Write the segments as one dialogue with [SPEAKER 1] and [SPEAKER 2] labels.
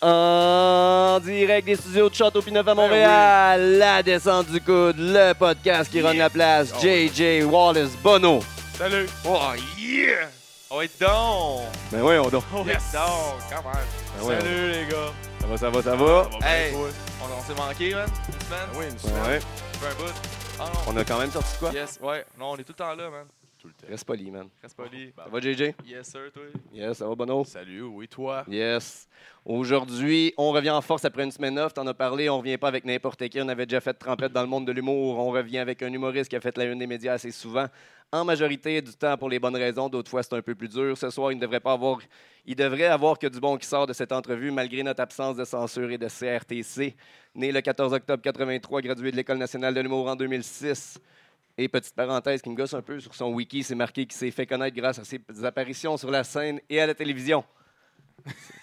[SPEAKER 1] En direct des studios de Château Pinot à Montréal, la descente du coude, le podcast qui
[SPEAKER 2] Yeah.
[SPEAKER 1] rend la place,
[SPEAKER 2] Oh, oui.
[SPEAKER 1] JJ Wallace Bono.
[SPEAKER 2] Salut! Oh yeah! On va être donc!
[SPEAKER 1] Ben oui, on dort.
[SPEAKER 2] On est Oh, donc, quand même!
[SPEAKER 1] Ben ouais,
[SPEAKER 2] Salut les gars!
[SPEAKER 1] Ça va, ça va, ça va.
[SPEAKER 2] bien, Hey.
[SPEAKER 3] Ah,
[SPEAKER 2] toi? On, on s'est manqué, man? Une semaine?
[SPEAKER 4] oui, une
[SPEAKER 1] Ben
[SPEAKER 4] semaine.
[SPEAKER 1] ouais.
[SPEAKER 2] Fait un bout? Ah non!
[SPEAKER 1] On a quand même sorti de quoi?
[SPEAKER 2] Yes, ouais. Non, on est tout le temps là, man.
[SPEAKER 4] Tout le temps.
[SPEAKER 1] Reste poli, man.
[SPEAKER 2] Reste poli.
[SPEAKER 1] Ça va, JJ?
[SPEAKER 2] Yes, sir, toi.
[SPEAKER 1] Yes, ça va, Bono?
[SPEAKER 4] Salut, oui, toi.
[SPEAKER 1] Yes. Aujourd'hui, on revient en force après une semaine off. T'en as parlé, on revient pas avec n'importe qui. On avait déjà fait trempette dans le monde de l'humour. On revient avec un humoriste qui a fait la une des médias assez souvent. En majorité du temps pour les bonnes raisons, d'autres fois c'est un peu plus dur. Ce soir, il ne devrait pas avoir, il devrait avoir que du bon qui sort de cette entrevue, malgré notre absence de censure et de CRTC. Né le 14 octobre 83, gradué de l'École nationale de l'humour en 2006. Et petite parenthèse qui me gosse un peu sur son wiki, c'est marqué qu'il s'est fait connaître grâce à ses apparitions sur la scène et à la télévision.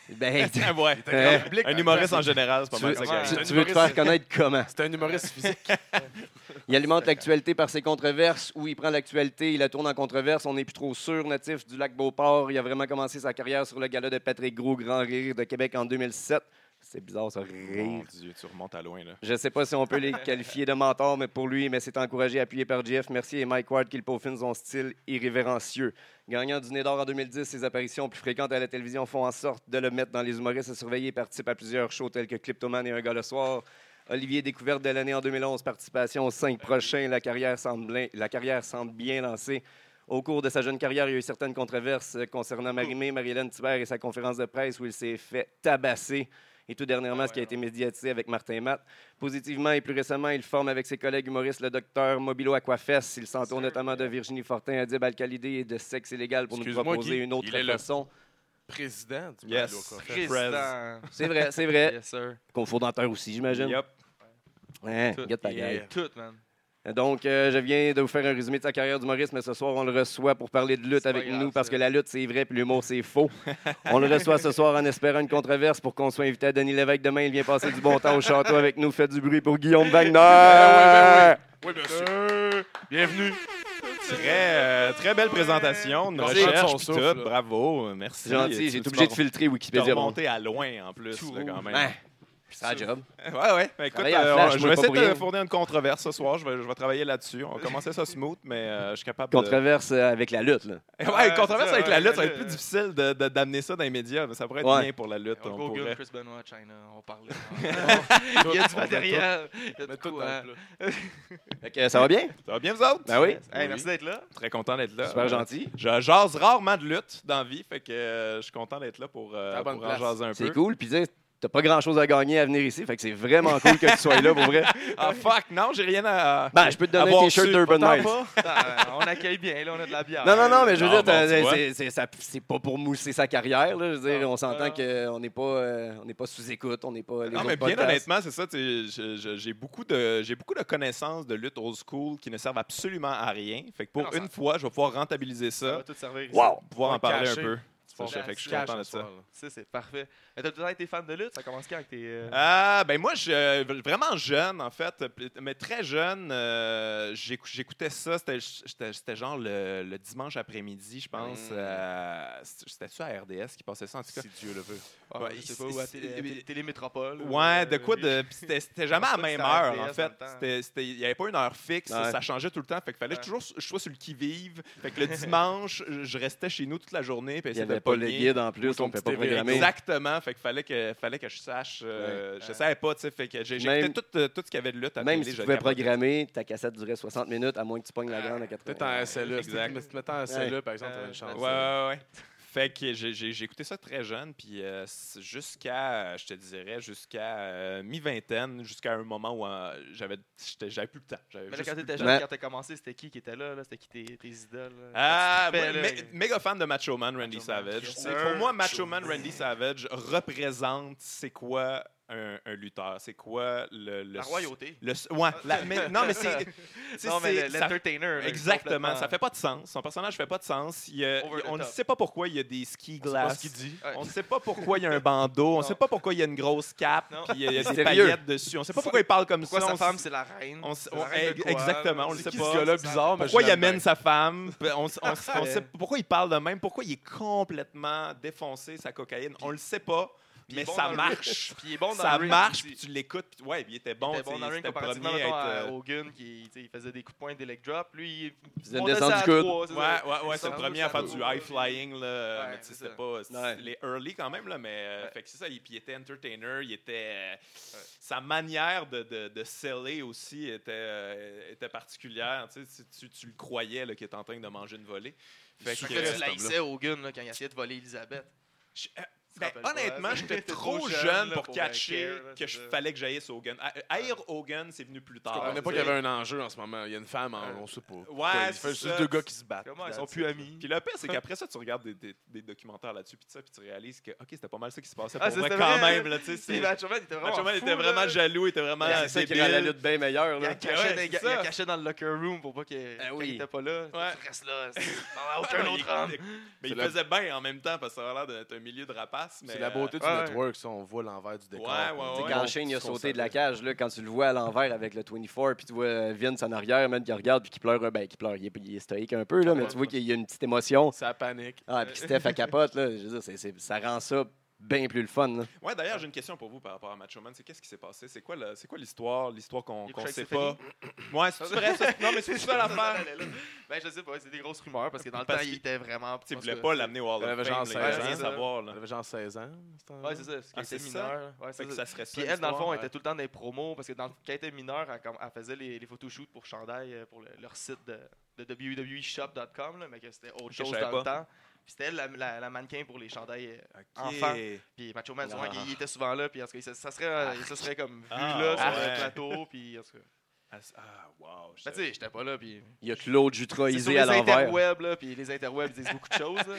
[SPEAKER 1] Ben, tu,
[SPEAKER 3] Ah ouais, t'as
[SPEAKER 1] Euh,
[SPEAKER 3] comme un humoriste en général, c'est pas
[SPEAKER 1] tu veux,
[SPEAKER 3] mal ça.
[SPEAKER 2] comment-
[SPEAKER 3] que-
[SPEAKER 1] tu- tu veux te faire connaître comment?
[SPEAKER 4] C'est un humoriste physique.
[SPEAKER 1] Il alimente l'actualité par ses controverses où il prend l'actualité, il la tourne en controverse. On n'est plus trop sûr, natif du lac Beauport. Il a vraiment commencé sa carrière sur le gala de Patrick Gros, Grand Rire de Québec en 2007. C'est bizarre, ça,
[SPEAKER 3] Mon
[SPEAKER 1] rire.
[SPEAKER 3] Dieu, tu remontes à loin, là.
[SPEAKER 1] Je ne sais pas si on peut les qualifier de mentors, mais pour lui, mais c'est encouragé, appuyé par Jeff Mercier et Mike Ward qui le peaufinent son style irrévérencieux. Gagnant du Nez d'Or en 2010, ses apparitions plus fréquentes à la télévision font en sorte de le mettre dans les humoristes à surveiller et participe à plusieurs shows tels que Cliptoman et Un gars le soir. Olivier, découverte de l'année en 2011, participation aux cinq prochains. La carrière semble, blin- la carrière semble bien lancée. Au cours de sa jeune carrière, il y a eu certaines controverses euh, concernant Marimé, Marie-Hélène Thibert et sa conférence de presse où il s'est fait tabasser. Et tout dernièrement, ce qui a été médiatisé avec Martin Matt. Positivement et plus récemment, il forme avec ses collègues humoristes le docteur Mobilo Aquafest. Il s'entoure notamment de Virginie Fortin, Adib Al-Khalidi et de Sexe illégal pour nous
[SPEAKER 4] Excuse-moi,
[SPEAKER 1] proposer
[SPEAKER 4] Guy,
[SPEAKER 1] une autre
[SPEAKER 4] il est là.
[SPEAKER 1] façon.
[SPEAKER 4] Président du
[SPEAKER 3] Yes.
[SPEAKER 4] Malouf, en fait.
[SPEAKER 2] Président.
[SPEAKER 1] C'est vrai, c'est vrai.
[SPEAKER 2] Yes, sir.
[SPEAKER 1] Confondanteur aussi, j'imagine.
[SPEAKER 3] Yup.
[SPEAKER 1] Hein,
[SPEAKER 2] Tout.
[SPEAKER 1] get ta
[SPEAKER 4] Yeah.
[SPEAKER 1] gueule.
[SPEAKER 2] Tout, man.
[SPEAKER 1] Donc, euh, je viens de vous faire un résumé de sa carrière d'humoriste, mais ce soir, on le reçoit pour parler de lutte
[SPEAKER 2] C'est pas
[SPEAKER 1] avec
[SPEAKER 2] grave,
[SPEAKER 1] nous, parce
[SPEAKER 2] ça.
[SPEAKER 1] que la lutte, c'est vrai, puis l'humour, c'est faux. on le reçoit ce soir en espérant une controverse pour qu'on soit invité à Denis Lévesque demain. Il vient passer du bon temps au château avec nous. Faites du bruit pour Guillaume Wagner!
[SPEAKER 4] Oui, bien sûr. Bienvenue.
[SPEAKER 3] Très, euh, très belle présentation, une
[SPEAKER 4] Merci.
[SPEAKER 3] recherche,
[SPEAKER 4] Son
[SPEAKER 3] pis
[SPEAKER 4] souffle,
[SPEAKER 3] tout.
[SPEAKER 4] là.
[SPEAKER 3] Bravo, merci.
[SPEAKER 1] C'est gentil, j'ai été obligé de filtrer Wikipédia. mon-
[SPEAKER 3] remonter à loin, en plus, là, quand même.
[SPEAKER 1] Hein, c'est la job.
[SPEAKER 3] Ouais, ouais. Ben, écoute,
[SPEAKER 1] Travaille à
[SPEAKER 3] euh,
[SPEAKER 1] flash,
[SPEAKER 3] on- je
[SPEAKER 1] moi,
[SPEAKER 3] vais
[SPEAKER 1] pas
[SPEAKER 3] essayer
[SPEAKER 1] pour
[SPEAKER 3] de
[SPEAKER 1] rien.
[SPEAKER 3] fournir une controverse ce soir. Je vais, je vais travailler là-dessus. On commençait ça smooth, mais euh, je suis capable de...
[SPEAKER 1] Controverse euh, avec la lutte, là.
[SPEAKER 3] Ouais, une
[SPEAKER 2] Ouais,
[SPEAKER 3] controverse
[SPEAKER 2] ça,
[SPEAKER 3] avec la
[SPEAKER 2] ouais,
[SPEAKER 3] lutte, ça va être
[SPEAKER 2] la
[SPEAKER 3] plus
[SPEAKER 2] lutte.
[SPEAKER 3] difficile de- de- d'amener ça dans les médias, mais ça pourrait être
[SPEAKER 1] Ouais.
[SPEAKER 3] bien pour la lutte.
[SPEAKER 2] On
[SPEAKER 3] on
[SPEAKER 2] go
[SPEAKER 3] pourrait-
[SPEAKER 2] Chris Benoit, China. On parle. Il y a du matériel. Il y a
[SPEAKER 4] Mais
[SPEAKER 2] de
[SPEAKER 4] tout
[SPEAKER 2] quoi,
[SPEAKER 4] dans
[SPEAKER 2] hein.
[SPEAKER 4] le plat.
[SPEAKER 1] Fait que, ça va bien?
[SPEAKER 3] Ça va bien, vous autres?
[SPEAKER 1] Ben oui.
[SPEAKER 2] Hey, merci d'être là.
[SPEAKER 3] Très content d'être là.
[SPEAKER 1] Super
[SPEAKER 3] Euh,
[SPEAKER 1] gentil.
[SPEAKER 3] Je jase rarement de lutte dans la vie, fait que euh, je suis content d'être là pour, euh,
[SPEAKER 4] À la bonne
[SPEAKER 3] pour en
[SPEAKER 4] place.
[SPEAKER 3] jaser un peu.
[SPEAKER 1] C'est cool. Puis, tu sais, t'as pas grand chose à gagner à venir ici. Fait que c'est vraiment cool que tu sois là, pour vrai.
[SPEAKER 3] Ah fuck, non, j'ai rien à.
[SPEAKER 1] Ben, je peux te donner un
[SPEAKER 3] Avoir
[SPEAKER 1] t-shirt
[SPEAKER 3] su,
[SPEAKER 1] d'Urban
[SPEAKER 3] pas tant
[SPEAKER 1] Miles.
[SPEAKER 3] pas.
[SPEAKER 2] Attends, Ben, on accueille bien, là, on a de la bière.
[SPEAKER 1] Non, non, non, mais je veux
[SPEAKER 3] Non,
[SPEAKER 1] dire,
[SPEAKER 3] bon,
[SPEAKER 1] t'as-
[SPEAKER 3] tu vois.
[SPEAKER 1] c'est- c'est ça- c'est pas pour mousser sa carrière. Là, je veux dire,
[SPEAKER 2] Non,
[SPEAKER 1] on s'entend
[SPEAKER 2] non.
[SPEAKER 1] qu'on n'est pas, euh, on n'est pas sous écoute, on n'est pas. Les
[SPEAKER 3] Non,
[SPEAKER 1] autres
[SPEAKER 3] mais bien
[SPEAKER 1] podcasts.
[SPEAKER 3] honnêtement, c'est ça. tu sais, je- je- J'ai beaucoup, de, j'ai beaucoup de connaissances de lutte old school qui ne servent absolument à rien. Fait que pour
[SPEAKER 2] Non, ça-
[SPEAKER 3] une fois, je vais pouvoir rentabiliser
[SPEAKER 2] Ça va
[SPEAKER 3] ça,
[SPEAKER 2] tout servir. ici.
[SPEAKER 1] Wow!
[SPEAKER 3] pouvoir en
[SPEAKER 4] Ouais,
[SPEAKER 3] parler
[SPEAKER 4] caché.
[SPEAKER 3] un peu.
[SPEAKER 4] Tu vas
[SPEAKER 2] Ça,
[SPEAKER 3] fait que je suis
[SPEAKER 4] cash
[SPEAKER 3] content de
[SPEAKER 4] ce
[SPEAKER 3] ça.
[SPEAKER 4] soir, là.
[SPEAKER 2] Ça, c'est parfait. Mais t'as toujours été fan de lutte? Ça commence quand que t'es. euh,
[SPEAKER 3] Ah, ben moi, je, vraiment jeune, en fait, euh, mais très jeune, euh, j'écou- j'écoutais ça. C'était- C'était c'était genre le, le dimanche après-midi, je pense.
[SPEAKER 1] Mm.
[SPEAKER 3] euh, C'était-tu à RDS qui passait ça, en tout cas?
[SPEAKER 4] Si Dieu le veut.
[SPEAKER 2] Ah,
[SPEAKER 3] Ouais,
[SPEAKER 2] je
[SPEAKER 3] il-
[SPEAKER 2] sais pas, ou à
[SPEAKER 3] il-
[SPEAKER 2] télé, à
[SPEAKER 3] il-
[SPEAKER 2] télé- Télémétropole. ou,
[SPEAKER 3] Ouais, de
[SPEAKER 2] euh,
[SPEAKER 3] quoi
[SPEAKER 2] les-
[SPEAKER 3] de. puis C'était c'était jamais
[SPEAKER 2] Je
[SPEAKER 3] à la
[SPEAKER 2] pense pas
[SPEAKER 3] même
[SPEAKER 2] que c'était
[SPEAKER 3] heure,
[SPEAKER 2] RDS
[SPEAKER 3] en
[SPEAKER 2] dans
[SPEAKER 3] fait.
[SPEAKER 2] le temps.
[SPEAKER 3] C'était- c'était- Il n'y avait pas une heure fixe,
[SPEAKER 1] Ouais.
[SPEAKER 3] ça changeait tout le temps. Fait que fallait que
[SPEAKER 2] Ouais.
[SPEAKER 3] toujours je sois sur le qui-vive. Fait que le dimanche, je je restais chez nous toute la journée. Puis
[SPEAKER 1] Il n'y avait pas le guide en plus, on ne peut pas programmer.
[SPEAKER 3] Exactement, fait que fallait que, fallait que je sache. euh, Je savais pas, tu sais. Fait que j'ai- j'écoutais
[SPEAKER 1] Même-
[SPEAKER 3] tout, euh, tout ce qu'il y avait de lutte à
[SPEAKER 1] Même
[SPEAKER 3] télé,
[SPEAKER 1] si tu
[SPEAKER 3] je
[SPEAKER 1] pouvais
[SPEAKER 3] capotais.
[SPEAKER 1] programmer, ta cassette durait 60 minutes, à moins que tu pognes
[SPEAKER 3] Ah,
[SPEAKER 1] la grande à
[SPEAKER 4] Peut-être
[SPEAKER 1] 80.
[SPEAKER 4] en SLA. Si
[SPEAKER 3] Exact.
[SPEAKER 4] tu mettais en SLA, par exemple,
[SPEAKER 2] Euh,
[SPEAKER 4] t'avais une chance.
[SPEAKER 3] Ouais, ouais, ouais. Fait que j'ai- j'ai j'ai écouté ça très jeune, puis euh, c- jusqu'à, euh, je te dirais, jusqu'à euh, mi-vingtaine, jusqu'à un moment où euh, j'avais j'étais- j'avais plus le temps. J'avais
[SPEAKER 2] Mais là,
[SPEAKER 3] juste
[SPEAKER 2] quand
[SPEAKER 3] plus le
[SPEAKER 2] t'étais
[SPEAKER 3] temps.
[SPEAKER 1] Mais-
[SPEAKER 2] jeune, quand t'as commencé, c'était qui qui était là? là? C'était qui tes, tes idoles? là?
[SPEAKER 3] Ah,
[SPEAKER 2] Quand tu
[SPEAKER 3] moi,
[SPEAKER 2] te fais,
[SPEAKER 3] mé-
[SPEAKER 2] là,
[SPEAKER 3] méga fan de Macho Man Randy
[SPEAKER 2] Macho Man,
[SPEAKER 3] Savage.
[SPEAKER 2] yes
[SPEAKER 3] C'est-
[SPEAKER 2] sir.
[SPEAKER 3] Pour moi, Macho Man Randy Savage représente c'est quoi un, un lutteur, c'est quoi le. le
[SPEAKER 2] La royauté.
[SPEAKER 3] le- ouais, la- mais- non, mais c'est. c'est-
[SPEAKER 2] Non, mais
[SPEAKER 3] c'est-
[SPEAKER 2] le-
[SPEAKER 3] ça-
[SPEAKER 2] l'entertainer. là,
[SPEAKER 3] Exactement,
[SPEAKER 2] complètement.
[SPEAKER 3] ça fait pas de sens. Son personnage fait pas de sens. Il y a-
[SPEAKER 2] Over the
[SPEAKER 3] on ne
[SPEAKER 2] top.
[SPEAKER 3] sait pas pourquoi il y a des ski
[SPEAKER 4] On sait pas
[SPEAKER 3] glass.
[SPEAKER 4] ce qu'il dit.
[SPEAKER 2] Ouais.
[SPEAKER 3] On ne sait pas pourquoi il y a un bandeau, on
[SPEAKER 2] Non.
[SPEAKER 3] ne sait pas pourquoi il y a une grosse cape,
[SPEAKER 2] Non.
[SPEAKER 3] puis il y a, il y a des
[SPEAKER 1] Mystérieux.
[SPEAKER 3] paillettes dessus. On ne sait pas pourquoi il parle comme
[SPEAKER 2] Pourquoi
[SPEAKER 3] ça.
[SPEAKER 2] sa
[SPEAKER 3] on
[SPEAKER 2] femme,
[SPEAKER 3] s-
[SPEAKER 2] c'est la reine?
[SPEAKER 3] on s-
[SPEAKER 2] C'est la
[SPEAKER 3] on-
[SPEAKER 2] reine de
[SPEAKER 3] eh,
[SPEAKER 2] quoi,
[SPEAKER 3] exactement,
[SPEAKER 2] là?
[SPEAKER 3] on le
[SPEAKER 4] C'est
[SPEAKER 3] sait
[SPEAKER 4] qui
[SPEAKER 3] pas.
[SPEAKER 4] ce gars-là bizarre, mais
[SPEAKER 3] pourquoi
[SPEAKER 4] je
[SPEAKER 3] il
[SPEAKER 4] l'aime
[SPEAKER 3] amène
[SPEAKER 4] bien.
[SPEAKER 3] sa femme Ben, on, s- on s- on
[SPEAKER 2] Ouais.
[SPEAKER 3] sait pourquoi il parle de même, pourquoi il est complètement défoncé sa cocaïne, on le sait pas. Puis
[SPEAKER 2] il est
[SPEAKER 3] mais
[SPEAKER 2] bon
[SPEAKER 3] ça
[SPEAKER 2] dans le
[SPEAKER 3] marche.
[SPEAKER 2] Puis il est bon dans
[SPEAKER 3] ça
[SPEAKER 2] le ring
[SPEAKER 3] marche,
[SPEAKER 2] aussi.
[SPEAKER 3] puis tu l'écoutes. Puis ouais, puis il était bon.
[SPEAKER 2] Il était
[SPEAKER 3] tu sais,
[SPEAKER 2] bon dans le ring
[SPEAKER 3] c'était le
[SPEAKER 2] comparativement
[SPEAKER 3] premier à
[SPEAKER 2] mettons,
[SPEAKER 3] être,
[SPEAKER 2] à
[SPEAKER 3] euh,
[SPEAKER 2] Hogan qui tu sais, il faisait des coups de poing, des leg drops. Lui, il
[SPEAKER 1] faisait une
[SPEAKER 2] montait
[SPEAKER 1] descente
[SPEAKER 2] ça à
[SPEAKER 1] du coude.
[SPEAKER 2] trois, c'est ça.
[SPEAKER 3] Ouais, ouais, ouais,
[SPEAKER 2] Ça
[SPEAKER 3] euh, c'est le
[SPEAKER 2] roule,
[SPEAKER 3] premier
[SPEAKER 2] ça
[SPEAKER 3] à faire
[SPEAKER 2] roule,
[SPEAKER 3] du
[SPEAKER 2] ouais.
[SPEAKER 3] high flying là, mais
[SPEAKER 2] Ouais,
[SPEAKER 3] tu sais,
[SPEAKER 2] c'est
[SPEAKER 3] c'était
[SPEAKER 2] ça.
[SPEAKER 3] pas c'est
[SPEAKER 1] Ouais.
[SPEAKER 3] les early quand même là, mais euh,
[SPEAKER 2] Ouais.
[SPEAKER 3] fait que c'est ça, il, puis il était entertainer, il était euh, sa manière de de, de seller aussi était euh, était particulière, tu sais, tu, tu, tu le croyais là qu'il était en train de manger une volée. Fait
[SPEAKER 2] Fait
[SPEAKER 3] que,
[SPEAKER 2] que
[SPEAKER 3] euh,
[SPEAKER 2] là, tu laissais Hogan là, quand il essayait de voler Elisabeth.
[SPEAKER 3] je- euh,
[SPEAKER 2] te
[SPEAKER 3] ben,
[SPEAKER 2] rappelles pas,
[SPEAKER 3] honnêtement,
[SPEAKER 2] hein?
[SPEAKER 3] j'étais
[SPEAKER 2] T'es
[SPEAKER 3] trop
[SPEAKER 2] trop
[SPEAKER 3] jeune,
[SPEAKER 2] jeune, là,
[SPEAKER 3] pour,
[SPEAKER 2] pour
[SPEAKER 3] catcher
[SPEAKER 2] care, là,
[SPEAKER 3] que
[SPEAKER 2] c'est
[SPEAKER 3] je
[SPEAKER 2] ça.
[SPEAKER 3] fallait que j'aillisse Hogan. A- Haïr Hogan, c'est venu plus
[SPEAKER 4] Je
[SPEAKER 3] tard.
[SPEAKER 4] comprenais pas
[SPEAKER 3] tu
[SPEAKER 4] qu'il
[SPEAKER 3] sais.
[SPEAKER 4] y avait un enjeu en ce moment. Il y a une femme, en- on sait pas.
[SPEAKER 3] Ouais,
[SPEAKER 4] Il fait
[SPEAKER 3] c'est ça.
[SPEAKER 4] juste deux gars qui se battent.
[SPEAKER 2] Comment ils sont plus amis?
[SPEAKER 3] Puis le pire, c'est qu'après ça, tu regardes des, des- des documentaires là-dessus, puis ça, puis tu réalises que, OK, c'était pas mal ça qui se passait
[SPEAKER 2] Ah,
[SPEAKER 3] pour moi
[SPEAKER 2] c'était
[SPEAKER 3] quand
[SPEAKER 2] vrai,
[SPEAKER 3] même. Là, tu sais, c'est-
[SPEAKER 2] Steve Hatchman était vraiment.
[SPEAKER 3] Macho Man
[SPEAKER 2] fou,
[SPEAKER 3] était vraiment
[SPEAKER 2] là.
[SPEAKER 3] jaloux, il était vraiment
[SPEAKER 1] C'est ça qui rend la
[SPEAKER 3] débile.
[SPEAKER 1] lutte bien meilleure.
[SPEAKER 2] Il
[SPEAKER 1] Là.
[SPEAKER 2] la
[SPEAKER 3] Ouais,
[SPEAKER 2] cachait,
[SPEAKER 3] c'est
[SPEAKER 2] dans- il
[SPEAKER 3] ça. Eh
[SPEAKER 2] la cachait dans le locker room pour pas qu'il
[SPEAKER 1] Ah
[SPEAKER 2] quand
[SPEAKER 1] oui.
[SPEAKER 2] il était pas là.
[SPEAKER 3] Ouais.
[SPEAKER 2] Tu restes là. c'est- Parle à aucun autre homme.
[SPEAKER 3] Mais
[SPEAKER 4] C'est
[SPEAKER 3] il
[SPEAKER 4] la-
[SPEAKER 3] faisait bien en même temps parce que ça a l'air d'être un milieu de rapace. mais, euh,
[SPEAKER 4] C'est la beauté du
[SPEAKER 2] ouais.
[SPEAKER 4] network, ça, on voit l'envers du décor.
[SPEAKER 3] Ouais, ouais,
[SPEAKER 4] On dit
[SPEAKER 1] Tu sais,
[SPEAKER 3] ouais.
[SPEAKER 1] Quand
[SPEAKER 4] qu'on-
[SPEAKER 1] Shane il a
[SPEAKER 4] qu'on savait.
[SPEAKER 1] sauté de la cage, là, quand tu le vois à l'envers avec le 24, puis tu vois euh, Vince en arrière, man, qui regarde, puis qui pleure, euh, ben, qui pleure, il est, il est stoïque un peu, là, mais tu vois qu'il y a une petite
[SPEAKER 3] euh,
[SPEAKER 1] émotion.
[SPEAKER 4] Ça panique.
[SPEAKER 1] Ah, puis Steph à capote, là, je veux dire, c'est- c'est- ça rend ça bien plus le fun. là.
[SPEAKER 3] Euh, Ouais, d'ailleurs, j'ai une question pour vous par rapport à Macho Man. C'est qu'est-ce qui s'est passé? C'est quoi le- c'est quoi l'histoire? L'histoire qu'on
[SPEAKER 2] Il
[SPEAKER 3] qu'on
[SPEAKER 2] couche
[SPEAKER 3] sait
[SPEAKER 2] avec
[SPEAKER 3] pas. Ouais, c'est vrai, ça. Non, mais c'est ça l'affaire.
[SPEAKER 2] Ben, je sais pas, c'est des grosses rumeurs parce que dans le
[SPEAKER 3] Parce
[SPEAKER 2] temps, il
[SPEAKER 3] qu'il-
[SPEAKER 2] était vraiment.
[SPEAKER 3] Tu sais, il
[SPEAKER 2] en tout
[SPEAKER 3] voulait
[SPEAKER 2] cas,
[SPEAKER 3] pas l'amener au Hall
[SPEAKER 4] Elle
[SPEAKER 3] of
[SPEAKER 4] avait
[SPEAKER 3] Fame.
[SPEAKER 4] genre
[SPEAKER 3] là,
[SPEAKER 2] 16
[SPEAKER 3] il
[SPEAKER 2] ans.
[SPEAKER 3] veut savoir,
[SPEAKER 4] Elle
[SPEAKER 3] là.
[SPEAKER 4] avait genre 16 ans. c'était-
[SPEAKER 2] Ouais, c'est ça, parce
[SPEAKER 3] Ah,
[SPEAKER 2] qu'elle était
[SPEAKER 3] c'est ça?
[SPEAKER 2] mineure. Ouais,
[SPEAKER 3] Fait
[SPEAKER 2] c'est
[SPEAKER 3] que
[SPEAKER 2] ça.
[SPEAKER 3] ça serait ça.
[SPEAKER 2] Puis elle, dans le fond,
[SPEAKER 3] l'histoire,
[SPEAKER 2] elle était
[SPEAKER 3] ouais.
[SPEAKER 2] tout le temps dans les promos parce que dans le- quand elle était mineure, elle, comme- elle faisait les, les photoshoots pour chandail euh, pour le- leur site de, de E www.shop.com, là, mais que c'était autre
[SPEAKER 3] je
[SPEAKER 2] chose
[SPEAKER 3] savais
[SPEAKER 2] dans le
[SPEAKER 3] pas.
[SPEAKER 2] temps. Puis c'était elle la, la- la mannequin pour les chandails. euh,
[SPEAKER 3] Ok.
[SPEAKER 2] Enfant. Puis Macho Man, souvent,
[SPEAKER 1] Ah.
[SPEAKER 2] il, il était souvent là, puis en tout cas, il se- ça serait, euh, il se serait comme vu
[SPEAKER 3] Ah,
[SPEAKER 2] là sur
[SPEAKER 3] ouais.
[SPEAKER 2] le plateau, puis en tout cas.
[SPEAKER 3] Ah, c'est- Ah, wow. je
[SPEAKER 2] Ben, tu sais, j'étais pas là, puis.
[SPEAKER 1] Il y a Claude
[SPEAKER 2] C'est sur
[SPEAKER 1] Jutraisé
[SPEAKER 2] les
[SPEAKER 1] à l'envers.
[SPEAKER 2] interwebs, là, puis les interwebs disent beaucoup de choses. là.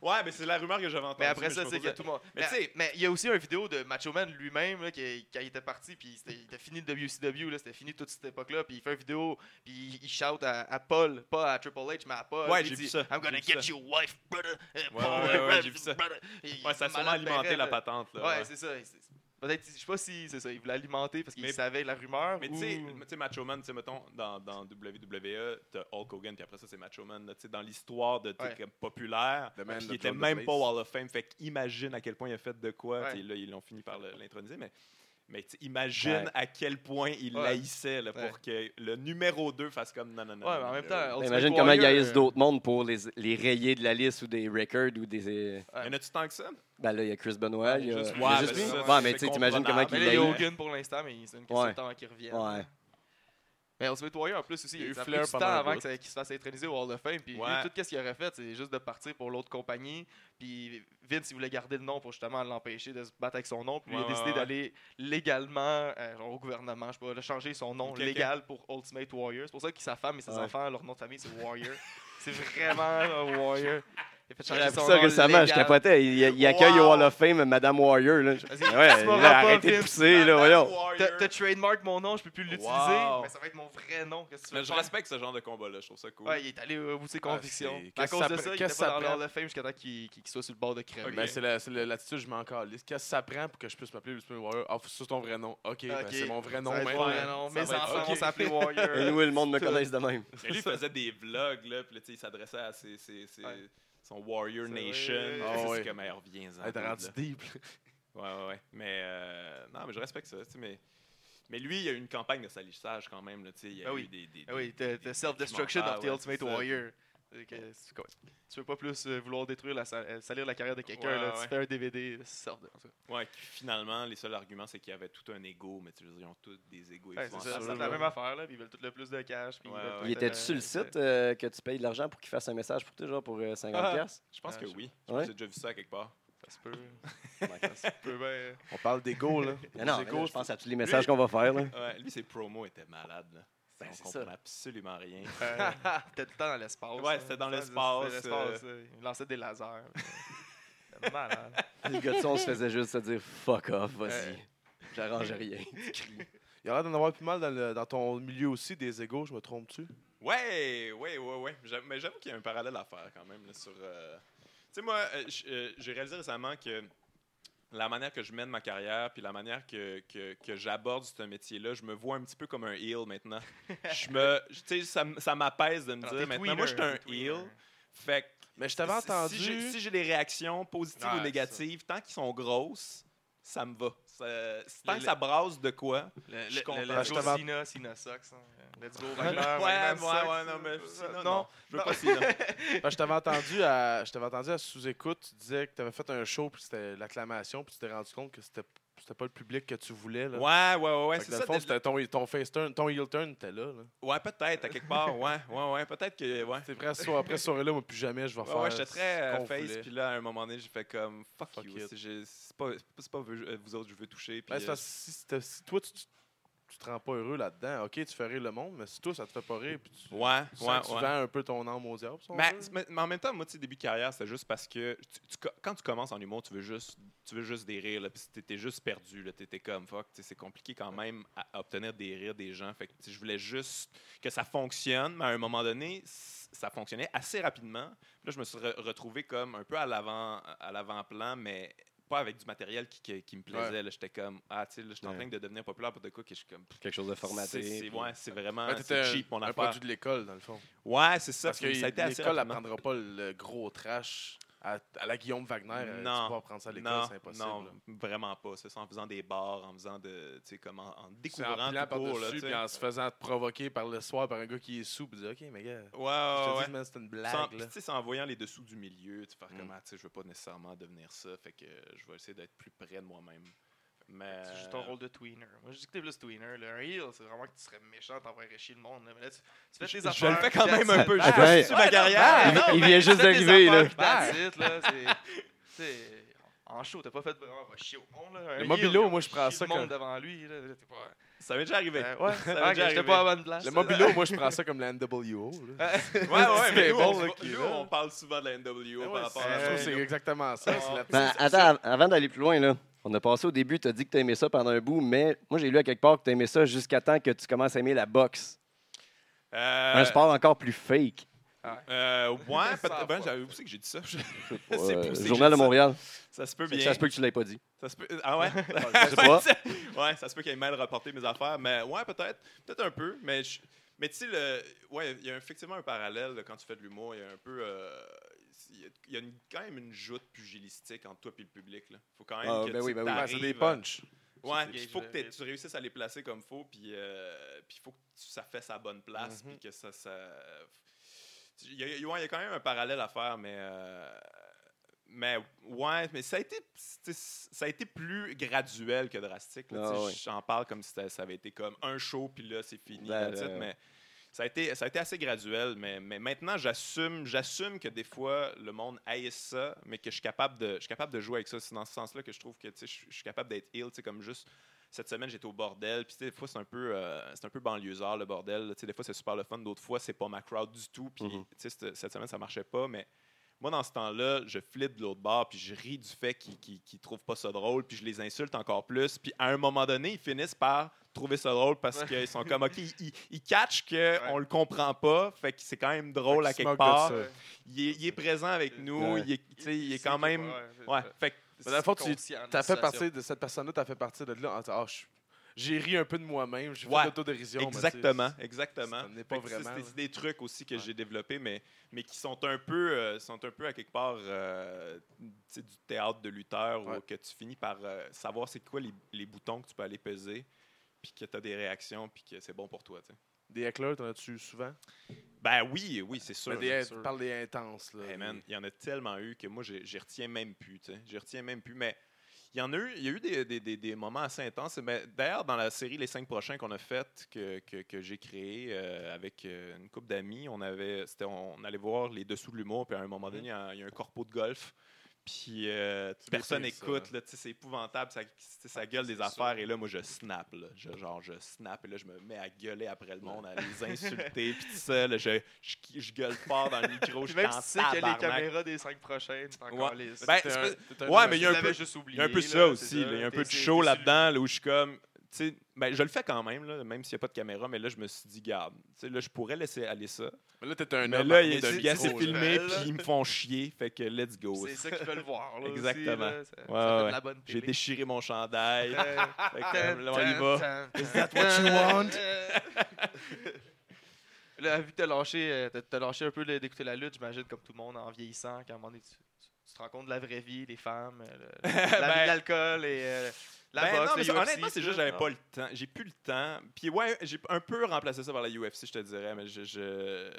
[SPEAKER 3] Ouais, mais c'est la rumeur que j'avais entendue.
[SPEAKER 2] Mais après
[SPEAKER 3] je
[SPEAKER 2] ça,
[SPEAKER 3] me
[SPEAKER 2] tu sais, il y a
[SPEAKER 3] posais-
[SPEAKER 2] tout le monde.
[SPEAKER 3] Mais
[SPEAKER 2] Mais
[SPEAKER 3] tu sais-
[SPEAKER 2] mais il y a aussi une vidéo de Macho Man lui-même, là, qui, quand il était parti, puis c'était- il était fini de WCW, là, c'était fini toute cette époque-là, puis il fait une vidéo, puis il, il shout à, à Paul, pas à Triple H, mais à Paul.
[SPEAKER 3] Ouais,
[SPEAKER 2] puis
[SPEAKER 3] j'ai
[SPEAKER 2] il
[SPEAKER 3] vu
[SPEAKER 2] dit,
[SPEAKER 3] ça,
[SPEAKER 2] I'm
[SPEAKER 3] j'ai
[SPEAKER 2] gonna
[SPEAKER 3] vu
[SPEAKER 2] get
[SPEAKER 3] ça.
[SPEAKER 2] your wife, brother. Eh,
[SPEAKER 3] Ouais,
[SPEAKER 2] Paul,
[SPEAKER 3] ouais, ouais,
[SPEAKER 2] brother,
[SPEAKER 3] j'ai vu ça.
[SPEAKER 2] brother. Et
[SPEAKER 3] Ouais, ça a
[SPEAKER 2] malade
[SPEAKER 3] sûrement alimenté
[SPEAKER 2] pareil,
[SPEAKER 3] la
[SPEAKER 2] là.
[SPEAKER 3] patente. Là,
[SPEAKER 2] Ouais, c'est ça. c'est- c'est- Peut-être, je sais pas si c'est ça, il voulait alimenter parce qu'il
[SPEAKER 3] Mais-
[SPEAKER 2] savait la rumeur.
[SPEAKER 3] Mais
[SPEAKER 2] ou-
[SPEAKER 3] tu sais, tu sais, Macho Man, tu sais, mettons, dans, dans WWE, t'as Hulk Hogan, puis après ça, c'est Macho Man. là, Tu sais, dans l'histoire de tu sais,
[SPEAKER 2] Ouais.
[SPEAKER 3] comme populaire,
[SPEAKER 4] The man
[SPEAKER 3] puis
[SPEAKER 4] that
[SPEAKER 3] il était
[SPEAKER 4] drove the
[SPEAKER 3] même
[SPEAKER 4] place.
[SPEAKER 3] pas au Hall of Fame. Fait qu'imagine à quel point il a fait de quoi.
[SPEAKER 2] Ouais. Ben,
[SPEAKER 3] puis là, ils l'ont fini par le- l'introniser, mais... Mais tu sais, imagine
[SPEAKER 1] Ouais.
[SPEAKER 3] à quel point il
[SPEAKER 2] Ouais.
[SPEAKER 3] l'haïssait là, pour
[SPEAKER 2] Ouais.
[SPEAKER 3] que le numéro 2 fasse comme non, non, non.
[SPEAKER 2] Ouais,
[SPEAKER 3] non,
[SPEAKER 2] mais en
[SPEAKER 3] non,
[SPEAKER 2] même
[SPEAKER 3] non.
[SPEAKER 2] temps, Ultimate
[SPEAKER 1] Imagine comment il
[SPEAKER 2] Warrior,
[SPEAKER 1] y a
[SPEAKER 2] euh,
[SPEAKER 1] d'autres mondes pour les, les rayer de la liste ou des records ou des. euh,
[SPEAKER 3] Y en a-tu tant que ça?
[SPEAKER 1] Ben là, il y a Chris Benoit.
[SPEAKER 2] Ouais,
[SPEAKER 1] il y a
[SPEAKER 2] juste
[SPEAKER 1] il
[SPEAKER 2] lui.
[SPEAKER 1] y a
[SPEAKER 2] Ouais,
[SPEAKER 1] juste
[SPEAKER 2] ben
[SPEAKER 1] lui.
[SPEAKER 2] ça,
[SPEAKER 1] Ouais, mais
[SPEAKER 3] c'est
[SPEAKER 1] tu sais, t'imagines comment
[SPEAKER 3] comprenable.
[SPEAKER 1] il
[SPEAKER 2] Mais là, il y a
[SPEAKER 1] l'a
[SPEAKER 2] Hogan pour l'instant, mais c'est une question
[SPEAKER 1] Ouais.
[SPEAKER 2] de temps avant qu'il revienne.
[SPEAKER 1] Ouais.
[SPEAKER 2] Mais Ultimate Warrior, en plus, aussi,
[SPEAKER 4] Il y a
[SPEAKER 2] il
[SPEAKER 4] eu
[SPEAKER 2] a pris
[SPEAKER 4] Flair
[SPEAKER 2] du temps
[SPEAKER 4] pendant un
[SPEAKER 2] avant
[SPEAKER 4] bout.
[SPEAKER 2] que ça- qu'il se fasse introniser au Hall of Fame. Puis lui,
[SPEAKER 3] Ouais.
[SPEAKER 2] tout ce qu'il aurait fait, c'est juste de partir pour l'autre compagnie. Puis Vince, il voulait garder le nom pour justement l'empêcher de se battre avec son nom. Puis lui, il
[SPEAKER 3] Ouais,
[SPEAKER 2] a décidé
[SPEAKER 3] ouais, ouais.
[SPEAKER 2] d'aller légalement euh, genre au gouvernement, je sais pas, de changer son nom
[SPEAKER 3] Ok, ok.
[SPEAKER 2] légal pour Ultimate Warrior. C'est pour ça que sa femme et ses
[SPEAKER 1] Ouais.
[SPEAKER 2] enfants, leur nom de famille, c'est Warrior. c'est vraiment un Warrior. Il a fait
[SPEAKER 1] J'ai
[SPEAKER 2] changer
[SPEAKER 1] appris
[SPEAKER 2] son
[SPEAKER 1] ça
[SPEAKER 2] nom
[SPEAKER 1] récemment, je
[SPEAKER 2] légal.
[SPEAKER 1] capotais. Il, il- il accueille au
[SPEAKER 2] Wow.
[SPEAKER 1] Hall of Fame Madame Warrior. Là.
[SPEAKER 2] Vas-y,
[SPEAKER 1] Ouais,
[SPEAKER 2] tu
[SPEAKER 1] là,
[SPEAKER 2] m'auras pas,
[SPEAKER 1] arrêtez de
[SPEAKER 2] Vince.
[SPEAKER 1] pousser, là, voyons.
[SPEAKER 2] T'as t'as trademark mon nom, je peux plus l'utiliser.
[SPEAKER 3] Wow.
[SPEAKER 2] Mais ça va être mon vrai nom. Qu'est-ce que tu
[SPEAKER 3] Mais
[SPEAKER 2] veux
[SPEAKER 3] je
[SPEAKER 2] faire?
[SPEAKER 3] respecte ce genre de combat-là, je trouve ça cool.
[SPEAKER 2] Ouais, il est allé euh, au bout de ses convictions.
[SPEAKER 4] c'est-
[SPEAKER 2] hein. à
[SPEAKER 4] qu'est-ce
[SPEAKER 2] cause
[SPEAKER 4] ça
[SPEAKER 2] de
[SPEAKER 4] prend-
[SPEAKER 2] ça, il
[SPEAKER 4] qu'est-ce
[SPEAKER 2] était pas
[SPEAKER 4] ça
[SPEAKER 2] dans l'Hall
[SPEAKER 4] prend?
[SPEAKER 2] of Fame jusqu'à temps qu'il qu'il soit sur le bord de crever.
[SPEAKER 3] Ok.
[SPEAKER 4] Ben, c'est la- c'est la- l'attitude, je m'en calisse. Qu'est-ce que ça prend pour que je puisse m'appeler Ultimate Warrior? Ah, c'est ton vrai nom. Ok, ben,
[SPEAKER 2] Ok.
[SPEAKER 4] c'est mon vrai
[SPEAKER 2] non,
[SPEAKER 4] nom.
[SPEAKER 2] mais
[SPEAKER 4] mais-
[SPEAKER 2] non,
[SPEAKER 4] Ça
[SPEAKER 2] mes
[SPEAKER 4] va être-
[SPEAKER 2] enfants
[SPEAKER 4] ok.
[SPEAKER 2] vont s'appeler
[SPEAKER 1] Et
[SPEAKER 2] Warrior.
[SPEAKER 1] nous, le monde me connaisse de même.
[SPEAKER 3] Mais lui, il faisait des vlogs, là, puis là, tu sais, il s'adressait à ses, ses- ses-
[SPEAKER 2] Ouais.
[SPEAKER 3] son Warrior
[SPEAKER 2] C'est
[SPEAKER 3] Nation.
[SPEAKER 2] vrai.
[SPEAKER 3] puis
[SPEAKER 4] Ah
[SPEAKER 3] c'est
[SPEAKER 4] ouais.
[SPEAKER 3] comme, hey, reviens-en.
[SPEAKER 4] Elle
[SPEAKER 3] dude,
[SPEAKER 4] t'a rendu
[SPEAKER 3] là.
[SPEAKER 4] deep.
[SPEAKER 3] Ouais, ouais, ouais. Mais, euh, non, mais je respecte ça. tu sais, Mais, mais lui, il y a eu une campagne de salissage quand même. Là, tu sais, il y a
[SPEAKER 2] Ah
[SPEAKER 3] eu
[SPEAKER 2] oui.
[SPEAKER 3] des. des-
[SPEAKER 2] Ah oui, the, the
[SPEAKER 3] des
[SPEAKER 2] self-destruction
[SPEAKER 3] documentaires,
[SPEAKER 2] of the
[SPEAKER 3] ouais,
[SPEAKER 2] Ultimate
[SPEAKER 3] c'est ça.
[SPEAKER 2] Warrior. C'est que- c'est quoi? Tu veux pas plus euh, vouloir détruire, la, sa- euh, salir la carrière de quelqu'un,
[SPEAKER 3] Ouais,
[SPEAKER 2] là,
[SPEAKER 3] ouais.
[SPEAKER 2] tu fais un DVD, sort de.
[SPEAKER 3] Ouais, qui, finalement, les seuls arguments, c'est qu'il y avait tout un ego, mais tu veux dire, ils ont tous des égos.
[SPEAKER 2] Ouais, c'est ça,
[SPEAKER 3] épouvantables.
[SPEAKER 2] c'est la
[SPEAKER 4] là.
[SPEAKER 2] même affaire, là, puis ils veulent tout le plus de cash. puis ils
[SPEAKER 3] Ouais,
[SPEAKER 2] veulent
[SPEAKER 3] ouais.
[SPEAKER 2] tout
[SPEAKER 1] Il
[SPEAKER 2] être,
[SPEAKER 1] était-tu sur
[SPEAKER 2] euh,
[SPEAKER 1] le site euh, que tu payes de l'argent pour qu'il fasse un message pour toi, genre pour euh, 50$?
[SPEAKER 2] Ah.
[SPEAKER 1] piastres?
[SPEAKER 3] Je pense
[SPEAKER 2] Ah,
[SPEAKER 3] que
[SPEAKER 2] je-
[SPEAKER 3] oui.
[SPEAKER 1] Ouais.
[SPEAKER 3] J'ai déjà vu ça quelque part.
[SPEAKER 2] Ça se peut. Ça se peut bien.
[SPEAKER 4] On parle d'ego, là.
[SPEAKER 1] Mais non,
[SPEAKER 4] Des
[SPEAKER 1] mais
[SPEAKER 4] égos,
[SPEAKER 1] là, je pense à tous les messages qu'on va faire. Là.
[SPEAKER 3] Ouais, lui, ses promos étaient malades. Là.
[SPEAKER 1] Ben,
[SPEAKER 3] on
[SPEAKER 1] c'est
[SPEAKER 3] comprend
[SPEAKER 1] ça.
[SPEAKER 3] absolument rien.
[SPEAKER 2] Euh, T'es tout le temps dans l'espace.
[SPEAKER 3] Ouais,
[SPEAKER 2] hein.
[SPEAKER 3] c'était dans
[SPEAKER 2] C'était-
[SPEAKER 3] l'espace,
[SPEAKER 2] c'était l'espace, euh, Il lançait des lasers. C'était Malade.
[SPEAKER 1] Le gars de son se faisait juste se dire fuck off, vas-y.
[SPEAKER 2] Ouais.
[SPEAKER 1] J'arrange rien.
[SPEAKER 4] Il y a l'air d'en avoir plus mal dans, le- dans ton milieu aussi, des égos, je me trompe-tu?
[SPEAKER 3] Ouais, ouais, ouais, ouais. J'avoue- Mais j'avoue qu'il y a un parallèle à faire quand même là, sur. euh, Tu sais, moi, euh, j- euh, j'ai réalisé récemment que la manière que je mène ma carrière, puis la manière que, que, que j'aborde ce métier-là, je me vois un petit peu comme un heel maintenant. Je me, tu sais, ça, m- ça m'apaise de me
[SPEAKER 2] Alors, t'es
[SPEAKER 3] dire maintenant, moi, je suis
[SPEAKER 2] tweener,
[SPEAKER 3] un
[SPEAKER 2] t'es tweener.
[SPEAKER 3] heel. Fait que
[SPEAKER 4] Mais je t'avais entendu.
[SPEAKER 3] si j'ai si j'ai des réactions positives
[SPEAKER 2] Ouais,
[SPEAKER 3] ou négatives, tant qu'ils sont grosses, ça me va. Ça- tant
[SPEAKER 2] Le-
[SPEAKER 3] que ça brasse de quoi,
[SPEAKER 2] Le,
[SPEAKER 3] Je
[SPEAKER 2] le-
[SPEAKER 3] comprends.
[SPEAKER 2] le- let's
[SPEAKER 4] Je
[SPEAKER 2] go
[SPEAKER 4] t'avais-
[SPEAKER 2] Cena, Cena sucks. hein. Let's go
[SPEAKER 3] Ouais,
[SPEAKER 2] Wagner,
[SPEAKER 3] ouais,
[SPEAKER 2] Wagner sucks. Euh,
[SPEAKER 3] ouais, non,
[SPEAKER 4] euh,
[SPEAKER 3] mais sinon, non, je veux
[SPEAKER 2] Non.
[SPEAKER 3] pas sinon.
[SPEAKER 4] Ben, je t'avais entendu à, je t'avais entendu à sous-écoute, tu disais que tu avais fait un show, puis c'était l'acclamation, puis tu t'es rendu compte que c'était, c'était pas le public que tu voulais. Là.
[SPEAKER 3] Ouais, ouais, ouais, ouais
[SPEAKER 4] Fait que
[SPEAKER 3] c'est
[SPEAKER 4] dans
[SPEAKER 3] ça.
[SPEAKER 4] le fond,
[SPEAKER 3] de-
[SPEAKER 4] c'était ton, ton face turn, ton heel turn était là. là.
[SPEAKER 3] Ouais, peut-être, à quelque part, ouais, ouais, ouais, peut-être que, ouais.
[SPEAKER 4] C'est vrai, ce soir- après ce soir-là, moi, plus jamais, je vais
[SPEAKER 3] Ouais,
[SPEAKER 4] faire.
[SPEAKER 3] ouais, j'étais très
[SPEAKER 4] ce
[SPEAKER 3] euh,
[SPEAKER 4] qu'on
[SPEAKER 3] face,
[SPEAKER 4] voulait.
[SPEAKER 3] puis là, à un moment donné, j'ai fait comme fuck,
[SPEAKER 4] Fuck
[SPEAKER 3] you.
[SPEAKER 4] it.
[SPEAKER 3] C'est j'ai- c'est pas, c'est pas- c'est pas vous, euh, vous autres, je veux toucher. Puis,
[SPEAKER 4] Ben, c'est
[SPEAKER 3] euh,
[SPEAKER 4] parce que si, c'était- si toi, tu, tu te rends pas heureux là-dedans, ok, tu fais rire le monde, mais si toi, ça te fait pas rire, puis tu,
[SPEAKER 3] ouais, ouais,
[SPEAKER 4] tu sens que tu
[SPEAKER 3] ouais. Ben,
[SPEAKER 4] vends un peu ton âme au diable. si on
[SPEAKER 3] Mais,
[SPEAKER 4] veut.
[SPEAKER 3] mais- mais en même temps, moi, tu sais, début de carrière, c'était juste parce que tu- tu co- quand tu commences en humour, tu veux juste, tu veux juste des rires, là, puis t'étais juste perdu, là, t'étais comme fuck, tu sais, c'est compliqué quand même à, à obtenir des rires des gens. Fait que tu sais, je voulais juste que ça fonctionne, mais à un moment donné, c- ça fonctionnait assez rapidement. Puis Là, je me suis re- retrouvé comme un peu à l'avant, à l'avant-plan, mais pas avec du matériel qui, qui- qui me plaisait. là. J'étais comme, ah, tu sais, là, je suis en
[SPEAKER 1] Ouais.
[SPEAKER 3] train de devenir populaire pour de quoi que je suis comme. pff,
[SPEAKER 1] Quelque chose de
[SPEAKER 3] c'est-
[SPEAKER 1] formaté.
[SPEAKER 3] C'est
[SPEAKER 1] puis-
[SPEAKER 3] ouais, c'est vraiment
[SPEAKER 4] Ben,
[SPEAKER 3] c'est
[SPEAKER 4] t'étais
[SPEAKER 3] cheap, mon
[SPEAKER 4] un
[SPEAKER 3] affaire.
[SPEAKER 4] produit de l'école, dans le fond.
[SPEAKER 3] Ouais, c'est ça.
[SPEAKER 4] Parce que
[SPEAKER 3] puis ça a été assez
[SPEAKER 4] l'école
[SPEAKER 3] rapidement.
[SPEAKER 4] n'apprendra pas le gros trash à, à la Guillaume Wagner. euh,
[SPEAKER 3] Non,
[SPEAKER 4] Tu peux apprendre ça à l'école,
[SPEAKER 3] Non,
[SPEAKER 4] c'est impossible.
[SPEAKER 3] non,
[SPEAKER 4] là.
[SPEAKER 3] vraiment pas. C'est ça, en faisant des bars, en faisant de, tu sais, comme en, en
[SPEAKER 4] C'est en
[SPEAKER 3] découvrant
[SPEAKER 4] pilant
[SPEAKER 3] tout court, là,
[SPEAKER 4] par-dessus,
[SPEAKER 3] tu sais.
[SPEAKER 4] puis en se faisant provoquer par le soir par un gars qui est sous, puis dire Ok, mais gars,
[SPEAKER 3] Ouais, ouais,
[SPEAKER 4] je
[SPEAKER 3] Ah, ouais.
[SPEAKER 4] te dis, man, c'est une
[SPEAKER 3] Sans-
[SPEAKER 4] blague.
[SPEAKER 3] puis,
[SPEAKER 4] là.
[SPEAKER 3] tu sais, c'est en voyant les dessous du milieu, tu faire comme,
[SPEAKER 1] Mm.
[SPEAKER 3] ah, tu sais, je veux pas nécessairement devenir ça, fait que euh, je vais essayer d'être plus près de moi-même. Mais.
[SPEAKER 2] C'est juste ton rôle de tweener. Moi, je dis que t'es plus tweener. Là. Un heel, c'est vraiment que tu serais méchant, t'envoyerais chier le monde. Là. Mais là, tu, tu fais tes
[SPEAKER 3] Je
[SPEAKER 2] affaires.
[SPEAKER 3] le fais quand
[SPEAKER 2] puis
[SPEAKER 3] même
[SPEAKER 2] that's
[SPEAKER 3] un
[SPEAKER 2] it.
[SPEAKER 3] peu.
[SPEAKER 1] Ah,
[SPEAKER 3] Je
[SPEAKER 1] ouais.
[SPEAKER 3] suis sur ma carrière.
[SPEAKER 1] Il- non, il
[SPEAKER 2] mais
[SPEAKER 1] vient
[SPEAKER 2] tu
[SPEAKER 1] juste
[SPEAKER 2] fais tes
[SPEAKER 1] d'arriver, là.
[SPEAKER 2] affaires, puis that's it, là. C'est- tu sais, En show, t'as pas fait. On va chier au monde. Là. Un
[SPEAKER 4] Le
[SPEAKER 2] heel,
[SPEAKER 4] mobilo,
[SPEAKER 2] là,
[SPEAKER 4] moi, je prends
[SPEAKER 2] chier
[SPEAKER 4] ça
[SPEAKER 2] Le monde
[SPEAKER 4] comme-
[SPEAKER 2] devant lui. Là. T'es pas...
[SPEAKER 3] Ça m'est déjà arrivé.
[SPEAKER 2] Ben, ouais,
[SPEAKER 3] Ça
[SPEAKER 2] c'est
[SPEAKER 3] m'est
[SPEAKER 2] vrai que
[SPEAKER 3] déjà
[SPEAKER 2] j'étais
[SPEAKER 3] arrivé.
[SPEAKER 2] pas à bonne place.
[SPEAKER 4] Le
[SPEAKER 2] là.
[SPEAKER 4] mobilo, moi, je prends ça comme la NWO. là.
[SPEAKER 3] Ouais, ouais, mais nous,
[SPEAKER 4] stable,
[SPEAKER 3] on,
[SPEAKER 4] là,
[SPEAKER 3] nous,
[SPEAKER 4] qui est là.
[SPEAKER 3] on parle souvent de la NWO
[SPEAKER 4] Ouais,
[SPEAKER 3] par rapport à
[SPEAKER 4] c'est- je trouve
[SPEAKER 3] la
[SPEAKER 4] que c'est
[SPEAKER 3] NWO.
[SPEAKER 4] exactement ça. c'est la petite-
[SPEAKER 1] Ben, attends, av- avant d'aller plus loin, là, on a passé au début, tu as dit que tu aimais ça pendant un bout, mais moi, j'ai lu à quelque part que tu aimais ça jusqu'à temps que tu commences à aimer la boxe.
[SPEAKER 3] Euh,
[SPEAKER 1] Un sport encore plus fake.
[SPEAKER 3] euh, ouais, peut-être. Ben,
[SPEAKER 2] fois.
[SPEAKER 3] j'avais aussi que j'ai dit ça.
[SPEAKER 1] Ouais,
[SPEAKER 3] poussé, j'ai
[SPEAKER 1] Euh, Journal de
[SPEAKER 3] dit ça.
[SPEAKER 1] Montréal.
[SPEAKER 3] Ça se peut
[SPEAKER 1] Fait que
[SPEAKER 3] bien.
[SPEAKER 1] Ça se peut que tu ne l'aies pas dit.
[SPEAKER 3] Ça se peut- Ah ouais?
[SPEAKER 1] Je sais pas.
[SPEAKER 3] ouais, ça se peut qu'il ait mal rapporté mes affaires, mais ouais, peut-être. Peut-être un peu, mais je- Mais tu sais, le... ouais, il y a effectivement un parallèle là, quand tu fais de l'humour. Il y a un peu. euh, Il y a- il y a une- quand même une joute pugilistique entre toi et le public. Là. Faut quand même
[SPEAKER 1] Ah,
[SPEAKER 3] que
[SPEAKER 1] ben
[SPEAKER 3] tu
[SPEAKER 1] oui, ben oui.
[SPEAKER 4] Ouais,
[SPEAKER 3] t'arrives euh,
[SPEAKER 4] c'est des
[SPEAKER 3] à-
[SPEAKER 4] punchs.
[SPEAKER 3] Ouais,
[SPEAKER 2] C'est-
[SPEAKER 3] puis il
[SPEAKER 2] je-
[SPEAKER 3] faut que t'aies- tu réussisses à les placer comme faut, puis euh, puis il faut que tu- ça fasse à la bonne place,
[SPEAKER 4] Mhm.
[SPEAKER 3] puis que ça. ça... Il, y a, il y a- ouais, il y a quand même un parallèle à faire, mais. euh, Mais ouais, mais ça a été tu sais, ça a été plus graduel que drastique. là,
[SPEAKER 1] Ah,
[SPEAKER 3] tu sais,
[SPEAKER 1] ouais.
[SPEAKER 3] J'en parle comme si ça ça avait été comme un show puis là c'est fini.
[SPEAKER 1] Ben,
[SPEAKER 3] that's it,
[SPEAKER 1] ben,
[SPEAKER 3] mais ça a été ça a été assez graduel, mais, mais maintenant j'assume j'assume que des fois le monde haïsse ça, mais que je suis capable de je suis capable de jouer avec ça. C'est dans ce sens-là que je trouve que tu sais, je je suis capable d'être ill, tu sais, comme juste cette semaine j'étais au bordel puis tu sais, des fois c'est un peu euh, c'est un peu banlieusard le bordel là. Tu sais, des fois c'est super le fun d'autres fois c'est pas ma crowd du tout puis
[SPEAKER 1] Mhm.
[SPEAKER 3] tu sais, cette, cette semaine ça marchait pas mais moi dans ce temps-là je flippe de l'autre bord puis je ris du fait qu'ils qu'ils- qu'ils trouvent pas ça drôle puis je les insulte encore plus puis à un moment donné ils finissent par trouver ça drôle parce qu'ils sont comme ok ils, ils, ils catchent que on le comprend pas fait que c'est quand même drôle à
[SPEAKER 4] Fait qu'ils se
[SPEAKER 3] quelque
[SPEAKER 4] moquent de
[SPEAKER 3] part euh,
[SPEAKER 4] ça.
[SPEAKER 3] il est, il est présent avec nous
[SPEAKER 1] Ouais.
[SPEAKER 3] il est, tu sais, il est quand même ouais fait que-
[SPEAKER 4] Mais dans le fond, tu
[SPEAKER 2] Conscient de
[SPEAKER 4] as
[SPEAKER 2] la
[SPEAKER 4] fait
[SPEAKER 2] situation.
[SPEAKER 4] partie de cette personne-là, tu as fait partie de là en disant Ah, je- j'ai ri un peu de moi-même, j'ai
[SPEAKER 3] Ouais,
[SPEAKER 4] fait l'autodérision. mais tu sais,
[SPEAKER 3] Exactement,
[SPEAKER 4] ben, c'est-
[SPEAKER 3] exactement.
[SPEAKER 4] ça n'est pas
[SPEAKER 3] Fait que ça,
[SPEAKER 4] vraiment,
[SPEAKER 3] c'est-
[SPEAKER 4] là.
[SPEAKER 3] C'est des trucs aussi que
[SPEAKER 4] Ouais.
[SPEAKER 3] j'ai développés, mais, mais qui sont un peu, euh, sont un peu à quelque part euh, tu sais, du théâtre de lutteur
[SPEAKER 4] Ouais.
[SPEAKER 3] où que tu finis par euh, savoir c'est quoi les, les boutons que tu peux aller peser, puis que tu as des réactions, puis que c'est bon pour toi. tu sais.
[SPEAKER 4] Des hecklers, t'en as-tu souvent
[SPEAKER 3] Ben oui, oui, c'est sûr.
[SPEAKER 4] Mais des,
[SPEAKER 3] c'est sûr.
[SPEAKER 4] Parle des intenses. Là,
[SPEAKER 3] Hey, man, il y en a tellement eu que moi, j'ai- j'y retiens même plus. tu sais. J'y retiens même plus. Mais il y en a eu, il y a eu des, des- des- des moments assez intenses. Mais D'ailleurs, dans la série Les cinq prochains qu'on a faite, que, que- que j'ai créée euh, avec euh, une couple d'amis, on, avait, c'était- on allait voir les dessous de l'humour. Puis à un
[SPEAKER 4] Mm-hmm.
[SPEAKER 3] moment donné, il y a- il y, a un corpo de golf. Puis euh, personne
[SPEAKER 4] détruis ça. Ah,
[SPEAKER 3] n'écoute. là, tu sais, C'est épouvantable. Ça, tu sais, ça gueule des
[SPEAKER 4] c'est
[SPEAKER 3] affaires. Et là, moi, je snap. là. Je, genre, je snap. Et là, je me mets à gueuler après le monde, à les insulter. Puis tout ça, là, je, je, je gueule fort dans le micro.
[SPEAKER 2] Puis
[SPEAKER 3] je
[SPEAKER 2] même
[SPEAKER 3] suis en
[SPEAKER 2] si tu sais qu'il y a les
[SPEAKER 3] tabarnak.
[SPEAKER 2] caméras des 5 prochaines, t'es encore lisse.
[SPEAKER 3] Ben,
[SPEAKER 4] T'es
[SPEAKER 3] c'est
[SPEAKER 4] un-
[SPEAKER 3] pas-
[SPEAKER 4] t'es un
[SPEAKER 3] ouais,
[SPEAKER 4] homme
[SPEAKER 3] mais il y a un peu-
[SPEAKER 2] juste oublié.
[SPEAKER 3] il y a un peu ça aussi. là. Il y a un peu de show là-dedans là, où je suis comme. tu sais, Ben, je le fais quand même, là, même s'il n'y a pas de caméra, mais là, je me suis dit, garde, tu sais, là, je pourrais laisser aller ça.
[SPEAKER 4] Mais là, t'es un
[SPEAKER 3] Mais
[SPEAKER 4] homme.
[SPEAKER 3] là,
[SPEAKER 4] armé
[SPEAKER 3] il
[SPEAKER 4] d'un
[SPEAKER 3] est
[SPEAKER 2] y a
[SPEAKER 4] micro,
[SPEAKER 3] assez
[SPEAKER 4] là.
[SPEAKER 3] filmé,
[SPEAKER 2] là.
[SPEAKER 3] puis ils me font chier, fait que let's go.
[SPEAKER 2] C'est ça qu'ils veulent voir. Là,
[SPEAKER 3] Exactement.
[SPEAKER 2] Aussi, là. Ça,
[SPEAKER 3] Ouais,
[SPEAKER 2] ça fait
[SPEAKER 3] ouais.
[SPEAKER 2] de la bonne
[SPEAKER 3] J'ai
[SPEAKER 2] télé.
[SPEAKER 3] déchiré mon chandail.
[SPEAKER 2] Euh,
[SPEAKER 3] fait que, euh, là, on y va.
[SPEAKER 2] Is that what you want? Là, vu que t'as lâché, euh, t'as- t'as lâché un peu le- d'écouter la lutte, j'imagine, comme tout le monde, en vieillissant, quand à un moment donné, tu, tu- tu te rends compte de la vraie vie, les femmes, euh, le- la vie de l'alcool et euh, la
[SPEAKER 3] Ben
[SPEAKER 2] boxe,
[SPEAKER 3] non, mais
[SPEAKER 2] le
[SPEAKER 3] ça,
[SPEAKER 2] UFC,
[SPEAKER 3] honnêtement, c'est
[SPEAKER 2] tout
[SPEAKER 3] juste
[SPEAKER 2] ça.
[SPEAKER 3] j'avais
[SPEAKER 2] Non.
[SPEAKER 3] pas le temps. J'ai plus le temps. Puis ouais, j'ai un peu remplacé ça par la UFC, je te dirais, mais je- je-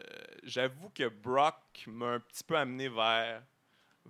[SPEAKER 3] j'avoue que Brock m'a un petit peu amené vers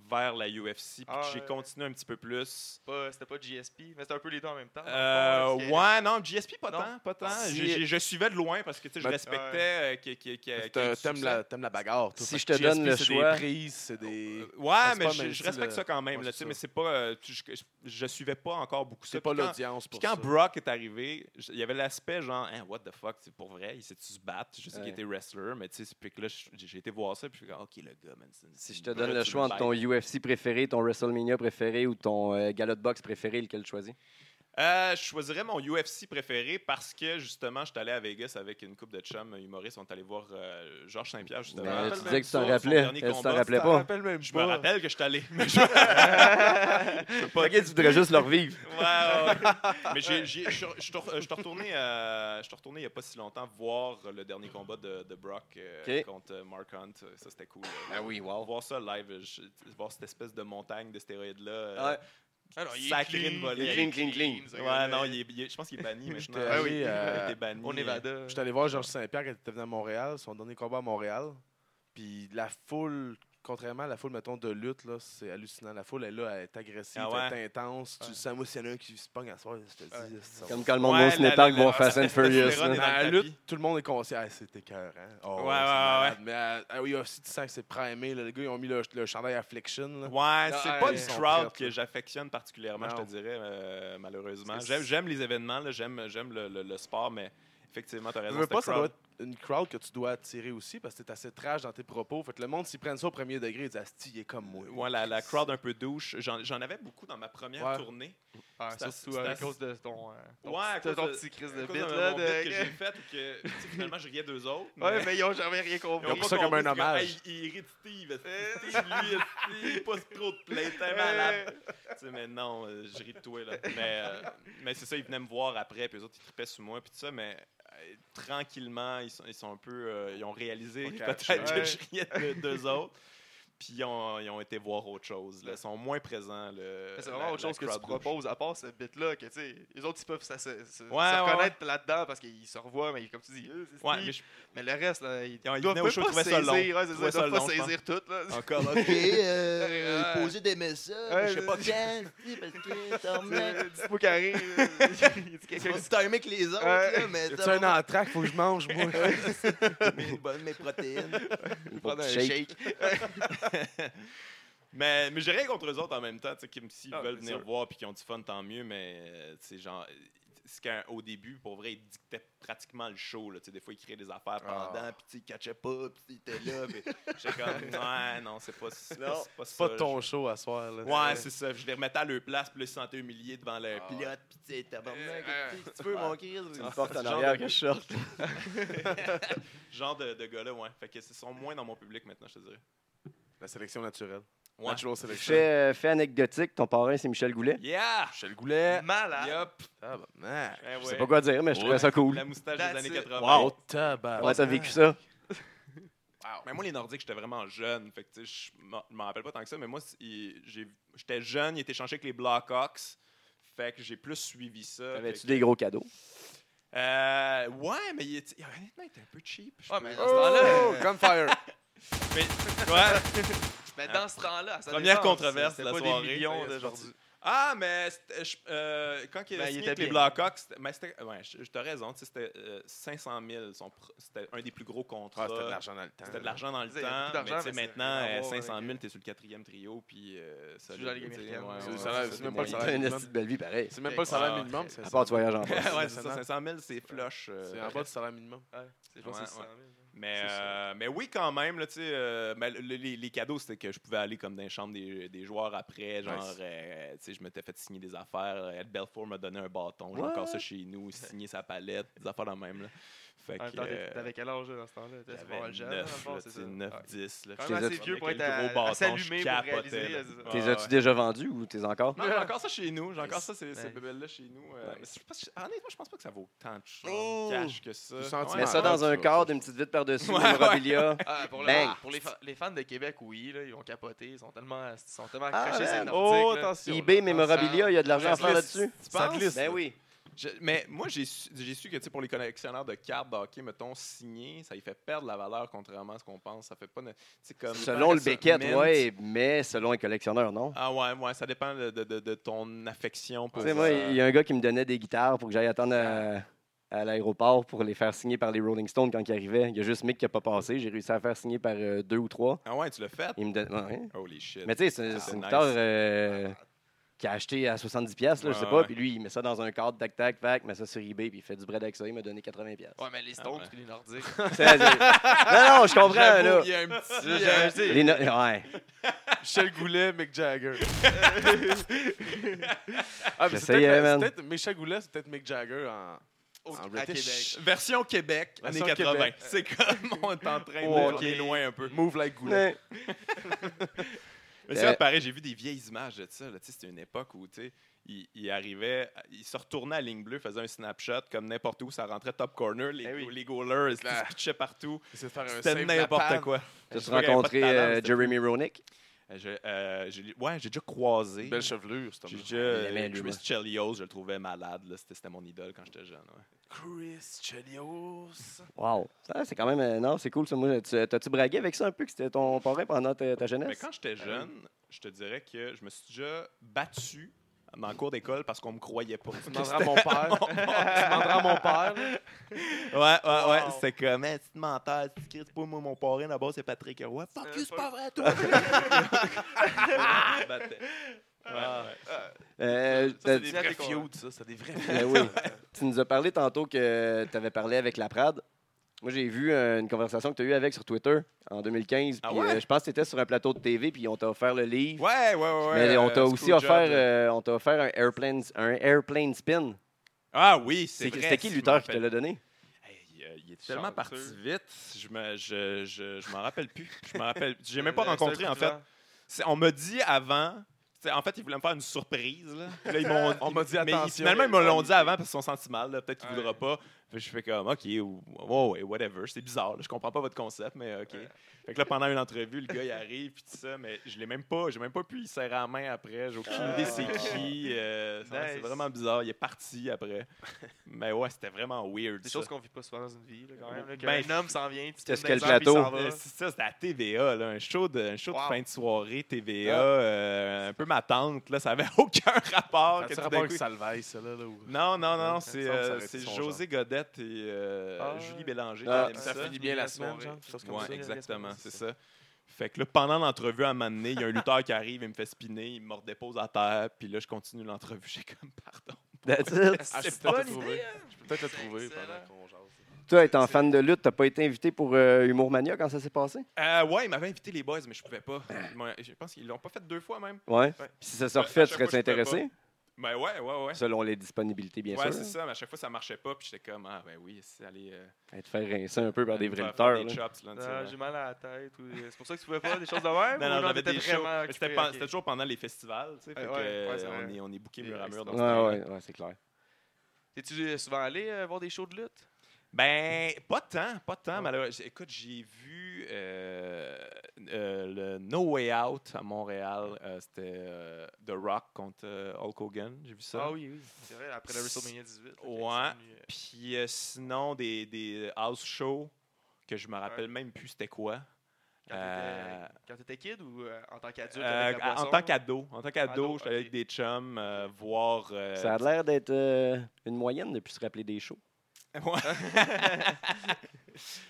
[SPEAKER 3] vers la UFC, puis
[SPEAKER 2] Ah,
[SPEAKER 3] que j'ai
[SPEAKER 2] ouais.
[SPEAKER 3] continué un petit peu plus.
[SPEAKER 2] Pas- C'était pas GSP, mais c'était un peu les deux en même temps. dans le
[SPEAKER 3] Euh,
[SPEAKER 2] fond, là, parce que-
[SPEAKER 3] ouais, non, GSP, pas
[SPEAKER 2] ah, Non.
[SPEAKER 3] tant, pas tant.
[SPEAKER 4] Si-
[SPEAKER 3] J'ai- j'ai- je suivais de loin parce que tu sais, je
[SPEAKER 4] Ben,
[SPEAKER 3] respectais euh, qu'il qu'il- qu'il- qu'il y ait
[SPEAKER 4] T'as-
[SPEAKER 3] du
[SPEAKER 4] T'aimes
[SPEAKER 3] succès.
[SPEAKER 4] la, t'aimes la bagarre. toi.
[SPEAKER 1] Si
[SPEAKER 4] Fait
[SPEAKER 1] je
[SPEAKER 4] que
[SPEAKER 1] te donne
[SPEAKER 4] GSP,
[SPEAKER 1] le
[SPEAKER 4] c'est
[SPEAKER 1] choix-
[SPEAKER 4] Des prises, c'est des...
[SPEAKER 3] Ouais,
[SPEAKER 4] Ah, c'est
[SPEAKER 3] mais
[SPEAKER 4] pas
[SPEAKER 3] je,
[SPEAKER 4] même
[SPEAKER 3] je
[SPEAKER 4] style
[SPEAKER 3] respecte
[SPEAKER 4] de-
[SPEAKER 3] ça quand même,
[SPEAKER 4] Ouais,
[SPEAKER 3] là, tu
[SPEAKER 4] c'est
[SPEAKER 3] sais,
[SPEAKER 4] ça.
[SPEAKER 3] mais c'est pas. euh, tu- je, je- je suivais pas encore beaucoup ça.
[SPEAKER 4] C'est pas
[SPEAKER 3] Puis quand-
[SPEAKER 4] l'audience
[SPEAKER 3] Puis
[SPEAKER 4] pour
[SPEAKER 3] quand
[SPEAKER 4] ça.
[SPEAKER 3] Brock est arrivé, je- il y avait l'aspect genre, Hein, what the fuck, c'est pour vrai, il sait-tu se battre? Je sais
[SPEAKER 1] Ouais.
[SPEAKER 3] qu'il était wrestler, mais tu sais, c'est- puis que là, je- j'ai j'ai été voir ça, puis je suis comme, ok, le gars, man. c'est une-
[SPEAKER 1] Si
[SPEAKER 3] c'est
[SPEAKER 1] je
[SPEAKER 3] une
[SPEAKER 1] te donne
[SPEAKER 3] brute,
[SPEAKER 1] le
[SPEAKER 3] c'est une
[SPEAKER 1] choix entre
[SPEAKER 3] bête.
[SPEAKER 1] ton UFC préféré, ton WrestleMania préféré ou ton euh, galop de boxe préféré, lequel tu choisis?
[SPEAKER 3] Euh, je choisirais mon UFC préféré parce que justement, je suis allé à Vegas avec une couple de chums humoristes, on est allé voir euh, Georges Saint-Pierre, justement.
[SPEAKER 1] Ouais,
[SPEAKER 3] Je me
[SPEAKER 1] tu
[SPEAKER 3] rappelle
[SPEAKER 1] disais que tu t'en
[SPEAKER 3] même son
[SPEAKER 1] rappelais.
[SPEAKER 3] dernier
[SPEAKER 1] Est-ce que tu t'en
[SPEAKER 3] combat.
[SPEAKER 1] rappelais
[SPEAKER 4] Je
[SPEAKER 1] pas.
[SPEAKER 4] me rappelle même
[SPEAKER 3] Je me
[SPEAKER 4] pas.
[SPEAKER 3] rappelle que je suis allé. mais je- je peux pas
[SPEAKER 1] Ok, tu voudrais juste le revivre.
[SPEAKER 3] Ouais, ouais, ouais. Mais j'ai- j'ai- je suis re- je suis re- je suis retourné, euh, je suis retourné il n'y a pas si longtemps voir le dernier combat de, de Brock euh,
[SPEAKER 1] Ok.
[SPEAKER 3] contre euh, Mark Hunt. Ça, c'était cool.
[SPEAKER 1] Ah oui, wow.
[SPEAKER 3] Voir ça live, je- voir cette espèce de montagne de stéroïdes-là. euh,
[SPEAKER 1] Ouais.
[SPEAKER 2] Ah non, il est
[SPEAKER 3] Sacré
[SPEAKER 2] clean,
[SPEAKER 3] une volée.
[SPEAKER 2] il est
[SPEAKER 1] Clean, clean, clean.
[SPEAKER 2] ce
[SPEAKER 3] Ouais,
[SPEAKER 2] gars-là.
[SPEAKER 3] non, il est- il est- je pense qu'il est banni
[SPEAKER 4] J'étais
[SPEAKER 3] maintenant.
[SPEAKER 4] allé,
[SPEAKER 3] Ah oui,
[SPEAKER 4] euh,
[SPEAKER 3] il était banni.
[SPEAKER 2] Au Nevada.
[SPEAKER 4] Je suis allé voir Georges Saint-Pierre quand il était venu à Montréal, son dernier combat à Montréal. Puis la foule, contrairement à la foule, mettons, de lutte, là, c'est hallucinant. La foule, elle, là, elle est agressive,
[SPEAKER 3] Ah ouais?
[SPEAKER 4] elle est intense. Tu
[SPEAKER 2] Ouais.
[SPEAKER 4] le sens, moi, s'il y en a un qui se pogne à soir, je te dis. c'est ça.
[SPEAKER 1] Comme quand le monde
[SPEAKER 3] Ouais,
[SPEAKER 1] va au
[SPEAKER 3] la-
[SPEAKER 1] cinépark
[SPEAKER 3] la-
[SPEAKER 1] voir Fast and
[SPEAKER 3] la-
[SPEAKER 1] Furious.
[SPEAKER 3] la-
[SPEAKER 1] là.
[SPEAKER 4] Dans
[SPEAKER 3] dans
[SPEAKER 4] la
[SPEAKER 3] le
[SPEAKER 4] lutte,
[SPEAKER 3] tapis.
[SPEAKER 4] tout le monde est conscient. Ah, c'est écœurant. Oh,
[SPEAKER 3] Ouais,
[SPEAKER 4] c'est
[SPEAKER 3] ouais,
[SPEAKER 4] malade. Mais euh, ah à, à UFC, tu sens que c'est primé. là. Les gars, ils ont mis le, le chandail Affliction. là.
[SPEAKER 3] Ouais, c'est
[SPEAKER 2] ouais,
[SPEAKER 3] pas
[SPEAKER 2] ils
[SPEAKER 3] le
[SPEAKER 4] sont
[SPEAKER 3] crowd
[SPEAKER 4] prêts,
[SPEAKER 3] que
[SPEAKER 4] là.
[SPEAKER 3] j'affectionne particulièrement, je
[SPEAKER 4] Non.
[SPEAKER 3] te dirais, euh, malheureusement.
[SPEAKER 4] C'est-
[SPEAKER 3] J'aime- J'aime les événements, là, j'aime j'aime le, le- le sport, mais effectivement, t'as
[SPEAKER 4] Je
[SPEAKER 3] raison.
[SPEAKER 4] veux
[SPEAKER 3] c'était
[SPEAKER 4] pas, ça
[SPEAKER 3] crowd.
[SPEAKER 4] doit être une crowd que tu dois attirer aussi parce que t'es assez trash dans tes propos. Fait que le monde, s'ils prennent ça au premier degré, ils disent Asti, il est comme moi.
[SPEAKER 3] Ouais, la, la crowd un peu douche. J'en j'en avais beaucoup dans ma première
[SPEAKER 4] Ouais.
[SPEAKER 3] tournée.
[SPEAKER 2] Ah,
[SPEAKER 3] C'est
[SPEAKER 2] surtout
[SPEAKER 3] assez-
[SPEAKER 2] à
[SPEAKER 3] c'est
[SPEAKER 2] cause de ton, euh, ton,
[SPEAKER 3] Ouais, à
[SPEAKER 2] petit,
[SPEAKER 3] cause
[SPEAKER 2] ton
[SPEAKER 3] de-
[SPEAKER 2] petit crise
[SPEAKER 3] À
[SPEAKER 2] de
[SPEAKER 3] cause
[SPEAKER 2] bit.
[SPEAKER 3] d'un
[SPEAKER 2] Là,
[SPEAKER 3] bon
[SPEAKER 2] de...
[SPEAKER 3] bit que j'ai fait ou que tu sais, finalement je riais d'eux autres.
[SPEAKER 2] Ouais, mais ils ont jamais rien
[SPEAKER 3] ils
[SPEAKER 2] compris.
[SPEAKER 3] ont
[SPEAKER 4] pris
[SPEAKER 3] pas
[SPEAKER 4] ça comme
[SPEAKER 3] compris,
[SPEAKER 4] un
[SPEAKER 3] c'est
[SPEAKER 4] hommage.
[SPEAKER 3] hey, il rit de Steve. est-ce que Steve, lui, est-ce que il pose trop de plaintes, t'es
[SPEAKER 2] Ouais.
[SPEAKER 3] malade. Tu sais, mais non, euh, je ris de toi. Là. Mais, euh, mais c'est ça, ils venaient me voir après, puis eux autres, ils tripaient sur moi, puis tout ça, mais euh, tranquillement, ils sont, ils sont un peu. euh, ils ont réalisé
[SPEAKER 4] Ok,
[SPEAKER 3] peut-être
[SPEAKER 2] ouais.
[SPEAKER 3] que je riais de- d'eux autres. Puis ils ont, ils ont été voir autre chose. là. Ils sont moins présents. le-
[SPEAKER 2] Mais C'est
[SPEAKER 3] Euh, la-
[SPEAKER 2] vraiment autre
[SPEAKER 3] la
[SPEAKER 2] chose que tu
[SPEAKER 3] crowd douche.
[SPEAKER 2] proposes, à part ce bit-là, que tu sais, les autres, ils peuvent se, se- se- se
[SPEAKER 3] ouais,
[SPEAKER 2] reconnaître là-dedans parce qu'ils se revoient, mais comme tu dis, Euh, c'est
[SPEAKER 3] Ouais,
[SPEAKER 2] Steve.
[SPEAKER 3] mais
[SPEAKER 2] mais,
[SPEAKER 3] je-
[SPEAKER 2] le reste, là, ils
[SPEAKER 3] Ils ont- ils
[SPEAKER 2] doivent
[SPEAKER 3] venaient au
[SPEAKER 2] pas
[SPEAKER 3] show, ils trouvaient ça
[SPEAKER 2] saisir,
[SPEAKER 3] long.
[SPEAKER 2] ouais, c'est ça,
[SPEAKER 3] Ils
[SPEAKER 2] ils
[SPEAKER 3] trouvaient ça
[SPEAKER 2] doivent pas
[SPEAKER 3] long, je
[SPEAKER 2] saisir tout, là.
[SPEAKER 3] Encore,
[SPEAKER 5] OK, euh,
[SPEAKER 2] Ouais.
[SPEAKER 5] poser des messages,
[SPEAKER 2] Ouais,
[SPEAKER 5] je sais pas quand,
[SPEAKER 2] je-
[SPEAKER 5] si, parce que t'en remets.
[SPEAKER 2] C'est- Dis-moi carré. là.
[SPEAKER 5] Tu
[SPEAKER 2] Il dit
[SPEAKER 5] vas
[SPEAKER 2] quelqu'un
[SPEAKER 5] du timer que les autres,
[SPEAKER 2] Ouais.
[SPEAKER 5] là, mais
[SPEAKER 4] Tu un entraque, faut que je mange, moi.
[SPEAKER 5] mes, bonnes- mes protéines.
[SPEAKER 1] Pour
[SPEAKER 2] prendre un
[SPEAKER 1] shake.
[SPEAKER 2] shake.
[SPEAKER 3] Mais, mais j'ai rien contre eux autres en même temps, tu sais, qui- s'ils
[SPEAKER 2] Ah,
[SPEAKER 3] veulent
[SPEAKER 2] c'est
[SPEAKER 3] venir
[SPEAKER 2] sûr.
[SPEAKER 3] voir puis qu'ils ont du fun, tant mieux, mais euh, tu sais, genre, euh, c'est qu'au début, pour vrai, ils dictaient pratiquement le show, là, tu sais, des fois, ils créaient des affaires
[SPEAKER 4] Ah.
[SPEAKER 3] pendant, puis tu sais, ils catchaient pas, puis ils étaient là, mais j'étais comme, ouais, non, c'est pas, c'est pas, c'est pas
[SPEAKER 4] C'est
[SPEAKER 3] ça.
[SPEAKER 4] pas de ton show à soir. Là.
[SPEAKER 3] je- Ouais, c'est ça. Je les remettais à leur place, puis là, ils se sentaient humiliés devant leur
[SPEAKER 5] Ah.
[SPEAKER 3] pilote.
[SPEAKER 5] Pilote, pis t'es tabarnak,
[SPEAKER 2] Euh,
[SPEAKER 5] si tu veux, mon Chris.
[SPEAKER 1] Tu
[SPEAKER 5] mais-
[SPEAKER 1] me portes
[SPEAKER 3] c'est
[SPEAKER 1] en
[SPEAKER 3] le genre
[SPEAKER 1] arrière
[SPEAKER 3] de-
[SPEAKER 1] que je sorte.
[SPEAKER 3] Genre de, de gars-là, ouais. Fait que ils sont moins dans mon public maintenant, je te dirais.
[SPEAKER 4] La sélection naturelle.
[SPEAKER 3] Ouais.
[SPEAKER 4] Natural selection.
[SPEAKER 1] Fait, euh, fait anecdotique, ton parrain, c'est Michel Goulet.
[SPEAKER 3] Yeah!
[SPEAKER 4] Michel Goulet.
[SPEAKER 2] Malade.
[SPEAKER 3] Yup!
[SPEAKER 4] Ah, bah, man.
[SPEAKER 3] Eh ouais.
[SPEAKER 1] Je sais pas quoi dire, mais je trouvais ça cool.
[SPEAKER 3] La moustache des
[SPEAKER 2] That's
[SPEAKER 3] années
[SPEAKER 2] it.
[SPEAKER 3] 80.
[SPEAKER 4] Oh, tabarnak.
[SPEAKER 1] Ouais, t'as vécu ça.
[SPEAKER 3] Mais moi, les Nordiques, j'étais vraiment jeune. Fait que, tu sais, je m'en- je m'en rappelle pas tant que ça, mais moi, c'est- il- j'ai- j'étais jeune, il était échangé avec les Blackhawks. Fait que j'ai plus suivi ça.
[SPEAKER 1] Avais-tu
[SPEAKER 3] Fait
[SPEAKER 1] des gros cadeaux?
[SPEAKER 3] que- Euh, ouais, mais il était, il- honnêtement, il était un peu cheap. je
[SPEAKER 2] Ouais,
[SPEAKER 3] peux-
[SPEAKER 2] mais dans ce
[SPEAKER 4] Oh,
[SPEAKER 2] temps-là,
[SPEAKER 4] gunfire.
[SPEAKER 3] Ouais.
[SPEAKER 2] mais dans ce temps-là, ça
[SPEAKER 3] Première
[SPEAKER 2] dépense,
[SPEAKER 3] controverse
[SPEAKER 2] c'est
[SPEAKER 3] de la
[SPEAKER 2] pas
[SPEAKER 3] soirée,
[SPEAKER 2] des millions
[SPEAKER 3] c'est- c'est
[SPEAKER 2] d'aujourd'hui.
[SPEAKER 3] Ah, mais c'était- je- euh, quand il a
[SPEAKER 2] Ben, il
[SPEAKER 3] signé
[SPEAKER 2] était
[SPEAKER 3] avec les
[SPEAKER 2] bien.
[SPEAKER 3] Blackhawks, c'était- mais c'était- ouais, je- je- t'as raison, tu sais, c'était euh, 500 000. son pr- C'était un des plus gros contrats.
[SPEAKER 4] Ah, c'était de l'argent dans le temps.
[SPEAKER 3] C'était de l'argent dans le temps,
[SPEAKER 2] Il y a beaucoup
[SPEAKER 3] mais
[SPEAKER 2] d'argent,
[SPEAKER 3] tu sais,
[SPEAKER 2] mais c'est
[SPEAKER 3] maintenant,
[SPEAKER 2] rien à
[SPEAKER 3] euh,
[SPEAKER 2] voir
[SPEAKER 3] 500
[SPEAKER 2] avec,
[SPEAKER 3] 000,
[SPEAKER 2] euh,
[SPEAKER 3] t'es sur le quatrième trio, puis euh, ça
[SPEAKER 2] joues dans la Ligue
[SPEAKER 3] tu sais,
[SPEAKER 2] américaine,
[SPEAKER 3] ouais,
[SPEAKER 2] c'est
[SPEAKER 3] ouais,
[SPEAKER 2] le
[SPEAKER 3] ouais,
[SPEAKER 4] salaire,
[SPEAKER 3] ça,
[SPEAKER 4] c'est
[SPEAKER 3] c'est
[SPEAKER 4] même
[SPEAKER 3] des
[SPEAKER 4] pas le
[SPEAKER 1] T'as
[SPEAKER 3] moyens.
[SPEAKER 4] salaire
[SPEAKER 1] une
[SPEAKER 4] minimum.
[SPEAKER 1] esti de belle vie, pareil.
[SPEAKER 4] C'est même pas le salaire
[SPEAKER 3] Ah,
[SPEAKER 4] minimum.
[SPEAKER 2] ok.
[SPEAKER 4] c'est
[SPEAKER 1] À
[SPEAKER 4] ça.
[SPEAKER 1] part tu voyages en
[SPEAKER 3] Ouais,
[SPEAKER 1] France.
[SPEAKER 3] ouais, c'est
[SPEAKER 4] National.
[SPEAKER 3] ça, 500 000, c'est flush. euh,
[SPEAKER 4] C'est en bas du salaire minimum.
[SPEAKER 2] Ouais, c'est- je pense
[SPEAKER 3] Ouais,
[SPEAKER 2] que c'est
[SPEAKER 3] ouais.
[SPEAKER 2] 100 000.
[SPEAKER 3] mais,
[SPEAKER 2] c'est ça.
[SPEAKER 3] euh, mais oui, quand même, là, tu sais, euh, ben, le- les, les cadeaux, c'était que je pouvais aller comme dans les chambres des, des joueurs après. Genre,
[SPEAKER 4] Nice.
[SPEAKER 3] euh, tu sais, je m'étais fait signer des affaires. euh, Ed Belfort m'a donné un bâton. J'ai encore ça chez nous, signer sa palette, des affaires dans le même. Là. Fait
[SPEAKER 2] En même
[SPEAKER 3] que.
[SPEAKER 2] temps,
[SPEAKER 3] euh,
[SPEAKER 2] t'es- T'avais quel âge là, dans ce temps-là? T'es
[SPEAKER 3] j'avais
[SPEAKER 2] vraiment jeune, dans le
[SPEAKER 3] 9,
[SPEAKER 2] fond,
[SPEAKER 3] là, tu
[SPEAKER 2] c'est
[SPEAKER 3] sais,
[SPEAKER 2] ça?
[SPEAKER 3] 9,
[SPEAKER 2] Ah,
[SPEAKER 3] 10. Là,
[SPEAKER 2] Quand
[SPEAKER 1] T'es
[SPEAKER 2] même assez
[SPEAKER 1] as-tu-
[SPEAKER 2] vieux pour
[SPEAKER 3] Avec
[SPEAKER 2] être
[SPEAKER 3] le gros
[SPEAKER 2] à-
[SPEAKER 3] bâton,
[SPEAKER 2] à s'allumer pour
[SPEAKER 3] je capotais,
[SPEAKER 2] réaliser.
[SPEAKER 3] là.
[SPEAKER 2] là, c'est ça.
[SPEAKER 3] Ouais.
[SPEAKER 1] T'es as-tu déjà vendu ou t'es encore?
[SPEAKER 3] Non, j'ai encore ça chez nous. J'ai encore
[SPEAKER 1] Nice.
[SPEAKER 3] ça, c'est ces
[SPEAKER 2] Nice.
[SPEAKER 3] bébelles-là chez nous. Euh, mais c'est- je pense que- honnêtement, je pense pas que ça vaut tant de ch-
[SPEAKER 4] Oh!
[SPEAKER 3] cash que ça.
[SPEAKER 4] Du sentiment.
[SPEAKER 1] Tu mets ça
[SPEAKER 4] Ouais,
[SPEAKER 1] dans
[SPEAKER 4] ça,
[SPEAKER 1] un
[SPEAKER 4] ça,
[SPEAKER 1] cadre,
[SPEAKER 4] ça.
[SPEAKER 1] une petite vite par-dessus,
[SPEAKER 3] Ouais,
[SPEAKER 1] memorabilia.
[SPEAKER 2] Ah, pour, le-
[SPEAKER 1] Bang.
[SPEAKER 2] pour les, fa- les fans de Québec, oui, là, ils vont capoter. Ils sont tellement, ils sont tellement
[SPEAKER 1] Ah,
[SPEAKER 2] accrochés sur
[SPEAKER 1] man.
[SPEAKER 2] les
[SPEAKER 4] Oh,
[SPEAKER 2] Nordiques, là. Ah,
[SPEAKER 4] attention.
[SPEAKER 1] eBay,
[SPEAKER 4] là,
[SPEAKER 1] memorabilia, il y a de l'argent à
[SPEAKER 3] Ça
[SPEAKER 1] faire
[SPEAKER 3] glisse.
[SPEAKER 1] là-dessus.
[SPEAKER 3] Tu
[SPEAKER 4] Ça
[SPEAKER 3] penses?
[SPEAKER 4] glisse.
[SPEAKER 1] Ben oui.
[SPEAKER 3] Je- mais moi, j'ai su, j'ai su que tu sais, pour les collectionneurs de cartes de hockey, mettons, signées, ça y fait perdre la valeur contrairement à ce qu'on pense. Ça fait pas. ne- tu sais, Comme,
[SPEAKER 1] Selon le
[SPEAKER 3] ça
[SPEAKER 1] Beckett,
[SPEAKER 3] mint.
[SPEAKER 1] oui, mais selon un collectionneur, non.
[SPEAKER 3] Ah ouais, ouais, ça dépend de, de- de- de ton affection pour.
[SPEAKER 1] Tu sais, moi,
[SPEAKER 3] euh,
[SPEAKER 1] il y a un gars qui me donnait des guitares pour que j'aille attendre à, à l'aéroport pour les faire signer par les Rolling Stones quand ils arrivaient. Il y a juste Mick qui n'a pas passé. J'ai réussi à faire signer par euh, deux ou trois.
[SPEAKER 3] Ah ouais, tu l'as fait?
[SPEAKER 1] Il me donne... ouais.
[SPEAKER 3] Holy shit.
[SPEAKER 1] Mais tu sais, c'est
[SPEAKER 3] Ah,
[SPEAKER 1] c'est une
[SPEAKER 3] nice.
[SPEAKER 1] guitare euh, qu'il a achetée à 70$, piastres, là, je sais
[SPEAKER 3] Ouais,
[SPEAKER 1] pas.
[SPEAKER 3] ouais.
[SPEAKER 1] Puis lui, il met ça dans un cadre, tac, tac, tac, met ça sur eBay, puis il fait du bread avec ça. Il m'a donné 80$. piastres.
[SPEAKER 2] Ouais, mais les Stones
[SPEAKER 3] Ah, ouais.
[SPEAKER 2] puis les Nordiques.
[SPEAKER 1] C'est- c'est- non, non, je comprends, là.
[SPEAKER 3] J'avoue, Oh, Il y a un petit.
[SPEAKER 2] J'ai-
[SPEAKER 3] euh,
[SPEAKER 2] j'ai-
[SPEAKER 1] Les no- ouais.
[SPEAKER 4] Michel Goulet, Mick Jagger. ah, mais c'est
[SPEAKER 1] J'essayais,
[SPEAKER 4] peut-être-
[SPEAKER 1] man.
[SPEAKER 4] c'est peut-être Michel Goulet, c'est peut-être Mick Jagger en,
[SPEAKER 2] au-
[SPEAKER 4] en
[SPEAKER 2] à
[SPEAKER 4] British.
[SPEAKER 3] Version Québec,
[SPEAKER 4] Version
[SPEAKER 3] années 80.
[SPEAKER 4] Québec.
[SPEAKER 3] C'est comme on est en train de
[SPEAKER 4] Oh,
[SPEAKER 3] on
[SPEAKER 4] ok.
[SPEAKER 3] est loin un peu.
[SPEAKER 4] Move like Goulet.
[SPEAKER 1] Mais-
[SPEAKER 3] Mais ça, pareil, j'ai vu des vieilles images de ça. là. Tu sais, C'était une époque où tu sais, il, il arrivait, il se retournait à ligne bleue, faisait un snapshot comme n'importe où, ça rentrait top corner, les,
[SPEAKER 1] Eh oui oui.
[SPEAKER 3] les goalers, ils
[SPEAKER 4] Ah.
[SPEAKER 3] se pitchaient partout.
[SPEAKER 4] Il essaie de faire un
[SPEAKER 3] C'était
[SPEAKER 4] save de la
[SPEAKER 3] n'importe
[SPEAKER 4] panne.
[SPEAKER 3] quoi.
[SPEAKER 1] Tu
[SPEAKER 3] Je
[SPEAKER 1] as
[SPEAKER 3] trouvais qu'il y avait
[SPEAKER 1] rencontré
[SPEAKER 3] pas de talent,
[SPEAKER 1] euh,
[SPEAKER 3] c'était-
[SPEAKER 1] Jeremy Ronick?
[SPEAKER 3] Je- euh, j'ai- ouais, j'ai déjà croisé.
[SPEAKER 4] Belle chevelure, c'est
[SPEAKER 3] J'ai
[SPEAKER 4] homme.
[SPEAKER 3] déjà
[SPEAKER 1] Il
[SPEAKER 3] euh,
[SPEAKER 1] aimait, lui,
[SPEAKER 3] Chris
[SPEAKER 1] moi.
[SPEAKER 3] Chelios, je le trouvais malade. là. C'était c'était mon idole quand j'étais jeune. ouais.
[SPEAKER 4] Chris Chelios.
[SPEAKER 1] Wow. Ça, c'est quand même. euh, non, c'est cool. Ça. Moi, tu- t'as-tu bragué avec ça un peu que c'était ton parrain pendant ta, ta jeunesse?
[SPEAKER 3] Mais quand j'étais jeune, je te dirais que je me suis déjà battu dans le cours d'école parce qu'on me croyait pas.
[SPEAKER 4] Tu demanderas à mon père. tu demanderas à mon père. là.
[SPEAKER 3] Ouais, ouais, ouais.
[SPEAKER 2] Wow.
[SPEAKER 3] C'est comme, mais tu te menteur, tu cries pas, moi, mon parrain là-bas, c'est Patrick Roy. Fuck
[SPEAKER 2] Euh,
[SPEAKER 3] you, c'est
[SPEAKER 2] fuck.
[SPEAKER 3] pas vrai, toi. Je me battais. Ouais, ouais.
[SPEAKER 1] Euh,
[SPEAKER 2] c'est
[SPEAKER 1] t'as-
[SPEAKER 2] des-
[SPEAKER 4] C'est
[SPEAKER 2] vrais
[SPEAKER 4] des
[SPEAKER 2] cons.
[SPEAKER 4] feuds, ça. C'est des vrais
[SPEAKER 1] Ben oui. Tu nous as parlé tantôt que tu avais parlé avec la Prade. Moi, j'ai vu euh, une conversation que tu as eue avec sur Twitter en 2015.
[SPEAKER 3] Ah
[SPEAKER 1] puis,
[SPEAKER 3] ouais?
[SPEAKER 1] euh, je pense que tu étais sur un plateau de TV, puis on t'a offert le livre.
[SPEAKER 3] Ouais, ouais, ouais.
[SPEAKER 1] Mais on
[SPEAKER 3] euh,
[SPEAKER 1] t'a aussi
[SPEAKER 3] Screwjob,
[SPEAKER 1] offert,
[SPEAKER 3] là.
[SPEAKER 1] euh, on t'a offert un airplane, un airplane spin.
[SPEAKER 3] Ah oui, c'est
[SPEAKER 1] C'est-
[SPEAKER 3] vrai.
[SPEAKER 1] C'était qui
[SPEAKER 3] si
[SPEAKER 1] le
[SPEAKER 3] je
[SPEAKER 1] lutteur
[SPEAKER 3] me
[SPEAKER 1] qui te l'a donné?
[SPEAKER 3] Hey, il, euh, il est tellement
[SPEAKER 2] Chanceux.
[SPEAKER 3] parti vite, je me, je, je, je m'en rappelle plus. Je m'en rappelle. J'ai même pas rencontré en fait. C'est- on m'a dit avant. c'est- En fait, ils voulaient me faire une surprise. Là, Puis là, ils m'ont,
[SPEAKER 4] On m'a dit
[SPEAKER 3] mais ils-
[SPEAKER 4] attention.
[SPEAKER 3] finalement, ils me l'ont dit avant parce qu'ils se sont sentis mal. là, Peut-être qu'ils ne
[SPEAKER 2] Ouais.
[SPEAKER 3] voudra pas. Fait que je fais comme, OK, ou- ouais, ouais, whatever. C'est bizarre. là, je comprends pas votre concept, mais OK.
[SPEAKER 2] Ouais.
[SPEAKER 3] Fait que là, pendant une entrevue, le gars, il arrive, puis tout ça. Mais je l'ai même pas. J'ai même pas pu y serrer la main après. J'ai aucune
[SPEAKER 2] Ah.
[SPEAKER 3] idée c'est qui. euh, ça, C'est
[SPEAKER 2] Nice.
[SPEAKER 3] vraiment bizarre. Il est parti après. mais ouais, c'était vraiment weird.
[SPEAKER 2] Des
[SPEAKER 3] ça.
[SPEAKER 2] choses qu'on vit pas souvent dans une vie, là, quand même. là,
[SPEAKER 3] Ben,
[SPEAKER 2] Qu'un homme s'en vient, puis
[SPEAKER 1] c'était
[SPEAKER 2] tu te mets
[SPEAKER 1] ce
[SPEAKER 2] dans
[SPEAKER 1] qu'est le
[SPEAKER 2] puis il s'en
[SPEAKER 3] Euh,
[SPEAKER 2] va.
[SPEAKER 3] C'est ça, c'était à TVA, là, un show de, un show de
[SPEAKER 2] Wow.
[SPEAKER 3] fin de soirée TVA,
[SPEAKER 1] Ah.
[SPEAKER 3] euh, un peu ma tante, là, ça avait aucun rapport.
[SPEAKER 4] Ça
[SPEAKER 3] que
[SPEAKER 4] a
[SPEAKER 3] tout
[SPEAKER 4] rapport
[SPEAKER 3] d'un
[SPEAKER 4] avec
[SPEAKER 3] coup-
[SPEAKER 4] Salvaille, ça, là. là, ou-
[SPEAKER 3] Non, non, non,
[SPEAKER 4] Ouais,
[SPEAKER 3] c'est
[SPEAKER 4] il me semble que ça
[SPEAKER 3] euh,
[SPEAKER 4] aurait été
[SPEAKER 3] c'est
[SPEAKER 4] son
[SPEAKER 3] José Godette et euh,
[SPEAKER 2] Ah.
[SPEAKER 3] Julie Bélanger.
[SPEAKER 1] Ah,
[SPEAKER 3] qui aiment
[SPEAKER 2] ça
[SPEAKER 3] ça.
[SPEAKER 2] finit bien la semaine, genre,
[SPEAKER 4] chose
[SPEAKER 2] comme
[SPEAKER 3] Ouais,
[SPEAKER 2] ça.
[SPEAKER 3] exactement, c'est ça. Fait que là, pendant l'entrevue, à un moment donné, il y a un lutteur qui arrive, il me fait spinner, il me redépose à terre, puis là, je continue l'entrevue, j'ai comme, pardon.
[SPEAKER 1] That's it.
[SPEAKER 4] Ah, je
[SPEAKER 3] C'est
[SPEAKER 4] peux peut-être
[SPEAKER 3] pas
[SPEAKER 4] le
[SPEAKER 3] une
[SPEAKER 4] trouver. Je peux peut-être le
[SPEAKER 2] C'est
[SPEAKER 4] trouver pendant
[SPEAKER 2] excellent.
[SPEAKER 4] qu'on jase.
[SPEAKER 1] Toi, étant fan de lutte, t'as pas été invité pour euh, Humour Mania quand ça s'est passé?
[SPEAKER 3] Euh, ouais, il m'avait invité les boys, mais je pouvais pas. Ils m'ont- Je pense qu'ils l'ont pas fait deux fois même.
[SPEAKER 1] Ouais. Puis si ça se refait,
[SPEAKER 3] à
[SPEAKER 1] tu
[SPEAKER 3] chaque fois,
[SPEAKER 1] serais-tu
[SPEAKER 3] je pouvais
[SPEAKER 1] intéressé?
[SPEAKER 3] Ben ouais, ouais, ouais.
[SPEAKER 1] Selon les disponibilités, bien
[SPEAKER 3] ouais,
[SPEAKER 1] sûr.
[SPEAKER 3] c'est ça, mais à chaque fois ça marchait pas, puis j'étais comme ah ben oui, c'est aller euh,
[SPEAKER 1] Hey, te faire rincer un peu par des
[SPEAKER 3] faire-
[SPEAKER 1] vrais
[SPEAKER 3] faire
[SPEAKER 1] lutteurs.
[SPEAKER 3] des
[SPEAKER 1] là.
[SPEAKER 3] chops, là, tu sais,
[SPEAKER 2] Ah,
[SPEAKER 3] là.
[SPEAKER 2] J'ai mal à la tête. ou- C'est pour ça que tu pouvais pas des choses de même?
[SPEAKER 3] Non,
[SPEAKER 2] ou
[SPEAKER 3] non, on avait
[SPEAKER 2] t'étais
[SPEAKER 3] des shows.
[SPEAKER 2] vraiment
[SPEAKER 3] mais C'était
[SPEAKER 2] occupé,
[SPEAKER 3] pas-
[SPEAKER 2] ok. Ah,
[SPEAKER 3] c'était toujours pendant les festivals, tu sais, fait
[SPEAKER 2] Ouais,
[SPEAKER 3] que,
[SPEAKER 2] ouais, ouais, c'est
[SPEAKER 3] euh, on
[SPEAKER 2] vrai.
[SPEAKER 3] est on est booké
[SPEAKER 2] Et
[SPEAKER 3] mur à mur donc
[SPEAKER 1] Ouais,
[SPEAKER 3] c'était-
[SPEAKER 1] Ah, ouais, ouais, c'est clair.
[SPEAKER 2] T'es-tu euh, souvent allé euh, voir des shows de lutte?
[SPEAKER 3] Ben pas tant, pas tant
[SPEAKER 2] Ouais.
[SPEAKER 3] malheureusement. Écoute, j'ai vu euh, euh, le No Way Out à Montréal, euh, c'était euh, The Rock contre euh, Hulk Hogan, j'ai vu ça.
[SPEAKER 2] Ah oui, oui. C'est vrai, après la WrestleMania 18. là,
[SPEAKER 3] Ouais.
[SPEAKER 2] c'est venu, euh,
[SPEAKER 3] Puis euh, sinon, des, des house shows que je me rappelle même plus c'était quoi.
[SPEAKER 2] Quand
[SPEAKER 3] Euh,
[SPEAKER 2] t'étais- quand t'étais kid ou euh, en tant qu'adulte?
[SPEAKER 3] Euh,
[SPEAKER 2] avec la
[SPEAKER 3] à- en
[SPEAKER 2] boisson?
[SPEAKER 3] tant qu'ado, en tant
[SPEAKER 2] Ado,
[SPEAKER 3] qu'ado, j'étais allé
[SPEAKER 2] ok.
[SPEAKER 3] avec des chums euh, voir. euh,
[SPEAKER 1] Ça a l'air d'être euh, une moyenne depuis se rappeler des shows.
[SPEAKER 3] Ouais.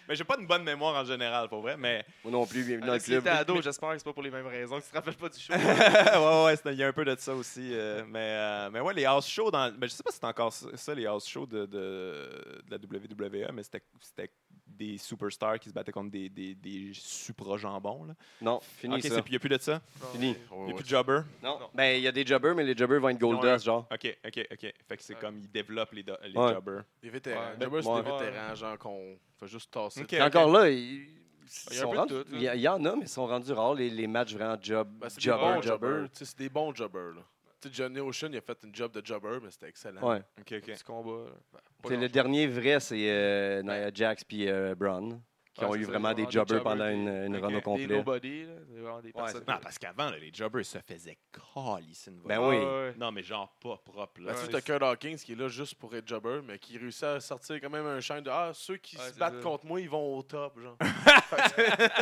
[SPEAKER 3] mais j'ai pas une bonne mémoire en général, pour vrai. Mais
[SPEAKER 1] Moi non plus, bienvenue dans
[SPEAKER 2] Ah,
[SPEAKER 1] le
[SPEAKER 2] Si t'étais
[SPEAKER 1] club.
[SPEAKER 2] ado, j'espère que c'est pas pour les mêmes raisons que tu te rappelles pas du show.
[SPEAKER 3] ouais, ouais, c'est- il y a un peu de ça aussi. euh, mais, euh, mais ouais, les house shows dans. Mais je sais pas si c'est encore ça, ça, les house shows de, de, de la WWE, mais c'était c'était des superstars qui se battaient contre des, des, des supra jambons. Là.
[SPEAKER 1] Non, fini
[SPEAKER 3] ok,
[SPEAKER 1] ça.
[SPEAKER 3] il n'y a plus de ça.
[SPEAKER 2] Non,
[SPEAKER 1] Fini.
[SPEAKER 2] mais-
[SPEAKER 3] Il n'y a plus de jobber.
[SPEAKER 1] Non.
[SPEAKER 2] Non.
[SPEAKER 1] Ben, il y a des jobbers, mais les jobbers vont être gold
[SPEAKER 3] Ils ont un-
[SPEAKER 1] dust, genre.
[SPEAKER 3] Ok, ok, ok. Fait que c'est
[SPEAKER 2] Ouais.
[SPEAKER 3] comme ils développent les, do- les
[SPEAKER 1] Ouais.
[SPEAKER 3] jobbers.
[SPEAKER 4] Des vétérans.
[SPEAKER 2] Ouais,
[SPEAKER 4] Jobber, c'est des
[SPEAKER 2] ouais.
[SPEAKER 4] vétérans, genre, qu'on fait juste tasser. Ben,
[SPEAKER 3] Ok.
[SPEAKER 1] Puis Encore là, ils-
[SPEAKER 2] Il
[SPEAKER 1] ils
[SPEAKER 2] y a un
[SPEAKER 1] sont
[SPEAKER 2] peu de
[SPEAKER 1] rendus-
[SPEAKER 2] tout, là.
[SPEAKER 1] il y, a- il y en a, mais ils sont rendus rares, les, les matchs vraiment job,
[SPEAKER 4] Ben, c'est des
[SPEAKER 1] jobber,
[SPEAKER 4] bons
[SPEAKER 1] jobber.
[SPEAKER 4] jobbers. Tu sais, C'est des bons jobbers. là. Tu sais, Johnny Ocean, il a fait une job de jobber, mais c'était excellent.
[SPEAKER 1] Ouais.
[SPEAKER 3] Ok, ok.
[SPEAKER 2] Petit combat. là. Ben, pas
[SPEAKER 1] C'est le
[SPEAKER 2] grand-chose.
[SPEAKER 1] dernier vrai, c'est euh, Nia Jax puis euh, Braun. Qui qui ont
[SPEAKER 3] Ouais,
[SPEAKER 1] eu
[SPEAKER 3] c'est ça,
[SPEAKER 1] vraiment
[SPEAKER 2] ils
[SPEAKER 1] des
[SPEAKER 2] ont des
[SPEAKER 1] jobbers
[SPEAKER 2] jobbers,
[SPEAKER 1] pendant une, une
[SPEAKER 3] ok,
[SPEAKER 1] run au
[SPEAKER 3] des
[SPEAKER 2] Des
[SPEAKER 1] complet.
[SPEAKER 2] nobody, là. C'est vraiment des personnes.
[SPEAKER 3] Non, parce qu'avant, là, les jobbers se faisaient calisser une volée.
[SPEAKER 1] Ben oui.
[SPEAKER 2] Ouais, ouais.
[SPEAKER 3] Non, mais genre pas propre. Là.
[SPEAKER 4] Là-dessus,
[SPEAKER 2] Ouais,
[SPEAKER 4] Ben, t'as Kurt Hawkins qui est là juste pour être jobber, mais qui réussit à sortir quand même un champ de Ah, ceux qui
[SPEAKER 2] Ouais,
[SPEAKER 4] se
[SPEAKER 2] c'est
[SPEAKER 4] battent
[SPEAKER 2] ça.
[SPEAKER 4] contre moi, ils vont au top. genre.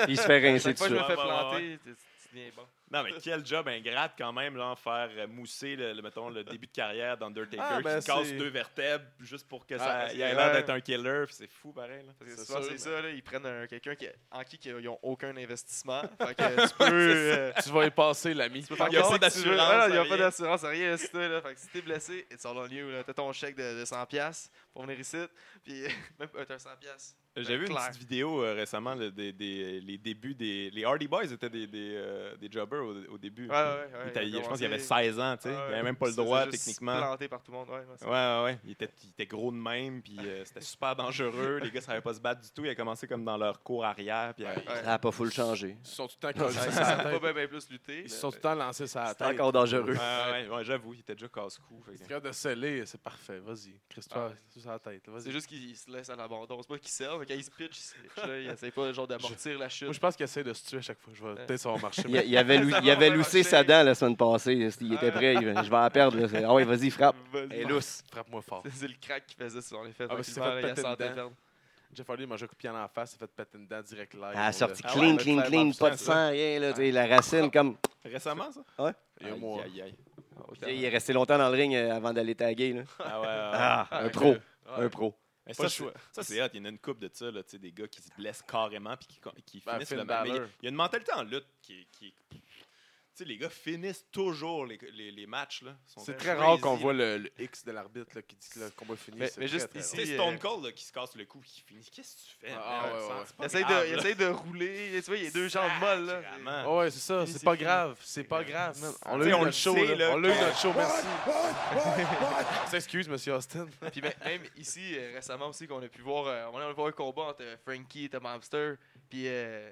[SPEAKER 1] Il se fait rincer
[SPEAKER 2] Chaque fois
[SPEAKER 1] dessus.
[SPEAKER 2] que je me fais
[SPEAKER 3] Ouais, ouais, ouais,
[SPEAKER 2] planter, tu tu tiens bon.
[SPEAKER 3] Non, mais quel job ingrate quand même, là, en faire euh, mousser le, le- mettons, le début de carrière d'Undertaker
[SPEAKER 4] Ah, ben,
[SPEAKER 3] qui casse
[SPEAKER 4] c'est-
[SPEAKER 3] deux vertèbres juste pour que
[SPEAKER 2] Ah,
[SPEAKER 3] ça
[SPEAKER 2] c'est
[SPEAKER 3] il ait l'air
[SPEAKER 2] vrai.
[SPEAKER 3] d'être un killer. puis C'est fou, pareil. Là.
[SPEAKER 2] Parce que
[SPEAKER 4] C'est
[SPEAKER 2] souvent,
[SPEAKER 4] sûr,
[SPEAKER 2] c'est
[SPEAKER 4] mais-
[SPEAKER 2] ça, là, ils prennent un- quelqu'un qui, en qui ils n'ont aucun investissement. fait que tu peux. euh,
[SPEAKER 4] tu vas y passer, l'ami.
[SPEAKER 2] tu peux faire
[SPEAKER 3] Il y a
[SPEAKER 2] comme ça
[SPEAKER 3] pas
[SPEAKER 2] que tu veux.
[SPEAKER 3] d'assurance,
[SPEAKER 2] Ouais, non, Il n'y a
[SPEAKER 3] rien.
[SPEAKER 2] pas d'assurance, rien. c'est ça, là. Fait que si t'es blessé, it's all on you. là. T'as ton chèque de, de 100$ pour venir ici. Puis même euh, t'as 100$.
[SPEAKER 3] J'ai vu une
[SPEAKER 2] clair.
[SPEAKER 3] petite vidéo euh, récemment, là, des, des- les débuts des. Les Hardy Boys étaient des, des, euh, des jobbers au, au début.
[SPEAKER 2] Ouais, ouais, ouais.
[SPEAKER 3] Ils étaient-
[SPEAKER 2] ils ont
[SPEAKER 3] je pense qu'il avait
[SPEAKER 2] commencé-
[SPEAKER 3] 16 ans, tu sais.
[SPEAKER 2] Ouais,
[SPEAKER 3] il avait même pas le
[SPEAKER 2] ils se
[SPEAKER 3] droit,
[SPEAKER 2] faisaient juste
[SPEAKER 3] techniquement.
[SPEAKER 2] planter par tout le monde. Ouais, ouais, c'est-
[SPEAKER 3] Ouais, ouais, ouais. Il était, il était gros de même, puis euh, c'était super dangereux. Les gars savaient pas se battre du tout. Ils a commencé comme dans leur cours arrière. Puis, euh,
[SPEAKER 4] Ouais.
[SPEAKER 2] Ouais.
[SPEAKER 1] Ah, pas full changer.
[SPEAKER 4] Ben, Ils se sont tout le temps collés
[SPEAKER 2] Ouais,
[SPEAKER 4] sur
[SPEAKER 2] ça
[SPEAKER 4] la
[SPEAKER 2] a pas
[SPEAKER 4] tête.
[SPEAKER 2] bien bien plus lutté.
[SPEAKER 4] Ils
[SPEAKER 2] là.
[SPEAKER 4] se sont tout le temps lancés sur la
[SPEAKER 1] C'est
[SPEAKER 4] tête.
[SPEAKER 1] encore dangereux.
[SPEAKER 3] ouais, ouais, ouais, j'avoue, il était déjà casse-cou. fait que-
[SPEAKER 4] C'est de sceller, c'est parfait. Vas-y, Christophe, c'est sur la tête. Vas-y.
[SPEAKER 2] C'est juste qu'ils se laissent à l'abandon. C'est pas qu'ils servent, mais quand ils se pitchent, ils se pitchent. là. Ils essayent pas genre d'amortir la chute.
[SPEAKER 4] Moi, je pense qu'il essaie de se tuer à chaque fois. Je vais... Peut-être ça va marcher.
[SPEAKER 1] Il,
[SPEAKER 4] mais-
[SPEAKER 1] il avait, lou-
[SPEAKER 2] Ça
[SPEAKER 1] il avait
[SPEAKER 2] va
[SPEAKER 1] loussé
[SPEAKER 2] marcher.
[SPEAKER 1] sa dent la semaine passée. Il était prêt. il- Je vais la perdre. là. Ah ouais, vas-y, frappe.
[SPEAKER 2] Vas-y.
[SPEAKER 1] Elle est lousse.
[SPEAKER 4] Frappe-moi fort.
[SPEAKER 2] C'est- C'est le crack qui faisait sur les fesses.
[SPEAKER 4] Ah, ben, c'est
[SPEAKER 2] tranquillement,
[SPEAKER 4] fait
[SPEAKER 2] là, il
[SPEAKER 4] péter
[SPEAKER 2] sentait
[SPEAKER 4] dedans.
[SPEAKER 2] perdre.
[SPEAKER 4] Jeff Hardy il m'a joué coup de pied en face, il fait péter une dent direct live.
[SPEAKER 1] Elle a sorti
[SPEAKER 3] Ah ouais,
[SPEAKER 1] clean,
[SPEAKER 3] mais
[SPEAKER 1] clean, clean. Pas de sang, rien. Là, tu sais, la racine, comme.
[SPEAKER 3] Récemment, ça?
[SPEAKER 4] Et moi.
[SPEAKER 3] Aïe, aïe, aïe.
[SPEAKER 1] Il est resté longtemps dans le ring euh, avant d'aller taguer. là.
[SPEAKER 3] Ah ouais, ouais, ouais.
[SPEAKER 1] Ah, un
[SPEAKER 2] ouais.
[SPEAKER 1] pro.
[SPEAKER 2] Ouais.
[SPEAKER 1] Un pro.
[SPEAKER 3] Mais
[SPEAKER 4] Pas
[SPEAKER 3] ça,
[SPEAKER 4] le choix.
[SPEAKER 3] c'est- ça, c'est hot. Il y en a une coupe de ça, là, tu sais, des gars qui se blessent carrément puis qui, con- qui
[SPEAKER 4] Ben,
[SPEAKER 3] finissent
[SPEAKER 4] Finn
[SPEAKER 3] le match. Mais Il y a-
[SPEAKER 4] Balor.
[SPEAKER 3] il y a une mentalité en lutte qui. qui tu sais, les gars finissent toujours les, les, les matchs. là. Ils sont
[SPEAKER 4] C'est très
[SPEAKER 3] crazy,
[SPEAKER 4] rare qu'on
[SPEAKER 3] là.
[SPEAKER 4] voit le, le X de l'arbitre là, qui dit que le combat est fini.
[SPEAKER 2] Mais-
[SPEAKER 4] c'est
[SPEAKER 2] mais
[SPEAKER 4] très,
[SPEAKER 2] juste
[SPEAKER 4] très
[SPEAKER 3] Tu
[SPEAKER 2] ici,
[SPEAKER 3] sais, Stone Cold là, qui se casse le cou qui finit. Qu'est-ce que tu fais?
[SPEAKER 4] Ah,
[SPEAKER 3] man?
[SPEAKER 4] ouais,
[SPEAKER 3] C'est
[SPEAKER 4] ouais,
[SPEAKER 3] pas
[SPEAKER 2] Il essaye
[SPEAKER 3] grave,
[SPEAKER 2] de, il
[SPEAKER 3] là.
[SPEAKER 2] essaye de rouler. Tu vois, il y a deux jambes molles. Là.
[SPEAKER 3] Sacrément.
[SPEAKER 4] rare. Ah ouais, c'est ça.
[SPEAKER 2] Fini,
[SPEAKER 4] C'est
[SPEAKER 2] c'est
[SPEAKER 4] pas
[SPEAKER 2] fini.
[SPEAKER 4] grave. C'est pas grave, man.
[SPEAKER 3] Ah,
[SPEAKER 4] On l'a
[SPEAKER 3] Tu
[SPEAKER 4] eu
[SPEAKER 3] sais, on le
[SPEAKER 4] notre show.
[SPEAKER 3] sait,
[SPEAKER 4] là.
[SPEAKER 3] là,
[SPEAKER 4] On l'a eu
[SPEAKER 3] qu'on-
[SPEAKER 4] notre show, merci. On s'excuse, monsieur Austin.
[SPEAKER 2] Puis ben, même ici, euh, récemment aussi, qu'on a pu voir, euh, on a vu un combat entre euh, Frankie et Tom Hamster, puis euh,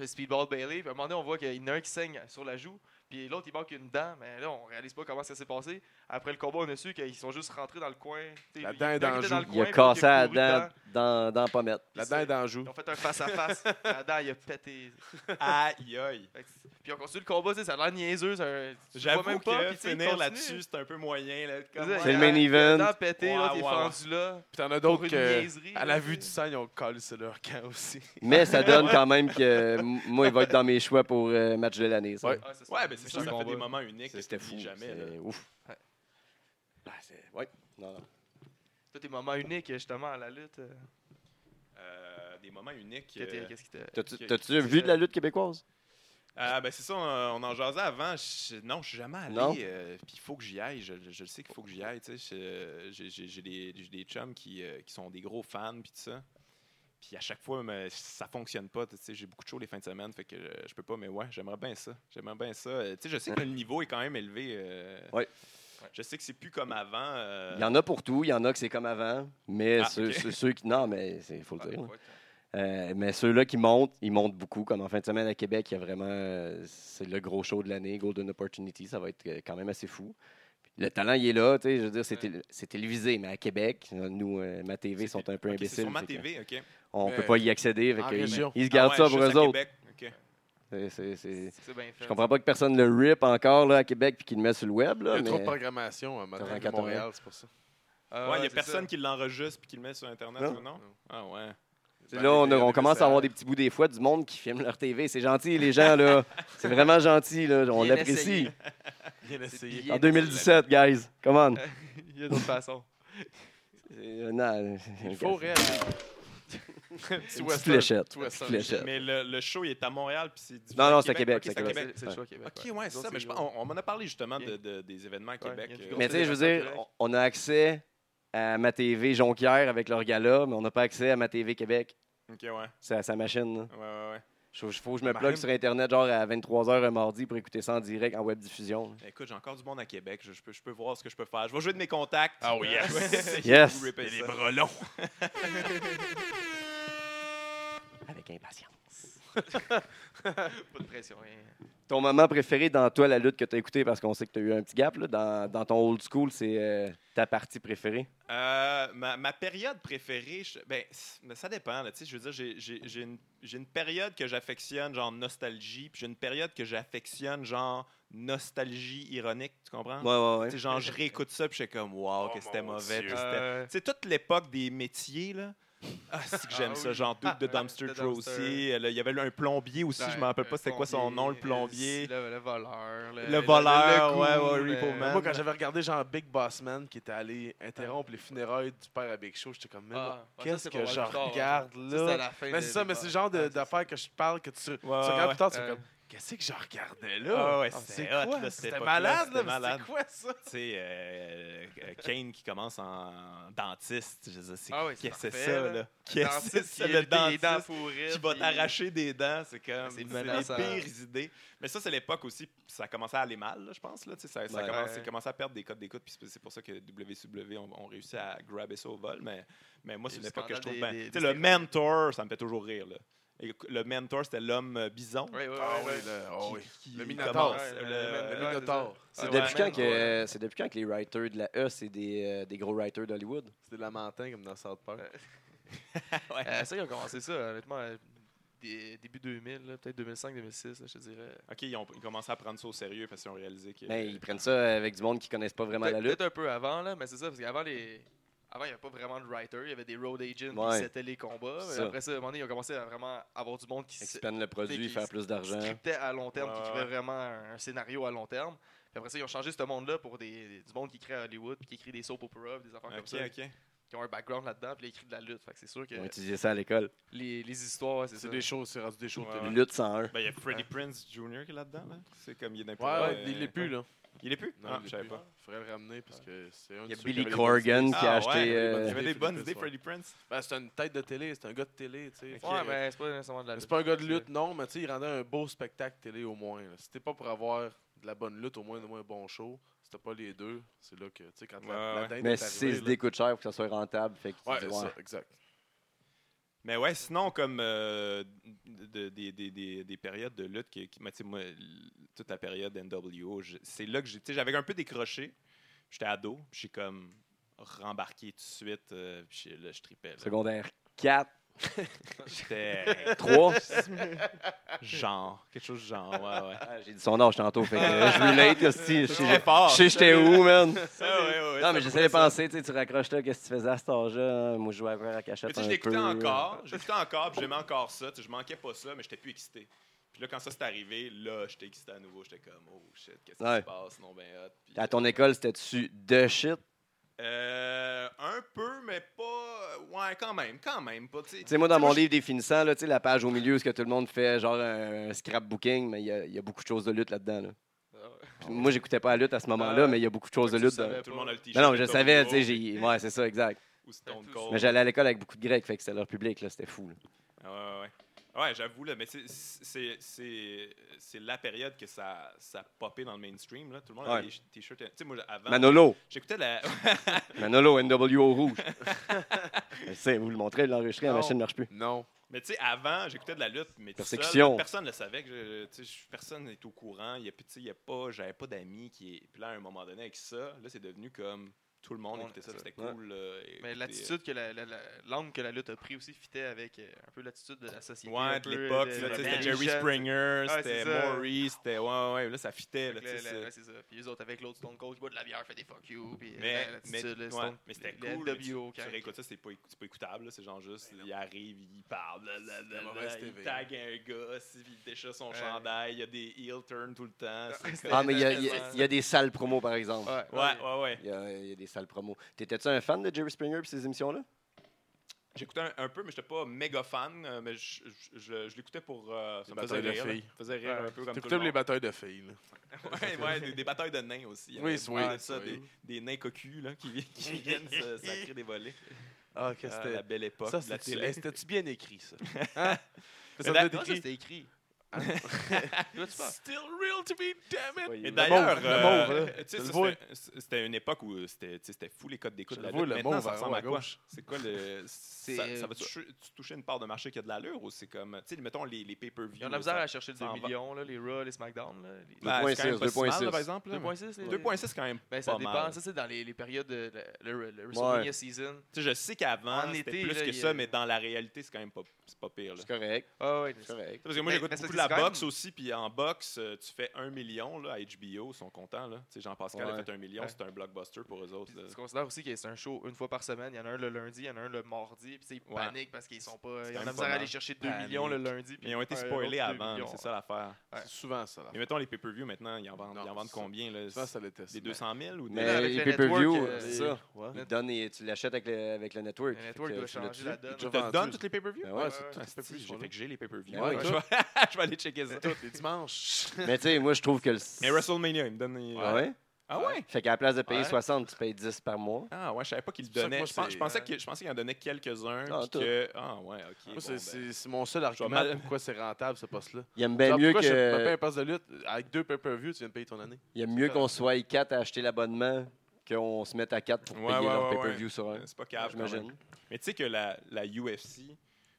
[SPEAKER 2] euh, Speedball Bailey. Puis à un moment donné, on voit qu'il y en a un qui saigne sur la joue, puis l'autre, il manque une dent, mais là, on réalise pas comment ça s'est passé. Après le combat, on a su qu'ils sont juste rentrés dans le coin. T'sais,
[SPEAKER 4] La
[SPEAKER 2] il y
[SPEAKER 4] dent
[SPEAKER 2] a
[SPEAKER 4] est
[SPEAKER 2] quelqu'un
[SPEAKER 4] dans
[SPEAKER 2] qui
[SPEAKER 4] le
[SPEAKER 2] était
[SPEAKER 4] joue.
[SPEAKER 1] Il
[SPEAKER 2] coin,
[SPEAKER 1] a
[SPEAKER 2] puis
[SPEAKER 1] cassé
[SPEAKER 2] l'autre,
[SPEAKER 1] la
[SPEAKER 2] couru dedans.
[SPEAKER 1] dent dans, dans Pommette.
[SPEAKER 4] La dent est dans le joue.
[SPEAKER 2] Ils ont fait un face-à-face. la dent, il a pété.
[SPEAKER 3] Aïe, aïe.
[SPEAKER 2] Fait que c'est- Puis on continue le combat, tu sais, ça a l'air niaiseux. ça- tu vois
[SPEAKER 3] J'avoue
[SPEAKER 2] même
[SPEAKER 3] que
[SPEAKER 2] pas, puis tu sais, il
[SPEAKER 3] finir
[SPEAKER 2] continue.
[SPEAKER 3] là-dessus, c'est un peu moyen. là,
[SPEAKER 2] C'est
[SPEAKER 3] comme- euh,
[SPEAKER 2] ça,
[SPEAKER 1] C'est le
[SPEAKER 2] il a-
[SPEAKER 1] main
[SPEAKER 2] il a la dent
[SPEAKER 1] event.
[SPEAKER 2] pété,
[SPEAKER 3] Ouais,
[SPEAKER 2] l'autre, il est
[SPEAKER 3] ouais, ouais.
[SPEAKER 2] fendu là.
[SPEAKER 4] Puis t'en
[SPEAKER 2] Pour
[SPEAKER 4] as d'autres
[SPEAKER 2] une
[SPEAKER 4] que.
[SPEAKER 2] niaiserie,
[SPEAKER 4] euh, À
[SPEAKER 2] là,
[SPEAKER 4] la
[SPEAKER 2] tu
[SPEAKER 4] vue
[SPEAKER 2] sais.
[SPEAKER 4] du sang, ils ont collé sur leur camp aussi.
[SPEAKER 1] Mais ça donne quand même que euh, m- moi, il va être dans mes choix pour euh, match de l'année. ça.
[SPEAKER 4] Ouais.
[SPEAKER 2] Ah, c'est ça.
[SPEAKER 3] Ouais, mais c'est ça,
[SPEAKER 2] Moi,
[SPEAKER 3] ça
[SPEAKER 2] je
[SPEAKER 3] fait
[SPEAKER 2] comprends.
[SPEAKER 3] des moments uniques.
[SPEAKER 1] C'était fou.
[SPEAKER 3] Jamais. là.
[SPEAKER 1] C'est ouf.
[SPEAKER 2] Ouais.
[SPEAKER 1] Ah, c'est- ouais. Non, non.
[SPEAKER 2] Toi, tes moments uniques, justement, à la lutte. euh,
[SPEAKER 3] Euh, Des moments uniques.
[SPEAKER 2] que t'es-
[SPEAKER 3] euh,
[SPEAKER 2] Qu'est-ce qui t'a.
[SPEAKER 1] T'as-tu
[SPEAKER 3] Ok.
[SPEAKER 1] t'as-tu vu de la lutte québécoise?
[SPEAKER 3] Ah, ben c'est ça, on, on en jasait avant. Je- non, je suis jamais allé.
[SPEAKER 1] Non.
[SPEAKER 3] euh, Puis il faut que j'y aille. Je, je le sais qu'il faut que j'y aille. tu sais, je- J'ai j'ai- j'ai des, j'ai des chums qui, euh, qui sont des gros fans. Puis tout ça. Puis à chaque fois, mais ça fonctionne pas. tu sais, J'ai beaucoup de shows les fins de semaine. Fait que euh, je, je peux pas. Mais ouais, j'aimerais bien ça. J'aimerais bien ça. Euh, tu sais, je sais que le niveau est quand même élevé. euh,
[SPEAKER 1] Ouais.
[SPEAKER 3] Je sais que c'est plus comme avant. euh,
[SPEAKER 1] Il y en a pour tout, il y en a que c'est comme avant, mais
[SPEAKER 3] Ah,
[SPEAKER 1] ceux,
[SPEAKER 3] ok.
[SPEAKER 1] ceux- ceux qui. Non, mais il faut le dire. là.
[SPEAKER 2] Ouais,
[SPEAKER 1] Euh, mais ceux-là qui montent, ils montent beaucoup. Comme en fin de semaine à Québec, il y a vraiment. euh, c'est le gros show de l'année, Golden Opportunity. Ça va être euh, quand même assez fou. Le talent, il est là. tu sais, Je veux dire, c'est
[SPEAKER 2] Ouais.
[SPEAKER 1] tél- c'est télévisé, mais à Québec, nous, euh, ma TV, sont un peu
[SPEAKER 3] ok, C'est
[SPEAKER 1] imbéciles.
[SPEAKER 3] sur ma
[SPEAKER 1] fait que
[SPEAKER 3] TV, ok.
[SPEAKER 1] On
[SPEAKER 4] Mais
[SPEAKER 1] peut pas y accéder. fait
[SPEAKER 4] en
[SPEAKER 1] que ils-
[SPEAKER 4] région.
[SPEAKER 1] ils se gardent
[SPEAKER 3] Ah ouais,
[SPEAKER 1] ça pour
[SPEAKER 3] juste
[SPEAKER 1] eux
[SPEAKER 3] à
[SPEAKER 1] autres.
[SPEAKER 3] Québec, ok.
[SPEAKER 1] C'est- c'est- c'est-
[SPEAKER 2] C'est bien fait.
[SPEAKER 1] Je comprends pas que personne le rip encore là, à Québec puis qu'il le met sur le web.
[SPEAKER 4] Il y
[SPEAKER 1] Là,
[SPEAKER 4] a trop
[SPEAKER 1] mais-
[SPEAKER 4] de programmation hein, à
[SPEAKER 1] T'as
[SPEAKER 4] Montréal,
[SPEAKER 1] vingt-quatre ans.
[SPEAKER 4] Montréal, c'est pour ça.
[SPEAKER 2] Ah,
[SPEAKER 3] Ouais, il y a
[SPEAKER 2] c'est
[SPEAKER 3] personne
[SPEAKER 2] ça.
[SPEAKER 3] qui l'enregistre puis qui le met sur Internet
[SPEAKER 1] Non.
[SPEAKER 3] ou non?
[SPEAKER 4] Non.
[SPEAKER 3] Ah ouais.
[SPEAKER 4] Ben,
[SPEAKER 1] Là, on, a- on commence à avoir des petits bouts des fois du monde qui filme leur TV. C'est gentil, les gens, là. C'est vraiment gentil, là. On
[SPEAKER 2] Bien
[SPEAKER 1] l'apprécie.
[SPEAKER 2] essayé.
[SPEAKER 4] Bien essayé.
[SPEAKER 1] En 2017, guys. Come on.
[SPEAKER 2] Il y a d'autres façons.
[SPEAKER 1] Euh, non,
[SPEAKER 4] Il faut réaliser.
[SPEAKER 1] Une petite fléchette.
[SPEAKER 4] Petit
[SPEAKER 1] Une petite
[SPEAKER 4] western.
[SPEAKER 1] fléchette.
[SPEAKER 3] Mais le, le show, il est à Montréal, puis c'est diffusé
[SPEAKER 1] Non, non,
[SPEAKER 3] à
[SPEAKER 1] c'est à
[SPEAKER 3] Ok,
[SPEAKER 1] Québec,
[SPEAKER 3] c'est à
[SPEAKER 1] à
[SPEAKER 2] Ouais,
[SPEAKER 3] Québec.
[SPEAKER 2] C'est c'est le choix Québec.
[SPEAKER 3] Ok,
[SPEAKER 2] ouais.
[SPEAKER 3] ouais, c'est
[SPEAKER 2] Nous
[SPEAKER 3] ça.
[SPEAKER 2] autres,
[SPEAKER 3] Mais je pense- on, on m'en a parlé justement de, de- des événements à
[SPEAKER 2] Ouais,
[SPEAKER 3] Québec.
[SPEAKER 2] il y a du
[SPEAKER 3] euh,
[SPEAKER 2] gros-
[SPEAKER 1] Mais tu sais, je veux dire, on on a accès à ma TV Jonquière avec leur gala, mais on n'a pas accès à ma TV Québec.
[SPEAKER 3] Ok, ouais. ouais,
[SPEAKER 1] C'est à sa machine. là.
[SPEAKER 3] ouais, ouais.
[SPEAKER 1] Je- Il faut que je me
[SPEAKER 4] Ma
[SPEAKER 1] plug
[SPEAKER 4] reine.
[SPEAKER 1] sur Internet, genre à 23h un mardi, pour écouter ça en direct en web diffusion.
[SPEAKER 3] Écoute, j'ai encore du monde à Québec. Je, je peux, je peux voir ce que je peux faire. Je vais jouer de mes contacts. Euh,
[SPEAKER 4] Ah
[SPEAKER 2] Oh,
[SPEAKER 4] oui, yes.
[SPEAKER 3] Ouais.
[SPEAKER 1] Yes.
[SPEAKER 3] Vous ripez ça.
[SPEAKER 4] brelons.
[SPEAKER 1] Avec impatience.
[SPEAKER 2] Pas de pression, rien.
[SPEAKER 1] Ton moment préféré dans toi, la lutte que tu as écoutée, parce qu'on sait que tu as eu un petit gap, là, dans, dans ton old school, c'est euh, ta partie préférée.
[SPEAKER 3] Euh, ma, ma période préférée, je- ben, c- mais ça dépend. là, tu sais, je veux dire, j'ai- j'ai j'ai une, j'ai une période que j'affectionne, genre nostalgie, puis j'ai une période que j'affectionne, genre nostalgie ironique, tu comprends?
[SPEAKER 1] Ouais, ouais, ouais.
[SPEAKER 3] Tu sais, genre, je réécoute ça, puis je suis comme, wow,
[SPEAKER 6] Oh
[SPEAKER 3] que c'était
[SPEAKER 6] mon
[SPEAKER 3] mauvais.
[SPEAKER 6] Dieu.
[SPEAKER 3] puis c'était-
[SPEAKER 2] Euh,
[SPEAKER 3] Tu sais, toute l'époque des métiers, là. Ah, c'est que j'aime
[SPEAKER 2] Ah
[SPEAKER 3] ça,
[SPEAKER 2] oui.
[SPEAKER 3] genre Duke de
[SPEAKER 2] Ah,
[SPEAKER 3] Dumpster
[SPEAKER 2] de
[SPEAKER 3] Throw
[SPEAKER 2] Dumpster.
[SPEAKER 3] aussi. Euh, là, Il y avait un plombier aussi, je me rappelle pas c'était quoi son nom, le plombier.
[SPEAKER 2] ben, Le, le voleur. Le,
[SPEAKER 3] Le voleur, ouais,
[SPEAKER 2] goon,
[SPEAKER 3] ouais, Repo
[SPEAKER 2] le-
[SPEAKER 3] Man.
[SPEAKER 4] Moi, quand j'avais regardé genre Big Boss Man qui était allé interrompre les funérailles du père à Big Show, j'étais comme, mais
[SPEAKER 2] Ah,
[SPEAKER 4] moi,
[SPEAKER 2] ouais, ça,
[SPEAKER 4] qu'est-ce
[SPEAKER 2] c'est
[SPEAKER 4] que
[SPEAKER 2] pour
[SPEAKER 4] je
[SPEAKER 2] voir plus tard,
[SPEAKER 4] regarde
[SPEAKER 2] Ça, c'était à
[SPEAKER 4] là?
[SPEAKER 2] la fin
[SPEAKER 4] Mais
[SPEAKER 2] de-
[SPEAKER 4] c'est ça,
[SPEAKER 2] des Ah,
[SPEAKER 4] mais c'est le
[SPEAKER 2] bars.
[SPEAKER 4] genre
[SPEAKER 2] Ouais,
[SPEAKER 4] de-
[SPEAKER 2] c'est ça.
[SPEAKER 4] d'affaires que je parle, que tu, tu
[SPEAKER 3] ouais,
[SPEAKER 4] regardes
[SPEAKER 3] ouais.
[SPEAKER 4] plus tard, tu es
[SPEAKER 2] Ouais.
[SPEAKER 4] comme, qu'est-ce que je regardais
[SPEAKER 3] Ah
[SPEAKER 4] là?
[SPEAKER 3] ouais,
[SPEAKER 4] Ah,
[SPEAKER 3] c'était
[SPEAKER 4] c'est
[SPEAKER 3] hot,
[SPEAKER 4] quoi?
[SPEAKER 3] là, cette
[SPEAKER 4] C'était
[SPEAKER 3] époque-là,
[SPEAKER 4] malade,
[SPEAKER 3] c'était
[SPEAKER 4] là, mais
[SPEAKER 3] malade.
[SPEAKER 4] c'est quoi ça?
[SPEAKER 3] Tu sais, euh, euh, Kane qui commence en dentiste. Je sais, c'est
[SPEAKER 2] Ah oui, c'est
[SPEAKER 3] qu'est-ce que c'est
[SPEAKER 2] parfait,
[SPEAKER 3] ça,
[SPEAKER 2] là.
[SPEAKER 3] là?
[SPEAKER 2] Le
[SPEAKER 3] Qu'est-ce que c'est
[SPEAKER 2] dentiste,
[SPEAKER 3] ça,
[SPEAKER 2] il a
[SPEAKER 3] le
[SPEAKER 2] des
[SPEAKER 3] dentiste
[SPEAKER 2] dents pourries.
[SPEAKER 3] qui va
[SPEAKER 2] puis-
[SPEAKER 3] t'arracher des dents? C'est comme, c'est
[SPEAKER 2] C'est
[SPEAKER 3] les
[SPEAKER 2] menaçant.
[SPEAKER 3] pires idées. Mais ça, c'est l'époque aussi, ça commençait à aller mal, là, je pense. Là, tu sais, ça, ça
[SPEAKER 1] Ouais.
[SPEAKER 3] commence-
[SPEAKER 2] Ouais.
[SPEAKER 3] c'est commencé à perdre des codes d'écoute, puis c'est- c'est pour ça que WCW ont on réussi à grabber ça au vol. Mais, mais moi,
[SPEAKER 2] Et
[SPEAKER 3] c'est une
[SPEAKER 2] le
[SPEAKER 3] époque que je trouve
[SPEAKER 2] scandale
[SPEAKER 3] bien.
[SPEAKER 2] des- des-
[SPEAKER 3] Tu
[SPEAKER 2] des
[SPEAKER 3] sais, le mentor, ça me fait toujours rire, là. Et Le mentor, c'était l'homme euh, bison.
[SPEAKER 2] Ouais, ouais, ouais,
[SPEAKER 4] Ah
[SPEAKER 2] ouais.
[SPEAKER 4] oui, là, ah oui.
[SPEAKER 3] qui
[SPEAKER 4] Le Minotaur.
[SPEAKER 3] commence,
[SPEAKER 2] Ouais,
[SPEAKER 3] le-
[SPEAKER 2] le-
[SPEAKER 4] Le
[SPEAKER 2] ouais,
[SPEAKER 4] Minotaur.
[SPEAKER 2] Ouais,
[SPEAKER 1] C'est
[SPEAKER 2] ouais,
[SPEAKER 1] depuis,
[SPEAKER 2] man,
[SPEAKER 1] quand que,
[SPEAKER 2] ouais.
[SPEAKER 1] euh, c'est depuis quand que les writers de la E, c'est des, euh, des gros writers d'Hollywood?
[SPEAKER 4] C'était lamentin comme dans South Park.
[SPEAKER 3] Ouais.
[SPEAKER 2] Euh, C'est ça qu'ils ont commencé ça, honnêtement, euh, des- début 2000, là, peut-être 2005-2006, je te dirais.
[SPEAKER 3] OK, ils ont ils commencé à prendre ça au sérieux parce qu'ils ont réalisé que.
[SPEAKER 1] Ben, ils prennent ça avec du monde qui connaissent pas vraiment la
[SPEAKER 2] Peut-être
[SPEAKER 1] lutte.
[SPEAKER 2] peut-être un peu avant, là, mais c'est ça, parce qu'avant, les... avant, il n'y avait pas vraiment de writer, il y avait des road agents,
[SPEAKER 1] Ouais.
[SPEAKER 2] puis c'était les combats. Mais
[SPEAKER 1] Ça.
[SPEAKER 2] après ça, à un moment donné, ils ont commencé à vraiment avoir du monde qui se
[SPEAKER 1] Expandent le produit,
[SPEAKER 2] qu'ils-
[SPEAKER 1] faire plus d'argent.
[SPEAKER 2] scriptait à long terme, qui
[SPEAKER 3] Ouais,
[SPEAKER 2] créait
[SPEAKER 3] ouais.
[SPEAKER 2] vraiment un un scénario à long terme. Puis après ça, ils ont changé ce monde-là pour des, des- du monde qui crée à Hollywood, qui écrit des soap operas, des affaires comme
[SPEAKER 3] OK,
[SPEAKER 2] ça,
[SPEAKER 3] OK.
[SPEAKER 2] qui ont un background là-dedans, puis là, ils écrivent de la lutte. Fait que c'est sûr que
[SPEAKER 1] Ils ont utilisé ça à l'école.
[SPEAKER 2] les, les histoires, ouais, c'est ça.
[SPEAKER 4] C'est des shows, c'est rendu des shows de
[SPEAKER 3] Ouais,
[SPEAKER 4] télé.
[SPEAKER 3] ouais.
[SPEAKER 1] Lutte 101.
[SPEAKER 3] Ben, il y a Freddie
[SPEAKER 2] Ah.
[SPEAKER 3] Prince Jr. qui est là-dedans. Là. C'est comme il est
[SPEAKER 4] Ouais,
[SPEAKER 3] n'importe
[SPEAKER 4] ouais, il l'est plus, là.
[SPEAKER 3] Il est plus
[SPEAKER 4] Non,
[SPEAKER 3] Ah,
[SPEAKER 4] il
[SPEAKER 3] je
[SPEAKER 4] l'est
[SPEAKER 3] savais
[SPEAKER 4] plus.
[SPEAKER 3] pas.
[SPEAKER 4] Faudrait le ramener parce que c'est un
[SPEAKER 1] Il y a
[SPEAKER 4] de ceux
[SPEAKER 1] Billy
[SPEAKER 4] qui avait les
[SPEAKER 1] Corgan
[SPEAKER 4] bonnes
[SPEAKER 1] qui a
[SPEAKER 3] Ah,
[SPEAKER 1] acheté.
[SPEAKER 3] ouais,
[SPEAKER 1] euh,
[SPEAKER 3] Il avait des
[SPEAKER 4] Freddie
[SPEAKER 3] bonnes
[SPEAKER 4] Prinze,
[SPEAKER 3] idées,
[SPEAKER 4] ouais.
[SPEAKER 3] Freddie Prince.
[SPEAKER 4] Ben, c'est une tête de télé, c'est un gars de télé, tu sais.
[SPEAKER 2] Ouais, mais c'est pas nécessairement de la lutte.
[SPEAKER 4] C'est pas un gars de lutte, non, mais tu sais, il rendait un beau spectacle télé au moins. là. C'était pas pour avoir de la bonne lutte, au moins, au moins un bon show. C'était pas les deux. C'est là que, tu sais, quand la,
[SPEAKER 3] Ouais,
[SPEAKER 4] la
[SPEAKER 3] ouais.
[SPEAKER 4] dinde
[SPEAKER 1] mais
[SPEAKER 4] est
[SPEAKER 1] ses
[SPEAKER 4] arrivée.
[SPEAKER 1] idées coûtent cher pour que ça soit rentable. Fait que tu
[SPEAKER 4] là-
[SPEAKER 1] dis,
[SPEAKER 4] Ouais,
[SPEAKER 1] ouais.
[SPEAKER 4] ça, exact.
[SPEAKER 3] Mais ouais, sinon, comme euh, de- des, des, des, des périodes de lutte, qui, qui- moi, tu sais, moi, l- toute la période NWO, je- c'est là que j'ai- tu sais, j'avais un peu décroché. J'étais ado, puis j'ai comme rembarqué tout de suite, euh, puis j'ai- là, je tripais. là.
[SPEAKER 1] Secondaire 4,
[SPEAKER 3] J'étais
[SPEAKER 1] 3.
[SPEAKER 3] genre, quelque chose de genre, ouais, ouais.
[SPEAKER 1] Ah, J'ai dit son âge tantôt. Fait que euh, je relate, hostie. Je
[SPEAKER 3] C'est
[SPEAKER 1] sais-
[SPEAKER 3] très
[SPEAKER 1] je
[SPEAKER 3] fort.
[SPEAKER 1] sais j'étais où, man.
[SPEAKER 3] Ah, ouais, ouais, ouais,
[SPEAKER 1] Non, mais
[SPEAKER 3] ça
[SPEAKER 1] j'essaie
[SPEAKER 3] pourrait
[SPEAKER 1] de
[SPEAKER 3] ça.
[SPEAKER 1] penser, tu sais, tu raccroches là, qu'est-ce que tu faisais à cet âge-là? hein? Moi, je jouais à la à
[SPEAKER 3] Mais
[SPEAKER 1] cachette.
[SPEAKER 3] tu sais,
[SPEAKER 1] un
[SPEAKER 3] je l'écoutais
[SPEAKER 1] peu.
[SPEAKER 3] encore, j'écoutais encore, puis j'aimais encore ça. tu sais, Je manquais pas ça, mais j'étais plus excité. Puis là, quand ça s'est arrivé, là, j'étais excité à nouveau. J'étais comme, oh shit, qu'est-ce qui
[SPEAKER 1] Ouais.
[SPEAKER 3] se passe? Non, ben hot. Puis,
[SPEAKER 1] À ton école, c'était-tu de shit?
[SPEAKER 3] euh, un peu, mais pas. Ouais, quand même, quand même. Pas, tu sais.
[SPEAKER 1] Tu sais, moi, dans
[SPEAKER 3] Tu sais,
[SPEAKER 1] mon livre définissant, là, tu sais, la page au milieu, ce que tout le monde fait, genre un, un scrapbooking, mais il y, a- il y a beaucoup de choses de lutte là-dedans. là. Puis
[SPEAKER 3] Ah
[SPEAKER 1] Moi, j'écoutais pas la lutte à ce moment-là,
[SPEAKER 3] Euh,
[SPEAKER 2] Ah.
[SPEAKER 1] mais il y a beaucoup de choses de
[SPEAKER 2] Fait que
[SPEAKER 1] lutte.
[SPEAKER 2] tu
[SPEAKER 1] dans-
[SPEAKER 2] savais.
[SPEAKER 3] Tout le monde a le t-shirt.
[SPEAKER 1] Non, non, je
[SPEAKER 3] de
[SPEAKER 1] le
[SPEAKER 3] Stone
[SPEAKER 1] savais, tu sais,
[SPEAKER 3] Cold
[SPEAKER 1] j'ai... Ouais, c'est ça, exact.
[SPEAKER 3] Ou Stone
[SPEAKER 2] Mais
[SPEAKER 3] Cold.
[SPEAKER 1] Mais j'allais à l'école avec beaucoup de Grecs, fait que c'était leur public, là, c'était fou. là.
[SPEAKER 3] Ouais, ouais, ouais. Ouais, j'avoue, là, mais c'est- c'est c'est- c'est la période que ça, ça a popé dans le mainstream. Là. Tout le monde a
[SPEAKER 1] Ouais.
[SPEAKER 3] des t-shirts. Tu sais, moi, avant,
[SPEAKER 1] Manolo,
[SPEAKER 3] j'écoutais la.
[SPEAKER 1] Manolo, NWO rouge. je sais, vous le montrez, l'enregistré, la
[SPEAKER 4] Non.
[SPEAKER 1] machine ne marche plus.
[SPEAKER 4] Non.
[SPEAKER 3] Mais tu sais, avant, j'écoutais de la lutte, mais tout seul,
[SPEAKER 1] Persécution.
[SPEAKER 3] là, personne ne le savait. Que je- tu sais, je- personne n'est au courant. Il y a, puis tu sais, il y a pas, j'avais pas d'amis qui. Puis là, à un moment donné, avec ça, là, c'est devenu comme tout le monde
[SPEAKER 2] Ouais,
[SPEAKER 3] écoutait ça,
[SPEAKER 2] c'est
[SPEAKER 3] c'était
[SPEAKER 1] ça.
[SPEAKER 3] cool. euh,
[SPEAKER 2] Mais
[SPEAKER 3] écouter-
[SPEAKER 2] l'attitude que la, la- la- l'angle que la lutte a pris aussi fitait avec euh, un peu l'attitude de la société. un
[SPEAKER 3] Ouais, de
[SPEAKER 2] peu, euh,
[SPEAKER 3] l'époque,
[SPEAKER 2] de-
[SPEAKER 3] là, tu sais,
[SPEAKER 2] de-
[SPEAKER 3] c'était
[SPEAKER 2] des
[SPEAKER 3] Jerry
[SPEAKER 2] jeunes.
[SPEAKER 3] Springer,
[SPEAKER 2] Ouais, c'est
[SPEAKER 3] c'était
[SPEAKER 2] ça.
[SPEAKER 3] Maury, c'était. Ouais, ouais, là, ça fitait.
[SPEAKER 2] Fait
[SPEAKER 3] Là,
[SPEAKER 2] que
[SPEAKER 3] tu sais,
[SPEAKER 2] là,
[SPEAKER 3] c'est-
[SPEAKER 2] là, c'est ça. Puis les autres avec l'autre Stone Cold qui boit de la bière, fait des fuck you. Puis euh,
[SPEAKER 3] Mais,
[SPEAKER 2] la-
[SPEAKER 3] mais,
[SPEAKER 2] l'attitude, le
[SPEAKER 3] ouais,
[SPEAKER 2] Stone-
[SPEAKER 3] mais c'était
[SPEAKER 2] le
[SPEAKER 3] cool. mais tu-
[SPEAKER 2] NWO
[SPEAKER 3] tu,
[SPEAKER 2] quand-
[SPEAKER 3] réécoutes ça, c'est pas, éc- c'est pas écoutable. là, C'est genre juste, il arrive, il parle, blablabla,
[SPEAKER 4] la mauvaise
[SPEAKER 3] il
[SPEAKER 4] TV.
[SPEAKER 3] tag un gars, si- il déchire son
[SPEAKER 2] Ouais.
[SPEAKER 3] chandail, il y a des heel turns tout le temps. c'est Ah,
[SPEAKER 2] c'était-
[SPEAKER 3] comme-
[SPEAKER 1] Ah, mais il y, a- il y a- il y a des sales promos, par exemple.
[SPEAKER 2] Ouais,
[SPEAKER 3] Ouais, ouais, ouais.
[SPEAKER 1] Il y, a, il y a des sales promos. T'étais-tu un fan de Jerry Springer et ces émissions-là?
[SPEAKER 3] J'écoutais un, un peu, mais j'étais pas méga fan, euh, mais je, je- je- je l'écoutais pour. euh, ça
[SPEAKER 4] Les
[SPEAKER 3] me faisait
[SPEAKER 4] batailles de
[SPEAKER 3] rire. là.
[SPEAKER 4] filles.
[SPEAKER 3] Ça me faisait rire
[SPEAKER 2] Ouais.
[SPEAKER 3] un peu comme tout
[SPEAKER 4] T'écoutais
[SPEAKER 3] le
[SPEAKER 4] les
[SPEAKER 3] monde.
[SPEAKER 4] batailles de filles, là.
[SPEAKER 3] ouais, ouais, des, des batailles de nains aussi. Il y
[SPEAKER 4] Oui,
[SPEAKER 3] avait
[SPEAKER 4] c'est-
[SPEAKER 3] beaucoup de
[SPEAKER 4] oui,
[SPEAKER 3] ça,
[SPEAKER 4] oui.
[SPEAKER 3] Des, des nains cocus là, qui, qui viennent se sacrer des volets.
[SPEAKER 4] Ah,
[SPEAKER 3] Ah,
[SPEAKER 4] qu'est-ce
[SPEAKER 3] la belle époque
[SPEAKER 4] Ça,
[SPEAKER 3] de la
[SPEAKER 4] c'était-tu
[SPEAKER 3] télé.
[SPEAKER 4] hey, c'était-tu bien écrit, ça? Hein?
[SPEAKER 3] Mais la-
[SPEAKER 4] Ça devait être
[SPEAKER 2] Non, ça,
[SPEAKER 4] écrit.
[SPEAKER 2] c'était écrit. hein. Toi, tu parles.
[SPEAKER 3] Still real to me, damn
[SPEAKER 1] Voyez-le.
[SPEAKER 3] Et d'ailleurs,
[SPEAKER 4] mauve, le
[SPEAKER 3] euh,
[SPEAKER 4] mauve, là.
[SPEAKER 3] tu sais,
[SPEAKER 4] Tu le
[SPEAKER 3] ça,
[SPEAKER 4] vois.
[SPEAKER 3] c'était- c'était une époque où c'était tu sais, c'était fou les codes d'écoute
[SPEAKER 4] Tu
[SPEAKER 3] de la
[SPEAKER 4] le vois,
[SPEAKER 3] lutte.
[SPEAKER 4] le
[SPEAKER 3] Maintenant,
[SPEAKER 4] mauve
[SPEAKER 3] ça
[SPEAKER 4] en haut
[SPEAKER 3] ressemble
[SPEAKER 4] à
[SPEAKER 3] à quoi?
[SPEAKER 4] gauche.
[SPEAKER 3] C'est quoi le...
[SPEAKER 2] C'est,
[SPEAKER 3] ça,
[SPEAKER 2] euh,
[SPEAKER 3] ça va toucher, tu toucher une part de marché qui a de l'allure ou c'est comme... Tu sais, mettons, les, les pay-per-views.
[SPEAKER 2] Ils ont de la
[SPEAKER 3] là, ça-
[SPEAKER 2] misère à chercher le 2
[SPEAKER 3] ça en va.
[SPEAKER 2] millions, là, les Raw, les SmackDown. là, les-
[SPEAKER 3] Ben, c'est quand même
[SPEAKER 1] 2.6,
[SPEAKER 3] pas si mal, là,
[SPEAKER 1] 2.6.
[SPEAKER 3] Par exemple, là, mais-
[SPEAKER 2] 2.6, les-
[SPEAKER 3] 2.6, c'est quand même
[SPEAKER 2] Ben, ça
[SPEAKER 3] pas
[SPEAKER 2] dépend.
[SPEAKER 3] mal.
[SPEAKER 2] Ça, c'est dans les, les périodes de la- le, le WrestleMania season.
[SPEAKER 3] Tu sais, je sais qu'avant,
[SPEAKER 2] En
[SPEAKER 3] c'était
[SPEAKER 2] été,
[SPEAKER 3] plus
[SPEAKER 2] là,
[SPEAKER 3] que
[SPEAKER 2] il y
[SPEAKER 3] ça,
[SPEAKER 2] a-
[SPEAKER 3] mais dans la réalité, c'est quand même pas, c'est pas pire. là.
[SPEAKER 1] C'est correct.
[SPEAKER 2] Ah ouais,
[SPEAKER 1] C'est correct.
[SPEAKER 3] Parce que moi,
[SPEAKER 2] Mais-
[SPEAKER 3] j'écoute
[SPEAKER 2] mais c'est
[SPEAKER 3] beaucoup de
[SPEAKER 2] parce
[SPEAKER 3] la
[SPEAKER 2] que c'est quand
[SPEAKER 3] boxe aussi, puis en boxe, euh, tu fais un million là, à HBO, ils sont contents. Là. Tu sais, Jean-Pascal a
[SPEAKER 1] Ouais.
[SPEAKER 3] fait un million,
[SPEAKER 2] Ouais.
[SPEAKER 3] c'est un blockbuster pour eux autres.
[SPEAKER 2] Puis
[SPEAKER 3] là.
[SPEAKER 2] tu considères aussi que c'est un show une fois par semaine. Il y en a un le lundi, il y en a un le mardi. Puis tu sais, ils
[SPEAKER 3] Ouais.
[SPEAKER 2] paniquent parce qu'ils sont pas.
[SPEAKER 3] C'est
[SPEAKER 2] Ils ont
[SPEAKER 3] quand
[SPEAKER 2] de la
[SPEAKER 3] même pas
[SPEAKER 2] misère à
[SPEAKER 3] mal.
[SPEAKER 2] aller chercher 2
[SPEAKER 3] Panique.
[SPEAKER 2] millions le lundi.
[SPEAKER 3] Mais ils ont été
[SPEAKER 2] un
[SPEAKER 3] spoilés
[SPEAKER 2] autre 2
[SPEAKER 3] avant, là,
[SPEAKER 2] millions.
[SPEAKER 3] c'est ça l'affaire.
[SPEAKER 2] Ouais.
[SPEAKER 4] C'est souvent ça. là.
[SPEAKER 3] Mais mettons, les pay-per-view maintenant, ils en vendent,
[SPEAKER 4] Non,
[SPEAKER 3] ils en vendent
[SPEAKER 4] c'est-
[SPEAKER 3] combien là?
[SPEAKER 4] Souvent, ça l'était. ça.
[SPEAKER 3] Des 200 000 ou des...
[SPEAKER 2] là,
[SPEAKER 1] Mais
[SPEAKER 2] avec
[SPEAKER 1] les
[SPEAKER 2] le
[SPEAKER 1] pay-per-view,
[SPEAKER 2] network, euh,
[SPEAKER 1] c'est
[SPEAKER 4] Les-
[SPEAKER 1] ça.
[SPEAKER 4] Ouais.
[SPEAKER 1] Il donne et tu l'achètes avec le, avec le network.
[SPEAKER 2] Le
[SPEAKER 1] Fait
[SPEAKER 2] network
[SPEAKER 1] que
[SPEAKER 2] doit
[SPEAKER 1] tu l'as
[SPEAKER 2] changer
[SPEAKER 1] tué.
[SPEAKER 2] la donne.
[SPEAKER 3] Je
[SPEAKER 4] Déjà
[SPEAKER 3] te
[SPEAKER 4] vendu.
[SPEAKER 3] donne toutes les pay-per-views?
[SPEAKER 1] Ben ouais,
[SPEAKER 2] Ouais,
[SPEAKER 1] c'est-
[SPEAKER 2] ouais.
[SPEAKER 3] Ah,
[SPEAKER 4] c'est
[SPEAKER 3] si,
[SPEAKER 4] plus
[SPEAKER 3] j'ai
[SPEAKER 4] pour
[SPEAKER 3] fait que j'ai les pay-per-views. Ah
[SPEAKER 1] Ben ouais,
[SPEAKER 3] je, vais... je vais aller checker ça.
[SPEAKER 4] Toutes les dimanches.
[SPEAKER 1] Mais tu sais, moi, je trouve que le.
[SPEAKER 3] Mais WrestleMania, ils me donnent... les-
[SPEAKER 1] Ah ouais?
[SPEAKER 3] Ah ouais?
[SPEAKER 1] Fait qu'à la place de payer
[SPEAKER 2] Ouais.
[SPEAKER 1] 60, tu payes 10 par mois.
[SPEAKER 3] Ah ouais, je savais pas qu'ils le
[SPEAKER 4] C'est pour ça que
[SPEAKER 3] donnaient.
[SPEAKER 4] moi,
[SPEAKER 3] Je pense-
[SPEAKER 4] c'est-
[SPEAKER 3] je pensais qu'il je pensais qu'il en donnait quelques-uns.
[SPEAKER 1] Ah,
[SPEAKER 3] puis
[SPEAKER 1] tout.
[SPEAKER 3] que- Ah ouais, OK.
[SPEAKER 4] Moi,
[SPEAKER 3] bon,
[SPEAKER 4] c'est-
[SPEAKER 3] ben.
[SPEAKER 4] C'est c'est mon seul argument
[SPEAKER 3] mal-
[SPEAKER 4] pourquoi c'est rentable, ce poste-là.
[SPEAKER 1] Il aime bien
[SPEAKER 4] Genre,
[SPEAKER 1] Ben, mieux
[SPEAKER 4] pourquoi je me paye
[SPEAKER 1] que.
[SPEAKER 4] un poste de lutte avec deux pay-per-view, tu viens de payer ton année.
[SPEAKER 1] Il aime mieux qu'on soit 4 à acheter l'abonnement qu'on se mette à 4 pour
[SPEAKER 3] Ouais,
[SPEAKER 1] payer
[SPEAKER 3] ouais,
[SPEAKER 1] leur
[SPEAKER 3] ouais,
[SPEAKER 1] pay-per-view sur un.
[SPEAKER 3] C'est pas cave, quand même.
[SPEAKER 1] J'imagine.
[SPEAKER 3] Mais tu sais que la, la UFC,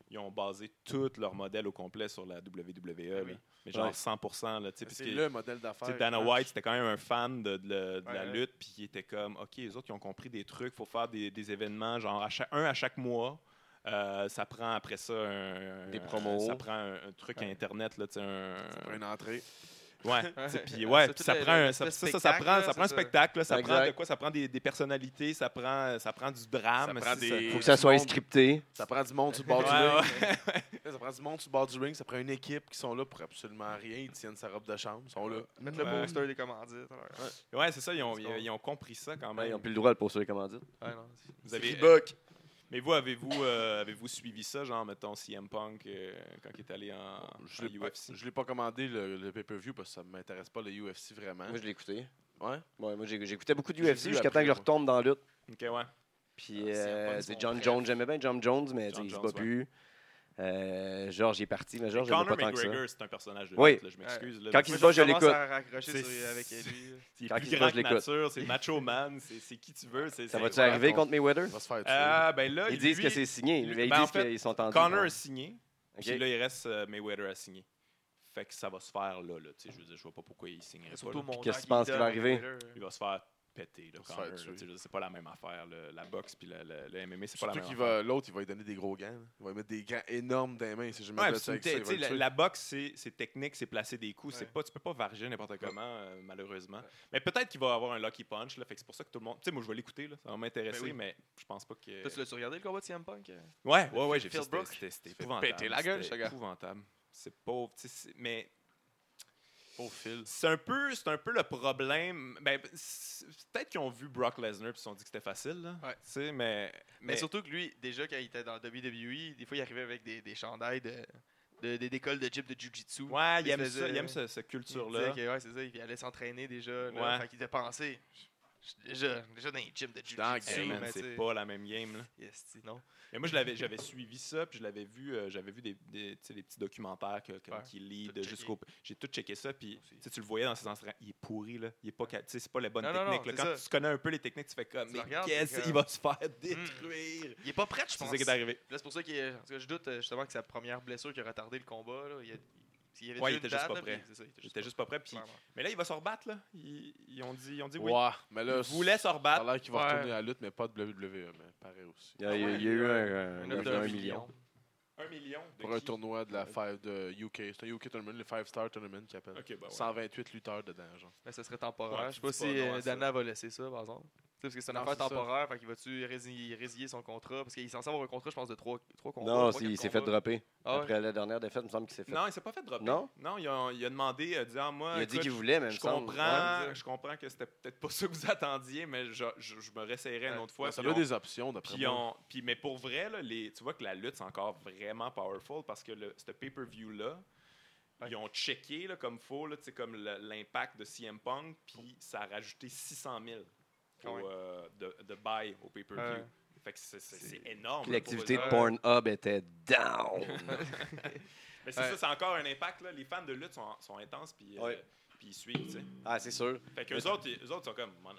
[SPEAKER 3] ils ont basé tout leur modèle au complet sur la WWE.
[SPEAKER 2] oui.
[SPEAKER 3] là. Mais genre
[SPEAKER 1] Ouais.
[SPEAKER 3] 100 là, tu sais, parce
[SPEAKER 4] C'est
[SPEAKER 3] que-
[SPEAKER 4] le modèle
[SPEAKER 3] tu
[SPEAKER 4] d'affaires.
[SPEAKER 3] sais, Dana
[SPEAKER 4] qui
[SPEAKER 3] White, c'était quand même un fan de, de la- de la
[SPEAKER 2] Ouais, ouais.
[SPEAKER 3] lutte, puis il était comme, OK, les autres, ils ont compris des trucs, faut faire des, des événements, genre à chaque- un à chaque mois. Euh, ça prend après ça un,
[SPEAKER 1] Des
[SPEAKER 3] un-
[SPEAKER 1] promos.
[SPEAKER 3] ça prend un, un truc à internet là, tu sais, un,
[SPEAKER 4] marche. Une entrée.
[SPEAKER 3] Ouais,
[SPEAKER 2] Ouais.
[SPEAKER 3] tu sais, puis
[SPEAKER 2] Euh,
[SPEAKER 3] ouais,
[SPEAKER 2] c'est
[SPEAKER 3] puis
[SPEAKER 2] tout
[SPEAKER 3] ça
[SPEAKER 2] le-
[SPEAKER 3] prend un-
[SPEAKER 2] le
[SPEAKER 3] ça, ça, ça,
[SPEAKER 2] spectacle,
[SPEAKER 3] prend
[SPEAKER 2] là,
[SPEAKER 3] ça
[SPEAKER 2] c'est
[SPEAKER 3] prend un
[SPEAKER 2] ça.
[SPEAKER 3] spectacle, là, ça prend
[SPEAKER 1] Exact.
[SPEAKER 3] de quoi ça prend des, des personnalités, ça prend ça prend du drame,
[SPEAKER 4] Ça prend
[SPEAKER 3] si
[SPEAKER 4] des-
[SPEAKER 1] Faut que ça soit scripté.
[SPEAKER 4] Ça prend du monde sur le bord du
[SPEAKER 3] Ouais,
[SPEAKER 4] ring.
[SPEAKER 3] ouais.
[SPEAKER 4] Ça prend du monde sur le bord du ring. Ça prend une équipe qui sont là pour absolument rien. Ils tiennent sa robe de chambre. Ils sont là.
[SPEAKER 2] Mettre le
[SPEAKER 3] Ouais.
[SPEAKER 2] poster des commandites. alors.
[SPEAKER 3] Ouais, c'est ça, ils ont,
[SPEAKER 2] C'est
[SPEAKER 3] ils,
[SPEAKER 2] bon.
[SPEAKER 3] ils ont compris ça quand
[SPEAKER 1] Ouais,
[SPEAKER 3] même.
[SPEAKER 1] ils n'ont plus le droit de poursuivre comment dire.
[SPEAKER 2] Ouais, non, c'est-
[SPEAKER 3] Vous avez-
[SPEAKER 4] euh,
[SPEAKER 3] mais vous, avez-vous euh, avez-vous suivi ça, genre, mettons, CM Punk euh, quand il est allé en,
[SPEAKER 4] Je
[SPEAKER 3] en
[SPEAKER 4] l'ai pas-
[SPEAKER 3] UFC?
[SPEAKER 4] je l'ai pas commandé le, le pay-per-view parce que ça m'intéresse pas le UFC
[SPEAKER 3] Hein?
[SPEAKER 4] vraiment.
[SPEAKER 1] Moi, je l'ai écouté.
[SPEAKER 4] Ouais.
[SPEAKER 1] Ouais, moi, j'ai- j'écoutais beaucoup de
[SPEAKER 4] J'ai
[SPEAKER 1] UFC
[SPEAKER 4] vu
[SPEAKER 1] jusqu'à temps
[SPEAKER 4] après,
[SPEAKER 1] que je
[SPEAKER 4] moi.
[SPEAKER 1] retombe dans la lutte.
[SPEAKER 3] Ok, ouais.
[SPEAKER 1] Puis,
[SPEAKER 2] Ah, c'est
[SPEAKER 1] euh,
[SPEAKER 2] un bon
[SPEAKER 1] c'est
[SPEAKER 2] son
[SPEAKER 1] John
[SPEAKER 2] bref.
[SPEAKER 1] Jones. J'aimais bien John Jones, mais tu sais,
[SPEAKER 3] John
[SPEAKER 1] il se
[SPEAKER 3] Jones,
[SPEAKER 1] bat
[SPEAKER 3] ouais.
[SPEAKER 1] plus. Euh, George, il est parti, mais George, j'aimais
[SPEAKER 3] Conor
[SPEAKER 1] pas tant que ça.
[SPEAKER 3] McGregor, c'est un personnage de
[SPEAKER 1] Oui.
[SPEAKER 3] lutte, là, je m'excuse. là.
[SPEAKER 1] Quand il
[SPEAKER 2] Moi,
[SPEAKER 1] se bat, je
[SPEAKER 2] commence
[SPEAKER 1] l'écoute.
[SPEAKER 2] à raccrocher
[SPEAKER 3] C'est-
[SPEAKER 2] sur- avec lui.
[SPEAKER 3] C'est
[SPEAKER 1] quand
[SPEAKER 3] plus
[SPEAKER 1] il se bat,
[SPEAKER 3] grand
[SPEAKER 1] je
[SPEAKER 3] que
[SPEAKER 1] l'écoute.
[SPEAKER 3] nature, c'est Macho Man, c'est c'est qui tu veux. c'est-
[SPEAKER 1] Ça
[SPEAKER 3] c'est-
[SPEAKER 1] va-tu
[SPEAKER 3] ouais.
[SPEAKER 1] arriver
[SPEAKER 4] qu'on-
[SPEAKER 1] contre Mayweather?
[SPEAKER 4] On va se faire tuer.
[SPEAKER 3] Ah, ben là,
[SPEAKER 1] Ils disent
[SPEAKER 3] lui-
[SPEAKER 1] que c'est signé.
[SPEAKER 3] lui-
[SPEAKER 1] Ils
[SPEAKER 3] ben, en
[SPEAKER 1] disent
[SPEAKER 3] fait,
[SPEAKER 1] qu'ils sont en
[SPEAKER 3] Connor a signé,
[SPEAKER 1] Ok.
[SPEAKER 3] puis là, il reste euh, Mayweather à signer. Fait que ça va se faire là, là. tu sais, Je veux dire, je vois pas pourquoi il signerait pas. là.
[SPEAKER 1] qu'est-ce que tu penses qui va arriver?
[SPEAKER 3] Il va se faire péter, là,
[SPEAKER 4] va se
[SPEAKER 3] Connor.
[SPEAKER 4] faire
[SPEAKER 3] là, tu
[SPEAKER 4] tuer.
[SPEAKER 3] sais, je veux dire, C'est pas la même affaire, le- la boxe puis le- le le MMA, c'est pas la
[SPEAKER 4] Surtout
[SPEAKER 3] même
[SPEAKER 4] qu'il
[SPEAKER 3] affaire.
[SPEAKER 4] va, l'autre, il va lui donner des gros gants. là. Il va lui mettre des gants énormes dans les mains. C'est jamais
[SPEAKER 3] Ouais,
[SPEAKER 4] fait
[SPEAKER 3] puis c'est
[SPEAKER 4] ça
[SPEAKER 3] une
[SPEAKER 4] avec ça,
[SPEAKER 3] te-
[SPEAKER 4] il va
[SPEAKER 3] tu sais,
[SPEAKER 4] le
[SPEAKER 3] la,
[SPEAKER 4] tuer.
[SPEAKER 3] la boxe, c'est, c'est technique, c'est placer des coups. C'est
[SPEAKER 2] Ouais.
[SPEAKER 3] pas, tu peux pas varger n'importe comment, euh, malheureusement.
[SPEAKER 2] Ouais.
[SPEAKER 3] Mais peut-être qu'il va avoir un lucky punch. Là, fait que c'est pour ça que tout le monde. Tu sais, moi, je vais l'écouter. Là, ça va m'intéresser,
[SPEAKER 2] Ben oui.
[SPEAKER 3] mais je pense pas que.
[SPEAKER 2] Tu l'as regardé le combat de CM Punk euh?
[SPEAKER 3] Ouais, ouais, ouais, j'ai
[SPEAKER 2] Phil
[SPEAKER 3] fait c'était-
[SPEAKER 2] Brooks?
[SPEAKER 3] C'était, c'était
[SPEAKER 4] fait
[SPEAKER 3] épouvantable.
[SPEAKER 4] péter la gueule,
[SPEAKER 3] C'était
[SPEAKER 4] ce gars.
[SPEAKER 3] épouvantable. C'est pauvre. tu sais, c'est- mais
[SPEAKER 4] Pauvre Phil.
[SPEAKER 3] c'est un peu, c'est un peu le problème. Ben, c'est- peut-être qu'ils ont vu Brock Lesnar et ils se sont dit que c'était facile. Là,
[SPEAKER 2] Ouais.
[SPEAKER 3] Tu sais, mais,
[SPEAKER 2] Mais, surtout que lui, déjà quand il était dans le WWE, des fois il arrivait avec des, des chandails de, de, des écoles de gym de Jiu-Jitsu.
[SPEAKER 3] Ouais, il
[SPEAKER 2] il
[SPEAKER 3] aime
[SPEAKER 2] faisait-
[SPEAKER 3] ça, il aime ce, ce
[SPEAKER 2] Il
[SPEAKER 3] culture-là.
[SPEAKER 2] disait que, ouais, c'est ça, il allait s'entraîner déjà. Là,
[SPEAKER 3] Ouais.
[SPEAKER 2] Fait qu'il était pensé. je suis Déjà, déjà dans les gyms de
[SPEAKER 4] dans le
[SPEAKER 2] Jiu-Jitsu.
[SPEAKER 3] Hey,
[SPEAKER 4] Sous,
[SPEAKER 3] man,
[SPEAKER 2] mais tu
[SPEAKER 3] c'est
[SPEAKER 2] sais,
[SPEAKER 3] pas la même game. Là.
[SPEAKER 2] yes, tu sais, non.
[SPEAKER 3] Mais moi, je l'avais, j'avais suivi ça, puis je l'avais vu, euh, j'avais vu des, des, tu sais, des petits documentaires que, comme,
[SPEAKER 2] Ouais,
[SPEAKER 3] qui lead
[SPEAKER 2] checké.
[SPEAKER 3] jusqu'au. J'ai tout checké ça, puis
[SPEAKER 2] Aussi.
[SPEAKER 3] tu sais, tu le voyais dans ses entraînements. Il est pourri, là. Il est pas, ca- tu sais, c'est pas les bonnes
[SPEAKER 2] Non, non, non,
[SPEAKER 3] techniques. là.
[SPEAKER 2] c'est
[SPEAKER 3] Quand
[SPEAKER 2] ça.
[SPEAKER 3] tu connais un peu les techniques, tu fais comme,
[SPEAKER 2] Tu
[SPEAKER 3] mais
[SPEAKER 2] le regardes,
[SPEAKER 3] qu'est-ce
[SPEAKER 2] c'est
[SPEAKER 3] qu'il
[SPEAKER 2] comme-
[SPEAKER 3] va se faire détruire?
[SPEAKER 2] Il est pas prêt, je
[SPEAKER 3] C'est
[SPEAKER 2] pense.
[SPEAKER 3] ça qui est arrivé.
[SPEAKER 2] Là, c'est pour ça qu'il est- en tout cas, je doute euh, justement que sa première blessure qui a retardé le combat. Là, il, y a- il y avait
[SPEAKER 3] Ouais,
[SPEAKER 2] déjà
[SPEAKER 3] il était
[SPEAKER 2] une
[SPEAKER 3] juste
[SPEAKER 2] date,
[SPEAKER 3] pas
[SPEAKER 2] là,
[SPEAKER 3] prêt.
[SPEAKER 2] puis c'est ça,
[SPEAKER 3] Il était juste pas prêt, puis.
[SPEAKER 2] pas prêt.
[SPEAKER 3] Mais là, il va se rebattre, là. Ils, ils ont dit, ils ont dit oui.
[SPEAKER 4] Ouais, mais là,
[SPEAKER 3] Ils voulaient se
[SPEAKER 4] ça a
[SPEAKER 3] rebattre.
[SPEAKER 4] l'air qu'il va
[SPEAKER 2] Ouais.
[SPEAKER 4] retourner à la lutte, mais pas de WWE, mais pareil aussi.
[SPEAKER 1] Il y a, il y a- il y a eu un, un,
[SPEAKER 2] offre
[SPEAKER 1] un
[SPEAKER 2] d'un
[SPEAKER 1] million.
[SPEAKER 3] Un million. De
[SPEAKER 4] Pour un
[SPEAKER 3] qui?
[SPEAKER 4] tournoi de la five de UK. C'est un UK tournament, le Five Star Tournament qui appelle.
[SPEAKER 3] Ok, bah ouais.
[SPEAKER 4] 128 lutteurs dedans, genre.
[SPEAKER 2] Mais ça serait temporaire.
[SPEAKER 3] Ouais,
[SPEAKER 2] je sais pas
[SPEAKER 3] tu dis
[SPEAKER 2] si
[SPEAKER 3] pas non à
[SPEAKER 2] euh,
[SPEAKER 3] ça.
[SPEAKER 2] Dana va laisser ça, par exemple. Tu sais, parce que c'est une
[SPEAKER 4] Non,
[SPEAKER 2] affaire
[SPEAKER 4] c'est ça.
[SPEAKER 2] temporaire, fait qu'il va-tu rési- résilier son contrat Parce qu'il est censé avoir un contrat, je pense, de 3, trois combats.
[SPEAKER 1] Non,
[SPEAKER 2] trois,
[SPEAKER 1] c'est- il
[SPEAKER 2] quatre
[SPEAKER 1] s'est fait
[SPEAKER 2] combats.
[SPEAKER 1] dropper.
[SPEAKER 2] Ah ouais?
[SPEAKER 1] Après la dernière défaite, il me semble qu'il s'est fait.
[SPEAKER 3] Non, il s'est pas fait dropper.
[SPEAKER 1] Non?
[SPEAKER 3] Non, il a, il a demandé, euh, disant, moi.
[SPEAKER 1] il a dit
[SPEAKER 3] écoute,
[SPEAKER 1] qu'il voulait, mais il me
[SPEAKER 3] Je
[SPEAKER 1] semble-
[SPEAKER 3] comprends,
[SPEAKER 2] Ouais.
[SPEAKER 3] je comprends que c'était peut-être pas ça que vous attendiez, mais je, je- je me réessayerai une
[SPEAKER 2] Ouais.
[SPEAKER 3] autre fois.
[SPEAKER 4] ça
[SPEAKER 3] Puis
[SPEAKER 4] a
[SPEAKER 3] on-
[SPEAKER 4] des options, d'après
[SPEAKER 3] puis
[SPEAKER 4] moi.
[SPEAKER 3] on- puis- mais pour vrai, là, les, tu vois que la lutte, c'est encore vraiment powerful parce que le, ce pay-per-view-là,
[SPEAKER 2] Ouais.
[SPEAKER 3] ils ont checké là, comme faux, là, tu sais, comme le- l'impact de CM Punk, puis ça a rajouté 600 000 au,
[SPEAKER 2] Ah ouais.
[SPEAKER 3] euh, de, de buy au pay-per-view.
[SPEAKER 2] Ouais.
[SPEAKER 3] Fait que c'est- c'est c'est énorme. là, pour
[SPEAKER 1] L'activité
[SPEAKER 3] eux
[SPEAKER 1] de
[SPEAKER 3] autres.
[SPEAKER 1] Pornhub était down.
[SPEAKER 3] Mais c'est
[SPEAKER 2] Ouais.
[SPEAKER 3] ça, c'est encore un impact. Là. Les fans de lutte sont, sont intenses, puis euh,
[SPEAKER 1] Ouais.
[SPEAKER 3] puis ils suivent. tu sais.
[SPEAKER 1] ah, c'est sûr.
[SPEAKER 3] Fait qu'eux autres, ils- eux autres sont comme, on a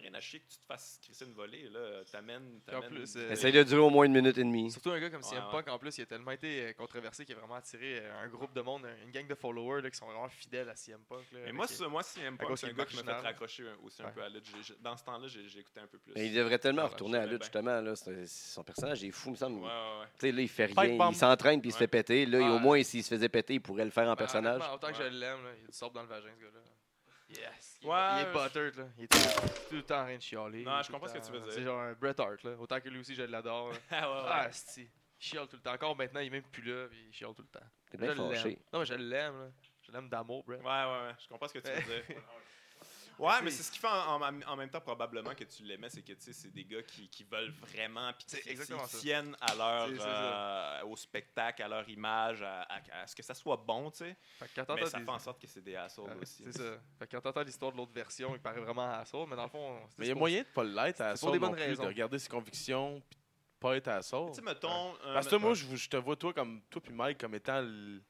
[SPEAKER 3] rien à chier que tu te fasses crisser une volée. Là. T'amènes.
[SPEAKER 2] Puis en
[SPEAKER 3] t'amènes-
[SPEAKER 2] plus, euh,
[SPEAKER 1] Essaye de durer au moins une minute et demie.
[SPEAKER 2] Surtout un gars comme CM
[SPEAKER 3] Ouais,
[SPEAKER 2] Punk, en plus, il a tellement été euh, controversé qu'il a vraiment attiré euh, un groupe de monde, un- une gang de followers là, qui sont vraiment fidèles à CM Punk. là,
[SPEAKER 3] Mais
[SPEAKER 2] avec,
[SPEAKER 3] moi,
[SPEAKER 2] euh,
[SPEAKER 3] c'est- moi, CM Punk,
[SPEAKER 2] cause
[SPEAKER 3] c'est un
[SPEAKER 2] qu'il
[SPEAKER 3] gars qui m'a fait
[SPEAKER 2] marginal.
[SPEAKER 3] raccrocher un- aussi un
[SPEAKER 2] Ouais.
[SPEAKER 3] peu à la lutte. J'ai- j'ai- Dans ce temps-là, j'ai j'ai écouté un peu plus.
[SPEAKER 1] Mais il devrait tellement
[SPEAKER 3] Ouais,
[SPEAKER 1] retourner à la lutte,
[SPEAKER 3] je sais
[SPEAKER 1] justement. Là. C'est- Son personnage est fou, me semble.
[SPEAKER 3] Ouais, ouais, ouais.
[SPEAKER 1] Tu sais, là, il fait
[SPEAKER 4] Pipe
[SPEAKER 1] rien.
[SPEAKER 4] bomb.
[SPEAKER 1] Il s'entraîne puis il se
[SPEAKER 3] Ouais.
[SPEAKER 1] fait péter. Là,
[SPEAKER 2] Ah,
[SPEAKER 1] au moins, s'il se faisait péter, il pourrait le faire en
[SPEAKER 2] ben,
[SPEAKER 1] personnage.
[SPEAKER 2] honnêtement, autant que je
[SPEAKER 3] Ouais.
[SPEAKER 2] l'aime, là, il a du sable dans le vagin, ce gars-là. Yes! Il, est-
[SPEAKER 3] Ouais,
[SPEAKER 2] il est
[SPEAKER 3] je-
[SPEAKER 2] buttered, là. Il est tout, tout le temps en train de chialer.
[SPEAKER 3] Non, je
[SPEAKER 2] tout le
[SPEAKER 3] comprends ce que
[SPEAKER 2] temps.
[SPEAKER 3] tu veux dire.
[SPEAKER 2] C'est genre un Bret Hart, là. Autant que lui aussi, je l'adore. là.
[SPEAKER 3] Ah, ouais, ouais.
[SPEAKER 2] Ah, si. Il chiale tout le temps. Encore maintenant, il est même plus là, puis il chiale tout le temps.
[SPEAKER 1] T'es
[SPEAKER 2] Je
[SPEAKER 1] bien
[SPEAKER 2] l'aime.
[SPEAKER 1] fâché.
[SPEAKER 2] Non, mais je l'aime, là. Je l'aime d'amour, Bret.
[SPEAKER 3] Ouais, ouais, ouais, je comprends ce que tu veux dire.
[SPEAKER 2] Ouais,
[SPEAKER 3] Ouais, mais
[SPEAKER 2] c'est-
[SPEAKER 3] c'est ce qui fait en, en- en même temps probablement que tu l'aimais, c'est que tu sais, c'est des gars qui, qui veulent vraiment, puis
[SPEAKER 2] C'est
[SPEAKER 3] qui- qui
[SPEAKER 2] exactement ça.
[SPEAKER 3] tiennent à leur,
[SPEAKER 2] C'est- c'est ça.
[SPEAKER 3] euh, au spectacle, à leur image, à, à- à ce que ça soit bon, tu sais.
[SPEAKER 2] Fait que quand
[SPEAKER 3] Mais
[SPEAKER 2] t'entends
[SPEAKER 3] ça
[SPEAKER 2] des-
[SPEAKER 3] fait en sorte que c'est des assholes
[SPEAKER 2] Ah,
[SPEAKER 3] aussi.
[SPEAKER 2] C'est ça. Fait que quand t'entends l'histoire de l'autre version, il paraît vraiment à ça, mais dans le fond, c'est
[SPEAKER 4] Mais il y a
[SPEAKER 2] pour-
[SPEAKER 4] moyen de pas l'être à
[SPEAKER 2] c'est
[SPEAKER 4] ça.
[SPEAKER 2] pour des
[SPEAKER 4] non
[SPEAKER 2] bonnes
[SPEAKER 4] plus,
[SPEAKER 2] raisons.
[SPEAKER 4] De regarder ses convictions, puis de pas être à ça.
[SPEAKER 3] Tu sais, mettons. euh,
[SPEAKER 4] Parce que moi,
[SPEAKER 3] mettons-
[SPEAKER 4] je, vous- je te vois, toi, comme toi puis Mike, comme étant l-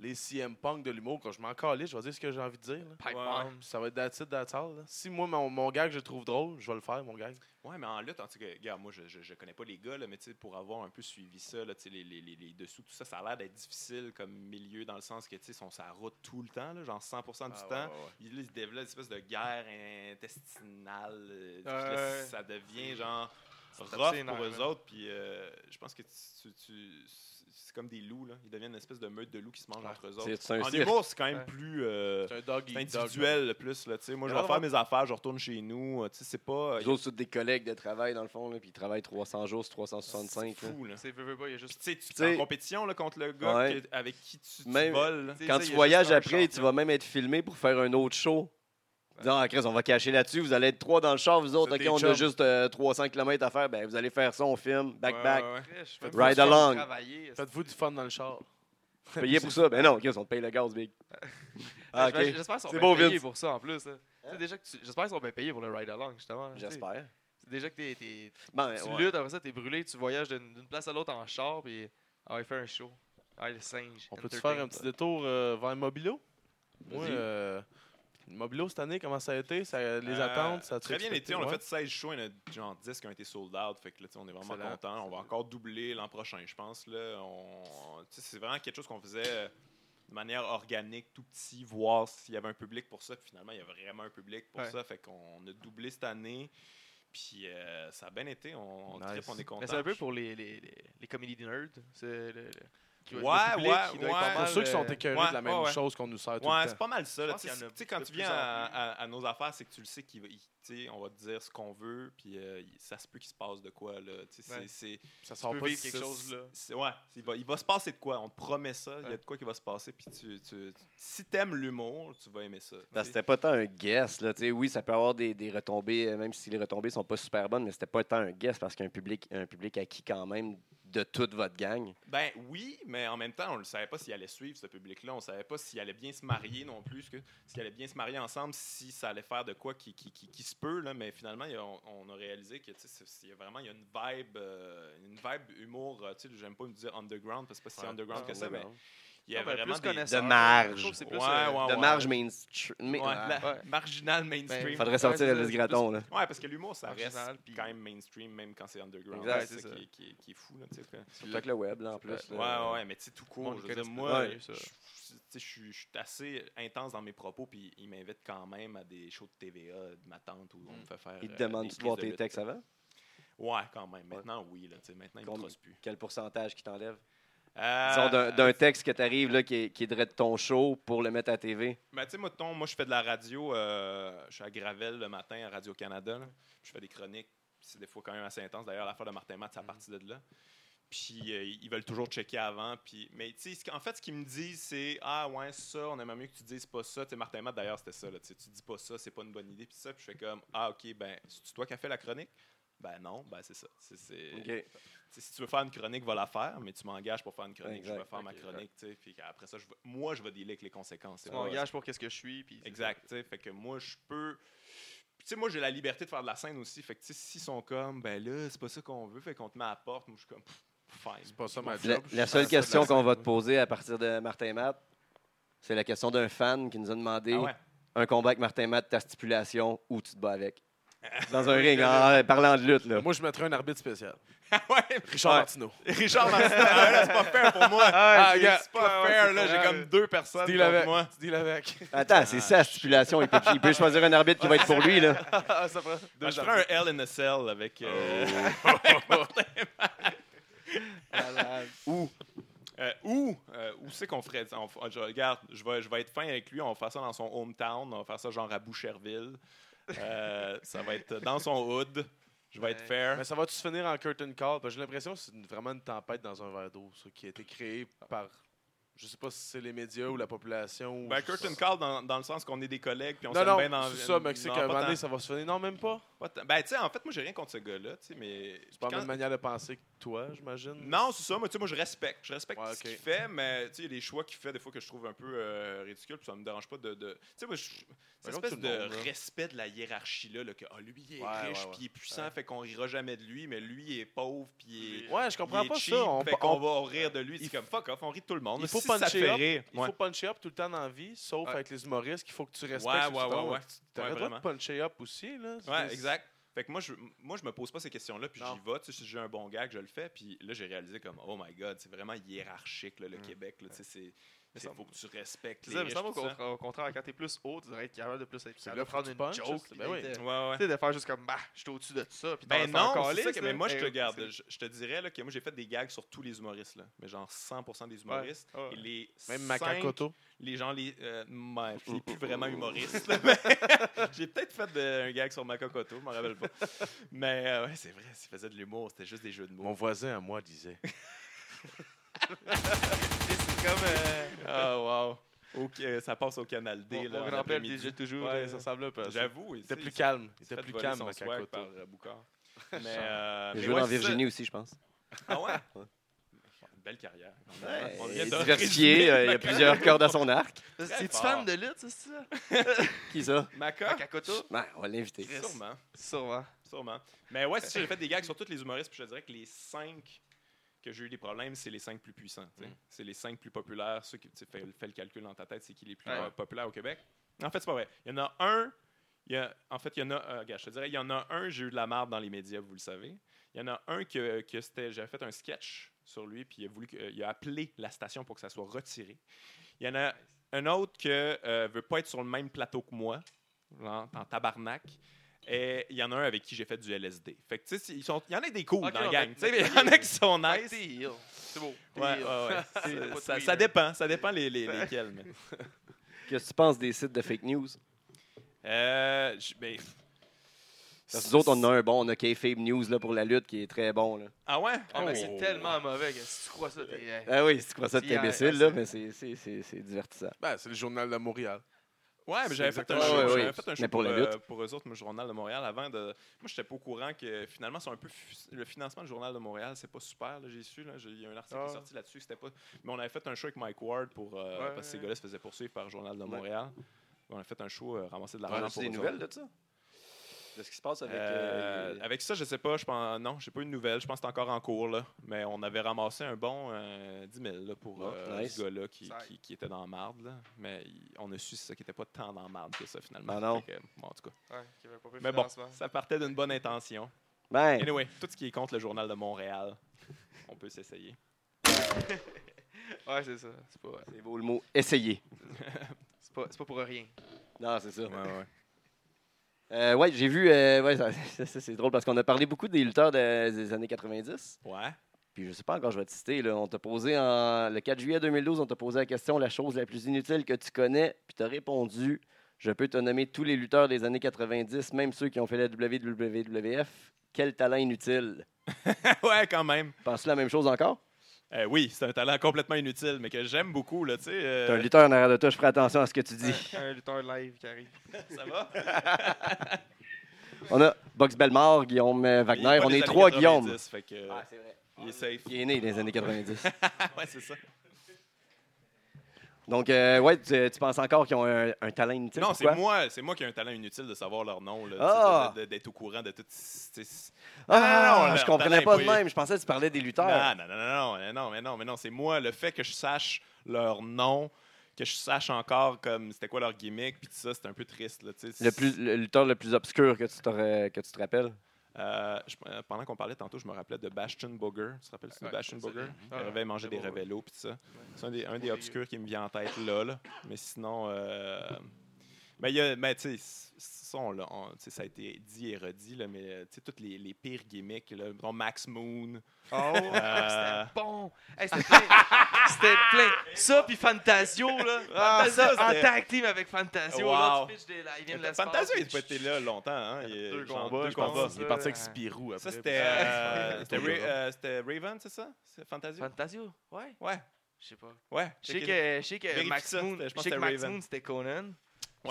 [SPEAKER 4] les CM Punk de l'humour. Quand je m'en calais, je vais dire ce que j'ai envie de dire. là.
[SPEAKER 2] Pipe
[SPEAKER 3] Ouais,
[SPEAKER 2] bomb.
[SPEAKER 4] Ça va être that's it, that's all, là. Si moi, mon, mon gag, je le trouve drôle, je vais le faire, mon gag.
[SPEAKER 3] Ouais, mais en lutte, en tout cas, regarde, moi, je, je, je connais pas les gars, là, mais tu sais, pour avoir un peu suivi ça, là, tu sais, les, les, les, les dessous, tout ça, ça a l'air d'être difficile comme milieu dans le sens que, tu sais, ils sont sur la route tout le temps, là, genre 100%
[SPEAKER 2] Ah,
[SPEAKER 3] du temps. Il, là, il se développe une espèce de guerre intestinale. euh, puis là,
[SPEAKER 2] Ouais.
[SPEAKER 3] ça devient genre
[SPEAKER 2] tape
[SPEAKER 3] rough
[SPEAKER 2] ses nerfs,
[SPEAKER 3] pour eux
[SPEAKER 2] man.
[SPEAKER 3] autres. Puis euh, je pense que tu- tu- tu- c'est comme des loups. Là. Ils deviennent une espèce de meute de loups qui se mangent entre eux autres.
[SPEAKER 1] C'est un
[SPEAKER 3] En
[SPEAKER 1] cirque.
[SPEAKER 3] humour, c'est quand
[SPEAKER 2] Ouais.
[SPEAKER 3] même plus euh,
[SPEAKER 4] C'est un dog
[SPEAKER 3] c'est individuel le plus. Là, tu sais. Moi, je
[SPEAKER 4] Ah,
[SPEAKER 3] vais faire
[SPEAKER 4] ouais.
[SPEAKER 3] mes affaires, je retourne chez nous. euh, tu sais, C'est pas.
[SPEAKER 1] Les autres, c'est tous des collègues de travail, dans le fond, là, puis ils travaillent 300 jours sur
[SPEAKER 3] c'est
[SPEAKER 1] 365. là.
[SPEAKER 3] fou. Là.
[SPEAKER 2] C'est veux, veux pas, il y a
[SPEAKER 3] Puis,
[SPEAKER 2] juste.
[SPEAKER 3] tu sais, tu
[SPEAKER 1] hein. sais-
[SPEAKER 3] es en compétition là, contre le gars
[SPEAKER 1] Ouais.
[SPEAKER 3] que- avec qui tu, tu
[SPEAKER 1] Même-
[SPEAKER 3] voles. là.
[SPEAKER 2] tu sais,
[SPEAKER 1] Quand
[SPEAKER 2] ça, il y a
[SPEAKER 1] tu
[SPEAKER 2] juste
[SPEAKER 1] voyages
[SPEAKER 2] un
[SPEAKER 1] après, tu
[SPEAKER 2] champion.
[SPEAKER 1] vas même être filmé pour faire un autre show. Disant, ah, Chris, on va cacher là-dessus, vous allez être trois dans le char, vous autres,
[SPEAKER 3] C'est
[SPEAKER 1] ok,
[SPEAKER 3] des
[SPEAKER 1] on a
[SPEAKER 3] chums.
[SPEAKER 1] juste euh, 300 km à faire, ben vous allez faire ça, on filme, back,
[SPEAKER 3] Ouais,
[SPEAKER 1] back.
[SPEAKER 3] ouais, ouais.
[SPEAKER 2] Crèche,
[SPEAKER 1] Ride
[SPEAKER 2] même pas besoin de
[SPEAKER 1] along.
[SPEAKER 2] travailler, c'est-
[SPEAKER 4] Faites-vous du fun dans le char.
[SPEAKER 1] Payez pour ça, ben non, Chris, on te paye le gaz, big. Ah,
[SPEAKER 2] J'imagine-
[SPEAKER 1] ok,
[SPEAKER 2] J'espère qu'ils sont
[SPEAKER 1] C'est
[SPEAKER 2] bien
[SPEAKER 1] bon,
[SPEAKER 2] payés
[SPEAKER 1] Vince.
[SPEAKER 2] pour ça en plus. hein. Tu sais, déjà que tu- J'espère qu'ils sont bien payés pour le ride along, justement. tu sais.
[SPEAKER 1] j'espère.
[SPEAKER 2] C'est Déjà que t'es- t'es-
[SPEAKER 1] Ben, ouais.
[SPEAKER 2] tu luttes, après ça, t'es brûlé, tu voyages d'une d'une place à l'autre en char, puis. Ah, il fait un show. Ah, le singe.
[SPEAKER 4] On peut-tu
[SPEAKER 2] entertain.
[SPEAKER 4] faire un petit détour euh, vers Mobilo? Moi,
[SPEAKER 1] Vas-y.
[SPEAKER 4] euh, Mobilo, cette année, comment ça a été? Ça- les
[SPEAKER 3] Euh,
[SPEAKER 4] attentes? Ça a-tu
[SPEAKER 3] Très bien
[SPEAKER 4] expecté?
[SPEAKER 3] été. On a
[SPEAKER 4] Ouais.
[SPEAKER 3] fait 16 shows. Il y en a genre 10 qui ont été sold out. Fait que là, tu sais, on est vraiment
[SPEAKER 4] Excellent.
[SPEAKER 3] content. On va encore doubler l'an prochain, je pense. Là, on... tu sais, C'est vraiment quelque chose qu'on faisait euh, de manière organique, tout petit, voir s'il y avait un public pour ça. Puis finalement, il y a vraiment un public pour
[SPEAKER 2] Ouais.
[SPEAKER 3] ça. Fait qu'on a doublé cette année. Puis euh, ça a bien été. On, on
[SPEAKER 4] Nice.
[SPEAKER 3] trippe, on est content.
[SPEAKER 2] Mais c'est un peu pour les, les, les, les comedy nerds. C'est le, le- qui- le
[SPEAKER 3] Ouais,
[SPEAKER 2] public
[SPEAKER 3] ouais,
[SPEAKER 2] qui doit être pas
[SPEAKER 3] ouais.
[SPEAKER 2] mal,
[SPEAKER 4] Pour ceux qui sont
[SPEAKER 2] euh,
[SPEAKER 4] écœurés
[SPEAKER 3] ouais,
[SPEAKER 4] de la même
[SPEAKER 3] ouais, ouais.
[SPEAKER 4] chose qu'on nous sert tout
[SPEAKER 3] Ouais,
[SPEAKER 4] le
[SPEAKER 3] c'est
[SPEAKER 4] temps.
[SPEAKER 3] pas mal ça.
[SPEAKER 2] Je
[SPEAKER 3] là.
[SPEAKER 2] pense
[SPEAKER 3] Tu
[SPEAKER 2] qu'il y en
[SPEAKER 3] sais,
[SPEAKER 2] a
[SPEAKER 3] tu sais, quand
[SPEAKER 2] de
[SPEAKER 3] tu
[SPEAKER 2] plus
[SPEAKER 3] viens
[SPEAKER 2] en
[SPEAKER 3] à,
[SPEAKER 2] plus.
[SPEAKER 3] à- à nos affaires, c'est que tu le sais qu'il va- il- tu sais, on va te dire ce qu'on veut, puis euh, il- ça se peut qu'il se passe de quoi. Là. Tu sais, c'est-
[SPEAKER 2] Ouais.
[SPEAKER 3] c'est-
[SPEAKER 4] Ça sort
[SPEAKER 2] peux
[SPEAKER 4] pas
[SPEAKER 2] vivre
[SPEAKER 4] d'ici.
[SPEAKER 2] quelque chose, là.
[SPEAKER 3] C'est- Ouais, il va, il va se passer de quoi. On te promet ça. Il y a
[SPEAKER 2] Ouais.
[SPEAKER 3] de quoi qui va se passer. Puis tu, tu- si t'aimes l'humour, tu vas aimer ça.
[SPEAKER 1] Parce que
[SPEAKER 3] tu sais.
[SPEAKER 1] c'était pas tant un guess. Là. Tu sais, Oui, ça peut avoir des, des retombées, euh, même si les retombées sont pas super bonnes, mais c'était pas tant un guess parce qu'il y a un public, un public acquis quand même de toute votre gang.
[SPEAKER 3] Ben oui, mais en même temps, on ne savait pas s'il allait suivre ce public-là. On ne savait pas s'il allait bien se marier non plus, que- s'il allait bien se marier ensemble, si ça allait faire de quoi qui, qui, qui- qui se peut. Là. Mais finalement, il y a- on, on a réalisé que tu sais, c'est- c'est vraiment il y a une vibe, euh, une vibe humour. euh, tu sais, J'aime pas me dire underground parce que c'est pas si
[SPEAKER 4] Ouais.
[SPEAKER 3] underground
[SPEAKER 2] Ah,
[SPEAKER 3] que ça,
[SPEAKER 1] ben,
[SPEAKER 3] mais il y a
[SPEAKER 2] non, mais
[SPEAKER 3] vraiment
[SPEAKER 2] plus
[SPEAKER 3] des,
[SPEAKER 2] connaisseurs,
[SPEAKER 1] de marge.
[SPEAKER 2] je trouve que c'est plus,
[SPEAKER 3] Ouais,
[SPEAKER 2] euh,
[SPEAKER 3] Ah, ouais,
[SPEAKER 1] de
[SPEAKER 3] ouais.
[SPEAKER 1] marge mainstream. mais-
[SPEAKER 3] ouais,
[SPEAKER 1] Ah.
[SPEAKER 3] la-
[SPEAKER 2] Ouais.
[SPEAKER 3] marginal
[SPEAKER 2] Ben,
[SPEAKER 3] mainstream.
[SPEAKER 1] Faudrait sortir
[SPEAKER 2] Ouais, c'est
[SPEAKER 1] Elvis
[SPEAKER 2] ça,
[SPEAKER 1] Graton. Là.
[SPEAKER 3] Ouais, parce que l'humour, ça reste
[SPEAKER 2] Marginal, puis-
[SPEAKER 3] quand même mainstream, même quand c'est underground.
[SPEAKER 1] Exact,
[SPEAKER 3] Ouais, c'est
[SPEAKER 2] c'est
[SPEAKER 3] ça
[SPEAKER 2] ça.
[SPEAKER 3] qui, est- qui est- qui est fou, là, tu sais. quoi.
[SPEAKER 1] Surtout avec le web, là, en plus.
[SPEAKER 3] Ouais,
[SPEAKER 1] là.
[SPEAKER 3] ouais, ouais, mais tu sais, tout court,
[SPEAKER 2] Monde
[SPEAKER 3] je veux dire,
[SPEAKER 2] connaît
[SPEAKER 3] moi,
[SPEAKER 2] pas,
[SPEAKER 3] je-
[SPEAKER 2] ça.
[SPEAKER 3] je tu sais, je suis je suis assez intense dans mes propos, puis ils m'invitent quand même à des shows de TVA de ma tante où on me fait faire.
[SPEAKER 1] Il te
[SPEAKER 3] euh,
[SPEAKER 1] demande
[SPEAKER 3] des
[SPEAKER 1] de voir
[SPEAKER 3] prises de
[SPEAKER 1] tes
[SPEAKER 3] lutte.
[SPEAKER 1] textes hein? avant.
[SPEAKER 3] Ouais, quand même. Maintenant, oui, là, tu sais, maintenant, ils me
[SPEAKER 1] Combien-
[SPEAKER 3] trossent plus.
[SPEAKER 1] Quel pourcentage qui t'enlève
[SPEAKER 3] Euh,
[SPEAKER 1] Disons d'un- d'un texte que t'arrives là, qui est, qui est direct de ton show pour le mettre à TV.
[SPEAKER 3] Mais Ben, tu sais, moi, ton- moi, je fais de la radio. euh, je suis à Gravel le matin à Radio-Canada. là. Je fais des chroniques. C'est des fois quand même assez intense. D'ailleurs, l'affaire de Martin Matt, c'est à partir de là. Puis euh, ils veulent toujours checker avant. Puis, mais tu sais, ce qu'- en fait, ce qu'ils me disent, c'est Ah, ouais, ça, on aimerait mieux que tu dises pas ça. Tu sais, Martin Matt, d'ailleurs, c'était ça. Là, tu sais, tu dis pas ça, c'est pas une bonne idée. Puis ça, puis je fais comme Ah, ok, ben, c'est toi qui as fait la chronique Ben non, ben c'est ça. C'est- c'est- tu sais, si tu veux faire une chronique, va la faire, mais tu m'engages pour faire une chronique. Je vais
[SPEAKER 1] Exact.
[SPEAKER 3] faire ma
[SPEAKER 2] Ok,
[SPEAKER 3] chronique. tu sais, Puis après ça, je vais- moi, je vais dealer avec les conséquences.
[SPEAKER 2] Tu
[SPEAKER 3] C'est pas-
[SPEAKER 2] m'engages pour qu'est-ce que je suis. Puis c'est
[SPEAKER 3] Exact. tu sais, Fait que moi, je peux. Puis, tu sais, moi, j'ai la liberté de faire de la scène aussi. Fait que, tu sais, s'ils sont comme, ben là, c'est pas ça qu'on veut, fait qu'on te met à la porte, moi, je suis comme, pff,
[SPEAKER 4] C'est
[SPEAKER 3] fine.
[SPEAKER 4] pas ça ma
[SPEAKER 1] La,
[SPEAKER 4] job.
[SPEAKER 1] la seule question qu'on va te poser à partir de Martin Matt, c'est la question d'un fan qui nous a demandé
[SPEAKER 3] Ah ouais.
[SPEAKER 1] un combat avec Martin Matt, ta stipulation, où tu te bats avec. Dans un ring, en parlant de lutte, là.
[SPEAKER 4] Moi, je mettrais un arbitre spécial.
[SPEAKER 3] Ah ouais,
[SPEAKER 4] Richard
[SPEAKER 1] Ouais.
[SPEAKER 4] Martineau.
[SPEAKER 3] Richard Martin, ah, là, c'est pas fair pour moi.
[SPEAKER 4] Ah,
[SPEAKER 3] c'est
[SPEAKER 4] gars.
[SPEAKER 3] c'est pas fair, là, j'ai
[SPEAKER 4] Euh,
[SPEAKER 3] comme deux personnes
[SPEAKER 4] Deal
[SPEAKER 3] contre
[SPEAKER 4] avec.
[SPEAKER 3] moi.
[SPEAKER 4] Tu dis avec.
[SPEAKER 1] Attends, c'est ça la stipulation. Il peut, il peut choisir un arbitre qui va être pour lui, là.
[SPEAKER 4] Ah, ça prend deux
[SPEAKER 3] Ah, je prends
[SPEAKER 4] arbitres.
[SPEAKER 3] un L in a cell avec... euh, Ou,
[SPEAKER 2] Oh.
[SPEAKER 3] euh, ou, euh, où c'est qu'on ferait ça? On f- je regarde, je vais, je vais être fin avec lui, on va faire ça dans son hometown, on va faire ça genre à Boucherville. Euh, ça va être dans son hood. Je vais être
[SPEAKER 2] Ouais.
[SPEAKER 3] fair.
[SPEAKER 4] Mais ça va-tu se finir en curtain call? Parce que J'ai l'impression que c'est une- vraiment une tempête dans un verre d'eau, ça, qui a été créée par, je sais pas si c'est les médias ou la population. ou
[SPEAKER 3] Ben,
[SPEAKER 4] je sais
[SPEAKER 3] curtain
[SPEAKER 4] pas.
[SPEAKER 3] call dans, dans le sens qu'on est des collègues puis on
[SPEAKER 4] Non,
[SPEAKER 3] s'aime bien
[SPEAKER 4] non,
[SPEAKER 3] dans
[SPEAKER 4] c'est ça, mais c'est
[SPEAKER 3] Mexique
[SPEAKER 4] qu'à un moment donné, ça va se finir. Non, même pas.
[SPEAKER 3] Ben, tu sais, en fait, moi, j'ai rien contre ce gars-là, tu sais, mais.
[SPEAKER 4] C'est pas la
[SPEAKER 3] quand-
[SPEAKER 4] même manière de penser que toi, j'imagine.
[SPEAKER 3] Non, c'est ça. Moi, tu sais, moi, je respecte. Je respecte
[SPEAKER 4] Ouais,
[SPEAKER 3] ce
[SPEAKER 4] ok.
[SPEAKER 3] qu'il fait, mais tu sais, il y a des choix qu'il fait des fois que je trouve un peu euh, ridicule, puis ça me dérange pas de. de- Tu sais, moi, je- cette
[SPEAKER 4] comme
[SPEAKER 3] espèce
[SPEAKER 4] tout le
[SPEAKER 3] de
[SPEAKER 4] monde, là.
[SPEAKER 3] respect de la hiérarchie là, là, que ah, lui il est
[SPEAKER 4] Ouais, ouais,
[SPEAKER 3] riche,
[SPEAKER 4] ouais.
[SPEAKER 3] puis il est puissant, fait qu'on rira jamais de lui, mais lui il est pauvre, puis il est.
[SPEAKER 4] Ouais, je comprends
[SPEAKER 3] il est
[SPEAKER 4] pas
[SPEAKER 3] cheap,
[SPEAKER 4] ça. On,
[SPEAKER 3] fait qu'on
[SPEAKER 4] on-
[SPEAKER 3] va rire de lui.
[SPEAKER 4] il
[SPEAKER 3] C'est comme fuck off, on rit de tout le monde.
[SPEAKER 4] il faut
[SPEAKER 3] si ça te
[SPEAKER 4] puncher
[SPEAKER 3] fait
[SPEAKER 4] up,
[SPEAKER 3] rire.
[SPEAKER 4] Il
[SPEAKER 3] ouais.
[SPEAKER 4] faut puncher up tout le temps dans la vie, sauf
[SPEAKER 3] Ouais.
[SPEAKER 4] avec les humoristes qu'il faut que tu respectes.
[SPEAKER 3] Ouais,
[SPEAKER 4] sur le
[SPEAKER 3] ouais,
[SPEAKER 4] temps.
[SPEAKER 3] ouais, ouais.
[SPEAKER 4] T'aurais le droit de
[SPEAKER 3] vraiment.
[SPEAKER 4] puncher up aussi, là. C'est-
[SPEAKER 3] Ouais, exact. Fait que moi, je, moi, je me pose pas ces questions-là, puis
[SPEAKER 4] Non.
[SPEAKER 3] j'y vais. Tu sais, si j'ai un bon gag, je le fais. Puis là, j'ai réalisé comme, oh my god, c'est vraiment hiérarchique, là, le
[SPEAKER 4] Mm.
[SPEAKER 3] Québec. Là, tu sais, c'est, c'est-
[SPEAKER 2] semble-
[SPEAKER 3] faut que tu respectes
[SPEAKER 2] C'est
[SPEAKER 3] les hein.
[SPEAKER 2] ça, mais
[SPEAKER 3] riches,
[SPEAKER 2] ça, au
[SPEAKER 3] tout ça.
[SPEAKER 2] contra- au contraire, quand t'es plus haut, tu devrais être capable de plus être capable de
[SPEAKER 4] là, faut que
[SPEAKER 2] prendre
[SPEAKER 4] tu
[SPEAKER 2] une
[SPEAKER 4] punches,
[SPEAKER 2] joke.
[SPEAKER 4] ben oui.
[SPEAKER 2] puis de-
[SPEAKER 3] Ouais, ouais.
[SPEAKER 2] Tu sais, de faire juste comme, bah, je suis au-dessus de ça. Puis
[SPEAKER 3] Ben
[SPEAKER 2] t'en restes
[SPEAKER 3] non,
[SPEAKER 2] encore
[SPEAKER 3] c'est ça
[SPEAKER 2] lisse,
[SPEAKER 3] que- mais
[SPEAKER 2] là.
[SPEAKER 3] moi, je te
[SPEAKER 2] Eh,
[SPEAKER 3] garde.
[SPEAKER 2] c'est-
[SPEAKER 3] Je, je te dirais là, que moi, j'ai fait des gags sur tous les humoristes, là, mais genre 100% des humoristes.
[SPEAKER 2] Ouais.
[SPEAKER 3] Et les
[SPEAKER 4] Même
[SPEAKER 3] cinq-
[SPEAKER 4] Makakoto.
[SPEAKER 3] les gens, les, euh, ouais, c'est plus vraiment humoriste. là, mais J'ai peut-être fait de- un gag sur Makakoto, je m'en rappelle pas. Mais euh, ouais, c'est vrai, s'il faisait de l'humour, c'était juste des jeux de mots.
[SPEAKER 4] Mon voisin à moi disait.
[SPEAKER 2] C'est comme. euh,
[SPEAKER 3] Ah, wow. Au- euh, ça passe au Canal D.
[SPEAKER 2] Mon
[SPEAKER 3] là,
[SPEAKER 2] mon
[SPEAKER 3] en
[SPEAKER 2] grand-père
[SPEAKER 3] après-midi.
[SPEAKER 2] disait toujours.
[SPEAKER 4] Ouais,
[SPEAKER 2] euh,
[SPEAKER 4] ça ressemble un peu à ça.
[SPEAKER 3] J'avoue, il
[SPEAKER 4] C'était
[SPEAKER 3] s'est-
[SPEAKER 4] plus
[SPEAKER 3] il s'est
[SPEAKER 4] calme.
[SPEAKER 3] fait
[SPEAKER 4] C'était plus
[SPEAKER 3] voler
[SPEAKER 4] calme,
[SPEAKER 3] son swag
[SPEAKER 4] Makakoto.
[SPEAKER 3] par euh, Boucard. Mais, euh,
[SPEAKER 1] Il
[SPEAKER 3] mais
[SPEAKER 1] joue
[SPEAKER 3] ouais,
[SPEAKER 1] en
[SPEAKER 3] c'est ça.
[SPEAKER 1] Virginie aussi, je pense.
[SPEAKER 3] Ah ouais?
[SPEAKER 1] Ouais.
[SPEAKER 3] Belle carrière. On vient-
[SPEAKER 1] Ouais,
[SPEAKER 3] on
[SPEAKER 1] il
[SPEAKER 3] vient
[SPEAKER 1] est
[SPEAKER 3] de
[SPEAKER 1] diversifié, euh, il y a plusieurs cordes à son arc.
[SPEAKER 2] C'est-tu
[SPEAKER 3] fort.
[SPEAKER 2] fan de lutte, c'est ça?
[SPEAKER 1] Qui ça?
[SPEAKER 3] Maca?
[SPEAKER 2] Kakakoto?
[SPEAKER 1] Ben, on va l'inviter.
[SPEAKER 3] Sûrement.
[SPEAKER 2] Sûrement.
[SPEAKER 3] Sûrement. Mais ouais, c'est ça, j'ai fait des gags sur tous les humoristes, puis je te dirais que les cinq que j'ai eu des problèmes, c'est les cinq plus puissants. tu sais. C'est les cinq plus populaires. Ceux qui, tu sais, fais, fais le calcul dans ta tête, c'est qui les plus
[SPEAKER 2] Ouais.
[SPEAKER 3] euh, populaires au Québec. En fait, c'est pas vrai. Il y en a un. il y a- en fait, il y en a. euh, regarde, je te dirais, il y en a un, j'ai eu de la marde dans les médias, vous le savez. Il y en a un que, que c'était. J'avais fait un sketch sur lui, puis il a, voulu que- il a appelé la station pour que ça soit retiré. Il y en a un autre que euh, veut pas être sur le même plateau que moi, genre, en tabarnak. Et il y en a un avec qui j'ai fait du LSD. Fait que, tu sais, ils sont- il y en a des cool
[SPEAKER 2] Ok,
[SPEAKER 3] dans la
[SPEAKER 2] on
[SPEAKER 3] gang.
[SPEAKER 2] a-
[SPEAKER 3] tu sais, mais Il y en a qui sont
[SPEAKER 2] Nice.
[SPEAKER 3] nice.
[SPEAKER 2] T'es heel. C'est beau. T'es
[SPEAKER 3] Ouais, ouais,
[SPEAKER 2] heel.
[SPEAKER 3] ouais.
[SPEAKER 2] C'est
[SPEAKER 3] Ça-
[SPEAKER 2] pas
[SPEAKER 3] ça,
[SPEAKER 2] tweeter.
[SPEAKER 3] ça dépend, ça dépend les, les- lesquels. mais.
[SPEAKER 1] Qu'est-ce que tu penses des sites de fake news?
[SPEAKER 3] Euh, j- ben,
[SPEAKER 1] Parce que nous autres, on en a un bon, on a K-Fab News là, pour la lutte qui est très bon. Là.
[SPEAKER 3] Ah ouais?
[SPEAKER 2] Ah, mais
[SPEAKER 3] Oh.
[SPEAKER 2] c'est tellement mauvais que si tu crois ça, t'es. eh,
[SPEAKER 1] Ah oui, si tu crois ça, t'es
[SPEAKER 2] Si,
[SPEAKER 1] imbécile,
[SPEAKER 2] ouais,
[SPEAKER 1] là,
[SPEAKER 2] ouais,
[SPEAKER 1] mais c'est- c'est c'est- c'est divertissant.
[SPEAKER 4] Ben, c'est le journal de Montréal.
[SPEAKER 3] Ouais, mais j'avais
[SPEAKER 4] C'est
[SPEAKER 3] fait un
[SPEAKER 1] exactement-
[SPEAKER 3] show,
[SPEAKER 1] Ouais, ouais,
[SPEAKER 3] j'avais
[SPEAKER 1] ouais.
[SPEAKER 3] fait un
[SPEAKER 1] Mais
[SPEAKER 3] show
[SPEAKER 1] pour
[SPEAKER 3] pour,
[SPEAKER 1] la
[SPEAKER 3] euh,
[SPEAKER 1] lutte.
[SPEAKER 3] pour eux autres, le Journal de Montréal, avant de... Moi, j'étais pas au courant que finalement, c'est un peu... fu- Le financement du Journal de Montréal, c'est pas super, là, j'ai su, là. J'ai- Il y a un article qui
[SPEAKER 2] Ah.
[SPEAKER 3] est sorti là-dessus, c'était pas... Mais on avait fait un show avec Mike Ward pour... euh,
[SPEAKER 2] Ouais.
[SPEAKER 3] Parce que ces gars-là se faisaient poursuivre par le Journal de
[SPEAKER 1] Ouais.
[SPEAKER 3] Montréal. On a fait un show, euh, ramasser de
[SPEAKER 1] On
[SPEAKER 3] l'argent
[SPEAKER 1] a
[SPEAKER 3] pour
[SPEAKER 1] des
[SPEAKER 3] eux
[SPEAKER 1] nouvelles
[SPEAKER 3] autres.
[SPEAKER 1] de ça? De ce qui se passe avec.
[SPEAKER 3] Euh, Avec, ça, je sais pas. Je pense, non, j'ai pas eu de nouvelles. Je pense que c'est encore en cours. Là. Mais on avait ramassé un bon euh, 10 000 là, pour
[SPEAKER 1] Ouais,
[SPEAKER 3] euh,
[SPEAKER 1] Oh, nice.
[SPEAKER 3] ce gars-là qui,
[SPEAKER 2] Ça
[SPEAKER 3] qui- qui était dans la marde. là. Mais il- on a su c'est ça, qu'il était pas tant dans la marde que ça, finalement.
[SPEAKER 1] Ben non.
[SPEAKER 3] Fait que, bon, en tout cas.
[SPEAKER 2] Ouais, qu'il y avait pas peu de
[SPEAKER 3] Mais bon,
[SPEAKER 2] financement.
[SPEAKER 3] ça partait d'une bonne intention.
[SPEAKER 1] Ben,
[SPEAKER 3] Anyway, tout ce qui est contre le Journal de Montréal, on peut s'essayer.
[SPEAKER 2] Ouais, c'est ça. C'est pas,
[SPEAKER 1] c'est beau le mot essayer.
[SPEAKER 2] c'est pas, c'est pas pour rien.
[SPEAKER 1] Non, c'est ça.
[SPEAKER 3] Ouais, ouais.
[SPEAKER 1] Euh, ouais, j'ai vu. euh, ouais, ça, ça, ça, c'est drôle parce qu'on a parlé beaucoup des lutteurs de- des années 90.
[SPEAKER 3] Ouais.
[SPEAKER 1] Puis je sais pas encore, je vais te citer. Là, on t'a posé en, le 4 juillet 2012, on t'a posé la question la chose la plus inutile que tu connais. Puis t'as répondu Je peux te nommer tous les lutteurs des années 90, même ceux qui ont fait la WWF. Quel talent inutile
[SPEAKER 3] ouais, quand même.
[SPEAKER 1] Penses-tu la même chose encore
[SPEAKER 3] Euh, oui, c'est un talent complètement inutile, mais que j'aime beaucoup. Là, tu sais, euh,
[SPEAKER 1] T'es un lutteur en arrière de toi, je ferai attention à ce que tu dis.
[SPEAKER 2] Un, un lutteur live qui arrive.
[SPEAKER 3] ça va?
[SPEAKER 1] On a Box Belmar, Guillaume euh,
[SPEAKER 3] Euh. Il
[SPEAKER 1] Wagner.
[SPEAKER 3] pas
[SPEAKER 1] On
[SPEAKER 3] des
[SPEAKER 1] est
[SPEAKER 3] années
[SPEAKER 1] trois,
[SPEAKER 3] 90,
[SPEAKER 1] Guillaume.
[SPEAKER 3] fait que, euh,
[SPEAKER 1] c'est vrai.
[SPEAKER 3] il est safe.
[SPEAKER 1] Il est né dans les années 90.
[SPEAKER 3] ouais, c'est ça.
[SPEAKER 1] Donc, euh, ouais, tu, tu penses encore qu'ils ont un, un talent inutile?
[SPEAKER 3] Non,
[SPEAKER 1] pourquoi?
[SPEAKER 3] c'est moi, c'est moi qui ai un talent inutile de savoir leur nom, là, tu sais,
[SPEAKER 1] Ah!
[SPEAKER 3] de- de- d'être au courant de tout. c'est- c'est-
[SPEAKER 1] Ah,
[SPEAKER 3] Ah,
[SPEAKER 1] je
[SPEAKER 3] non, leur
[SPEAKER 1] comprenais
[SPEAKER 3] talent,
[SPEAKER 1] pas de
[SPEAKER 3] oui.
[SPEAKER 1] même. Je pensais que tu parlais des lutteurs.
[SPEAKER 3] Non, non, non, non, non, mais non, mais non, mais non, c'est moi. Le fait que je sache leur nom, que je sache encore comme c'était quoi leur gimmick, puis tout ça, c'est un peu triste. Là, tu sais.
[SPEAKER 1] Le, plus, le lutteur le plus obscur que tu, t'aurais- que tu te rappelles.
[SPEAKER 3] Euh, je- euh, pendant qu'on parlait tantôt, je me rappelais de Bastion Booger. Tu te rappelles de
[SPEAKER 2] Ouais,
[SPEAKER 3] Bastion
[SPEAKER 2] c'est ça.
[SPEAKER 3] Booger?
[SPEAKER 2] Ah,
[SPEAKER 3] il avait mangé
[SPEAKER 2] c'est
[SPEAKER 3] des
[SPEAKER 2] beau, ouais.
[SPEAKER 3] revélos puis tout ça. C'est un des, un des
[SPEAKER 2] dégueu.
[SPEAKER 3] obscurs qui me vient en tête là. là. Mais sinon, euh, ben, il y a- ben, tu sais, c- ça, on l'a- on- tu sais, ça a été dit et redit, là, mais euh, tu sais, toutes les, les pires gimmicks, là, mettons Max Moon.
[SPEAKER 2] Oh,
[SPEAKER 3] Euh,
[SPEAKER 2] Ah, C'était bon. Hey, c'était plein. C'était plein. Ça, puis Fantasio, là.
[SPEAKER 3] Ah,
[SPEAKER 2] Fantasio,
[SPEAKER 3] ça,
[SPEAKER 2] en
[SPEAKER 3] c'était-
[SPEAKER 2] tag team avec Fantasio. Là,
[SPEAKER 3] Wow.
[SPEAKER 2] tu pitches des- là, il vient de l'espace.
[SPEAKER 3] Fantasio, il n'a pas été là longtemps. Hein? Il y a
[SPEAKER 2] Deux
[SPEAKER 3] genre
[SPEAKER 2] combats,
[SPEAKER 3] deux
[SPEAKER 2] je pense.
[SPEAKER 3] combats.
[SPEAKER 4] Il est parti avec Spirou après.
[SPEAKER 3] Ça, c'était euh, c'était Ra- euh, c'était Raven, c'est ça? C'est Fantasio?
[SPEAKER 2] Fantasio, ouais.
[SPEAKER 3] Ouais,
[SPEAKER 2] Je sais pas.
[SPEAKER 3] ouais.
[SPEAKER 2] Je sais que, je sais que
[SPEAKER 3] Vérifie
[SPEAKER 2] Max
[SPEAKER 3] ça,
[SPEAKER 2] Moon,
[SPEAKER 3] c'était- je
[SPEAKER 2] je
[SPEAKER 3] pense
[SPEAKER 2] sais
[SPEAKER 3] que
[SPEAKER 2] que
[SPEAKER 3] c'était
[SPEAKER 2] Max
[SPEAKER 3] Raven.
[SPEAKER 2] Moon, c'était Conan.
[SPEAKER 3] Ouais,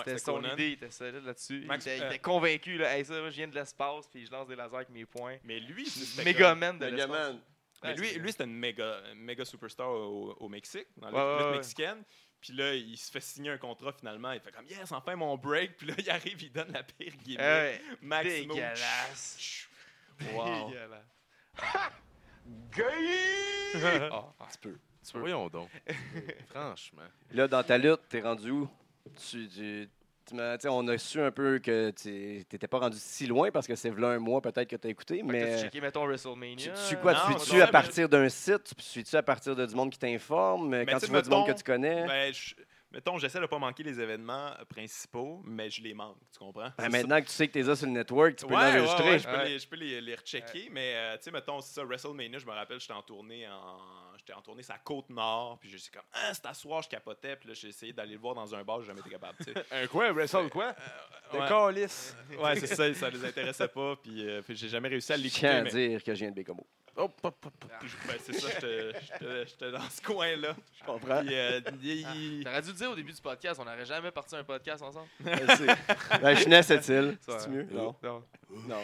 [SPEAKER 2] c'était son
[SPEAKER 3] Conan.
[SPEAKER 2] idée, il était solide là-dessus.
[SPEAKER 3] Max-
[SPEAKER 2] il, était, il
[SPEAKER 3] euh,
[SPEAKER 2] était convaincu, là. Hey, ça, moi, je viens de l'espace, puis je lance des lasers avec mes poings.
[SPEAKER 3] Mais lui, c'était Ben, comme-
[SPEAKER 2] Megaman de l'espace.
[SPEAKER 1] Megaman.
[SPEAKER 3] Mais
[SPEAKER 2] Ouais,
[SPEAKER 3] lui,
[SPEAKER 2] c'est-
[SPEAKER 3] lui c'était une méga, méga superstar au, au Mexique, dans la
[SPEAKER 2] Ouais,
[SPEAKER 3] lutte
[SPEAKER 2] ouais, ouais.
[SPEAKER 3] mexicaine. Puis là, il se fait signer un contrat finalement. Il fait comme Yes, enfin mon break. Puis là, il arrive, il donne la pire gimmick.
[SPEAKER 2] Ah ouais.
[SPEAKER 3] Max Moon.
[SPEAKER 2] Dégueulasse.
[SPEAKER 3] Chut, chut. Wow.
[SPEAKER 2] Dégueulasse.
[SPEAKER 3] Ah, ah, tu peux.
[SPEAKER 4] Voyons donc. Franchement.
[SPEAKER 1] Là, dans ta lutte, t'es rendu où? Tu, tu- tu m'as- tu sais, on a su un peu que tu- t'étais pas rendu si loin parce que c'est v'là un mois peut-être que t'as écouté,
[SPEAKER 3] euh,
[SPEAKER 2] Mais...
[SPEAKER 1] mais...
[SPEAKER 2] checké, mettons, WrestleMania.
[SPEAKER 1] Tu, tu suis quoi?
[SPEAKER 3] Non,
[SPEAKER 1] tu
[SPEAKER 3] on
[SPEAKER 1] suis-tu à
[SPEAKER 3] dirait-
[SPEAKER 1] partir d'un site? Tu suis-tu à partir de, du monde qui t'informe? Quand
[SPEAKER 3] tu
[SPEAKER 1] tu
[SPEAKER 3] sais,
[SPEAKER 1] vois du monde que
[SPEAKER 3] mettons,
[SPEAKER 1] tu connais?
[SPEAKER 3] Ben, je- mettons, j'essaie de pas manquer les événements principaux, mais je les manque. Tu comprends?
[SPEAKER 1] Ben,
[SPEAKER 3] C'est ça.
[SPEAKER 1] maintenant que tu sais que t'es là sur le network, tu peux
[SPEAKER 3] Ouais, ouais,
[SPEAKER 1] l'enregistrer.
[SPEAKER 3] ouais, je peux,
[SPEAKER 2] Ouais.
[SPEAKER 3] les, je peux les- les rechecker, mais euh, tu sais, mettons, c'est ça, WrestleMania, je me rappelle, j'étais en tournée en. J'étais en tournée sur la côte nord, puis j'étais comme Ah, c'est à soir, je capotais, puis là, j'ai essayé d'aller le voir dans un bar, j'ai jamais été capable. tu sais.
[SPEAKER 4] Un quoi? Wrestle quoi?
[SPEAKER 3] ouais.
[SPEAKER 4] calice.
[SPEAKER 3] ouais, c'est ça, ça les intéressait pas, puis, euh, puis j'ai jamais réussi à
[SPEAKER 1] Je
[SPEAKER 3] l'écouter.
[SPEAKER 1] tiens à
[SPEAKER 3] mais-
[SPEAKER 1] dire que je viens de Bécomo.
[SPEAKER 4] Hop, hop, hop, hop.
[SPEAKER 3] Puis je- ben, c'est ça, j'étais- j'étais j'étais dans ce coin-là.
[SPEAKER 1] Je comprends.
[SPEAKER 3] Puis, euh, il- il-
[SPEAKER 2] T'aurais dû le dire au début du podcast, on n'aurait jamais parti un podcast ensemble.
[SPEAKER 1] Ben, je suis né à cette île.
[SPEAKER 2] Ça, euh,
[SPEAKER 1] C'est mieux?
[SPEAKER 2] Non.
[SPEAKER 1] Non.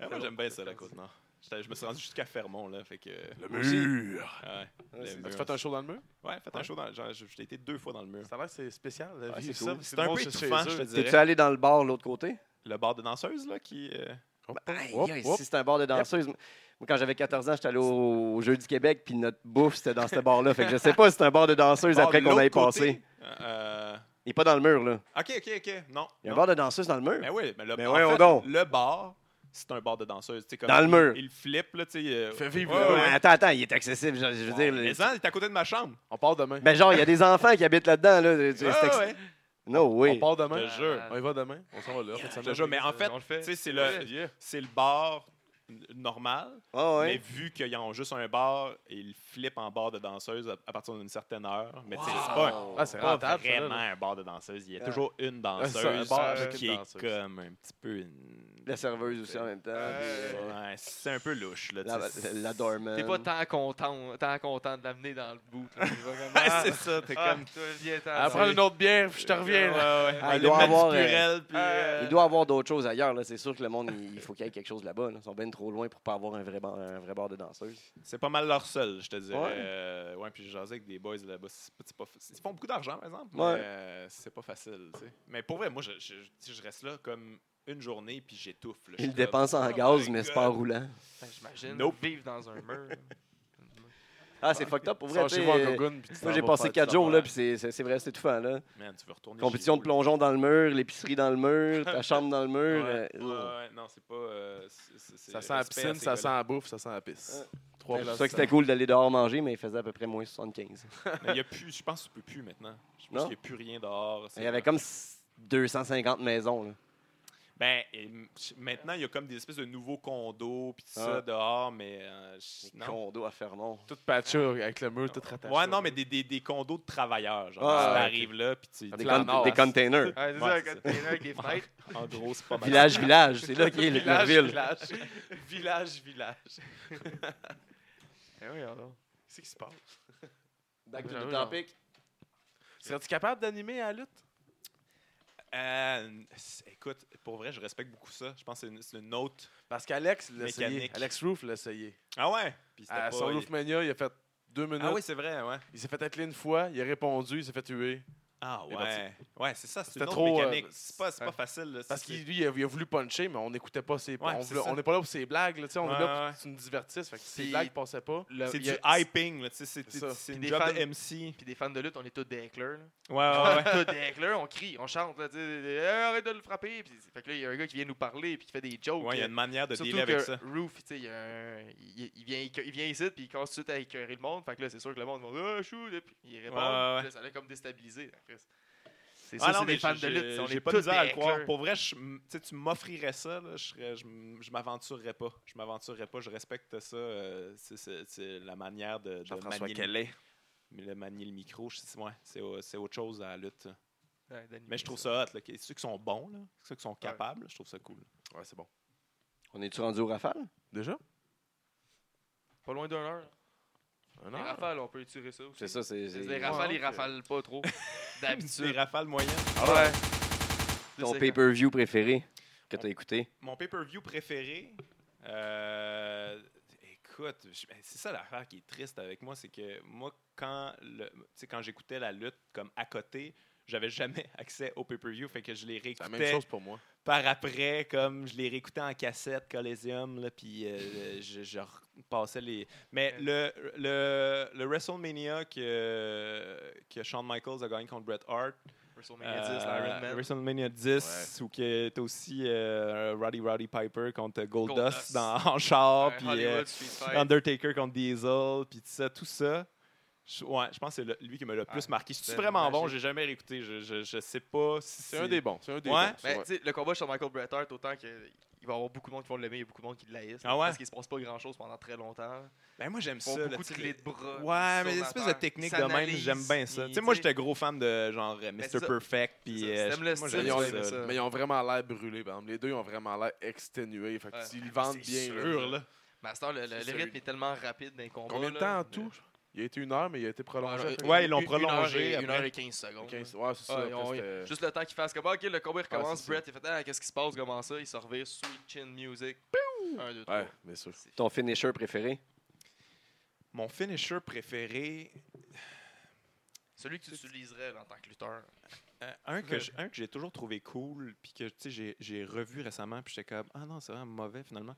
[SPEAKER 3] Ah, moi, j'aime bien ça, la côte nord. J'étais- Je me suis rendu jusqu'à Fermont, là, fait que.
[SPEAKER 4] Le
[SPEAKER 3] Ouais.
[SPEAKER 4] mur.
[SPEAKER 1] Ouais, c'est-
[SPEAKER 3] Le
[SPEAKER 4] As-tu
[SPEAKER 3] mur.
[SPEAKER 4] fait un show dans le mur?
[SPEAKER 3] Ouais, faites un show dans. genre, J'ai été deux fois dans le mur.
[SPEAKER 4] Ça a l'air que c'est spécial. de
[SPEAKER 3] Ouais, c'est
[SPEAKER 4] vivre ça,
[SPEAKER 3] cool.
[SPEAKER 4] parce que
[SPEAKER 3] C'est
[SPEAKER 4] tout le
[SPEAKER 3] un
[SPEAKER 4] monde
[SPEAKER 3] peu
[SPEAKER 4] se
[SPEAKER 3] étouffant,
[SPEAKER 4] chez
[SPEAKER 3] je te
[SPEAKER 4] eux.
[SPEAKER 1] T'es-tu allé dans le bar de l'autre côté?
[SPEAKER 3] Le bar de danseuse, là, qui. euh,
[SPEAKER 1] Aïe,
[SPEAKER 4] Hop,
[SPEAKER 1] aïe,
[SPEAKER 4] hop.
[SPEAKER 1] si c'est un bar de danseuse. Moi, quand j'avais 14 ans, j'étais allé au, au Jeu du Québec, puis notre bouffe, c'était dans ce bar-là. Fait que je sais pas si c'est un bar de danseuse
[SPEAKER 3] bar
[SPEAKER 1] après
[SPEAKER 3] de
[SPEAKER 1] qu'on
[SPEAKER 3] l'autre
[SPEAKER 1] aille
[SPEAKER 3] côté.
[SPEAKER 1] passer.
[SPEAKER 3] Euh, euh,
[SPEAKER 1] Il est pas dans le mur, là.
[SPEAKER 3] ok, ok, ok. Non.
[SPEAKER 1] Il y a un
[SPEAKER 3] non.
[SPEAKER 1] bar de danseuse dans le mur.
[SPEAKER 3] Ben oui, mais le,
[SPEAKER 1] Ben
[SPEAKER 3] en
[SPEAKER 1] voyons
[SPEAKER 3] fait,
[SPEAKER 1] donc.
[SPEAKER 3] le bar, c'est un bar de danseuse. tu sais, Comme
[SPEAKER 1] Dans le
[SPEAKER 3] il-
[SPEAKER 1] mur.
[SPEAKER 3] Il flippe, là, tu sais. euh,
[SPEAKER 4] Fais vivre
[SPEAKER 3] Ouais,
[SPEAKER 4] le-
[SPEAKER 1] Ouais,
[SPEAKER 3] ouais.
[SPEAKER 1] Attends, attends, il est accessible. Je, je veux dire.
[SPEAKER 3] Mais
[SPEAKER 1] le-
[SPEAKER 3] ça, il est à côté de ma chambre.
[SPEAKER 4] On part demain.
[SPEAKER 1] Ben, genre, il y a des enfants qui habitent là-dedans. Là. C'est-
[SPEAKER 3] Ouais,
[SPEAKER 1] c'est-
[SPEAKER 3] ouais.
[SPEAKER 1] No
[SPEAKER 4] On
[SPEAKER 1] way.
[SPEAKER 4] part demain.
[SPEAKER 3] Je te jure.
[SPEAKER 4] On y va demain. On s'en va là. Fait que
[SPEAKER 3] Je
[SPEAKER 4] ça
[SPEAKER 3] te
[SPEAKER 4] marche.
[SPEAKER 3] jure, mais en fait,
[SPEAKER 2] Euh, on le fait.
[SPEAKER 3] tu sais, c'est
[SPEAKER 2] Ouais.
[SPEAKER 3] le, c'est le bar n- normal,
[SPEAKER 1] Ouais, ouais.
[SPEAKER 3] mais vu qu'ils ont juste un bar, ils flippent en bar de danseuse à, à partir d'une certaine heure. Mais tu sais, c'est pas, un-
[SPEAKER 4] Ah, c'est
[SPEAKER 3] pas
[SPEAKER 4] rentable. ça, là.
[SPEAKER 3] vraiment un bar de danseuse. Il y a
[SPEAKER 1] Ouais.
[SPEAKER 3] toujours une danseuse
[SPEAKER 4] c'est un bar
[SPEAKER 2] avec
[SPEAKER 3] qui
[SPEAKER 4] une
[SPEAKER 3] est
[SPEAKER 4] danseuse.
[SPEAKER 3] comme un petit peu une-
[SPEAKER 1] La serveuse aussi en même temps. puis, euh,
[SPEAKER 3] Ouais, c'est un peu louche, là.
[SPEAKER 1] La,
[SPEAKER 3] tu sais,
[SPEAKER 1] la, la
[SPEAKER 3] c'est- euh,
[SPEAKER 1] doorman.
[SPEAKER 2] T'es pas tant content, tant content de l'amener dans le bout. là. Tu vas comme,
[SPEAKER 3] Ouais,
[SPEAKER 2] ah,
[SPEAKER 3] c'est ça, t'es
[SPEAKER 2] ah,
[SPEAKER 3] comme.
[SPEAKER 2] toi, viens, t'en-
[SPEAKER 4] Ah, prends une autre bière, puis je te reviens.
[SPEAKER 3] Ouais,
[SPEAKER 4] là.
[SPEAKER 3] ouais.
[SPEAKER 1] Ah, il
[SPEAKER 3] Aller
[SPEAKER 1] doit
[SPEAKER 3] mettre du
[SPEAKER 1] avoir, euh,
[SPEAKER 3] Purel,
[SPEAKER 4] Ah,
[SPEAKER 3] puis, euh,
[SPEAKER 1] Il doit avoir d'autres choses ailleurs. là. C'est sûr que le monde, il il faut qu'il y ait quelque chose là-bas. là. Ils sont bien trop loin pour pas avoir un vrai bar, un vrai bar de danseuse.
[SPEAKER 3] C'est pas mal leur seul, je te dirais.
[SPEAKER 1] Ouais.
[SPEAKER 3] Euh, Ouais, puis j'ai jasé avec des boys là-bas. c'est pas- c'est pas fa- Ils font beaucoup d'argent, par exemple.
[SPEAKER 1] Ouais.
[SPEAKER 3] Mais euh, c'est pas facile, tu sais. Mais pour vrai, moi, je, je- je- je reste là comme une journée, puis j'étouffe. là. Je
[SPEAKER 1] Ils
[SPEAKER 3] suis comme,
[SPEAKER 1] dépensent en
[SPEAKER 3] Oh
[SPEAKER 1] gaz,
[SPEAKER 3] my
[SPEAKER 1] mais c'est
[SPEAKER 3] God.
[SPEAKER 1] pas en roulant.
[SPEAKER 2] Ben, J'imagine
[SPEAKER 3] Nope.
[SPEAKER 2] vivre dans un mur.
[SPEAKER 1] Ah, c'est fucked up pour vrai.
[SPEAKER 4] Sors chez
[SPEAKER 1] t'sais,
[SPEAKER 4] moi en
[SPEAKER 1] euh,
[SPEAKER 4] Gogun, puis tu t'en
[SPEAKER 1] Moi, j'ai
[SPEAKER 4] vas
[SPEAKER 1] passé
[SPEAKER 4] faire- tu
[SPEAKER 1] 4
[SPEAKER 4] t'en
[SPEAKER 1] jours,
[SPEAKER 4] vas
[SPEAKER 1] là, puis c'est- c'est c'est vrai, c'est étouffant, là.
[SPEAKER 3] Man, tu veux retourner
[SPEAKER 1] Compétition
[SPEAKER 3] chez
[SPEAKER 1] de
[SPEAKER 3] vous, là.
[SPEAKER 1] plongeon dans le mur, l'épicerie dans le mur, ta chambre dans le mur.
[SPEAKER 3] Ouais,
[SPEAKER 1] euh,
[SPEAKER 3] ouais, ouais, non, c'est pas. euh, c'est- c'est- c'est
[SPEAKER 4] Ça sent la
[SPEAKER 3] respect à
[SPEAKER 4] piscine,
[SPEAKER 3] ces
[SPEAKER 4] ça
[SPEAKER 3] gars-là.
[SPEAKER 4] sent la bouffe, ça sent la pisse. Trois
[SPEAKER 1] C'est pour
[SPEAKER 4] places.
[SPEAKER 1] ça que c'était cool d'aller dehors manger, mais il faisait à peu près moins 75.
[SPEAKER 3] Mais il y a plus, je pense que tu peux plus maintenant. Je pense
[SPEAKER 1] Non?
[SPEAKER 3] qu'il n'y a plus rien dehors. c'est-
[SPEAKER 1] Il y avait comme s- 250 maisons. Là.
[SPEAKER 3] Ben, et m- maintenant, il y a comme des espèces de nouveaux condos, puis tout ça
[SPEAKER 1] Ah.
[SPEAKER 3] dehors, mais. euh, je-
[SPEAKER 1] Des
[SPEAKER 3] non.
[SPEAKER 1] condos à Fermont.
[SPEAKER 4] Toute peinture avec le mur, tout rattaché.
[SPEAKER 3] Ouais, non, mais des, des, des condos de travailleurs. Genre,
[SPEAKER 1] Ah,
[SPEAKER 3] tu
[SPEAKER 1] ouais,
[SPEAKER 3] arrives là, puis tu.
[SPEAKER 1] Des,
[SPEAKER 4] Plan
[SPEAKER 1] con-
[SPEAKER 4] Nord.
[SPEAKER 3] hein.
[SPEAKER 1] des containers.
[SPEAKER 2] Ah, c'est
[SPEAKER 3] Ouais,
[SPEAKER 2] ça,
[SPEAKER 3] c'est
[SPEAKER 2] quand t'es là avec des fenêtres.
[SPEAKER 3] En gros, c'est pas mal.
[SPEAKER 1] Village, village, c'est là qu'il est le- la
[SPEAKER 3] Ah, ben, village,
[SPEAKER 1] ville.
[SPEAKER 3] village, village, village.
[SPEAKER 2] Eh oui, alors.
[SPEAKER 4] Qu'est-ce qui se passe?
[SPEAKER 1] Back to
[SPEAKER 2] J'avoue,
[SPEAKER 1] the topic.
[SPEAKER 4] Serais-tu capable d'animer à la lutte?
[SPEAKER 3] Euh, c'est- écoute, pour vrai, je respecte beaucoup ça. Je pense que c'est une, c'est une autre.
[SPEAKER 4] Parce qu'Alex l'a essayé.
[SPEAKER 3] Mécanique.
[SPEAKER 4] Alex Roof l'a essayé.
[SPEAKER 3] Ah ouais? Puis c'était
[SPEAKER 4] À
[SPEAKER 3] pas-
[SPEAKER 4] son Roofmania, il a fait deux minutes.
[SPEAKER 3] Ah oui, c'est vrai, ouais.
[SPEAKER 4] Il s'est fait atteler une fois, il a répondu, il s'est fait tuer.
[SPEAKER 3] Ah
[SPEAKER 4] Il est
[SPEAKER 3] ouais. Ouais, c'est ça, c'est
[SPEAKER 4] C'était
[SPEAKER 3] une autre
[SPEAKER 4] trop, euh,
[SPEAKER 3] mécanique. C'est pas, c'est pas
[SPEAKER 4] ouais.
[SPEAKER 3] facile. là,
[SPEAKER 4] Parce
[SPEAKER 3] c'est-
[SPEAKER 4] qu'il lui, il a, il a voulu puncher, mais on n'écoutait pas ses.
[SPEAKER 3] Ouais,
[SPEAKER 4] on
[SPEAKER 3] c'est
[SPEAKER 4] voulait-
[SPEAKER 3] ça.
[SPEAKER 4] on n'est pas là pour ses blagues, là, tu sais, on
[SPEAKER 3] Ouais,
[SPEAKER 4] est là
[SPEAKER 3] ouais.
[SPEAKER 4] pour que tu nous divertisses. Fait que ses
[SPEAKER 2] Puis-
[SPEAKER 4] blagues passaient pas.
[SPEAKER 3] c'est
[SPEAKER 2] il y
[SPEAKER 3] du
[SPEAKER 2] a-
[SPEAKER 3] hyping, là, tu sais, c'est
[SPEAKER 4] C'est ça.
[SPEAKER 3] c'est- c'est
[SPEAKER 2] Puis
[SPEAKER 3] une
[SPEAKER 2] des
[SPEAKER 3] job
[SPEAKER 2] fans-
[SPEAKER 3] de MC.
[SPEAKER 2] Puis des fans de lutte, on est tous des hecklers. là.
[SPEAKER 3] Ouais, Ah, ouais, ouais.
[SPEAKER 2] Tous des hecklers, on crie, on chante. Là, tu sais, Eh, arrête de le frapper. Puis, fait que là, il y a un gars qui vient nous parler puis qui fait des jokes.
[SPEAKER 3] Ouais, il y a une manière de
[SPEAKER 2] Surtout
[SPEAKER 3] dealer avec
[SPEAKER 2] que
[SPEAKER 3] ça.
[SPEAKER 2] Roof, tu sais, il, y a un- il, il vient, il vient ici, puis il commence tout de suite à écœurer le monde. Fait que là, c'est sûr que le monde va Ah, chou! Puis il répond.
[SPEAKER 3] Ouais, ouais, ouais.
[SPEAKER 2] Puis là, ça l'a comme déstabilisé. après. C'est ça,
[SPEAKER 3] Ah non,
[SPEAKER 2] c'est
[SPEAKER 3] mais
[SPEAKER 2] des fans de
[SPEAKER 3] j'ai-
[SPEAKER 2] lutte. On
[SPEAKER 3] j'ai
[SPEAKER 2] est
[SPEAKER 3] pas de
[SPEAKER 2] tous
[SPEAKER 3] misère à le
[SPEAKER 2] des
[SPEAKER 3] croire.
[SPEAKER 2] hecklers.
[SPEAKER 3] Pour vrai, je m- tu sais, tu m'offrirais ça, là, je serais- je m- je m'aventurerais pas. Je m'aventurerais pas, je respecte ça. euh, c'est- c'est c'est la manière de, de
[SPEAKER 4] Jean-François
[SPEAKER 3] manier, le, mais le manier le micro. je- c'est- ouais, c'est au- c'est autre chose à la lutte.
[SPEAKER 2] Ouais, d'animer
[SPEAKER 3] Mais je trouve ça hot. Là, que- ceux qui sont bons, là, ceux qui sont capables, je trouve ça cool.
[SPEAKER 4] Ouais, c'est bon.
[SPEAKER 1] On est-tu rendu au rafale?
[SPEAKER 4] Déjà
[SPEAKER 2] Pas loin d'une heure.
[SPEAKER 4] Un
[SPEAKER 2] Les
[SPEAKER 4] an.
[SPEAKER 2] rafales, on peut tirer ça aussi.
[SPEAKER 1] C'est ça, c'est.
[SPEAKER 2] Les
[SPEAKER 1] c'est-
[SPEAKER 2] rafales,
[SPEAKER 4] Ouais,
[SPEAKER 2] ils
[SPEAKER 4] ok.
[SPEAKER 2] rafalent pas trop.
[SPEAKER 3] C'est
[SPEAKER 2] D'habitude. Ah
[SPEAKER 3] rafales moyennes.
[SPEAKER 2] Ouais.
[SPEAKER 1] Ton
[SPEAKER 2] Tu sais,
[SPEAKER 1] pay-per-view préféré que tu as écouté?
[SPEAKER 3] Mon pay-per-view préféré, euh, écoute, je- ben, c'est ça l'affaire qui est triste avec moi, c'est que moi, quand, le- tu sais, quand j'écoutais la lutte comme à côté, j'avais jamais accès au pay-per-view, fait que je les
[SPEAKER 4] C'est la
[SPEAKER 3] réécoutais
[SPEAKER 4] même chose pour moi.
[SPEAKER 3] par après, comme je les réécoutais en cassette, Coliseum, là, puis euh, je, je repassais les. Mais le, le, le WrestleMania que, que Shawn Michaels a gagné contre Bret Hart,
[SPEAKER 2] WrestleMania
[SPEAKER 3] Euh,
[SPEAKER 2] 10, l'Iron Man.
[SPEAKER 3] WrestleMania 10, où que t'as aussi euh, Roddy Roddy Piper contre Goldust
[SPEAKER 2] Goldust.
[SPEAKER 3] dans, en char,
[SPEAKER 2] Ouais,
[SPEAKER 3] puis
[SPEAKER 2] Hollywood
[SPEAKER 3] euh,
[SPEAKER 2] Street Fight.
[SPEAKER 3] Undertaker contre Diesel, puis tout ça, tout ça. Je, ouais, je pense que c'est le- lui qui me l'a plus
[SPEAKER 2] Ah,
[SPEAKER 3] marqué. C'est
[SPEAKER 2] c'était
[SPEAKER 3] vraiment bon,
[SPEAKER 2] magique.
[SPEAKER 3] j'ai jamais réécouté. Je, je, je sais pas si
[SPEAKER 4] C'est un des bons. C'est un des
[SPEAKER 3] Ouais,
[SPEAKER 4] bons.
[SPEAKER 2] Mais
[SPEAKER 4] ouais.
[SPEAKER 2] tu sais, le combat sur Michael Bret Hart, autant qu'il va y avoir beaucoup de monde qui vont l'aimer, il y a beaucoup de monde qui le haïssent.
[SPEAKER 3] Ah ouais?
[SPEAKER 2] Parce qu'il se passe pas grand chose pendant très longtemps.
[SPEAKER 3] Ben moi j'aime
[SPEAKER 2] Ils
[SPEAKER 3] ça.
[SPEAKER 2] font
[SPEAKER 3] là,
[SPEAKER 2] beaucoup
[SPEAKER 3] tu
[SPEAKER 2] de
[SPEAKER 3] sais,
[SPEAKER 2] clés de bras.
[SPEAKER 3] Ouais,
[SPEAKER 2] ils
[SPEAKER 3] mais
[SPEAKER 2] sautent
[SPEAKER 3] l'espèce
[SPEAKER 2] en
[SPEAKER 3] de
[SPEAKER 2] terre,
[SPEAKER 3] technique
[SPEAKER 2] ils
[SPEAKER 3] de même,
[SPEAKER 2] s'analysent,
[SPEAKER 3] j'aime bien ça.
[SPEAKER 2] ils-
[SPEAKER 3] Tu sais, moi
[SPEAKER 2] tu sais,
[SPEAKER 3] j'étais gros fan de genre euh, Mr.
[SPEAKER 2] Ben, c'est ça.
[SPEAKER 3] Perfect,
[SPEAKER 2] C'est
[SPEAKER 3] puis
[SPEAKER 2] ça,
[SPEAKER 3] euh,
[SPEAKER 2] t'aimes le
[SPEAKER 3] moi
[SPEAKER 2] style,
[SPEAKER 3] j'aime
[SPEAKER 4] Ils ont-
[SPEAKER 2] tu
[SPEAKER 3] ça.
[SPEAKER 2] aimes ça.
[SPEAKER 4] Mais ils ont vraiment l'air brûlés. Par exemple, les deux, ils ont vraiment l'air exténués. Fait
[SPEAKER 2] Ouais.
[SPEAKER 4] que s'ils le vendent bien.
[SPEAKER 3] C'est
[SPEAKER 4] là.
[SPEAKER 3] sûr, là.
[SPEAKER 2] mais à ce temps, le, le-
[SPEAKER 3] C'est
[SPEAKER 2] le rythme est tellement rapide dans les combats.
[SPEAKER 4] Combien de temps en tout Il a été une heure, mais il a été prolongé. après.
[SPEAKER 3] Ouais, ils l'ont
[SPEAKER 2] Une- une heure et-
[SPEAKER 3] prolongé
[SPEAKER 2] Une
[SPEAKER 3] après.
[SPEAKER 2] heure et 15 secondes.
[SPEAKER 4] 15. Ouais, c'est ça.
[SPEAKER 2] Ouais,
[SPEAKER 4] après,
[SPEAKER 2] ils ont-
[SPEAKER 4] c'était-
[SPEAKER 2] Juste le temps qu'ils fassent comme ah, OK, le combat il recommence.
[SPEAKER 4] Ouais,
[SPEAKER 2] Brett, il fait ah, Qu'est-ce qui se passe Comment ça Il se revire. Sweet Chin Music. 1, 2, 3.
[SPEAKER 4] Ouais, bien sûr.
[SPEAKER 1] Ton finisher préféré?
[SPEAKER 3] Mon finisher préféré,
[SPEAKER 2] Celui que tu utiliserais là, en tant que lutteur.
[SPEAKER 3] Euh, un, que
[SPEAKER 2] Ouais.
[SPEAKER 3] j- un que j'ai toujours trouvé cool, puis que tu sais, j'ai- j'ai revu récemment, puis j'étais comme Ah non, c'est vraiment mauvais finalement.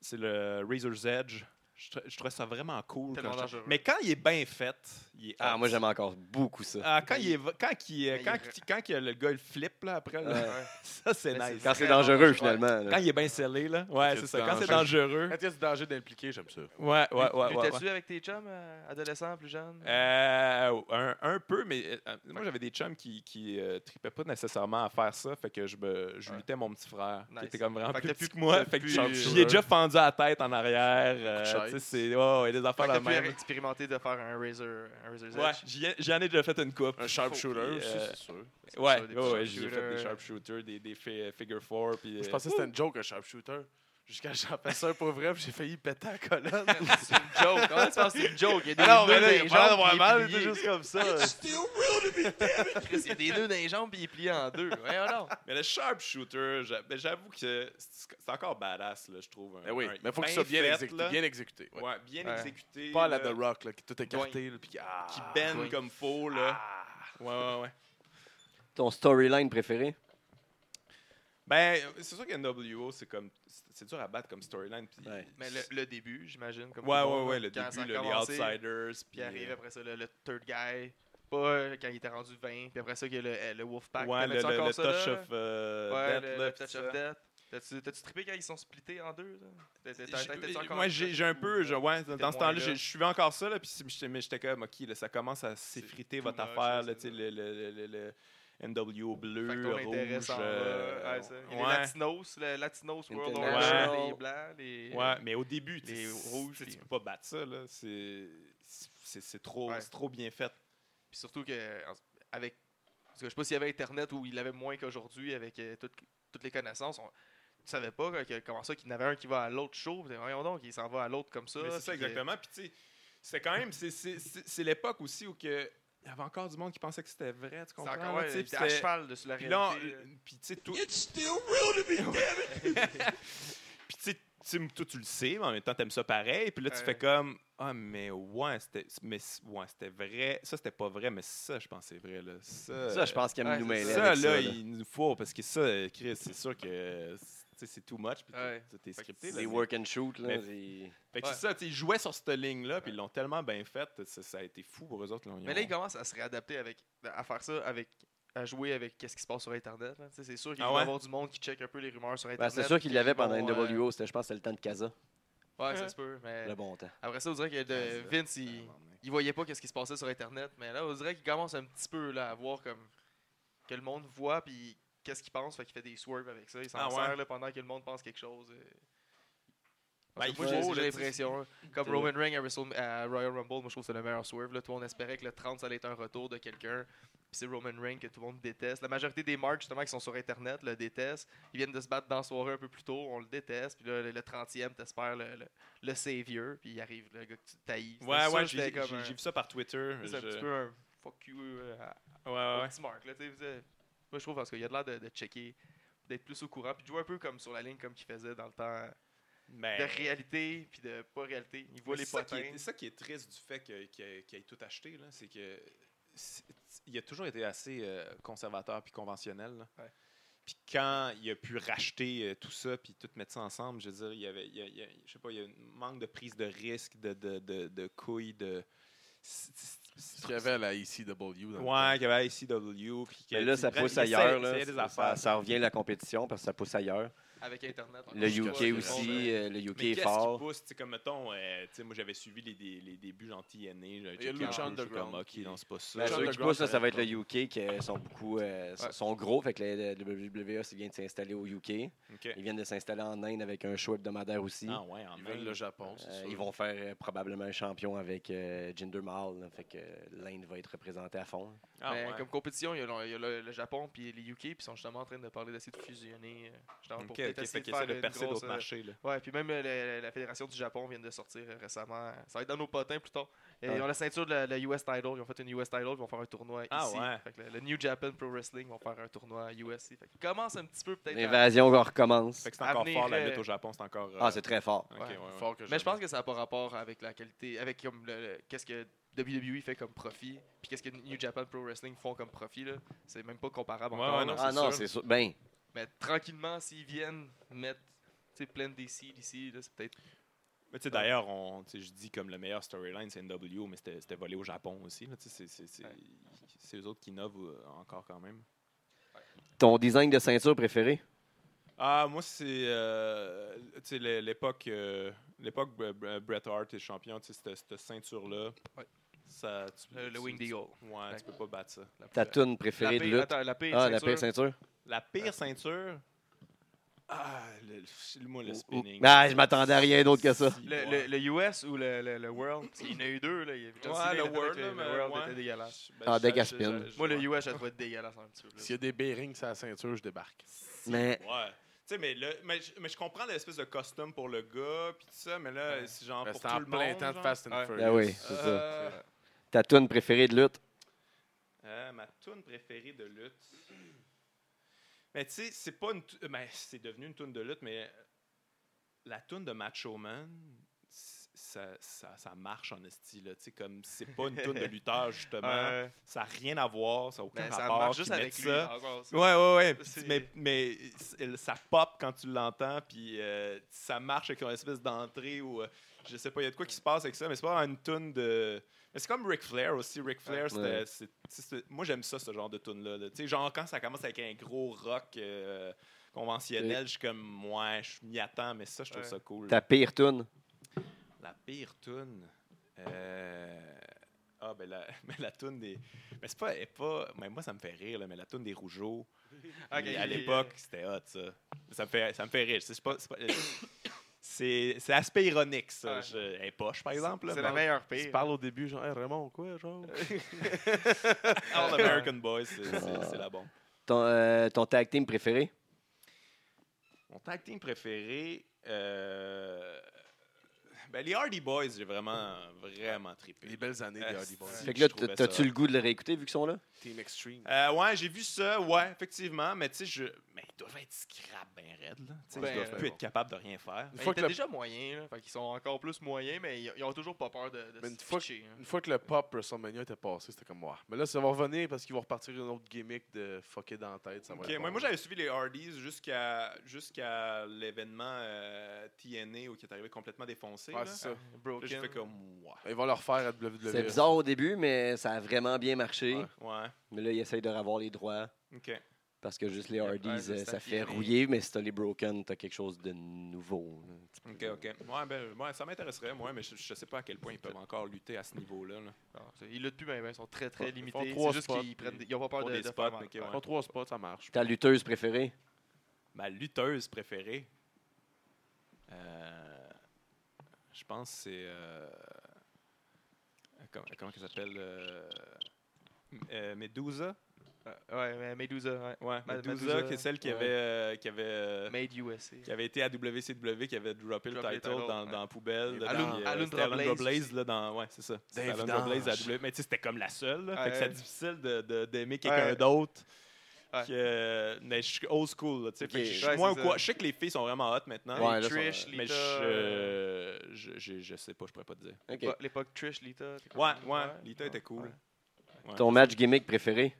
[SPEAKER 3] C'est le Razor's Edge. Je, tr- je trouvais ça vraiment cool.
[SPEAKER 2] Tellement
[SPEAKER 3] quand je-
[SPEAKER 2] dangereux.
[SPEAKER 3] Mais quand il est bien fait, il est
[SPEAKER 1] Ah,
[SPEAKER 3] hot.
[SPEAKER 1] moi j'aime encore beaucoup ça.
[SPEAKER 3] Ah, quand,
[SPEAKER 2] Mais
[SPEAKER 3] il est, va- quand, qu'il- euh,
[SPEAKER 2] mais
[SPEAKER 3] quand,
[SPEAKER 2] il-
[SPEAKER 3] qu'il- quand qu'il- le gars il flippe là, après, là,
[SPEAKER 1] Ouais.
[SPEAKER 3] ça
[SPEAKER 2] Mais
[SPEAKER 3] c'est
[SPEAKER 2] c'est
[SPEAKER 3] nice.
[SPEAKER 1] Quand
[SPEAKER 3] Quand,
[SPEAKER 1] c'est
[SPEAKER 2] Très
[SPEAKER 1] dangereux
[SPEAKER 2] dangereux,
[SPEAKER 1] finalement. là.
[SPEAKER 3] il est bien scellé, là. Ouais,
[SPEAKER 4] Quand
[SPEAKER 3] c'est
[SPEAKER 4] c'est
[SPEAKER 3] ça. Quand c'est
[SPEAKER 4] Quand
[SPEAKER 3] dangereux.
[SPEAKER 4] il y a du danger d'impliquer, j'aime ça.
[SPEAKER 3] Ouais, ouais, ouais. ouais, ouais.
[SPEAKER 2] Luttais-tu avec tes chums, euh, adolescents, plus jeunes
[SPEAKER 3] Euh, un, un peu, mais euh, euh, moi j'avais des chums qui, qui euh, tripaient pas nécessairement à faire ça, fait que je, me, je
[SPEAKER 2] Ouais.
[SPEAKER 3] luttais mon petit frère, qui
[SPEAKER 2] Nice.
[SPEAKER 3] était comme vraiment
[SPEAKER 2] Fait que
[SPEAKER 3] plus
[SPEAKER 2] t'as
[SPEAKER 3] petit
[SPEAKER 2] pu-
[SPEAKER 3] que
[SPEAKER 2] t'as
[SPEAKER 3] moi, fait que
[SPEAKER 2] pu-
[SPEAKER 3] je- j'y ai déjà fendu à la tête en arrière, euh,
[SPEAKER 4] Coup de
[SPEAKER 3] tu sais,
[SPEAKER 4] chaise.
[SPEAKER 3] c'est ouais, ouais, des
[SPEAKER 2] Fait
[SPEAKER 3] affaires
[SPEAKER 2] que
[SPEAKER 3] la
[SPEAKER 2] t'as pu
[SPEAKER 3] même.
[SPEAKER 2] expérimenter de faire un Razor, un razor's
[SPEAKER 3] Ouais,
[SPEAKER 2] Edge.
[SPEAKER 3] j'y ai- j'en ai déjà fait une coupe.
[SPEAKER 4] Un sharpshooter
[SPEAKER 3] Puis,
[SPEAKER 4] aussi,
[SPEAKER 3] euh,
[SPEAKER 4] c'est sûr.
[SPEAKER 3] ouais,
[SPEAKER 2] ça, des
[SPEAKER 3] ouais,
[SPEAKER 2] petits
[SPEAKER 3] ouais, j'ai fait des
[SPEAKER 2] sharpshooters.
[SPEAKER 3] sharpshooters, des, des fi- euh, figure four, puis
[SPEAKER 4] Moi, je
[SPEAKER 3] euh,
[SPEAKER 4] pensais que c'était une joke, un sharpshooter. Jusqu'à j'en fasse un pour vrai, puis j'ai failli péter la
[SPEAKER 3] Ah,
[SPEAKER 4] colonne.
[SPEAKER 2] C'est une joke. Comment tu penses que c'est une joke? Il y a des
[SPEAKER 4] Ah
[SPEAKER 2] nœuds
[SPEAKER 4] non, mais là,
[SPEAKER 2] dans
[SPEAKER 4] il a
[SPEAKER 2] les
[SPEAKER 4] pas
[SPEAKER 2] jambes,
[SPEAKER 4] l'air d'avoir
[SPEAKER 2] puis
[SPEAKER 4] mal,
[SPEAKER 2] il est
[SPEAKER 4] c'est
[SPEAKER 2] plié.
[SPEAKER 4] juste comme ça.
[SPEAKER 2] euh, Chris, Il y a des nœuds dans les jambes puis il est plié en deux. Ouais, oh non.
[SPEAKER 3] mais le sharpshooter, j'a- ben, j'avoue que c'est c'est encore badass là, je trouve. un-
[SPEAKER 4] Mais Ben oui,
[SPEAKER 3] un-
[SPEAKER 4] mais faut
[SPEAKER 3] bien
[SPEAKER 4] que ce soit bien,
[SPEAKER 3] Ben fait,
[SPEAKER 4] exécuté,
[SPEAKER 3] là.
[SPEAKER 4] bien exécuté. ouais.
[SPEAKER 3] Ouais, bien
[SPEAKER 2] Ouais.
[SPEAKER 3] exécuté.
[SPEAKER 4] Pas à la
[SPEAKER 3] là.
[SPEAKER 4] The Rock, là, qui est tout écarté, là, puis qui, ah,
[SPEAKER 3] qui bend
[SPEAKER 2] oui.
[SPEAKER 3] comme faux, là. Ah. Ouais, ouais, ouais.
[SPEAKER 1] Ton storyline préféré?
[SPEAKER 3] Ben, c'est sûr que NWO, c'est comme. c'est- C'est dur à battre comme storyline. puis-
[SPEAKER 1] Ouais.
[SPEAKER 2] Mais le, le début, j'imagine. Comme tout
[SPEAKER 3] ouais, ouais,
[SPEAKER 2] monde,
[SPEAKER 3] ouais,
[SPEAKER 2] là,
[SPEAKER 3] le hein,
[SPEAKER 2] quand ça a
[SPEAKER 3] début, là, les
[SPEAKER 2] commencé,
[SPEAKER 3] Outsiders. Puis euh,
[SPEAKER 2] Puis euh, arrive après ça le, le third guy. Pas euh, quand il était rendu 20. Puis après ça, il y a le, euh, le Wolfpack.
[SPEAKER 3] Ouais, le,
[SPEAKER 2] T'aimais-tu
[SPEAKER 3] le-
[SPEAKER 2] encore
[SPEAKER 3] le
[SPEAKER 2] ça,
[SPEAKER 3] touch
[SPEAKER 2] là?
[SPEAKER 3] of euh,
[SPEAKER 2] Ouais,
[SPEAKER 3] death,
[SPEAKER 2] le,
[SPEAKER 3] là,
[SPEAKER 2] le
[SPEAKER 3] puis
[SPEAKER 2] Touch
[SPEAKER 3] ça.
[SPEAKER 2] of Death. T'as-tu t'as-tu trippé quand ils sont splittés en deux? là? T'as- t'as- t'as- t'as-tu
[SPEAKER 3] J'ai-
[SPEAKER 2] encore
[SPEAKER 3] Moi,
[SPEAKER 2] un
[SPEAKER 3] j'ai
[SPEAKER 2] truc
[SPEAKER 3] j'ai un
[SPEAKER 2] ou-
[SPEAKER 3] peu. je- ouais, dans
[SPEAKER 2] moins
[SPEAKER 3] ce temps-là,
[SPEAKER 2] là.
[SPEAKER 3] j'ai- je suivais encore ça, là, puis j'étais- mais j'étais comme, ok, là, ça commence à s'effriter
[SPEAKER 2] too
[SPEAKER 3] votre
[SPEAKER 2] much, là,
[SPEAKER 3] affaire, là, tu sais,
[SPEAKER 2] c'est-
[SPEAKER 3] le, le, le, le- le NWO bleu,
[SPEAKER 2] Fait que ton intérêt
[SPEAKER 3] rouge.
[SPEAKER 2] s'en va,
[SPEAKER 3] euh,
[SPEAKER 2] ouais, ça. Il y a les
[SPEAKER 3] ouais.
[SPEAKER 2] Latinos, le Latinos World
[SPEAKER 1] International.
[SPEAKER 2] Order, les Blancs, les.
[SPEAKER 3] Ouais, mais au début, tu
[SPEAKER 2] les
[SPEAKER 3] sais,
[SPEAKER 2] rouges,
[SPEAKER 3] tu sais,
[SPEAKER 2] puis-
[SPEAKER 3] tu peux pas battre ça, là. C'est- C'est c'est trop,
[SPEAKER 2] Ouais.
[SPEAKER 3] c'est trop bien fait.
[SPEAKER 2] Puis surtout que, en- avec. Parce que je sais pas s'il y avait Internet ou il l'avait moins qu'aujourd'hui avec euh, toutes- toutes les connaissances. on- Tu savais pas que- que- comment ça qu'il y en avait un qui va à l'autre show. puis Voyons donc, il s'en va à l'autre comme ça.
[SPEAKER 3] Mais c'est ça,
[SPEAKER 2] puis euh, que-
[SPEAKER 3] exactement. Puis, tu sais, c'est quand même, c'est- c'est c'est- c'est l'époque aussi où que, il y avait encore du monde qui pensait que c'était vrai, tu
[SPEAKER 2] C'est
[SPEAKER 3] comprends?
[SPEAKER 2] encore
[SPEAKER 3] là,
[SPEAKER 2] ouais,
[SPEAKER 3] tu sais, puis
[SPEAKER 2] t'es à
[SPEAKER 3] c'était-
[SPEAKER 2] cheval de sur la
[SPEAKER 3] puis là, euh, on-
[SPEAKER 2] réalité.
[SPEAKER 3] puis tu sais, tout.
[SPEAKER 5] It's still real to be
[SPEAKER 3] Puis, tu sais, tu sais, toi, tu le sais, mais en même temps, t'aimes ça pareil. Puis là, tu
[SPEAKER 2] Ouais.
[SPEAKER 3] fais comme, ah, mais ouais, c'était mais c- ouais, c'était vrai. Ça, c'était pas vrai, mais ça, je pense que c'est vrai. Là. Ça,
[SPEAKER 1] Ça, je pense qu'il
[SPEAKER 2] Ouais,
[SPEAKER 1] a nous
[SPEAKER 2] c'est
[SPEAKER 1] mêler.
[SPEAKER 3] ça, là,
[SPEAKER 1] avec ça, là.
[SPEAKER 3] il nous faut, parce que ça, euh, Chris, c'est sûr que euh, c'est- tu sais, c'est too much, puis
[SPEAKER 2] Ouais.
[SPEAKER 3] t'es- t'es
[SPEAKER 2] Fait que
[SPEAKER 3] scripté. là.
[SPEAKER 1] Les work and shoot, là.
[SPEAKER 3] Mais-
[SPEAKER 1] les-
[SPEAKER 3] Fait que c'est
[SPEAKER 2] Ouais.
[SPEAKER 3] ça, tu sais, ils jouaient sur cette ligne-là, puis ils l'ont tellement bien faite, ça, ça a été fou pour eux autres. Là, ils
[SPEAKER 2] Mais là,
[SPEAKER 3] ont-
[SPEAKER 2] ils commencent à se réadapter avec, à faire ça avec à jouer avec qu'est-ce qui se passe sur internet là. Tu sais, c'est sûr qu'il
[SPEAKER 3] Ah
[SPEAKER 2] va y
[SPEAKER 3] ouais?
[SPEAKER 2] avoir du monde qui check un peu les rumeurs sur
[SPEAKER 1] Ben,
[SPEAKER 2] internet
[SPEAKER 1] c'est sûr qu'il y avait
[SPEAKER 2] puis
[SPEAKER 1] pendant
[SPEAKER 2] qui vont, euh,
[SPEAKER 1] NWO, c'était, je pense, c'était le temps de Casa,
[SPEAKER 2] ouais ça se peut mais
[SPEAKER 1] le bon temps.
[SPEAKER 2] après ça on dirait que de-
[SPEAKER 3] Ouais,
[SPEAKER 2] Vince
[SPEAKER 3] ça,
[SPEAKER 2] il,
[SPEAKER 3] vraiment, mec.
[SPEAKER 2] il voyait pas qu'est-ce qui se passait sur internet mais là on dirait qu'il commence un petit peu là à voir comme que le monde voit puis qu'est-ce qu'il pense fait qu'il fait des swerves avec ça il s'en
[SPEAKER 3] Ah ouais?
[SPEAKER 2] sert là, pendant que le monde pense quelque chose euh.
[SPEAKER 3] Ben,
[SPEAKER 2] Parce
[SPEAKER 3] il
[SPEAKER 2] que moi, j'ai-
[SPEAKER 3] faut,
[SPEAKER 2] j'ai
[SPEAKER 3] là,
[SPEAKER 2] l'impression, hein, comme
[SPEAKER 1] t'es-
[SPEAKER 2] Roman Reigns à, Wrestle- à Royal Rumble, moi je trouve que c'est le meilleur swerve. Là. Tout le monde espérait que le 30 ça allait être un retour de quelqu'un. Puis c'est Roman Reigns que tout le monde déteste. La majorité des marques justement qui sont sur internet le détestent. Ils viennent de se battre dans la soirée un peu plus tôt, on le déteste. Puis là, le, le 30e, t'espères le, le, le savior. Puis il arrive le gars que tu taillis.
[SPEAKER 3] Ouais,
[SPEAKER 2] C'était
[SPEAKER 3] ouais,
[SPEAKER 2] sûr, j'étais
[SPEAKER 3] j'ai
[SPEAKER 2] comme
[SPEAKER 3] j'ai-
[SPEAKER 2] un-
[SPEAKER 3] j'ai vu ça par Twitter.
[SPEAKER 2] c'est un
[SPEAKER 3] je-
[SPEAKER 2] petit peu un fuck you euh, à-
[SPEAKER 3] Ouais, ouais,
[SPEAKER 2] au
[SPEAKER 3] ouais.
[SPEAKER 2] petit Mark. Là, tu sais, vous savez. moi, je trouve parce qu'il y a de l'air de, de checker, d'être plus au courant, puis de jouer un peu comme sur la ligne comme qu'il faisait dans le temps
[SPEAKER 3] Mais-
[SPEAKER 2] de réalité, puis de pas réalité. Il voit
[SPEAKER 3] Mais
[SPEAKER 2] les
[SPEAKER 3] c'est ça qui
[SPEAKER 2] potins.
[SPEAKER 3] est- C'est ça qui est triste du fait que- qu'il ait- qu'il ait tout acheté, là, c'est que c'est- il a toujours été assez euh, conservateur puis conventionnel. là.
[SPEAKER 2] Ouais.
[SPEAKER 3] Puis quand il a pu racheter euh, tout ça puis tout mettre ça ensemble, je veux dire, il y avait, il y a- il y a- je sais pas, il y a un manque de prise de risque, de, de, de, de couilles, de. c'est- c'est-
[SPEAKER 4] Ce qu'il y avait à la ECW. Dans le
[SPEAKER 3] Ouais, qu'il y avait ICW. Puis que-
[SPEAKER 1] Mais là,
[SPEAKER 3] puis
[SPEAKER 1] ça
[SPEAKER 3] bref,
[SPEAKER 1] pousse
[SPEAKER 3] il essaie-
[SPEAKER 1] ailleurs.
[SPEAKER 3] essayait
[SPEAKER 1] Là,
[SPEAKER 3] des
[SPEAKER 1] ça,
[SPEAKER 3] affaires.
[SPEAKER 1] ça revient à la compétition parce que ça pousse ailleurs.
[SPEAKER 2] Avec Internet. encore
[SPEAKER 1] Le
[SPEAKER 2] plus que
[SPEAKER 1] UK
[SPEAKER 2] tout le monde,
[SPEAKER 1] aussi,
[SPEAKER 2] euh,
[SPEAKER 1] euh, le UK
[SPEAKER 3] Mais
[SPEAKER 1] est
[SPEAKER 3] qu'est-ce qui
[SPEAKER 1] fort.
[SPEAKER 3] pousse? Tu sais, comme mettons, euh, tu sais, moi j'avais suivi les, dé- les débuts gentils aînés.
[SPEAKER 4] Il y a Lucha Underground
[SPEAKER 3] Comme, ok,
[SPEAKER 4] qui-
[SPEAKER 3] non, c'est pas ça.
[SPEAKER 1] Mais
[SPEAKER 4] Lucha
[SPEAKER 1] ceux qui
[SPEAKER 4] Underground,
[SPEAKER 1] poussent, là, ça Ben, va être
[SPEAKER 4] ça
[SPEAKER 1] le UK qui euh, sont beaucoup euh, sont-
[SPEAKER 2] Ouais.
[SPEAKER 1] sont gros. Fait que la WWE E, c'est- vient de s'installer au UK.
[SPEAKER 3] Ok.
[SPEAKER 1] Ils viennent de s'installer en Inde avec un show hebdomadaire aussi.
[SPEAKER 3] Ah ouais, en
[SPEAKER 4] Ils
[SPEAKER 3] Inde,
[SPEAKER 4] veulent
[SPEAKER 3] là.
[SPEAKER 4] le Japon, c'est
[SPEAKER 1] Euh,
[SPEAKER 4] sûr.
[SPEAKER 1] ils vont faire euh, probablement un champion avec euh, Jinder Mahal. là. fait que euh, l'Inde va être représentée à fond.
[SPEAKER 3] Ah
[SPEAKER 2] mais
[SPEAKER 3] ouais.
[SPEAKER 2] ben, Comme compétition, il y a, le, il y a le- le Japon puis les UK, puis ils sont justement en train de parler d'essayer de fusionner. euh, justement,
[SPEAKER 3] Ok,
[SPEAKER 2] pour
[SPEAKER 3] ok,
[SPEAKER 2] peut-être
[SPEAKER 3] fait
[SPEAKER 2] essayer
[SPEAKER 3] qu'ils
[SPEAKER 2] de faire
[SPEAKER 3] essaient de
[SPEAKER 2] une
[SPEAKER 3] percer
[SPEAKER 2] grosse,
[SPEAKER 3] d'autres
[SPEAKER 2] euh,
[SPEAKER 3] marchés. Là.
[SPEAKER 2] Ouais, puis même euh, la, la Fédération du Japon vient de sortir euh, récemment. Ça va être dans nos potins plus tard. Et
[SPEAKER 1] Ouais.
[SPEAKER 2] Ils ont la ceinture de la, la US Title. Ils ont fait une US Title. Ils vont faire un tournoi
[SPEAKER 3] Ah
[SPEAKER 2] ici.
[SPEAKER 3] ouais.
[SPEAKER 2] Fait que le, le New Japan Pro Wrestling vont faire un tournoi USC. Fait qu'ils commencent un petit peu peut-être. à-
[SPEAKER 1] L'invasion recommence.
[SPEAKER 3] Fait que c'est
[SPEAKER 2] à
[SPEAKER 3] encore
[SPEAKER 2] venir,
[SPEAKER 3] fort, la
[SPEAKER 2] euh,
[SPEAKER 3] lutte au Japon, c'est encore... euh,
[SPEAKER 1] Ah, c'est très fort.
[SPEAKER 3] ok,
[SPEAKER 2] ouais.
[SPEAKER 3] ouais, ouais.
[SPEAKER 4] Fort que
[SPEAKER 2] Mais je pense
[SPEAKER 4] jamais.
[SPEAKER 2] que ça n'a pas rapport avec la qualité, avec comme le, le- qu'est-ce que WWE fait comme profit, puis qu'est-ce que New Japan Pro Wrestling font comme profit là. C'est même pas comparable
[SPEAKER 3] Ouais,
[SPEAKER 2] encore.
[SPEAKER 3] ouais,
[SPEAKER 2] là.
[SPEAKER 3] non,
[SPEAKER 1] Ah non,
[SPEAKER 3] sûr.
[SPEAKER 1] c'est sûr. Ben,
[SPEAKER 2] Mais tranquillement, s'ils viennent mettre tu sais, plein des seeds ici, là, c'est peut-être.
[SPEAKER 3] Mais tu sais, d'ailleurs, on- tu sais, je dis comme le meilleur storyline, c'est NWO, mais c'était c'était volé au Japon aussi. là, tu sais, C'est c'est- c'est-
[SPEAKER 2] Ouais.
[SPEAKER 3] c'est eux autres qui innovent euh, encore quand même.
[SPEAKER 1] ton design de ceinture préféré?
[SPEAKER 3] Ah, moi, c'est euh, tu sais, l'é- l'époque euh, l'époque Bre- Bre- Bret Hart est champion, tu sais, cette, cette ceinture-là.
[SPEAKER 2] Ouais.
[SPEAKER 3] ça, tu-
[SPEAKER 2] Le, le
[SPEAKER 3] tu-
[SPEAKER 2] Winged
[SPEAKER 3] tu-
[SPEAKER 2] Eagle.
[SPEAKER 3] Ouais, tu peux pas battre ça.
[SPEAKER 2] La-
[SPEAKER 1] Ta
[SPEAKER 2] la-
[SPEAKER 1] toune
[SPEAKER 2] Euh, la
[SPEAKER 1] préférée de
[SPEAKER 2] paix-
[SPEAKER 1] lutte?
[SPEAKER 2] attends, la paix,
[SPEAKER 1] Ah, la
[SPEAKER 2] ceinture.
[SPEAKER 1] paire de ceinture?
[SPEAKER 3] La pire ceinture... Ah, le, le- moi, le
[SPEAKER 1] Ou-
[SPEAKER 3] spinning.
[SPEAKER 1] Ah, je m'attendais à rien d'autre que ça.
[SPEAKER 3] Si,
[SPEAKER 2] Le,
[SPEAKER 3] ouais.
[SPEAKER 2] le, le US ou le, le, le World Parce qu'il y en a eu deux. Là. Il y avait John
[SPEAKER 3] Ouais,
[SPEAKER 2] Cena,
[SPEAKER 3] le
[SPEAKER 2] il a fait
[SPEAKER 3] World,
[SPEAKER 2] que
[SPEAKER 3] là, mais
[SPEAKER 2] le World
[SPEAKER 3] ouais.
[SPEAKER 2] était dégueulasse.
[SPEAKER 3] Ben,
[SPEAKER 1] Ah,
[SPEAKER 3] je- je-
[SPEAKER 1] Degaspin.
[SPEAKER 3] je- je-
[SPEAKER 2] Moi, le
[SPEAKER 3] ouais.
[SPEAKER 2] US, je le trouvais dégueulasse un petit peu. là.
[SPEAKER 4] S'il y a des bearings sur la ceinture, je débarque.
[SPEAKER 1] Mais
[SPEAKER 3] Ouais. Tu sais, mais, là, mais, je- mais je comprends l'espèce de costume pour le gars, puis tout ça, mais là,
[SPEAKER 2] Ouais.
[SPEAKER 3] c'est genre
[SPEAKER 4] Ben,
[SPEAKER 3] pour
[SPEAKER 4] C'était
[SPEAKER 3] tout
[SPEAKER 4] en
[SPEAKER 3] le
[SPEAKER 4] plein
[SPEAKER 3] monde,
[SPEAKER 4] temps de
[SPEAKER 3] genre.
[SPEAKER 4] Fast and
[SPEAKER 2] Ouais.
[SPEAKER 4] Furious.
[SPEAKER 1] Ah oui, c'est ça.
[SPEAKER 3] Euh,
[SPEAKER 1] Ta toune préférée de lutte?
[SPEAKER 3] euh, ma tune préférée de lutte. Mais tu sais, c'est pas une. tou- euh, ben, c'est devenu une tune de lutte, mais euh, la tune de Macho Man, c- ça, ça, ça marche en esti, là. Tu sais, comme c'est pas une tune de lutteur, justement.
[SPEAKER 2] Ouais.
[SPEAKER 3] Ça n'a rien à voir, ça n'a aucun
[SPEAKER 2] Ben, ça
[SPEAKER 3] rapport.
[SPEAKER 2] marche juste
[SPEAKER 3] qu'ils
[SPEAKER 2] avec
[SPEAKER 3] mettent
[SPEAKER 2] lui.
[SPEAKER 3] ça.
[SPEAKER 2] là, encore, ça.
[SPEAKER 3] Ouais, ouais, ouais.
[SPEAKER 2] C'est-
[SPEAKER 3] Mais, mais il- ça pop quand tu l'entends, puis euh, ça marche avec une espèce d'entrée ou euh, je sais pas, il y a de quoi qui se passe avec ça, mais c'est pas une tune de. Mais c'est comme Ric Flair aussi. Ric Flair, c'était-
[SPEAKER 1] Ouais.
[SPEAKER 3] c'est- c'est- c'est- moi j'aime ça, ce genre de tune là. Tu sais, genre quand ça commence avec un gros rock euh, conventionnel, je suis comme, ouais, je m'y attends, mais ça, je trouve
[SPEAKER 2] Ouais.
[SPEAKER 3] ça cool.
[SPEAKER 1] Ta pire toune?
[SPEAKER 3] La pire tune. Ah, ben la, mais la tune des. Mais c'est pas, elle est pas. Mais moi, ça me fait rire, là, mais la tune des Rougeaux.
[SPEAKER 2] Ok,
[SPEAKER 3] Et à
[SPEAKER 2] il-
[SPEAKER 3] l'époque, c'était hot, ça. Ça me fait, ça me fait rire. C'est pas- c'est pas- c'est- c'est aspect ironique, ça.
[SPEAKER 2] Ouais.
[SPEAKER 3] Je- elle est poche, par exemple. là,
[SPEAKER 2] C'est
[SPEAKER 3] mais-
[SPEAKER 2] la meilleure
[SPEAKER 4] Tu
[SPEAKER 2] pire.
[SPEAKER 4] parles au début, genre, Hey, Raymond, quoi, genre?
[SPEAKER 3] All American Boys, c'est- c'est c'est la bombe.
[SPEAKER 1] Ton, euh, ton tag team préféré?
[SPEAKER 3] Mon tag team préféré. euh, Ben, les Hardy Boys, j'ai vraiment, vraiment trippé.
[SPEAKER 4] Les belles années
[SPEAKER 3] Ah,
[SPEAKER 4] des Hardy Boys.
[SPEAKER 3] si.
[SPEAKER 1] Fait que
[SPEAKER 3] je
[SPEAKER 1] là,
[SPEAKER 3] trouvais
[SPEAKER 1] t- t'as-tu
[SPEAKER 3] ça.
[SPEAKER 1] le goût de le réécouter vu qu'ils sont là?
[SPEAKER 4] Team Extreme.
[SPEAKER 3] Euh, ouais, j'ai vu ça, ouais, effectivement, mais tu sais, je. Mais il doit je vais être scrap ben raide. Là. Tu sais,
[SPEAKER 2] Ben,
[SPEAKER 3] je dois
[SPEAKER 2] euh,
[SPEAKER 3] plus
[SPEAKER 2] bon.
[SPEAKER 3] être capable de rien faire.
[SPEAKER 4] Une
[SPEAKER 2] Mais ils
[SPEAKER 4] fois que
[SPEAKER 2] étaient
[SPEAKER 4] le-
[SPEAKER 2] déjà moyens, là, fait qu'ils sont encore plus moyens, mais ils, ils ont toujours pas peur de, de
[SPEAKER 4] Mais
[SPEAKER 2] se
[SPEAKER 4] une fois que-
[SPEAKER 2] pitcher. hein.
[SPEAKER 4] Une fois que le pop WrestleMania était passé, c'était comme moi. Mais là, ça va revenir parce qu'ils vont repartir une autre gimmick de fucker dans la tête. Ça va
[SPEAKER 3] Ok,
[SPEAKER 4] être
[SPEAKER 3] moi,
[SPEAKER 4] bon.
[SPEAKER 3] moi, j'avais suivi les Hardys jusqu'à jusqu'à l'événement euh, TNA où qui est arrivé complètement défoncé.
[SPEAKER 4] Ouais,
[SPEAKER 3] là.
[SPEAKER 4] c'est ça.
[SPEAKER 3] Là, j'ai
[SPEAKER 2] Broken.
[SPEAKER 3] fait comme ouais.
[SPEAKER 4] Ils vont leur faire à E. WWE.
[SPEAKER 1] C'est bizarre au début, mais ça a vraiment bien marché.
[SPEAKER 4] Ouais.
[SPEAKER 3] Ouais.
[SPEAKER 1] Mais là, ils essayent de revoir les droits.
[SPEAKER 3] Ok.
[SPEAKER 1] Parce que juste les
[SPEAKER 2] Ouais,
[SPEAKER 1] Hardys,
[SPEAKER 2] ouais,
[SPEAKER 1] euh,
[SPEAKER 2] c'est
[SPEAKER 1] ça
[SPEAKER 2] un
[SPEAKER 1] fait
[SPEAKER 2] feeling.
[SPEAKER 1] rouiller, mais si t'as les Broken, t'as quelque chose de nouveau. là, un petit peu.
[SPEAKER 3] Ok, ok. Ouais, ben, ouais, ça m'intéresserait, moi, mais je, je sais pas à quel point ils peuvent encore lutter à ce niveau-là. là.
[SPEAKER 2] hein. Non, c'est- ils luttent plus, mais ils sont très
[SPEAKER 4] Ils
[SPEAKER 2] très
[SPEAKER 4] font
[SPEAKER 2] limités.
[SPEAKER 4] trois
[SPEAKER 2] C'est juste
[SPEAKER 4] spots,
[SPEAKER 2] qu'ils prennent
[SPEAKER 4] puis
[SPEAKER 2] des- ils ont pas peur
[SPEAKER 3] font
[SPEAKER 2] de,
[SPEAKER 3] des
[SPEAKER 2] de
[SPEAKER 3] spots,
[SPEAKER 2] faire mal.
[SPEAKER 3] mais que, ouais.
[SPEAKER 4] Pas trois spots, ça marche.
[SPEAKER 1] Ta lutteuse préférée?
[SPEAKER 3] Ma lutteuse préférée, euh, je pense que c'est. euh, comment, comment qu'elle s'appelle euh, M- euh, Medusa
[SPEAKER 2] Ouais, ouais, mais Medusa, ouais.
[SPEAKER 3] Ouais,
[SPEAKER 2] Ma-
[SPEAKER 3] Medusa,
[SPEAKER 2] Medusa,
[SPEAKER 3] qui est celle qui
[SPEAKER 2] ouais.
[SPEAKER 3] avait. euh, qui avait euh,
[SPEAKER 2] Made USA.
[SPEAKER 3] qui avait été à WCW, qui avait droppé le
[SPEAKER 2] Droppé
[SPEAKER 3] title,
[SPEAKER 2] le title,
[SPEAKER 3] dans,
[SPEAKER 2] ouais.
[SPEAKER 3] dans la poubelle. là,
[SPEAKER 2] Alundra-
[SPEAKER 3] puis, euh,
[SPEAKER 2] Alundra
[SPEAKER 3] c'était Alundra
[SPEAKER 2] Blaze
[SPEAKER 3] Blaze,
[SPEAKER 2] aussi.
[SPEAKER 3] là, dans, ouais, c'est ça. C'était
[SPEAKER 4] Dave
[SPEAKER 3] Alundra Blaze à
[SPEAKER 4] Danche.
[SPEAKER 3] WCW. Mais tu sais, c'était comme la seule. là, fait que
[SPEAKER 2] Ouais.
[SPEAKER 3] c'est difficile de- de- d'aimer
[SPEAKER 2] Ouais.
[SPEAKER 3] quelqu'un d'autre.
[SPEAKER 2] Ouais.
[SPEAKER 3] Que, mais je suis old school. Là, tu sais,
[SPEAKER 1] Ok.
[SPEAKER 3] fait que je suis
[SPEAKER 2] Ouais,
[SPEAKER 3] moins
[SPEAKER 2] c'est
[SPEAKER 3] au courant.
[SPEAKER 2] ça.
[SPEAKER 3] Je sais que les filles sont vraiment hot maintenant.
[SPEAKER 1] Ouais,
[SPEAKER 2] Les
[SPEAKER 1] là,
[SPEAKER 2] Trish,
[SPEAKER 1] ça-
[SPEAKER 3] mais
[SPEAKER 2] Lita. euh,
[SPEAKER 3] je, euh, je, je- je sais pas, je pourrais pas te dire.
[SPEAKER 1] Ok.
[SPEAKER 2] bah, L'époque Trish, Lita. t'es comme-
[SPEAKER 3] Ouais, ouais, Lita était cool.
[SPEAKER 2] ouais.
[SPEAKER 3] Ouais.
[SPEAKER 1] Ton match gimmick préféré?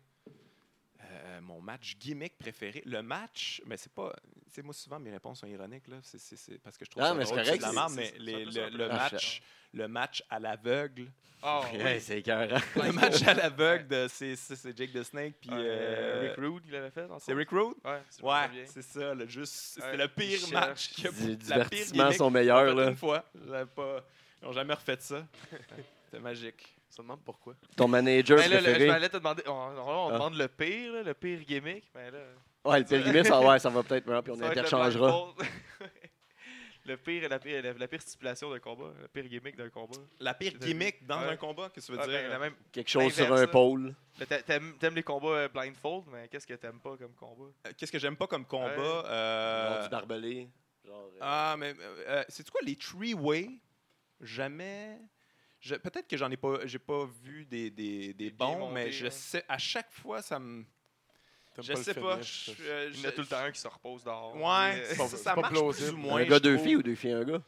[SPEAKER 3] Euh, mon match gimmick préféré. Le match, mais c'est pas. Tu sais, moi, souvent, mes réponses sont ironiques, là. C'est, c'est- c'est parce que je trouve
[SPEAKER 1] Ah,
[SPEAKER 3] ça
[SPEAKER 1] mais c'est
[SPEAKER 3] drôle,
[SPEAKER 1] correct,
[SPEAKER 3] de la
[SPEAKER 1] c'est-
[SPEAKER 3] merde,
[SPEAKER 1] c'est-
[SPEAKER 3] mais
[SPEAKER 2] c'est
[SPEAKER 3] les-
[SPEAKER 2] un peu ça,
[SPEAKER 3] le,
[SPEAKER 2] un peu
[SPEAKER 3] le
[SPEAKER 1] le
[SPEAKER 3] match, le match à l'aveugle.
[SPEAKER 2] Ah, ouais.
[SPEAKER 1] Ouais, c'est écœurant.
[SPEAKER 3] Le match à l'aveugle, de, c'est, c'est- c'est Jake the Snake, puis.
[SPEAKER 2] Euh,
[SPEAKER 3] euh,
[SPEAKER 2] Rick Rude, il l'avait fait. dans
[SPEAKER 3] c'est
[SPEAKER 2] son-
[SPEAKER 3] Rick Rude?
[SPEAKER 2] Ouais, c'est le
[SPEAKER 3] Ouais,
[SPEAKER 2] premier.
[SPEAKER 3] c'est ça. le juste, c'est
[SPEAKER 2] Ouais,
[SPEAKER 3] le pire
[SPEAKER 2] il
[SPEAKER 3] match
[SPEAKER 2] cherche.
[SPEAKER 3] que
[SPEAKER 1] Du
[SPEAKER 3] la pire
[SPEAKER 1] divertissement sont
[SPEAKER 3] gimmick qu'ils ont
[SPEAKER 1] meilleurs.
[SPEAKER 3] fait
[SPEAKER 1] Là.
[SPEAKER 3] Une fois. J'avais pas- Ils n'ont jamais refait ça. C'était magique.
[SPEAKER 4] Ça demande pourquoi.
[SPEAKER 1] Ton manager
[SPEAKER 2] Ben là, le- je
[SPEAKER 1] préféré?
[SPEAKER 2] m'allais te demander. On, on- on
[SPEAKER 1] Ah.
[SPEAKER 2] demande le pire, là, le pire gimmick. Mais là,
[SPEAKER 1] Ouais, le pire gimmick, ça, ouais, ça va peut-être meilleur, puis on
[SPEAKER 2] ça va être le
[SPEAKER 1] interchangera.
[SPEAKER 2] blindfold. le pire, la pire, la, la pire stipulation d'un combat, le pire gimmick d'un combat.
[SPEAKER 3] La pire
[SPEAKER 2] C'est-
[SPEAKER 3] gimmick dans
[SPEAKER 2] ouais.
[SPEAKER 3] un combat, qu'est-ce que tu
[SPEAKER 2] Ah,
[SPEAKER 3] veux
[SPEAKER 2] ben, la
[SPEAKER 3] dire? euh,
[SPEAKER 2] même.
[SPEAKER 1] Quelque chose sur
[SPEAKER 2] L'inverse,
[SPEAKER 1] un
[SPEAKER 2] là.
[SPEAKER 1] pôle.
[SPEAKER 2] le- t'a- T'aimes t'aimes les combats euh, blindfold, mais qu'est-ce que t'aimes pas comme combat
[SPEAKER 3] Euh, Qu'est-ce que j'aime pas comme combat?
[SPEAKER 2] Ouais.
[SPEAKER 3] euh,
[SPEAKER 1] Genre du barbelé. Genre, euh,
[SPEAKER 3] Ah, mais c'est quoi les three way Jamais. je- Peut-être que j'en ai pas, j'ai pas vu des, des, des bons,
[SPEAKER 2] bien
[SPEAKER 3] mais
[SPEAKER 2] montés,
[SPEAKER 3] je
[SPEAKER 2] là.
[SPEAKER 3] sais, à chaque fois ça me.
[SPEAKER 4] T'aimes
[SPEAKER 3] Je
[SPEAKER 4] le
[SPEAKER 3] sais pas.
[SPEAKER 4] finish,
[SPEAKER 3] je-
[SPEAKER 4] ça.
[SPEAKER 3] euh,
[SPEAKER 2] Il y en a
[SPEAKER 3] je-
[SPEAKER 2] tout le temps un qui se repose dehors.
[SPEAKER 3] Ouais,
[SPEAKER 2] Mais-
[SPEAKER 4] pas-
[SPEAKER 3] ça,
[SPEAKER 4] c'est
[SPEAKER 3] ça
[SPEAKER 4] pas
[SPEAKER 3] marche plus
[SPEAKER 4] plausible.
[SPEAKER 3] ou moins.
[SPEAKER 1] un gars,
[SPEAKER 3] je
[SPEAKER 1] deux
[SPEAKER 3] trouve.
[SPEAKER 1] filles ou deux filles, un gars?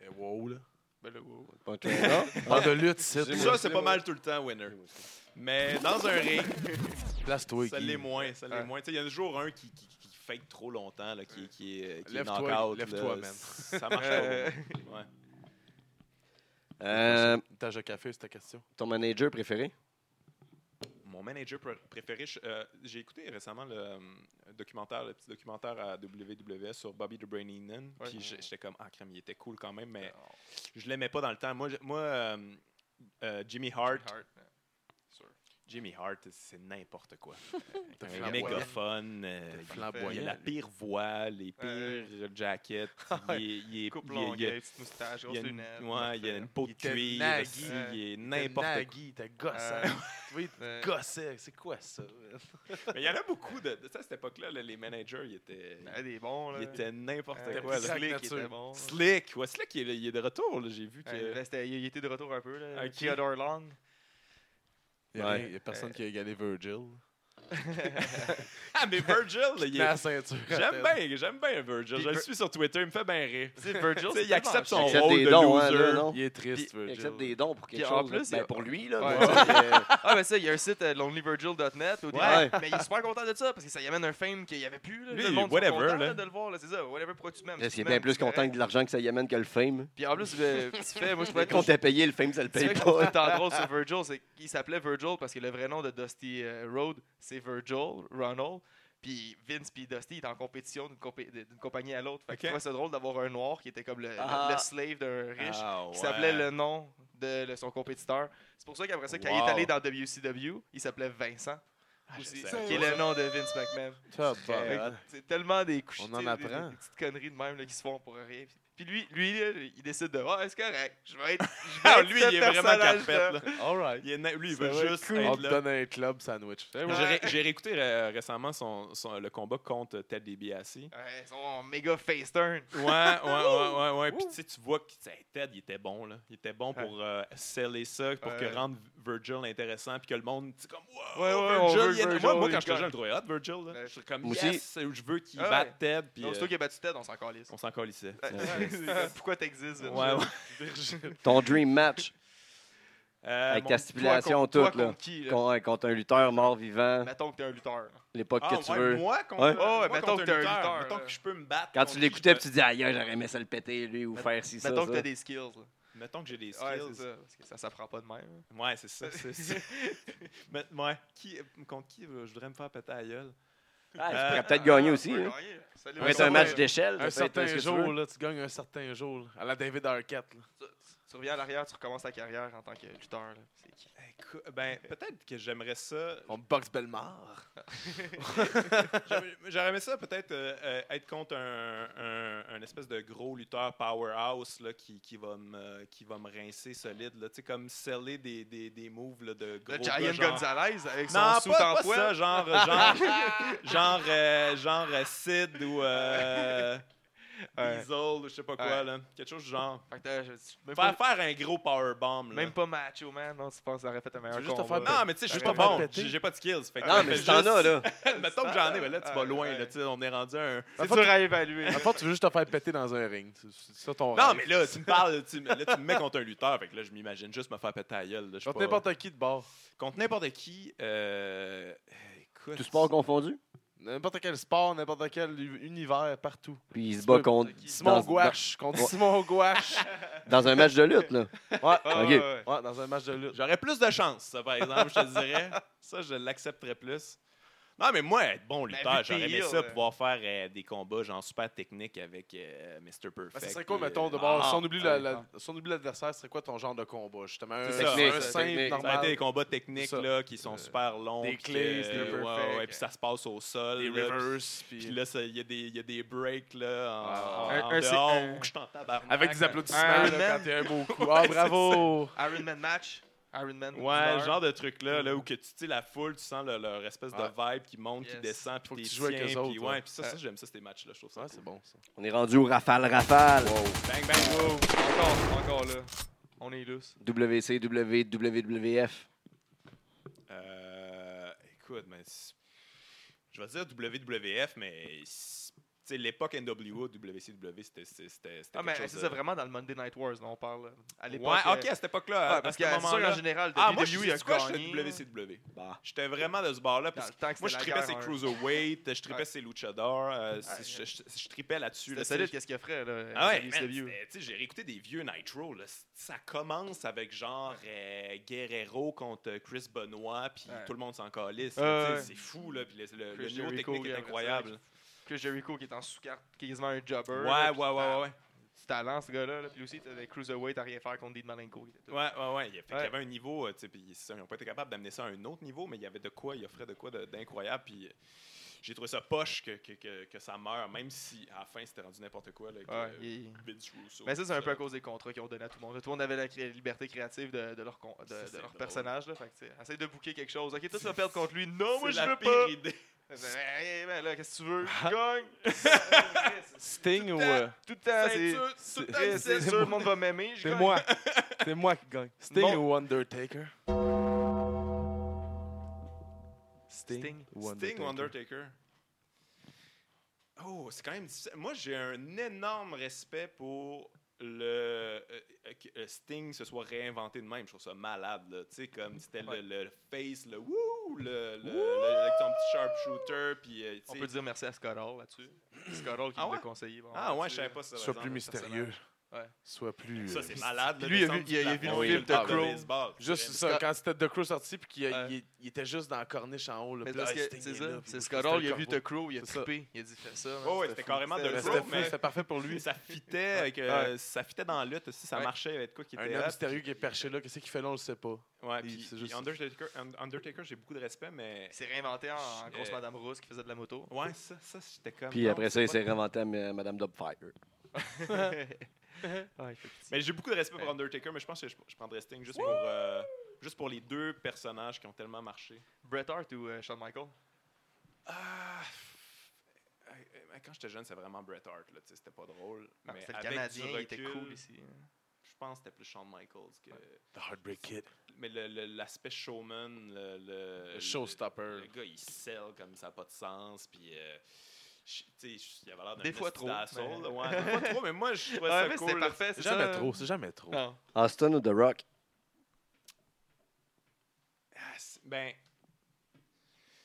[SPEAKER 4] Eh, wow, là.
[SPEAKER 2] Ben là, wow.
[SPEAKER 1] Pas un gars.
[SPEAKER 4] Dans de lutte, c'est.
[SPEAKER 3] Ça, c'est pas mal tout le temps, winner. Mais dans un ring,
[SPEAKER 4] Place-toi,
[SPEAKER 3] ça
[SPEAKER 4] Guy.
[SPEAKER 3] l'est moins. Ça l'est
[SPEAKER 2] Ouais.
[SPEAKER 3] moins. Tu sais, Il y a toujours un qui, qui, qui fake trop longtemps, là, qui, qui est, qui est
[SPEAKER 4] Lève-toi,
[SPEAKER 3] knock-out, là.
[SPEAKER 4] lève-toi, man.
[SPEAKER 3] Ça marche
[SPEAKER 2] Euh,
[SPEAKER 3] pas. pour moi. Ouais.
[SPEAKER 1] Euh,
[SPEAKER 4] Une tache de café, c'est ta question.
[SPEAKER 1] ton manager préféré?
[SPEAKER 3] Mon manager pr- préféré, je- euh, j'ai écouté récemment le euh, documentaire, le petit documentaire à WWE sur Bobby the Brain Heenan,
[SPEAKER 2] Ouais.
[SPEAKER 3] puis j'ai- j'étais comme ah crème, il était cool quand même, mais
[SPEAKER 2] Oh,
[SPEAKER 3] je l'aimais pas dans le temps. Moi, je- moi, euh, euh, Jimmy Hart,
[SPEAKER 2] Hart, ouais.
[SPEAKER 3] Jimmy Hart, c'est n'importe quoi.
[SPEAKER 4] T'as
[SPEAKER 3] Un
[SPEAKER 4] flamboyant.
[SPEAKER 3] mégaphone, euh, il, il
[SPEAKER 4] T'as
[SPEAKER 3] a la
[SPEAKER 4] flamboyant.
[SPEAKER 3] pire voix, les pires
[SPEAKER 2] Ouais.
[SPEAKER 3] jackets, il est, il est-
[SPEAKER 2] Coupe
[SPEAKER 3] il est-
[SPEAKER 2] longue,
[SPEAKER 3] il est-
[SPEAKER 2] petite moustache,
[SPEAKER 3] il y
[SPEAKER 2] grosse
[SPEAKER 3] a une,
[SPEAKER 2] lunette.
[SPEAKER 3] ouais, il y a une peau de
[SPEAKER 4] Il était
[SPEAKER 3] cuir, il
[SPEAKER 4] naggy.
[SPEAKER 3] est
[SPEAKER 4] T'es
[SPEAKER 3] n'importe quoi.
[SPEAKER 4] Nagui, t'es gosse.
[SPEAKER 2] Euh,
[SPEAKER 4] hein. Tu vois, il te
[SPEAKER 2] Euh,
[SPEAKER 4] gossait. C'est quoi ça?
[SPEAKER 3] Mais il y en a beaucoup de, de ça à cette époque-là, là, les managers, ils étaient,
[SPEAKER 2] ben, des bons, là.
[SPEAKER 3] Il était n'importe
[SPEAKER 2] Euh,
[SPEAKER 3] quoi.
[SPEAKER 4] plus
[SPEAKER 3] là.
[SPEAKER 4] slick,
[SPEAKER 2] Slick, il
[SPEAKER 4] nature.
[SPEAKER 2] était bon.
[SPEAKER 3] Slick, ouais, Slick, il est, il est de retour. là, J'ai vu que.
[SPEAKER 2] Ouais, là, c'était- il il était de retour un peu. Là.
[SPEAKER 3] Ok.
[SPEAKER 2] Theodore Long.
[SPEAKER 4] Il y a,
[SPEAKER 1] Ouais.
[SPEAKER 4] rien- il y a personne qui a égalé Virgil.
[SPEAKER 3] Ah, mais Virgil, là, il
[SPEAKER 4] Mais la
[SPEAKER 3] est...
[SPEAKER 4] ceinture.
[SPEAKER 3] j'aime bien, j'aime bien Virgil.
[SPEAKER 2] Puis
[SPEAKER 3] Je le
[SPEAKER 2] Vir-
[SPEAKER 3] suis sur Twitter, il me fait bien rire.
[SPEAKER 2] Tu sais, Virgil,
[SPEAKER 3] Tu sais,
[SPEAKER 2] c'est
[SPEAKER 3] il accepte
[SPEAKER 1] Il
[SPEAKER 3] son
[SPEAKER 2] tellement
[SPEAKER 1] accepte
[SPEAKER 3] rôle
[SPEAKER 1] des
[SPEAKER 3] de
[SPEAKER 1] dons, hein,
[SPEAKER 3] loser.
[SPEAKER 1] là, non?
[SPEAKER 4] Il est triste,
[SPEAKER 1] Il
[SPEAKER 4] Virgil.
[SPEAKER 1] accepte des dons pour quelque
[SPEAKER 2] Puis en
[SPEAKER 1] chose.
[SPEAKER 2] plus,
[SPEAKER 1] ben,
[SPEAKER 2] il y a-
[SPEAKER 1] pour lui, là. euh,
[SPEAKER 2] Ouais.
[SPEAKER 1] mais-
[SPEAKER 2] chiant. Ah, ben ça, il y a un site euh, lonelyvirgil.net. au début,
[SPEAKER 1] Ouais.
[SPEAKER 2] Mais il est super content de ça parce que ça y amène un fame qu'il n'y avait plus. Là.
[SPEAKER 3] Lui,
[SPEAKER 2] le monde sont
[SPEAKER 3] whatever,
[SPEAKER 2] contents,
[SPEAKER 3] là.
[SPEAKER 2] là, de le voir. là, C'est ça. Whatever, pourquoi tu
[SPEAKER 1] Parce
[SPEAKER 2] m'aimes?
[SPEAKER 1] qu'il est
[SPEAKER 2] Tu
[SPEAKER 1] bien
[SPEAKER 2] m'aimes,
[SPEAKER 1] plus
[SPEAKER 2] c'est correct.
[SPEAKER 1] content que de l'argent que ça y amène que le fame.
[SPEAKER 2] Puis en plus, euh, petit fait, moi je trouvais
[SPEAKER 1] Quand
[SPEAKER 2] qu'on
[SPEAKER 1] t'as payé, le fame, ça le
[SPEAKER 2] C'est
[SPEAKER 1] paye
[SPEAKER 2] vrai qu'on
[SPEAKER 1] pas.
[SPEAKER 2] trouve tant drôle sur Virgil, c'est qu'il s'appelait Virgil parce que le vrai nom de Dusty euh, Road, c'est Virgil, Ronald. Puis Vince puis Dusty étaient en compétition d'une, compé- d'une compagnie à l'autre. Fait que
[SPEAKER 3] Ok.
[SPEAKER 2] je trouvais ça drôle d'avoir un noir qui était comme le, le-
[SPEAKER 1] Ah.
[SPEAKER 2] le slave d'un riche
[SPEAKER 3] Ah,
[SPEAKER 2] qui s'appelait
[SPEAKER 3] ouais.
[SPEAKER 2] le nom de, le- son compétiteur. C'est pour ça qu'après ça, quand il
[SPEAKER 3] Wow.
[SPEAKER 2] est allé dans WCW, il s'appelait Vincent.
[SPEAKER 3] Ah,
[SPEAKER 2] aussi,
[SPEAKER 3] je
[SPEAKER 2] qui
[SPEAKER 3] sais.
[SPEAKER 2] est le nom de Vince McMahon.
[SPEAKER 4] Top,
[SPEAKER 2] Fait que C'est tellement des couches,
[SPEAKER 4] On en
[SPEAKER 2] des, des-
[SPEAKER 4] apprend.
[SPEAKER 2] des petites conneries de même là, qui se font pour rien. Puis Puis lui, lui là, il décide de. Ah, c'est correct. Je vais être. Je vais
[SPEAKER 3] Ah,
[SPEAKER 2] être
[SPEAKER 3] lui,
[SPEAKER 2] ce
[SPEAKER 3] il est vraiment
[SPEAKER 2] personnage-là.
[SPEAKER 3] carpette. Là.
[SPEAKER 4] All right.
[SPEAKER 3] Il est na- lui, il
[SPEAKER 4] Ça
[SPEAKER 3] veut
[SPEAKER 4] va être
[SPEAKER 3] juste
[SPEAKER 4] cool. On
[SPEAKER 3] être
[SPEAKER 4] te
[SPEAKER 3] là.
[SPEAKER 4] donne un club sandwich. Eh ouais.
[SPEAKER 3] J'ai ré- J'ai réécouté euh, récemment son, son- le combat contre Ted DiBiase.
[SPEAKER 2] Ouais, ils sont en méga face turn.
[SPEAKER 3] Ouais, ouais, ouais, ouais, ouais. Puis tu sais, tu vois que tu sais, Ted, il était bon, là. Il était bon pour euh, seller ça, pour
[SPEAKER 2] Ouais.
[SPEAKER 3] que rendre Virgil intéressant, puis que le monde, tu sais, comme, wow,
[SPEAKER 2] Ouais, ouais, on
[SPEAKER 3] Virgil,
[SPEAKER 2] veut
[SPEAKER 3] il est-
[SPEAKER 2] Virgil,
[SPEAKER 3] Moi, moi,
[SPEAKER 2] il
[SPEAKER 3] quand j'étais
[SPEAKER 2] gagne.
[SPEAKER 3] jeune, je le trouvais hot, Virgil, là.
[SPEAKER 2] Ouais.
[SPEAKER 3] Je suis comme,
[SPEAKER 1] Moi
[SPEAKER 3] yes, je veux qu'il
[SPEAKER 2] Ah ouais.
[SPEAKER 3] batte Ted, puis
[SPEAKER 2] Non,
[SPEAKER 3] euh,
[SPEAKER 2] c'est toi qui as battu Ted, on s'en calisse.
[SPEAKER 3] on s'en calissait.
[SPEAKER 2] Ouais, c'est comme, Pourquoi t'existes,
[SPEAKER 3] Ouais,
[SPEAKER 2] Virgil?
[SPEAKER 3] ouais.
[SPEAKER 1] Ton dream match
[SPEAKER 3] Euh,
[SPEAKER 1] avec
[SPEAKER 3] mon-
[SPEAKER 1] ta stipulation
[SPEAKER 2] Toi, contre-
[SPEAKER 1] toute,
[SPEAKER 2] toi,
[SPEAKER 1] là.
[SPEAKER 2] contre qui, là?
[SPEAKER 1] Con- Contre un lutteur mort-vivant,
[SPEAKER 2] Mettons que t'es un lutteur.
[SPEAKER 1] l'époque
[SPEAKER 3] Ah,
[SPEAKER 1] que tu
[SPEAKER 3] ouais,
[SPEAKER 1] veux.
[SPEAKER 3] Moi, contre,
[SPEAKER 1] Ouais.
[SPEAKER 2] Ah ouais,
[SPEAKER 3] moi,
[SPEAKER 2] mettons
[SPEAKER 3] contre
[SPEAKER 2] que t'es un
[SPEAKER 3] lutteur,
[SPEAKER 2] lutteur, euh.
[SPEAKER 3] Mettons
[SPEAKER 2] là.
[SPEAKER 3] que je peux me battre.
[SPEAKER 1] Quand
[SPEAKER 3] contre
[SPEAKER 1] tu
[SPEAKER 3] qui je
[SPEAKER 1] l'écoutais,
[SPEAKER 3] peux-
[SPEAKER 1] puis tu dis, aïe, aïe, j'aurais aimé ça le péter, lui, ou
[SPEAKER 2] Met-
[SPEAKER 1] faire ci, ça.
[SPEAKER 2] Mettons que
[SPEAKER 1] ça.
[SPEAKER 2] t'as des skills. là.
[SPEAKER 3] Mettons que j'ai des skills.
[SPEAKER 2] Ouais, c'est ça. Parce que ça s'apprend pas de même.
[SPEAKER 3] Ouais, c'est ça. c'est ça. Mais, ouais. Qui, contre qui euh, je voudrais me faire péter à la gueule?
[SPEAKER 1] Ah, tu
[SPEAKER 3] Euh,
[SPEAKER 1] pourrais peut-être gagner aussi. hein. Ça
[SPEAKER 2] C'est
[SPEAKER 1] pourrait être
[SPEAKER 4] certain-
[SPEAKER 1] un match d'échelle. ça peut
[SPEAKER 4] Un
[SPEAKER 1] être
[SPEAKER 4] certain
[SPEAKER 1] ce que tu
[SPEAKER 4] jour,
[SPEAKER 1] veux.
[SPEAKER 4] là, tu gagnes un certain jour. là, À la David Arquette. là.
[SPEAKER 2] Tu reviens à l'arrière, tu recommences ta carrière en tant que lutteur. là. C'est qui?
[SPEAKER 3] Écou- Ben, peut-être que j'aimerais ça.
[SPEAKER 4] On boxe Bellemare.
[SPEAKER 3] J'aimerais- J'aurais aimé ça peut-être euh, euh, être contre un, un- un espèce de gros lutteur powerhouse là, qui, qui, va me, qui va me rincer solide. Là. Tu sais, comme sceller des, des, des moves là, de gros
[SPEAKER 2] Le
[SPEAKER 3] gars,
[SPEAKER 2] Giant
[SPEAKER 3] genre-
[SPEAKER 2] Gonzalez avec son
[SPEAKER 3] Non, pas,
[SPEAKER 2] sous
[SPEAKER 3] pas
[SPEAKER 2] en
[SPEAKER 3] ça,
[SPEAKER 2] poil.
[SPEAKER 3] genre, euh, genre, genre, euh, genre euh, Sid ou euh,
[SPEAKER 2] Ouais.
[SPEAKER 3] Diesel ou je sais pas quoi,
[SPEAKER 2] Ouais.
[SPEAKER 3] là. quelque chose du genre.
[SPEAKER 2] Fait que t'as- je- même
[SPEAKER 3] Faire,
[SPEAKER 2] pas-
[SPEAKER 3] faire un gros powerbomb. là.
[SPEAKER 2] Même pas macho, man. Non, tu penses que ça aurait fait un meilleur
[SPEAKER 4] juste te
[SPEAKER 2] combat.
[SPEAKER 4] faire
[SPEAKER 3] Non, mais tu sais, je suis
[SPEAKER 2] T'aurais
[SPEAKER 3] pas
[SPEAKER 4] pas
[SPEAKER 3] bon.
[SPEAKER 4] pété.
[SPEAKER 3] J'ai j'ai pas de skills. fait que
[SPEAKER 1] Non,
[SPEAKER 3] ça
[SPEAKER 1] mais
[SPEAKER 3] fait
[SPEAKER 1] si t'en
[SPEAKER 3] juste-
[SPEAKER 1] as, là.
[SPEAKER 3] Mettons que j'en ai, mais là, tu
[SPEAKER 2] Ah,
[SPEAKER 3] vas loin.
[SPEAKER 2] ouais.
[SPEAKER 3] là, tu sais, on est rendu à un.
[SPEAKER 2] C'est
[SPEAKER 4] Enfin,
[SPEAKER 2] dur à évaluer.
[SPEAKER 4] En fait, tu veux juste te faire péter dans un ring. C'est- C'est ça ton
[SPEAKER 3] Non,
[SPEAKER 4] rêve.
[SPEAKER 3] mais là, tu me parles, tu, me- là, tu me mets contre un lutteur. Fait que là, je m'imagine juste me faire péter à gueule. là, je suis
[SPEAKER 4] Contre
[SPEAKER 3] pas-
[SPEAKER 4] n'importe qui de bord.
[SPEAKER 3] Contre n'importe qui. euh, Écoute.
[SPEAKER 1] Tout sport confondu.
[SPEAKER 4] N'importe quel sport, n'importe quel u- univers, partout.
[SPEAKER 1] Puis il se
[SPEAKER 4] Tu
[SPEAKER 1] bat
[SPEAKER 4] peux-
[SPEAKER 1] contre.
[SPEAKER 4] Simon
[SPEAKER 1] dans-
[SPEAKER 4] Gouache contre
[SPEAKER 1] Ouais.
[SPEAKER 4] Simon Gouache.
[SPEAKER 1] Dans un match de lutte, là.
[SPEAKER 4] Ouais.
[SPEAKER 2] Ah,
[SPEAKER 1] Ok.
[SPEAKER 2] ouais, ouais.
[SPEAKER 4] Ouais, dans un match de lutte.
[SPEAKER 3] J'aurais plus de chance, ça, par exemple, je te dirais. Ça, je l'accepterais plus. Non, mais moi, être
[SPEAKER 4] Ben,
[SPEAKER 3] bon
[SPEAKER 2] vu
[SPEAKER 3] lutteur,
[SPEAKER 2] que t'es
[SPEAKER 3] j'aurais aimé
[SPEAKER 2] heel,
[SPEAKER 3] ça,
[SPEAKER 2] euh,
[SPEAKER 3] pouvoir faire euh, des combats genre super techniques avec euh, Mr. Perfect.
[SPEAKER 4] Ben, ça serait quoi,
[SPEAKER 3] puis,
[SPEAKER 4] mettons, de
[SPEAKER 3] euh,
[SPEAKER 4] bord,
[SPEAKER 3] ah,
[SPEAKER 4] si on oublie
[SPEAKER 3] ah,
[SPEAKER 4] la- la- si on oublie l'adversaire, c'est quoi ton genre de combat, justement? Un,
[SPEAKER 3] C'est ça.
[SPEAKER 4] un
[SPEAKER 1] Technique, technique.
[SPEAKER 4] simple,
[SPEAKER 3] Ça a été des
[SPEAKER 4] normal.
[SPEAKER 3] combats techniques
[SPEAKER 4] ça. Euh,
[SPEAKER 3] là, qui sont super longs.
[SPEAKER 4] des
[SPEAKER 3] puis
[SPEAKER 4] clés,
[SPEAKER 3] que-
[SPEAKER 4] des
[SPEAKER 3] ouais,
[SPEAKER 2] perfect.
[SPEAKER 3] ouais, puis ça se passe au sol.
[SPEAKER 4] Des
[SPEAKER 3] là, puis-
[SPEAKER 4] reverse, puis-
[SPEAKER 3] Puis là, ça- il y, a des- il y a des breaks là, en,
[SPEAKER 2] Ah.
[SPEAKER 3] en
[SPEAKER 2] Un- un- c'est-
[SPEAKER 3] dehors
[SPEAKER 2] un-
[SPEAKER 3] où je t'en tabarnak.
[SPEAKER 4] Avec des applaudissements,
[SPEAKER 2] Un
[SPEAKER 4] là,
[SPEAKER 2] man.
[SPEAKER 4] quand t'es un beau coup. Ah,
[SPEAKER 3] Ouais,
[SPEAKER 4] bravo!
[SPEAKER 2] Iron Man match. Iron Man.
[SPEAKER 3] Ouais,
[SPEAKER 2] lutteur.
[SPEAKER 3] genre de truc là, là où que tu tu sais la foule, tu sens leur, leur espèce de vibe qui monte, qui
[SPEAKER 2] Yes.
[SPEAKER 3] descend,
[SPEAKER 4] Faut
[SPEAKER 3] puis
[SPEAKER 4] que
[SPEAKER 3] t'es
[SPEAKER 4] tu joues avec
[SPEAKER 3] tiens,
[SPEAKER 4] eux
[SPEAKER 3] puis
[SPEAKER 4] autres, ouais.
[SPEAKER 3] ouais, puis ça, ça j'aime ça ces matchs là, je trouve ça.
[SPEAKER 4] Ouais,
[SPEAKER 3] cool.
[SPEAKER 4] c'est bon, ça.
[SPEAKER 1] On est rendu au Rafale Rafale.
[SPEAKER 3] Bang bang wow.
[SPEAKER 2] Encore, encore là. On est lus.
[SPEAKER 1] WCW, WWF.
[SPEAKER 3] Euh, écoute, mais c'est- je vais dire WWF, mais c'est- tu sais l'époque NWO, WCW, c'était c'était c'était
[SPEAKER 2] Ah, mais
[SPEAKER 3] quelque
[SPEAKER 2] c'est
[SPEAKER 3] chose
[SPEAKER 2] ça vraiment dans le Monday Night Wars, non, on parle. là. À
[SPEAKER 3] Ouais,
[SPEAKER 2] l'époque. euh,
[SPEAKER 3] ok, à cette époque-là,
[SPEAKER 2] ouais,
[SPEAKER 3] à
[SPEAKER 2] parce
[SPEAKER 3] ce
[SPEAKER 2] que c'est sûr, en
[SPEAKER 3] moment-là.
[SPEAKER 2] général,
[SPEAKER 3] Ah,
[SPEAKER 2] WWE
[SPEAKER 3] moi, je
[SPEAKER 2] a
[SPEAKER 3] sais quoi, j'étais
[SPEAKER 2] gagné.
[SPEAKER 3] WCW.
[SPEAKER 1] Bah.
[SPEAKER 3] J'étais vraiment de ce bord-là,
[SPEAKER 2] Dans
[SPEAKER 3] parce
[SPEAKER 2] le temps que
[SPEAKER 3] E, Moi, je
[SPEAKER 2] c'était
[SPEAKER 3] tripais
[SPEAKER 2] la
[SPEAKER 3] ces
[SPEAKER 2] guerre, hein.
[SPEAKER 3] Cruiserweight, je tripais ces Luchador, euh, c'est-
[SPEAKER 2] Ouais.
[SPEAKER 3] je, je- je tripais là-dessus.
[SPEAKER 2] C'était
[SPEAKER 3] là,
[SPEAKER 2] solide,
[SPEAKER 3] tu sais,
[SPEAKER 2] qu'est-ce qu'il offrait, là. E,
[SPEAKER 3] Ah ouais,
[SPEAKER 2] WCW.
[SPEAKER 3] man, c'était- tu sais, j'ai réécouté des vieux Nitro. là. C- Ça commence avec genre euh, Guerrero contre Chris Benoit, puis
[SPEAKER 2] Ouais.
[SPEAKER 3] tout le monde s'en calisse. là,
[SPEAKER 2] Ouais,
[SPEAKER 3] tu sais,
[SPEAKER 2] ouais.
[SPEAKER 3] C'est fou, là, puis le, le- le
[SPEAKER 2] Chris
[SPEAKER 3] niveau
[SPEAKER 2] Jericho,
[SPEAKER 3] technique est
[SPEAKER 2] Gabriel
[SPEAKER 3] incroyable.
[SPEAKER 2] Chris Jericho qui est en sous-carte, qui est quasiment un jobber.
[SPEAKER 3] Ouais,
[SPEAKER 2] là,
[SPEAKER 3] ouais,
[SPEAKER 2] puis
[SPEAKER 3] ouais,
[SPEAKER 2] c'est un-
[SPEAKER 3] ouais. ouais.
[SPEAKER 2] Du talent, ce gars-là. là. Puis aussi, t'as des Cruiserweight à rien faire contre Dean Malenko. qui était tout-
[SPEAKER 3] Ouais, ouais, ouais. Il, y a- fait qu'il y
[SPEAKER 2] Ouais.
[SPEAKER 3] avait un niveau, euh, tu sais, puis c'est ça, ils n'ont pas été capables d'amener ça à un autre niveau, mais il y avait de quoi, il offrait de quoi de- d'incroyable, puis euh, j'ai trouvé ça poche que, que, que, que ça meurt, même si à la fin c'était rendu n'importe quoi. Là, que,
[SPEAKER 2] Ouais,
[SPEAKER 3] euh,
[SPEAKER 2] il-
[SPEAKER 3] Vince Russo,
[SPEAKER 2] Mais ça, c'est un
[SPEAKER 3] tout
[SPEAKER 2] peu à cause des contrats qu'ils ont donné à tout le monde. Tout le monde avait la cré- liberté créative de, de leur, con- de-
[SPEAKER 3] Ça,
[SPEAKER 2] de
[SPEAKER 3] c'est
[SPEAKER 2] leur
[SPEAKER 3] drôle.
[SPEAKER 2] personnage. Là, fait que, tu sais, essaye de booker quelque chose. Ok, toi, tu vas perdre contre lui. Non, moi,
[SPEAKER 3] C'est
[SPEAKER 2] je
[SPEAKER 3] la
[SPEAKER 2] veux
[SPEAKER 3] pire
[SPEAKER 2] pas.
[SPEAKER 3] idée.
[SPEAKER 2] Mais, mais, ben là, qu'est-ce que tu veux? Gagne!
[SPEAKER 4] Sting ou...
[SPEAKER 3] temps.
[SPEAKER 4] euh,
[SPEAKER 2] Tout le temps, c'est.
[SPEAKER 3] Ceinture, tout le temps,
[SPEAKER 2] Chris, C'est
[SPEAKER 3] c'est-
[SPEAKER 2] sûr, le monde va m'aimer. je
[SPEAKER 4] C'est
[SPEAKER 2] gagne.
[SPEAKER 4] moi. C'est moi qui gagne. Sting
[SPEAKER 2] Bon.
[SPEAKER 4] ou Undertaker?
[SPEAKER 2] Sting.
[SPEAKER 4] ou
[SPEAKER 3] Sting ou Undertaker? Oh, c'est quand même difficile. Moi, j'ai un énorme respect pour le euh, euh, que euh, Sting se soit réinventé de même. Je trouve ça malade. là. Tu sais, comme c'était le-
[SPEAKER 2] Ouais.
[SPEAKER 3] le, face, le wouh, le, le, le- le- avec son petit sharpshooter. Puis, euh, tu
[SPEAKER 2] On
[SPEAKER 3] sais-
[SPEAKER 2] peut dire merci à Scott Hall là-dessus. Scott Hall qui
[SPEAKER 3] Ah
[SPEAKER 2] nous l'a
[SPEAKER 3] ouais?
[SPEAKER 2] conseillé. vraiment,
[SPEAKER 3] Ah ouais, je
[SPEAKER 2] là-dessus,
[SPEAKER 3] savais pas ça. par
[SPEAKER 4] Soit
[SPEAKER 3] exemple,
[SPEAKER 4] plus
[SPEAKER 3] le
[SPEAKER 4] mystérieux.
[SPEAKER 2] Ouais.
[SPEAKER 4] Soit plus...
[SPEAKER 3] personnage. Ça,
[SPEAKER 4] euh,
[SPEAKER 3] c'est malade.
[SPEAKER 2] Puis lui, il a vu- il a- il a vu le film de Crow.
[SPEAKER 4] Juste ça, quand c'était The Crew sorti, puis qu'il
[SPEAKER 2] Ouais.
[SPEAKER 4] il- il était juste dans la corniche en haut. Là,
[SPEAKER 2] Mais
[SPEAKER 4] puis là,
[SPEAKER 2] parce
[SPEAKER 4] hey,
[SPEAKER 2] que
[SPEAKER 4] Sting
[SPEAKER 2] c'est
[SPEAKER 4] est
[SPEAKER 2] ça,
[SPEAKER 4] là, puis
[SPEAKER 2] c'est
[SPEAKER 4] là,
[SPEAKER 2] Scott
[SPEAKER 4] c'était
[SPEAKER 2] Hall,
[SPEAKER 4] le
[SPEAKER 2] il a vu
[SPEAKER 4] corbeau.
[SPEAKER 2] The Crew, il a
[SPEAKER 4] C'est ça.
[SPEAKER 2] trippé, il a dit fais ça. man,
[SPEAKER 3] Oh, Ouais, ouais,
[SPEAKER 2] c'était
[SPEAKER 3] c'était
[SPEAKER 2] fou.
[SPEAKER 3] carrément de
[SPEAKER 4] Mais
[SPEAKER 3] le
[SPEAKER 4] C'était
[SPEAKER 3] Crow,
[SPEAKER 2] fou.
[SPEAKER 4] fou,
[SPEAKER 3] mais-
[SPEAKER 4] c'était parfait pour lui.
[SPEAKER 3] Ça fitait, avec, euh, ça fitait dans la lutte aussi. Ça
[SPEAKER 2] Ouais.
[SPEAKER 3] marchait avec quoi qui était
[SPEAKER 4] Un homme
[SPEAKER 3] hot.
[SPEAKER 4] mystérieux qui est perché là, qu'est-ce qu'il fait là, on le sait pas.
[SPEAKER 3] Ouais,
[SPEAKER 4] Puis
[SPEAKER 3] puis
[SPEAKER 4] c'est juste-
[SPEAKER 3] puis Undertaker, Un- Undertaker j'ai beaucoup de respect, mais.
[SPEAKER 2] Il s'est réinventé en, en grosse
[SPEAKER 3] Euh,
[SPEAKER 2] madame rousse qui faisait de la moto.
[SPEAKER 3] Ouais, ça, ça c'était comme.
[SPEAKER 1] Puis
[SPEAKER 3] non,
[SPEAKER 1] après ça,
[SPEAKER 3] c'est
[SPEAKER 1] il
[SPEAKER 3] pas-
[SPEAKER 1] s'est réinventé à M- Madame Dubfire.
[SPEAKER 2] Ah, il fait pitié.
[SPEAKER 3] Mais j'ai beaucoup de respect pour
[SPEAKER 2] Ouais.
[SPEAKER 3] Undertaker, mais je pense que je, je prendrais Sting juste pour, euh, juste pour les deux personnages qui ont tellement marché.
[SPEAKER 2] Bret Hart ou euh, Shawn Michaels?
[SPEAKER 3] Ah, euh, euh, quand j'étais jeune, c'était vraiment Bret Hart. là, tu sais, C'était pas drôle.
[SPEAKER 2] Non,
[SPEAKER 3] mais
[SPEAKER 2] C'était le
[SPEAKER 3] avec
[SPEAKER 2] Canadien,
[SPEAKER 3] du
[SPEAKER 2] il était
[SPEAKER 3] recul,
[SPEAKER 2] cool ici.
[SPEAKER 3] Je pense que c'était plus Shawn Michaels. Que...
[SPEAKER 4] The Heartbreak Kid.
[SPEAKER 3] Mais le- le- l'aspect showman, le, le-
[SPEAKER 4] Le showstopper.
[SPEAKER 3] Le gars, il sell comme ça n'a pas de sens. Puis, euh, je- tu sais, il avait l'air d'un
[SPEAKER 2] Des fois
[SPEAKER 3] esti
[SPEAKER 2] trop,
[SPEAKER 3] d'asshole,
[SPEAKER 2] mais-
[SPEAKER 3] là, ouais, des fois trop, mais moi, je trouvais
[SPEAKER 2] Ouais,
[SPEAKER 3] ça
[SPEAKER 2] mais
[SPEAKER 3] cool.
[SPEAKER 2] c'était parfait,
[SPEAKER 4] C'est Ah.
[SPEAKER 2] c'est
[SPEAKER 4] jamais
[SPEAKER 2] ça.
[SPEAKER 4] trop, c'est jamais trop.
[SPEAKER 2] Non.
[SPEAKER 1] Austin ou The Rock?
[SPEAKER 3] Ah, c'est- Ben,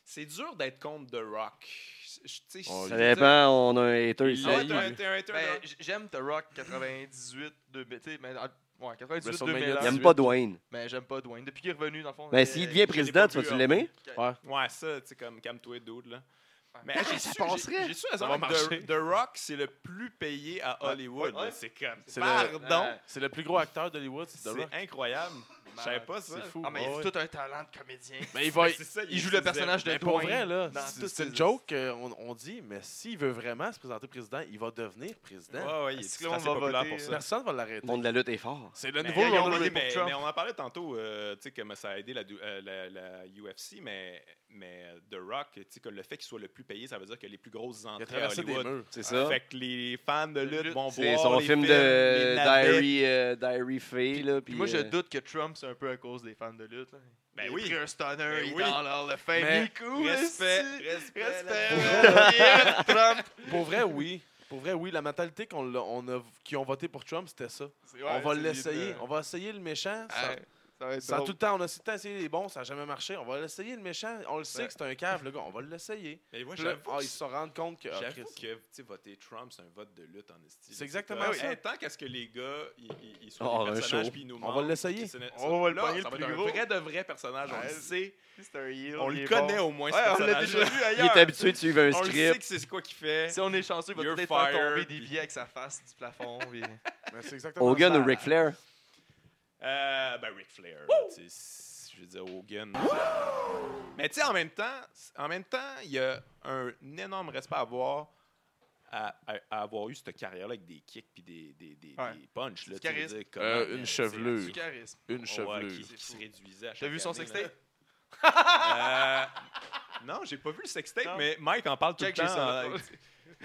[SPEAKER 3] c'est dur d'être contre The Rock. Je- je- tu sais,
[SPEAKER 4] Oh,
[SPEAKER 3] je
[SPEAKER 1] Ça
[SPEAKER 3] veux dire-
[SPEAKER 1] dépend, on a un hater
[SPEAKER 3] Ah
[SPEAKER 1] ici.
[SPEAKER 3] ouais, t'as un- t'as un hater
[SPEAKER 2] Ben,
[SPEAKER 3] de-
[SPEAKER 2] j- J'aime The Rock 98, 2000, tu sais, mais ah, ouais, 98,
[SPEAKER 4] WrestleMania
[SPEAKER 2] 2000.
[SPEAKER 1] Il aime pas Dwayne.
[SPEAKER 2] Mais j'aime pas Dwayne. Depuis qu'il est revenu, dans le fond.
[SPEAKER 1] Ben,
[SPEAKER 2] euh,
[SPEAKER 1] s'il devient
[SPEAKER 3] je l'ai
[SPEAKER 1] président,
[SPEAKER 3] pas
[SPEAKER 1] tu vas-tu
[SPEAKER 3] vu,
[SPEAKER 1] l'aimer?
[SPEAKER 3] Ouais, ça, tu sais, comme calme-toi, dude, là.
[SPEAKER 2] Ouais.
[SPEAKER 3] Mais hey, j'ai su, j'ai- j'ai su à savoir
[SPEAKER 4] va
[SPEAKER 3] que
[SPEAKER 4] marcher.
[SPEAKER 3] The, The Rock, c'est le plus payé à Hollywood.
[SPEAKER 2] Ouais, ouais.
[SPEAKER 3] là. C'est comme,
[SPEAKER 4] C'est le-
[SPEAKER 3] pardon,
[SPEAKER 4] C'est le plus gros acteur d'Hollywood, c'est The Rock.
[SPEAKER 3] c'est incroyable. Je savais pas ça.
[SPEAKER 4] C'est fou.
[SPEAKER 2] Ah, mais
[SPEAKER 4] Ouais,
[SPEAKER 2] il a tout un talent de comédien.
[SPEAKER 4] Mais il va.
[SPEAKER 3] C'est ça,
[SPEAKER 2] Il joue le personnage de
[SPEAKER 1] Ben,
[SPEAKER 4] Mais pour
[SPEAKER 2] Dwayne
[SPEAKER 4] vrai, là,
[SPEAKER 2] dans
[SPEAKER 4] c'est-
[SPEAKER 2] toutes
[SPEAKER 4] c'est une
[SPEAKER 2] ses-
[SPEAKER 4] joke qu'on on dit, mais s'il veut vraiment se présenter président, il va devenir président.
[SPEAKER 3] Ouais, ouais, il est
[SPEAKER 2] Est-ce
[SPEAKER 3] assez
[SPEAKER 2] que le monde va
[SPEAKER 3] populaire
[SPEAKER 2] voter,
[SPEAKER 3] pour
[SPEAKER 2] euh,
[SPEAKER 3] ça.
[SPEAKER 4] Personne ne va
[SPEAKER 1] Le
[SPEAKER 4] l'arrêter.
[SPEAKER 1] monde de la lutte est fort.
[SPEAKER 4] C'est le
[SPEAKER 3] Mais,
[SPEAKER 4] nouveau
[SPEAKER 2] ils ont
[SPEAKER 4] Ronald
[SPEAKER 2] voté
[SPEAKER 4] Reagan.
[SPEAKER 2] pour
[SPEAKER 3] mais-
[SPEAKER 2] Trump.
[SPEAKER 3] mais on en parlait tantôt, euh, tu sais, comment ça a aidé la, dou- euh, la- la UFC, mais, mais euh, The Rock, tu sais, que le fait qu'il soit le plus payé, ça veut dire que les plus grosses
[SPEAKER 4] Il a
[SPEAKER 3] entrées à
[SPEAKER 4] traversé des
[SPEAKER 3] Hollywood
[SPEAKER 4] murs.
[SPEAKER 1] C'est ça.
[SPEAKER 3] Fait que les fans de
[SPEAKER 2] De
[SPEAKER 3] lutte
[SPEAKER 2] lutte.
[SPEAKER 3] vont
[SPEAKER 1] C'est
[SPEAKER 3] voir
[SPEAKER 1] son
[SPEAKER 3] les
[SPEAKER 1] film
[SPEAKER 3] films,
[SPEAKER 1] de
[SPEAKER 3] les navets.
[SPEAKER 1] Diary, euh, Diary Fay. Là,
[SPEAKER 2] Puis
[SPEAKER 1] puis,
[SPEAKER 2] moi, je
[SPEAKER 1] euh,
[SPEAKER 2] doute que Trump, c'est un peu à cause des fans de lutte. là.
[SPEAKER 3] Ben
[SPEAKER 2] il a
[SPEAKER 3] oui.
[SPEAKER 2] pris un stunner,
[SPEAKER 3] Ben
[SPEAKER 2] il est
[SPEAKER 3] oui.
[SPEAKER 2] dans l'Hall of Fame.
[SPEAKER 4] Mais
[SPEAKER 2] il est cool,
[SPEAKER 3] Respect,
[SPEAKER 2] esti.
[SPEAKER 3] respect.
[SPEAKER 2] Respect.
[SPEAKER 3] là.
[SPEAKER 2] man. Yeah, Trump.
[SPEAKER 4] Pour vrai, oui. Pour vrai, oui. La mentalité qu'on l'a- on a, qui ont voté pour Trump, c'était ça. on va l'essayer. On va essayer le méchant. Ça,
[SPEAKER 2] euh,
[SPEAKER 4] ça a tout le temps, on a tout le temps essayé les bons, ça n'a jamais marché. On va l'essayer le méchant. On le sait
[SPEAKER 2] Ouais.
[SPEAKER 4] que c'est un cave, le gars. On va l'essayer.
[SPEAKER 3] Mais moi,
[SPEAKER 4] Puis là,
[SPEAKER 3] j'avoue
[SPEAKER 4] ah,
[SPEAKER 3] que
[SPEAKER 4] ils se sont rendus compte que. ah,
[SPEAKER 3] J'avoue
[SPEAKER 4] Chris.
[SPEAKER 3] que tu sais, voter Trump, c'est un vote de lutte en estime.
[SPEAKER 4] C'est exactement ça.
[SPEAKER 3] tant qu'à ce que les gars ils, ils- ils soient
[SPEAKER 1] Oh,
[SPEAKER 3] des
[SPEAKER 1] un
[SPEAKER 3] personnages
[SPEAKER 1] show.
[SPEAKER 3] puis ils nous
[SPEAKER 4] On va
[SPEAKER 3] mentent,
[SPEAKER 4] l'essayer.
[SPEAKER 3] puis c'est- c'est-
[SPEAKER 2] Ah, On va le
[SPEAKER 3] là,
[SPEAKER 2] pogner le
[SPEAKER 3] ça va
[SPEAKER 2] plus
[SPEAKER 3] être un
[SPEAKER 2] gros.
[SPEAKER 3] vrai de vrai personnage. On
[SPEAKER 2] Ouais.
[SPEAKER 3] le sait.
[SPEAKER 2] C'est un heel,
[SPEAKER 3] On
[SPEAKER 2] il
[SPEAKER 3] le
[SPEAKER 2] est
[SPEAKER 3] connaît
[SPEAKER 2] bon.
[SPEAKER 3] au moins,
[SPEAKER 2] Ouais,
[SPEAKER 3] ce
[SPEAKER 2] on l'a déjà
[SPEAKER 3] personnage-là.
[SPEAKER 2] vu
[SPEAKER 1] Il est
[SPEAKER 2] ailleurs.
[SPEAKER 1] habitué de suivre un
[SPEAKER 3] On le sait
[SPEAKER 1] script.
[SPEAKER 3] que c'est quoi qu'il fait.
[SPEAKER 2] Si on est chanceux, il va
[SPEAKER 3] You're
[SPEAKER 2] peut-être faire
[SPEAKER 3] fired,
[SPEAKER 2] tomber des
[SPEAKER 3] puis-
[SPEAKER 2] billets avec sa face du plafond. puis-
[SPEAKER 4] ah, Mais c'est exactement
[SPEAKER 1] Hogan
[SPEAKER 4] ça.
[SPEAKER 1] ou Ric Flair?
[SPEAKER 3] Euh, ben, Ric Flair. là, tu sais, si- Je veux dire, Hogan. Mais tu sais, en même temps, en même temps, il y a un énorme respect à avoir à, à- à avoir eu cette carrière-là avec des kicks puis des, des, des,
[SPEAKER 2] Ouais.
[SPEAKER 3] des punches. Là,
[SPEAKER 2] Du
[SPEAKER 3] tu sais, je veux
[SPEAKER 2] charisme.
[SPEAKER 3] dire, comment,
[SPEAKER 4] Euh,
[SPEAKER 3] man, c'est
[SPEAKER 4] une chevelure.
[SPEAKER 2] Du charisme.
[SPEAKER 4] Une
[SPEAKER 3] Oh, ouais,
[SPEAKER 4] chevelure.
[SPEAKER 3] qui, qui se réduisait à
[SPEAKER 2] T'as
[SPEAKER 3] chaque
[SPEAKER 2] vu son
[SPEAKER 3] année,
[SPEAKER 2] sextape?
[SPEAKER 3] là. Euh, Non, j'ai pas vu le sextape,
[SPEAKER 2] Non.
[SPEAKER 3] mais Mike en parle tout
[SPEAKER 2] Check,
[SPEAKER 3] le
[SPEAKER 2] j'ai
[SPEAKER 3] temps.
[SPEAKER 2] ça.
[SPEAKER 3] euh,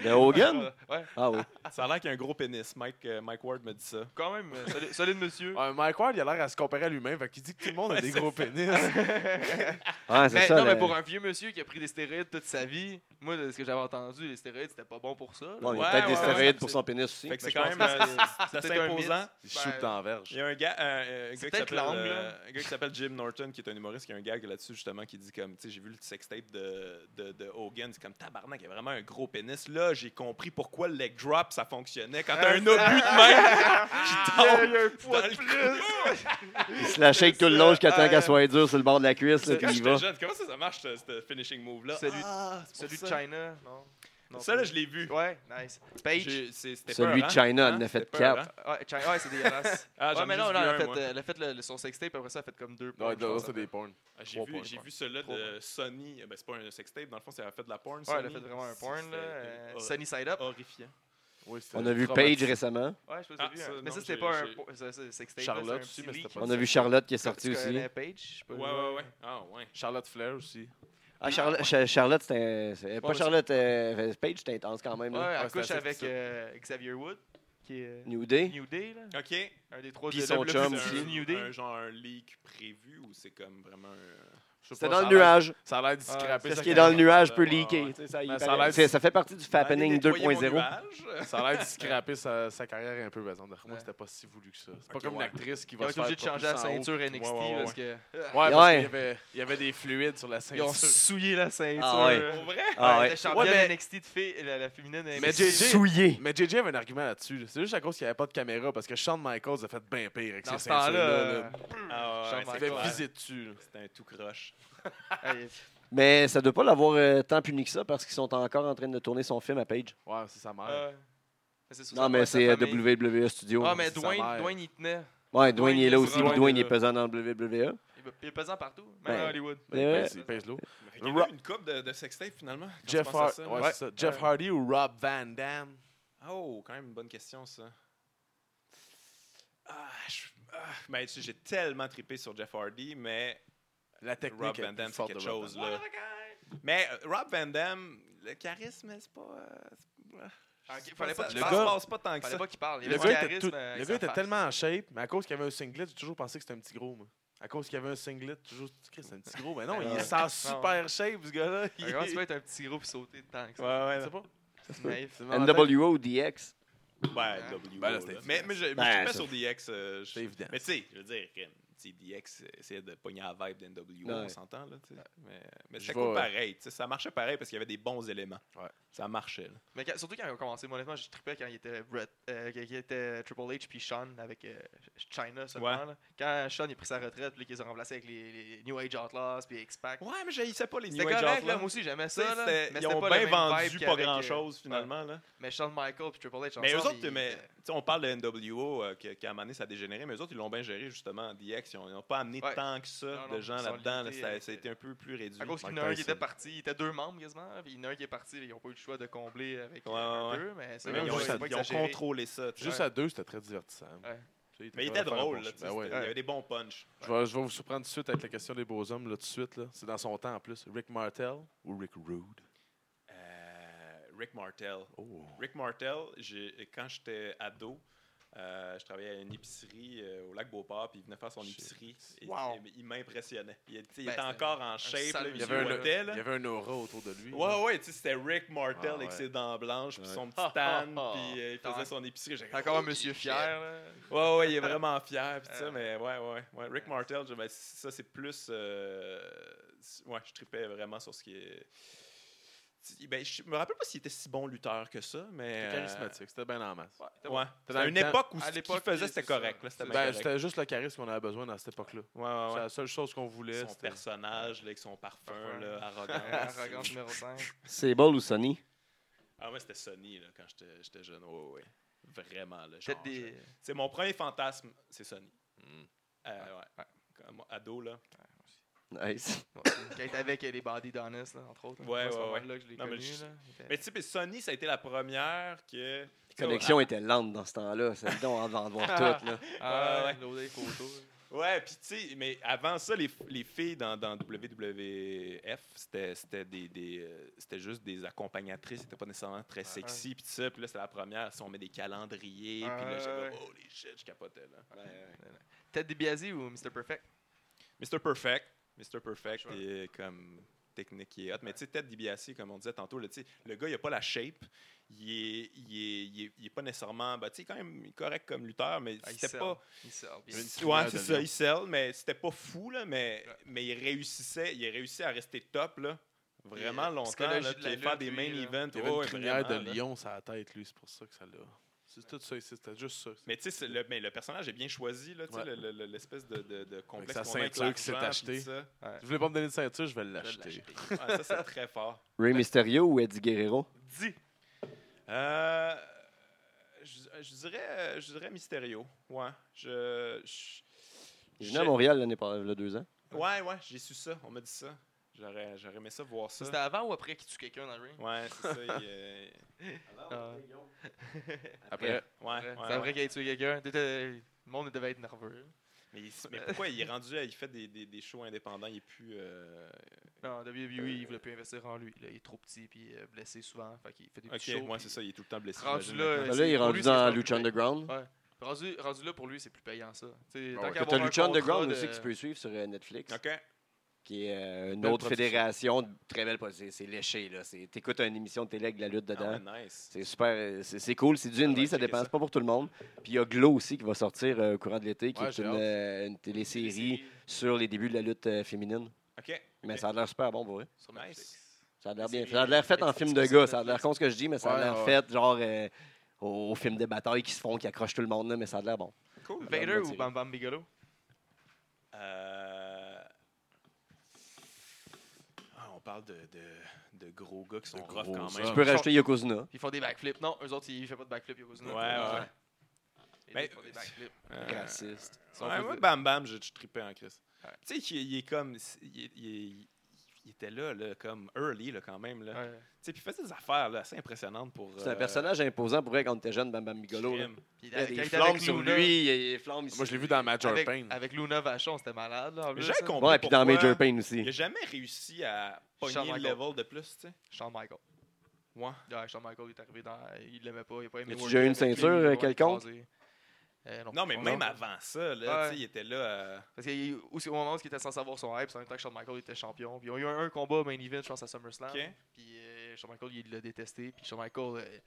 [SPEAKER 1] De Hogan?
[SPEAKER 2] Ouais,
[SPEAKER 1] Ah oui.
[SPEAKER 3] ça a l'air qu'il y a un gros pénis. Mike, euh, Mike Ward me dit ça.
[SPEAKER 2] quand même, euh, solide, solide monsieur.
[SPEAKER 4] Ouais, Mike Ward, il a l'air à se comparer à lui-même. Fait qu'il dit que tout le monde a
[SPEAKER 3] Ouais,
[SPEAKER 4] des
[SPEAKER 3] c'est
[SPEAKER 4] gros
[SPEAKER 3] ça.
[SPEAKER 4] pénis.
[SPEAKER 1] Ah, c'est
[SPEAKER 2] Mais
[SPEAKER 1] ça.
[SPEAKER 2] non,
[SPEAKER 1] là.
[SPEAKER 2] mais pour un vieux monsieur qui a pris des stéroïdes toute sa vie, moi, de ce que j'avais entendu, les stéroïdes, c'était pas bon pour ça. là.
[SPEAKER 1] Bon, il y a
[SPEAKER 3] Ouais,
[SPEAKER 1] peut-être des
[SPEAKER 3] ouais,
[SPEAKER 1] stéroïdes
[SPEAKER 3] ouais,
[SPEAKER 1] pour
[SPEAKER 3] c'est-
[SPEAKER 1] son pénis aussi.
[SPEAKER 3] Fait que c'est
[SPEAKER 2] je
[SPEAKER 3] quand
[SPEAKER 2] pense
[SPEAKER 3] même
[SPEAKER 2] que
[SPEAKER 3] euh, c'est
[SPEAKER 2] c'est
[SPEAKER 3] assez
[SPEAKER 2] un
[SPEAKER 3] imposant.
[SPEAKER 4] Il
[SPEAKER 2] shoot
[SPEAKER 4] shoot
[SPEAKER 2] dans
[SPEAKER 4] en verge.
[SPEAKER 3] Il y a un gars, un- un gars qui
[SPEAKER 2] peut-être
[SPEAKER 3] s'appelle
[SPEAKER 2] l'angle,
[SPEAKER 3] euh, un gars qui s'appelle Jim Norton, qui est un humoriste, qui a un gag là-dessus, justement, qui dit comme, tu sais, j'ai vu le sextape de, de, de Hogan, c'est comme tabarnak, il y a vraiment un gros pénis. Là, j'ai compris pourquoi le leg drop, ça fonctionnait. Quand t'as un obus de main qui tombe,
[SPEAKER 2] Il y a un poids
[SPEAKER 3] dans
[SPEAKER 2] de
[SPEAKER 3] le
[SPEAKER 2] plus.
[SPEAKER 1] Il se la shake tout le long jusqu'à temps qu'elle soit dure sur le bord de la cuisse. là,
[SPEAKER 3] Quand
[SPEAKER 1] puis il
[SPEAKER 3] j'étais
[SPEAKER 1] va.
[SPEAKER 3] jeune, comment ça, ça marche, ce, ce finishing move-là?
[SPEAKER 2] Celui-
[SPEAKER 3] Ah, c'est pour
[SPEAKER 2] Celui de
[SPEAKER 3] ça.
[SPEAKER 2] China, non? Non,
[SPEAKER 3] Ça, là,
[SPEAKER 2] pas-
[SPEAKER 3] je l'ai vu.
[SPEAKER 2] Ouais, nice. Page.
[SPEAKER 3] J'ai- c'est- c'était
[SPEAKER 1] Celui
[SPEAKER 3] peur,
[SPEAKER 1] de
[SPEAKER 3] hein?
[SPEAKER 1] China, elle
[SPEAKER 3] Hein?
[SPEAKER 1] en a fait
[SPEAKER 3] C'était peur,
[SPEAKER 1] quatre.
[SPEAKER 3] hein?
[SPEAKER 2] Ouais, China- ouais, c'est dégueulasse.
[SPEAKER 3] Ah,
[SPEAKER 2] ouais,
[SPEAKER 3] j'en ai
[SPEAKER 2] mais non,
[SPEAKER 3] juste
[SPEAKER 2] non, elle
[SPEAKER 3] vu
[SPEAKER 2] a
[SPEAKER 3] un,
[SPEAKER 2] fait,
[SPEAKER 3] moi.
[SPEAKER 2] euh, elle a fait le, le- son sextape, après ça, elle a fait comme deux points.
[SPEAKER 4] Ouais,
[SPEAKER 2] je pense, euh,
[SPEAKER 4] c'est des
[SPEAKER 2] après.
[SPEAKER 4] porn.
[SPEAKER 3] Ah, J'ai
[SPEAKER 4] Trois
[SPEAKER 3] vu,
[SPEAKER 4] points,
[SPEAKER 3] j'ai
[SPEAKER 4] je
[SPEAKER 3] vu celui-là
[SPEAKER 2] Trois
[SPEAKER 3] de Sony. Ben, c'est pas un sextape, dans le fond, c'est elle a fait de la porn.
[SPEAKER 2] Ouais,
[SPEAKER 3] Sony.
[SPEAKER 2] elle a fait vraiment un porn, là. euh,
[SPEAKER 3] C'était
[SPEAKER 2] Sunny Side Up.
[SPEAKER 3] Horrifiant.
[SPEAKER 4] Oui, c'était
[SPEAKER 1] On a vu Paige
[SPEAKER 4] traumatisant.
[SPEAKER 1] récemment.
[SPEAKER 2] Ouais, je sais pas si
[SPEAKER 3] Ah,
[SPEAKER 2] t'as vu.
[SPEAKER 3] ça,
[SPEAKER 2] hein. Mais
[SPEAKER 3] non,
[SPEAKER 2] ça, c'était
[SPEAKER 3] j'ai-
[SPEAKER 2] pas un
[SPEAKER 3] j'ai-
[SPEAKER 2] po- ça, c'est- sextape.
[SPEAKER 4] Charlotte
[SPEAKER 2] là, c'est un
[SPEAKER 4] aussi,
[SPEAKER 2] petit
[SPEAKER 4] mais c'était
[SPEAKER 2] leak.
[SPEAKER 4] pas
[SPEAKER 1] On a vu Charlotte qui est sortie
[SPEAKER 2] Tu
[SPEAKER 1] aussi.
[SPEAKER 2] connais Page, je sais pas.
[SPEAKER 3] Ouais, ouais, ouais. Ah, ouais.
[SPEAKER 4] Charlotte Flair aussi.
[SPEAKER 1] Ah, Charlotte, Cha- Charlotte c'était. c'est- Pas
[SPEAKER 3] mais c'est-
[SPEAKER 1] Charlotte, euh, Paige, c'était intense quand même.
[SPEAKER 2] Ouais,
[SPEAKER 1] là.
[SPEAKER 2] elle
[SPEAKER 4] Ouais, c'est
[SPEAKER 2] couche
[SPEAKER 4] assez
[SPEAKER 2] avec
[SPEAKER 4] difficile.
[SPEAKER 2] euh, Xavier Wood, qui est euh,
[SPEAKER 1] New Day.
[SPEAKER 2] New Day, là.
[SPEAKER 3] OK.
[SPEAKER 2] Un des trois
[SPEAKER 1] Puis
[SPEAKER 2] de
[SPEAKER 1] son
[SPEAKER 2] le-
[SPEAKER 1] chum
[SPEAKER 2] le-
[SPEAKER 1] aussi.
[SPEAKER 2] du New Day.
[SPEAKER 3] un genre un leak prévu ou c'est comme vraiment un...
[SPEAKER 4] Je sais
[SPEAKER 1] C'était
[SPEAKER 4] pas,
[SPEAKER 1] dans
[SPEAKER 4] ça
[SPEAKER 1] le
[SPEAKER 4] a l'air-
[SPEAKER 1] nuage.
[SPEAKER 4] Ça a l'air de
[SPEAKER 2] Ah,
[SPEAKER 4] scraper.
[SPEAKER 2] c'est
[SPEAKER 1] Ce
[SPEAKER 4] ça
[SPEAKER 1] qui est
[SPEAKER 4] quand
[SPEAKER 1] dans le
[SPEAKER 4] même.
[SPEAKER 1] nuage peut
[SPEAKER 3] Ouais, ouais,
[SPEAKER 1] leaker.
[SPEAKER 3] ouais.
[SPEAKER 1] tu sais, ça, il
[SPEAKER 4] Mais ça a
[SPEAKER 1] paraît-
[SPEAKER 4] l'air-
[SPEAKER 1] c'est- ça fait partie du
[SPEAKER 3] Allez
[SPEAKER 1] Fappening
[SPEAKER 3] nettoyer mon
[SPEAKER 1] 2.0.
[SPEAKER 3] nuage.
[SPEAKER 4] Ça a l'air de scraper sa, sa carrière un peu, par exemple. Moi,
[SPEAKER 2] Ouais.
[SPEAKER 4] c'était pas si voulu que ça. C'est pas
[SPEAKER 3] Ok,
[SPEAKER 4] comme une
[SPEAKER 3] ouais.
[SPEAKER 4] actrice qui
[SPEAKER 2] Ils ont
[SPEAKER 4] va se
[SPEAKER 2] été
[SPEAKER 4] faire
[SPEAKER 2] obligés de changer la
[SPEAKER 4] propulser en haut.
[SPEAKER 2] ceinture NXT
[SPEAKER 4] Ouais, ouais,
[SPEAKER 2] parce que.
[SPEAKER 4] Ouais, parce
[SPEAKER 1] Ouais.
[SPEAKER 4] qu'il y avait, il y avait des fluides sur la
[SPEAKER 2] Ils ont
[SPEAKER 4] ceinture.
[SPEAKER 2] souillé la ceinture.
[SPEAKER 1] Ah ouais.
[SPEAKER 2] euh.
[SPEAKER 3] Pour vrai?
[SPEAKER 1] Ah
[SPEAKER 2] Ouais,
[SPEAKER 1] ouais.
[SPEAKER 2] La championne
[SPEAKER 4] Ouais, mais-
[SPEAKER 2] NXT de filles, la, la féminine NXT.
[SPEAKER 4] Mais JJ
[SPEAKER 1] Souillé.
[SPEAKER 4] Mais JJ avait un argument là-dessus. C'est juste à cause qu'il n'y avait pas de caméra parce que Shawn Michaels a fait bien pire avec
[SPEAKER 2] dans
[SPEAKER 4] ses
[SPEAKER 2] ce temps-là,
[SPEAKER 4] ceintures-là.
[SPEAKER 2] euh,
[SPEAKER 4] là.
[SPEAKER 3] Ah,
[SPEAKER 2] Jean-Marc
[SPEAKER 3] ouais, c'est
[SPEAKER 4] Il
[SPEAKER 2] Claire.
[SPEAKER 4] avait
[SPEAKER 3] clair.
[SPEAKER 4] visé dessus. là.
[SPEAKER 3] C'était un tout croche.
[SPEAKER 2] hey,
[SPEAKER 1] Mais ça doit pas l'avoir euh, tant puni que ça parce qu'ils sont encore en train de tourner son film à Page.
[SPEAKER 4] Ouais, c'est sa mère.
[SPEAKER 2] euh, c'est sûr, ça
[SPEAKER 1] Non, mais
[SPEAKER 2] doit être
[SPEAKER 1] c'est
[SPEAKER 2] sa
[SPEAKER 1] euh,
[SPEAKER 2] famille.
[SPEAKER 1] WWE Studio.
[SPEAKER 2] Ah, mais
[SPEAKER 4] c'est sa
[SPEAKER 2] Dwayne,
[SPEAKER 4] mère.
[SPEAKER 2] Dwayne, il tenait.
[SPEAKER 1] Ouais, Dwayne il est là
[SPEAKER 2] Dwayne,
[SPEAKER 1] aussi. puis
[SPEAKER 2] Dwayne
[SPEAKER 1] Dwayne il est
[SPEAKER 2] est
[SPEAKER 1] pesant dans E. WWE.
[SPEAKER 2] Il est- il est pesant partout, même
[SPEAKER 1] Ben,
[SPEAKER 2] à Hollywood.
[SPEAKER 1] Mais ouais.
[SPEAKER 4] Il pèse- il pèse lourd.
[SPEAKER 3] Il y a
[SPEAKER 4] Ra-
[SPEAKER 3] eu une coupe de, de sextape finalement. Quand tu
[SPEAKER 4] Jeff,
[SPEAKER 3] penses à
[SPEAKER 4] Har-
[SPEAKER 3] ça,
[SPEAKER 4] ouais,
[SPEAKER 3] là.
[SPEAKER 4] c'est ça. Jeff Hardy ou Rob Van Dam.
[SPEAKER 3] Oh, quand même une bonne question, ça. Ah, je- ah, ben, tu sais, j'ai tellement trippé sur Jeff Hardy, mais
[SPEAKER 4] La
[SPEAKER 3] Rob
[SPEAKER 4] technique est
[SPEAKER 3] Van Damme,
[SPEAKER 4] plus
[SPEAKER 3] c'est
[SPEAKER 4] forte
[SPEAKER 3] quelque
[SPEAKER 4] de Rob Van
[SPEAKER 3] chose,
[SPEAKER 4] Damme.
[SPEAKER 3] là. Mais euh, Rob Van Damme, le charisme, c'est pas. euh, c'est- euh,
[SPEAKER 2] Ah, ok,
[SPEAKER 3] je
[SPEAKER 2] fallait
[SPEAKER 3] pense
[SPEAKER 2] pas
[SPEAKER 3] que
[SPEAKER 2] qu'il
[SPEAKER 3] ça-
[SPEAKER 4] parle.
[SPEAKER 3] ça se passe pas tant que
[SPEAKER 2] Fallait
[SPEAKER 3] ça.
[SPEAKER 2] pas qu'il parle. Il
[SPEAKER 4] Le
[SPEAKER 2] avait du
[SPEAKER 4] gars, était,
[SPEAKER 2] charisme
[SPEAKER 4] tout-
[SPEAKER 2] euh, avec
[SPEAKER 4] le
[SPEAKER 2] sa
[SPEAKER 4] gars était
[SPEAKER 2] face.
[SPEAKER 4] tellement en shape, mais à cause qu'il avait un singlet, j'ai toujours pensé que c'était un petit gros. moi. À cause qu'il avait un singlet, toujours. Chris, c'est un petit gros. Mais non, il
[SPEAKER 3] Ouais.
[SPEAKER 4] est en super shape, ce gars-là. Il
[SPEAKER 2] Comment tu peux être un petit gros et sauter de temps que
[SPEAKER 3] Ouais,
[SPEAKER 2] ça?
[SPEAKER 3] ouais,
[SPEAKER 4] Je sais
[SPEAKER 3] non.
[SPEAKER 4] pas.
[SPEAKER 2] C'est naïf.
[SPEAKER 1] NWO DX.
[SPEAKER 3] Ben,
[SPEAKER 2] Hein?
[SPEAKER 3] W,
[SPEAKER 4] Ben là,
[SPEAKER 3] là.
[SPEAKER 4] c'était
[SPEAKER 3] mais,
[SPEAKER 4] évident.
[SPEAKER 3] mais je mais je
[SPEAKER 1] Ben,
[SPEAKER 3] trippais
[SPEAKER 1] ça-
[SPEAKER 3] sur DX. euh, je-
[SPEAKER 4] C'est évident.
[SPEAKER 3] Mais tu sais, je veux dire, euh, tu sais, DX essayait de pogner la vibe d'NWO,
[SPEAKER 1] Ouais.
[SPEAKER 3] on s'entend, là, tu sais. Mais, mais
[SPEAKER 4] Je
[SPEAKER 3] c'était
[SPEAKER 4] vais-
[SPEAKER 3] cool pareil, tu sais, ça marchait pareil parce qu'il y avait des bons éléments.
[SPEAKER 4] Ouais.
[SPEAKER 3] Ça marchait, là.
[SPEAKER 2] Mais quand- surtout quand ils ont commencé, moi, honnêtement, j'ai trippé quand il était, Brett, euh, quand il était Triple H puis Sean avec euh, China seulement.
[SPEAKER 3] Ouais.
[SPEAKER 2] là. Quand Sean il a pris sa retraite, puis là, qu'ils ont remplacé avec les, les New Age Outlaws puis X-Pac.
[SPEAKER 3] Ouais, mais j'haïssais pas les New
[SPEAKER 2] C'était
[SPEAKER 3] Age
[SPEAKER 2] correct, là,
[SPEAKER 3] Outlaws.
[SPEAKER 2] moi aussi j'aimais
[SPEAKER 3] Tu sais,
[SPEAKER 2] ça. là,
[SPEAKER 3] c'était-
[SPEAKER 2] mais
[SPEAKER 3] ils
[SPEAKER 2] c'était
[SPEAKER 3] ont
[SPEAKER 2] pas le
[SPEAKER 3] bien
[SPEAKER 2] même
[SPEAKER 3] vendu
[SPEAKER 2] vibe
[SPEAKER 3] pas
[SPEAKER 2] qu'avec,
[SPEAKER 3] grand
[SPEAKER 2] euh,
[SPEAKER 3] chose finalement. Là.
[SPEAKER 2] Mais Shawn Michaels puis Triple H.
[SPEAKER 3] Mais eux
[SPEAKER 2] ensemble,
[SPEAKER 3] autres,
[SPEAKER 2] ils-
[SPEAKER 3] mais,
[SPEAKER 2] euh,
[SPEAKER 3] tu sais, on parle de NWO, euh, que- qu'à un moment donné ça a dégénéré, mais eux autres ils l'ont bien géré justement. DX, ils ont- ils n'ont pas amené
[SPEAKER 2] Ouais.
[SPEAKER 3] tant que ça
[SPEAKER 2] Non, non,
[SPEAKER 3] de gens
[SPEAKER 2] ils sont
[SPEAKER 3] là-dedans. là.
[SPEAKER 2] limités
[SPEAKER 3] ça,
[SPEAKER 2] avec,
[SPEAKER 3] ça a été un peu plus réduit.
[SPEAKER 2] À cause qu'il y en a un qui était parti, il était deux membres quasiment, là, puis il y en a un qui est parti, là, ils n'ont pas eu le choix de combler avec euh,
[SPEAKER 3] Ouais,
[SPEAKER 2] un
[SPEAKER 3] ouais,
[SPEAKER 2] peu, mais c'est
[SPEAKER 3] Mais
[SPEAKER 4] Même
[SPEAKER 3] ils
[SPEAKER 2] ils
[SPEAKER 3] ont,
[SPEAKER 2] ont-
[SPEAKER 4] juste
[SPEAKER 2] ils ont
[SPEAKER 4] à-
[SPEAKER 2] pas
[SPEAKER 3] ils ont
[SPEAKER 2] exagéré.
[SPEAKER 3] contrôlé ça. tu sais.
[SPEAKER 4] Juste à deux, c'était très divertissant.
[SPEAKER 2] Ouais.
[SPEAKER 4] Tu sais,
[SPEAKER 3] Mais il
[SPEAKER 4] capable
[SPEAKER 3] était
[SPEAKER 4] de faire un
[SPEAKER 3] drôle,
[SPEAKER 4] bon
[SPEAKER 3] là,
[SPEAKER 4] show.
[SPEAKER 3] tu sais,
[SPEAKER 4] Ben ouais.
[SPEAKER 3] c'était- il y avait des bons punchs.
[SPEAKER 4] Je vais, je vais vous surprendre tout de suite avec la question des beaux-hommes, là, tout de suite. là. C'est dans son temps, en plus. Rick Martel ou Rick Rude?
[SPEAKER 3] Euh, Rick Martel.
[SPEAKER 4] Oh.
[SPEAKER 3] Rick Martel, j'ai- quand j'étais ado, euh, je travaillais à une épicerie euh, au lac Beauport, puis il venait faire son
[SPEAKER 4] Shit.
[SPEAKER 3] épicerie. Et-
[SPEAKER 2] Wow.
[SPEAKER 3] et- il m'impressionnait. Il, était- il
[SPEAKER 2] Ben,
[SPEAKER 3] était
[SPEAKER 2] c'est
[SPEAKER 3] encore en shape,
[SPEAKER 2] sale
[SPEAKER 3] là,
[SPEAKER 4] Il
[SPEAKER 3] il
[SPEAKER 4] y, avait un,
[SPEAKER 3] silhouettait, là.
[SPEAKER 4] il y avait un aura autour de lui. là.
[SPEAKER 3] Ouais, ouais, tu sais, c'était Rick Martel
[SPEAKER 4] Ah,
[SPEAKER 3] avec
[SPEAKER 4] ouais.
[SPEAKER 3] ses dents blanches, puis
[SPEAKER 1] Ouais.
[SPEAKER 3] son petit tan,
[SPEAKER 2] Ah, ah,
[SPEAKER 3] puis euh, il
[SPEAKER 2] ah.
[SPEAKER 3] faisait son épicerie. J'ai
[SPEAKER 2] T'es encore un monsieur fier. là.
[SPEAKER 3] Ouais, ouais, il est vraiment fier, puis tout ça,
[SPEAKER 2] Euh.
[SPEAKER 3] mais ouais, ouais, ouais. Rick Martel, je- ben, ça, c'est plus. euh, c- ouais, je tripais vraiment sur ce qui est. Tu- Ben, je me rappelle pas s'il était si bon lutteur que ça, mais.
[SPEAKER 4] C'était
[SPEAKER 3] euh,
[SPEAKER 4] charismatique. C'était bien en masse.
[SPEAKER 3] Ouais,
[SPEAKER 2] bon.
[SPEAKER 3] ouais.
[SPEAKER 4] C'était dans
[SPEAKER 3] C'était
[SPEAKER 4] le
[SPEAKER 3] une
[SPEAKER 4] temps-
[SPEAKER 3] époque où
[SPEAKER 2] à
[SPEAKER 3] ce qu'il
[SPEAKER 2] l'époque,
[SPEAKER 3] faisait,
[SPEAKER 2] c'est
[SPEAKER 3] c'était
[SPEAKER 2] ça.
[SPEAKER 3] correct. là, C'était bien
[SPEAKER 4] Ben,
[SPEAKER 3] correct.
[SPEAKER 4] c'était juste le charisme qu'on avait besoin dans cette époque-là.
[SPEAKER 3] Ouais, ouais,
[SPEAKER 4] C'est
[SPEAKER 3] ouais.
[SPEAKER 4] la seule chose qu'on voulait.
[SPEAKER 3] Son
[SPEAKER 4] c'était-
[SPEAKER 3] personnage, là, avec son parfum,
[SPEAKER 2] Parfum.
[SPEAKER 3] là, arrogant.
[SPEAKER 2] Arrogance numéro 5.
[SPEAKER 1] C'est Ball ou Sony?
[SPEAKER 3] Ah, ouais, c'était Sony, là, quand j'étais j'étais jeune. Ouais, ouais, ouais. Vraiment, là. genre,
[SPEAKER 2] Peut-être des.
[SPEAKER 3] je- C'est mon premier fantasme, c'est Sony.
[SPEAKER 4] Mm.
[SPEAKER 3] Euh, ouais.
[SPEAKER 2] Ouais.
[SPEAKER 3] Comme ado, là.
[SPEAKER 1] Nice.
[SPEAKER 2] Quand il était avec euh, les Body Donis, là, entre autres. là.
[SPEAKER 3] Ouais,
[SPEAKER 2] Moi, ce
[SPEAKER 3] ouais, ouais.
[SPEAKER 2] moment-là que je l'ai
[SPEAKER 3] Non, mais
[SPEAKER 2] connu.
[SPEAKER 3] je-
[SPEAKER 2] là, il était-
[SPEAKER 3] Mais tu sais, puis Sony, ça a été la première que.
[SPEAKER 1] La connexion était lente dans ce temps-là. C'est le don avant de voir tout. Là.
[SPEAKER 2] Ah,
[SPEAKER 3] Ouais,
[SPEAKER 2] ouais,
[SPEAKER 3] ouais.
[SPEAKER 2] l'odeur des photos.
[SPEAKER 3] Ouais, puis tu sais, mais avant ça, les, les filles dans, dans WWF, c'était c'était des, des, euh, c'était juste des accompagnatrices, c'était pas nécessairement très sexy, puis tout ça, puis là, c'était la première, si on met des calendriers, puis là,
[SPEAKER 2] Ouais.
[SPEAKER 3] j'étais comme, holy shit, je capotais, là.
[SPEAKER 2] Ted DiBiase ou Mr. Perfect?
[SPEAKER 3] Mr. Perfect, Mr. Perfect,
[SPEAKER 2] Sure.
[SPEAKER 3] il est comme technique qui est hot, mais tu sais, Ted DiBiase, comme on disait tantôt, là, tu sais, le gars, il a pas la shape, il est, il est, il est, il est pas nécessairement, bah, tu sais, quand même correct comme lutteur, mais
[SPEAKER 2] Ah, il
[SPEAKER 3] c'était
[SPEAKER 2] sell.
[SPEAKER 3] pas...
[SPEAKER 2] Il sort.
[SPEAKER 3] Ouais,
[SPEAKER 4] petite lumière
[SPEAKER 3] c'est
[SPEAKER 4] de
[SPEAKER 3] ça,
[SPEAKER 4] lion.
[SPEAKER 3] il sell, mais c'était pas fou, là, mais,
[SPEAKER 2] Ouais.
[SPEAKER 3] mais il réussissait, il réussit à rester top, là,
[SPEAKER 2] Puis,
[SPEAKER 3] vraiment
[SPEAKER 2] euh,
[SPEAKER 3] longtemps,
[SPEAKER 2] psychologie
[SPEAKER 3] là,
[SPEAKER 2] de la
[SPEAKER 3] puis faire
[SPEAKER 2] lutte,
[SPEAKER 3] des
[SPEAKER 2] lui,
[SPEAKER 3] main
[SPEAKER 2] là.
[SPEAKER 3] events.
[SPEAKER 4] Il y avait
[SPEAKER 3] ouais,
[SPEAKER 4] une crinière
[SPEAKER 3] vraiment,
[SPEAKER 4] de
[SPEAKER 3] là.
[SPEAKER 4] lion sur la tête, lui. C'est pour ça que ça l'a. C'est tout ça ici. C'était juste ça.
[SPEAKER 3] Mais tu sais, c'est le, mais le personnage est bien choisi, là, tu sais,
[SPEAKER 4] Ouais.
[SPEAKER 3] le- le- le- l'espèce de, de, de complexe
[SPEAKER 4] sa
[SPEAKER 3] qu'on a avec
[SPEAKER 4] ceinture qui s'est
[SPEAKER 3] l'argent,
[SPEAKER 4] achetée.
[SPEAKER 3] puis Ça,
[SPEAKER 4] Tu voulais pas me donner de ceinture, je vais l'acheter.
[SPEAKER 3] Ah, ça, c'est très fort.
[SPEAKER 1] Ray Mysterio ou Eddie Guerrero?
[SPEAKER 2] Dis!
[SPEAKER 3] Euh, je, je dirais, euh, je dirais Mysterio, ouais. Je, je-
[SPEAKER 1] Il est venu à Montréal l'année passée, il y a deux ans.
[SPEAKER 3] ouais, ouais, j'ai su ça, on m'a dit ça. J'aurais j'aurais aimé ça, voir ça.
[SPEAKER 2] C'était avant ou après qu'il tue quelqu'un dans le ring?
[SPEAKER 3] Ouais, c'est ça. il, euh,
[SPEAKER 2] Ah.
[SPEAKER 4] Après,
[SPEAKER 3] Ouais,
[SPEAKER 2] Ouais,
[SPEAKER 3] ouais,
[SPEAKER 2] c'est après
[SPEAKER 3] ouais.
[SPEAKER 2] qu'il ait tué quelqu'un. T'étais- Le monde devait être nerveux.
[SPEAKER 3] Mais, il- mais pourquoi il est rendu à- Il fait des, des, des shows indépendants, il est plus. euh,
[SPEAKER 2] Non, WWE,
[SPEAKER 1] Euh,
[SPEAKER 2] il voulait plus investir en lui. Là, il est trop petit puis euh, blessé souvent. Fait qu'il fait des
[SPEAKER 3] Ok,
[SPEAKER 2] petits shows.
[SPEAKER 3] moi
[SPEAKER 2] puis-
[SPEAKER 3] c'est ça, il est tout le temps blessé.
[SPEAKER 2] Rendu
[SPEAKER 3] j'imagine,
[SPEAKER 2] là,
[SPEAKER 3] maintenant.
[SPEAKER 1] Ben
[SPEAKER 2] c'est-
[SPEAKER 1] là, il est
[SPEAKER 2] pour
[SPEAKER 1] rendu
[SPEAKER 2] lui, c'est
[SPEAKER 1] dans
[SPEAKER 2] quasiment
[SPEAKER 1] Lucha
[SPEAKER 2] plus
[SPEAKER 1] Underground.
[SPEAKER 2] Rendu, rendu là, pour lui, c'est plus payant, ça. T'sais,
[SPEAKER 4] Ah
[SPEAKER 2] tant
[SPEAKER 4] ouais.
[SPEAKER 2] qu'à
[SPEAKER 1] Tu as
[SPEAKER 2] avoir un
[SPEAKER 1] Lucha Underground
[SPEAKER 2] contrat
[SPEAKER 1] aussi
[SPEAKER 2] de-
[SPEAKER 1] que tu peux suivre sur euh, Netflix,
[SPEAKER 3] Ok.
[SPEAKER 1] qui est euh, une
[SPEAKER 4] Belle
[SPEAKER 1] autre
[SPEAKER 4] production.
[SPEAKER 1] fédération. de- Très belle, production. c'est c'est léché. là. C'est- T'écoutes une émission de télé avec de la lutte dedans.
[SPEAKER 3] Ah, ouais, nice.
[SPEAKER 1] C'est super, euh, c'est c'est cool, c'est du
[SPEAKER 3] va
[SPEAKER 1] indie, ça
[SPEAKER 3] checker
[SPEAKER 1] dépend,
[SPEAKER 3] ça.
[SPEAKER 1] c'est pas pour tout le monde. Puis il y a Glow aussi qui va sortir euh, au courant de l'été, qui
[SPEAKER 4] Ouais,
[SPEAKER 1] est
[SPEAKER 4] j'ai
[SPEAKER 1] une,
[SPEAKER 4] hâte.
[SPEAKER 1] euh, une télésérie sur les débuts de la lutte euh, féminine.
[SPEAKER 3] Ok.
[SPEAKER 1] Mais
[SPEAKER 3] Ok.
[SPEAKER 1] ça a l'air super bon pour vrai.
[SPEAKER 2] Sur
[SPEAKER 3] Nice.
[SPEAKER 2] Netflix.
[SPEAKER 1] Ça a l'air bien.
[SPEAKER 3] C'est-
[SPEAKER 1] Ça a l'air fait en
[SPEAKER 3] est-ce
[SPEAKER 1] film
[SPEAKER 3] que
[SPEAKER 1] de
[SPEAKER 3] c'est
[SPEAKER 1] gars,
[SPEAKER 3] sur
[SPEAKER 1] ça a l'air
[SPEAKER 3] Netflix?
[SPEAKER 1] con ce que je dis, mais ça a
[SPEAKER 4] Ouais,
[SPEAKER 1] l'air
[SPEAKER 4] ouais.
[SPEAKER 1] fait genre euh, au, au film de bataille qui se font, qui accrochent tout le monde, là, mais ça a l'air bon.
[SPEAKER 3] Cool.
[SPEAKER 1] Ben-
[SPEAKER 2] Vader ou
[SPEAKER 1] Tirer.
[SPEAKER 2] Bam Bam Bigelow?
[SPEAKER 3] Euh, ah, on parle de, de, de gros gars qui sont
[SPEAKER 4] De
[SPEAKER 3] rough
[SPEAKER 4] gros
[SPEAKER 3] quand
[SPEAKER 4] hommes.
[SPEAKER 3] même.
[SPEAKER 1] Tu peux
[SPEAKER 2] Ils
[SPEAKER 1] rajouter Yokozuna.
[SPEAKER 2] Ils font des backflips. Non, eux autres, ils font pas de backflip. Yokozuna.
[SPEAKER 3] Ouais, ouais.
[SPEAKER 2] Ils
[SPEAKER 3] Mais-
[SPEAKER 2] font des backflips.
[SPEAKER 3] Euh,
[SPEAKER 1] Raciste.
[SPEAKER 3] ouais, moi, Bam Bam, je, je tripais en Chris.
[SPEAKER 2] Ouais.
[SPEAKER 3] Tu sais, qu'il- il, est comme. Il, est- il est- il était là, là, comme early là, quand même. Là. Tu
[SPEAKER 2] Ouais.
[SPEAKER 3] sais, Puis il faisait des affaires là, assez impressionnantes pour.
[SPEAKER 1] C'est un
[SPEAKER 3] euh,
[SPEAKER 1] personnage imposant pour vrai quand t'es jeune, Bam Bam Bigolo. là.
[SPEAKER 3] crime.
[SPEAKER 2] Puis
[SPEAKER 1] Il y a
[SPEAKER 2] avec-
[SPEAKER 1] des
[SPEAKER 2] quand il était
[SPEAKER 1] flammes
[SPEAKER 2] avec
[SPEAKER 1] sur
[SPEAKER 2] Luna-
[SPEAKER 1] lui, il y a des flammes ici.
[SPEAKER 4] Moi, je l'ai vu dans Major
[SPEAKER 2] avec,
[SPEAKER 4] Pain.
[SPEAKER 2] avec Luna Vachon, c'était malade. Là, en
[SPEAKER 3] Mais
[SPEAKER 2] plus,
[SPEAKER 3] J'ai
[SPEAKER 2] ça.
[SPEAKER 3] compris.
[SPEAKER 1] Ouais, puis dans
[SPEAKER 3] pourquoi
[SPEAKER 1] Major Pain
[SPEAKER 3] Il n'a
[SPEAKER 1] aussi.
[SPEAKER 3] jamais réussi à pogner
[SPEAKER 2] Charles
[SPEAKER 3] le
[SPEAKER 2] Michael.
[SPEAKER 3] level de plus, tu sais.
[SPEAKER 2] Shawn Michael.
[SPEAKER 3] Ouais.
[SPEAKER 2] Ouais, Shawn Michael il est arrivé dans. Il l'aimait pas, il a pas aimé.
[SPEAKER 1] As-tu
[SPEAKER 2] World
[SPEAKER 1] déjà eu une
[SPEAKER 2] Cup avec lui,
[SPEAKER 1] ceinture,
[SPEAKER 2] il l'a
[SPEAKER 1] quelconque?
[SPEAKER 2] écrasé. Euh,
[SPEAKER 3] Non, mais
[SPEAKER 2] on-
[SPEAKER 3] même avant ça, là,
[SPEAKER 2] Ouais.
[SPEAKER 3] tu sais, il était là. euh,
[SPEAKER 2] Parce qu'au moment où il était sans savoir son hype, c'est en même temps que Shawn Michael était champion. Puis ils ont eu un, un combat main event, je pense, à SummerSlam.
[SPEAKER 3] Ok.
[SPEAKER 2] Puis euh, Shawn Michael, il l'a détesté. Puis Shawn Michael, euh,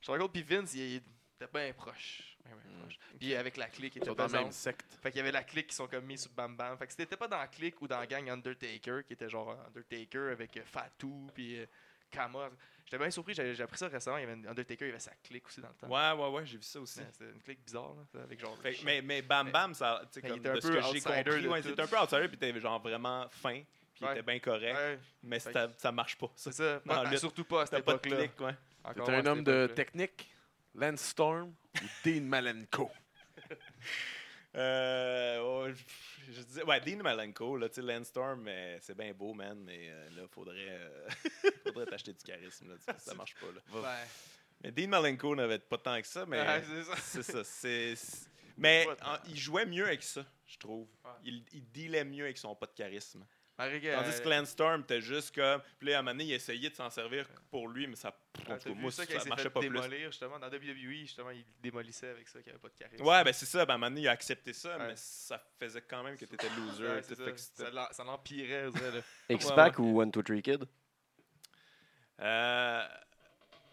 [SPEAKER 2] Shawn Michael puis Vince, il, il était bien proche. bien,
[SPEAKER 1] Hmm.
[SPEAKER 2] bien proche. Puis avec la clique, il
[SPEAKER 4] Ils
[SPEAKER 2] était
[SPEAKER 4] sont dans la même
[SPEAKER 2] présent.
[SPEAKER 4] secte.
[SPEAKER 2] Fait qu'il y avait la clique qui sont comme mis sur Bam Bam. Fait que si t'étais pas dans la clique ou dans la gang Undertaker, qui était genre euh, Undertaker avec euh, Fatou, puis euh, Kama. J'étais bien surpris, j'ai j'ai appris ça récemment. Il y avait une- Undertaker, il avait sa clique aussi dans le temps.
[SPEAKER 3] Ouais, ouais, ouais, j'ai vu ça aussi.
[SPEAKER 2] Ouais, C'était une clique bizarre, là, avec genre.
[SPEAKER 3] Fait que- mais, mais Bam Bam, ça, tu sais,
[SPEAKER 2] Mais
[SPEAKER 3] comme
[SPEAKER 2] il était un
[SPEAKER 3] de ce
[SPEAKER 2] peu
[SPEAKER 3] que j'ai
[SPEAKER 2] outsider
[SPEAKER 3] compris,
[SPEAKER 2] de
[SPEAKER 3] ouais,
[SPEAKER 2] tout.
[SPEAKER 3] c'était un peu outsider, puis t'es genre vraiment fin, puis il
[SPEAKER 2] Ouais.
[SPEAKER 3] était bien correct,
[SPEAKER 2] Ouais,
[SPEAKER 3] mais
[SPEAKER 2] Fait
[SPEAKER 3] ça, ça marche pas. Ça,
[SPEAKER 2] c'est ça. Pas-
[SPEAKER 3] Non,
[SPEAKER 2] ah,
[SPEAKER 3] lutte.
[SPEAKER 2] surtout pas à cette
[SPEAKER 3] t'as pas de
[SPEAKER 2] époque-là.
[SPEAKER 3] clic, ouais.
[SPEAKER 2] Encore
[SPEAKER 4] T'es
[SPEAKER 2] moins à
[SPEAKER 4] un
[SPEAKER 2] cette
[SPEAKER 4] homme de
[SPEAKER 2] époque-là.
[SPEAKER 4] technique, Lance Storm ou Dean Malenko.
[SPEAKER 3] Euh, oh, je- je disais, ouais, Dean Malenko, là, tu sais, Landstorm, euh, c'est bien beau, man, mais euh, là, faudrait, euh, faudrait t'acheter du charisme, là, tu sais, ça marche pas, là.
[SPEAKER 2] Ouais.
[SPEAKER 3] Mais Dean Malenko n'avait pas tant que ça, mais
[SPEAKER 2] Ouais, c'est ça.
[SPEAKER 3] c'est ça, c'est... c'est- Mais
[SPEAKER 2] Ouais.
[SPEAKER 3] en- il jouait mieux avec ça, je trouve.
[SPEAKER 2] Ouais.
[SPEAKER 3] Il, il dealait mieux avec son pas de charisme.
[SPEAKER 2] Marie, euh,
[SPEAKER 3] Tandis que Landstorm, t'es juste comme. Puis là, à un moment donné, il essayait de s'en servir pour lui, mais ça.
[SPEAKER 2] ah,
[SPEAKER 3] en tout
[SPEAKER 2] t'as
[SPEAKER 3] cas,
[SPEAKER 2] vu
[SPEAKER 3] moi,
[SPEAKER 2] ça
[SPEAKER 3] ça,
[SPEAKER 2] qu'il s'est
[SPEAKER 3] marchait
[SPEAKER 2] fait
[SPEAKER 3] pas plus.
[SPEAKER 2] démolir, justement. Dans WWE, justement, il démolissait avec ça, qu'il n'y avait pas de charisme.
[SPEAKER 3] Ouais, ben c'est ça. Ben, à un moment donné, il a accepté ça,
[SPEAKER 2] Ouais.
[SPEAKER 3] mais ça faisait quand même que t'étais loser.
[SPEAKER 2] Ouais,
[SPEAKER 3] tu
[SPEAKER 2] c'est
[SPEAKER 3] sais,
[SPEAKER 2] ça.
[SPEAKER 3] fait que c'était-
[SPEAKER 2] Ça l'en- ça l'empirait, je dirais, là.
[SPEAKER 1] X-Pac ou One, Two, Three Kid?
[SPEAKER 3] Euh,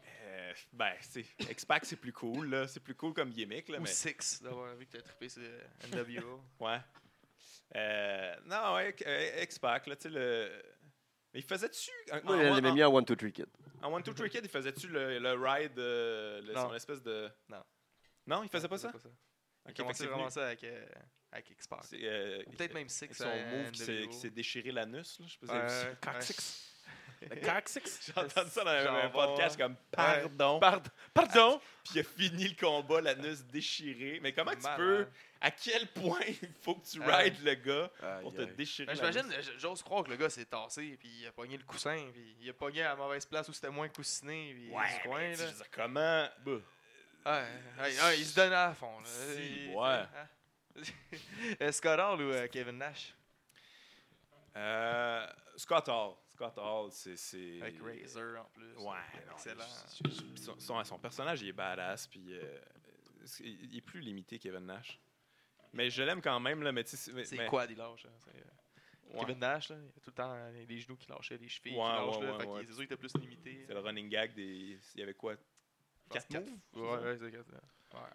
[SPEAKER 3] euh, ben, c'est. X-Pac, c'est plus cool, là. C'est plus cool comme gimmick, là.
[SPEAKER 2] Ou
[SPEAKER 3] Mais...
[SPEAKER 2] Six, d'avoir vu que t'as trippé sur euh, NWO.
[SPEAKER 3] Ouais. Euh, non, ouais, euh, X-Pac, là, tu sais, le. Mais il faisait-tu. en-
[SPEAKER 1] Moi,
[SPEAKER 3] en-
[SPEAKER 1] je l'avais
[SPEAKER 3] en-
[SPEAKER 1] mis à One, Two, Three Kid.
[SPEAKER 3] En One Two Three Kid, il faisait-tu le, le ride, euh, le-
[SPEAKER 2] Non.
[SPEAKER 3] son espèce de.
[SPEAKER 2] Non.
[SPEAKER 3] Non, il faisait pas ça?
[SPEAKER 2] Il
[SPEAKER 3] Ok, fait que
[SPEAKER 2] commençait
[SPEAKER 3] c'est
[SPEAKER 2] vraiment
[SPEAKER 3] venu-
[SPEAKER 2] ça avec, euh, avec X-Pac.
[SPEAKER 3] c'est, euh,
[SPEAKER 2] Peut-être même Six.
[SPEAKER 3] Avec son
[SPEAKER 2] à
[SPEAKER 3] move qui s'est,
[SPEAKER 2] NWO.
[SPEAKER 3] qui s'est déchiré l'anus. Là, je sais pas si vous avez vu ça.
[SPEAKER 2] Ouais, ouais.
[SPEAKER 3] J'ai entendu ça dans un,
[SPEAKER 2] Genre,
[SPEAKER 3] un podcast
[SPEAKER 2] ouais.
[SPEAKER 3] comme Pardon.
[SPEAKER 4] Pardon. Pardon.
[SPEAKER 3] Puis il a fini le combat, l'anus déchiré. Mais comment tu
[SPEAKER 2] Malade.
[SPEAKER 3] peux. À quel point il faut que tu
[SPEAKER 2] Ouais.
[SPEAKER 3] rides le gars pour
[SPEAKER 4] Aïe,
[SPEAKER 3] te
[SPEAKER 4] aïe.
[SPEAKER 3] déchirer
[SPEAKER 2] Euh, Ben,
[SPEAKER 3] l'anus?
[SPEAKER 2] J'imagine, j- j'ose croire que le gars s'est tassé, puis il a pogné le coussin, puis il a pogné à la mauvaise place où c'était moins coussiné, puis
[SPEAKER 3] Ouais,
[SPEAKER 2] du coin,
[SPEAKER 3] mais tu sais,
[SPEAKER 2] là.
[SPEAKER 3] je veux dire, comment.
[SPEAKER 2] Ouais, ouais, ouais, il se donnait à fond. Là.
[SPEAKER 3] Si,
[SPEAKER 2] Il-
[SPEAKER 3] ouais.
[SPEAKER 2] hein? Euh, Scott Hall ou euh, Kevin Nash
[SPEAKER 3] Euh, Scott Hall. Scott Hall, c'est. c'est...
[SPEAKER 2] Avec Razor en plus. euh,
[SPEAKER 3] Ouais, non,
[SPEAKER 2] excellent.
[SPEAKER 3] je- je- je- son, son- son personnage, il est badass, puis euh, c'est- il est plus limité Kevin Nash. Mais je l'aime quand même, là, mais tu sais... c'est- mais-
[SPEAKER 2] C'est
[SPEAKER 3] mais-
[SPEAKER 2] quoi, il lâche hein, c'est, euh,
[SPEAKER 3] ouais,
[SPEAKER 2] Kevin Nash, là, il y a tout le temps euh, des genoux qui lâchaient, des chevilles qui
[SPEAKER 3] Ouais,
[SPEAKER 2] lâchent.
[SPEAKER 3] ouais,
[SPEAKER 2] là,
[SPEAKER 3] ouais,
[SPEAKER 2] fait que
[SPEAKER 3] ouais.
[SPEAKER 2] c'est sûr qu'il était plus limité.
[SPEAKER 3] C'est le running gag des... Il y avait quoi?
[SPEAKER 2] Je pense
[SPEAKER 3] Quatre moves?
[SPEAKER 2] Ouais, ouais, c'est quatre. Ouais,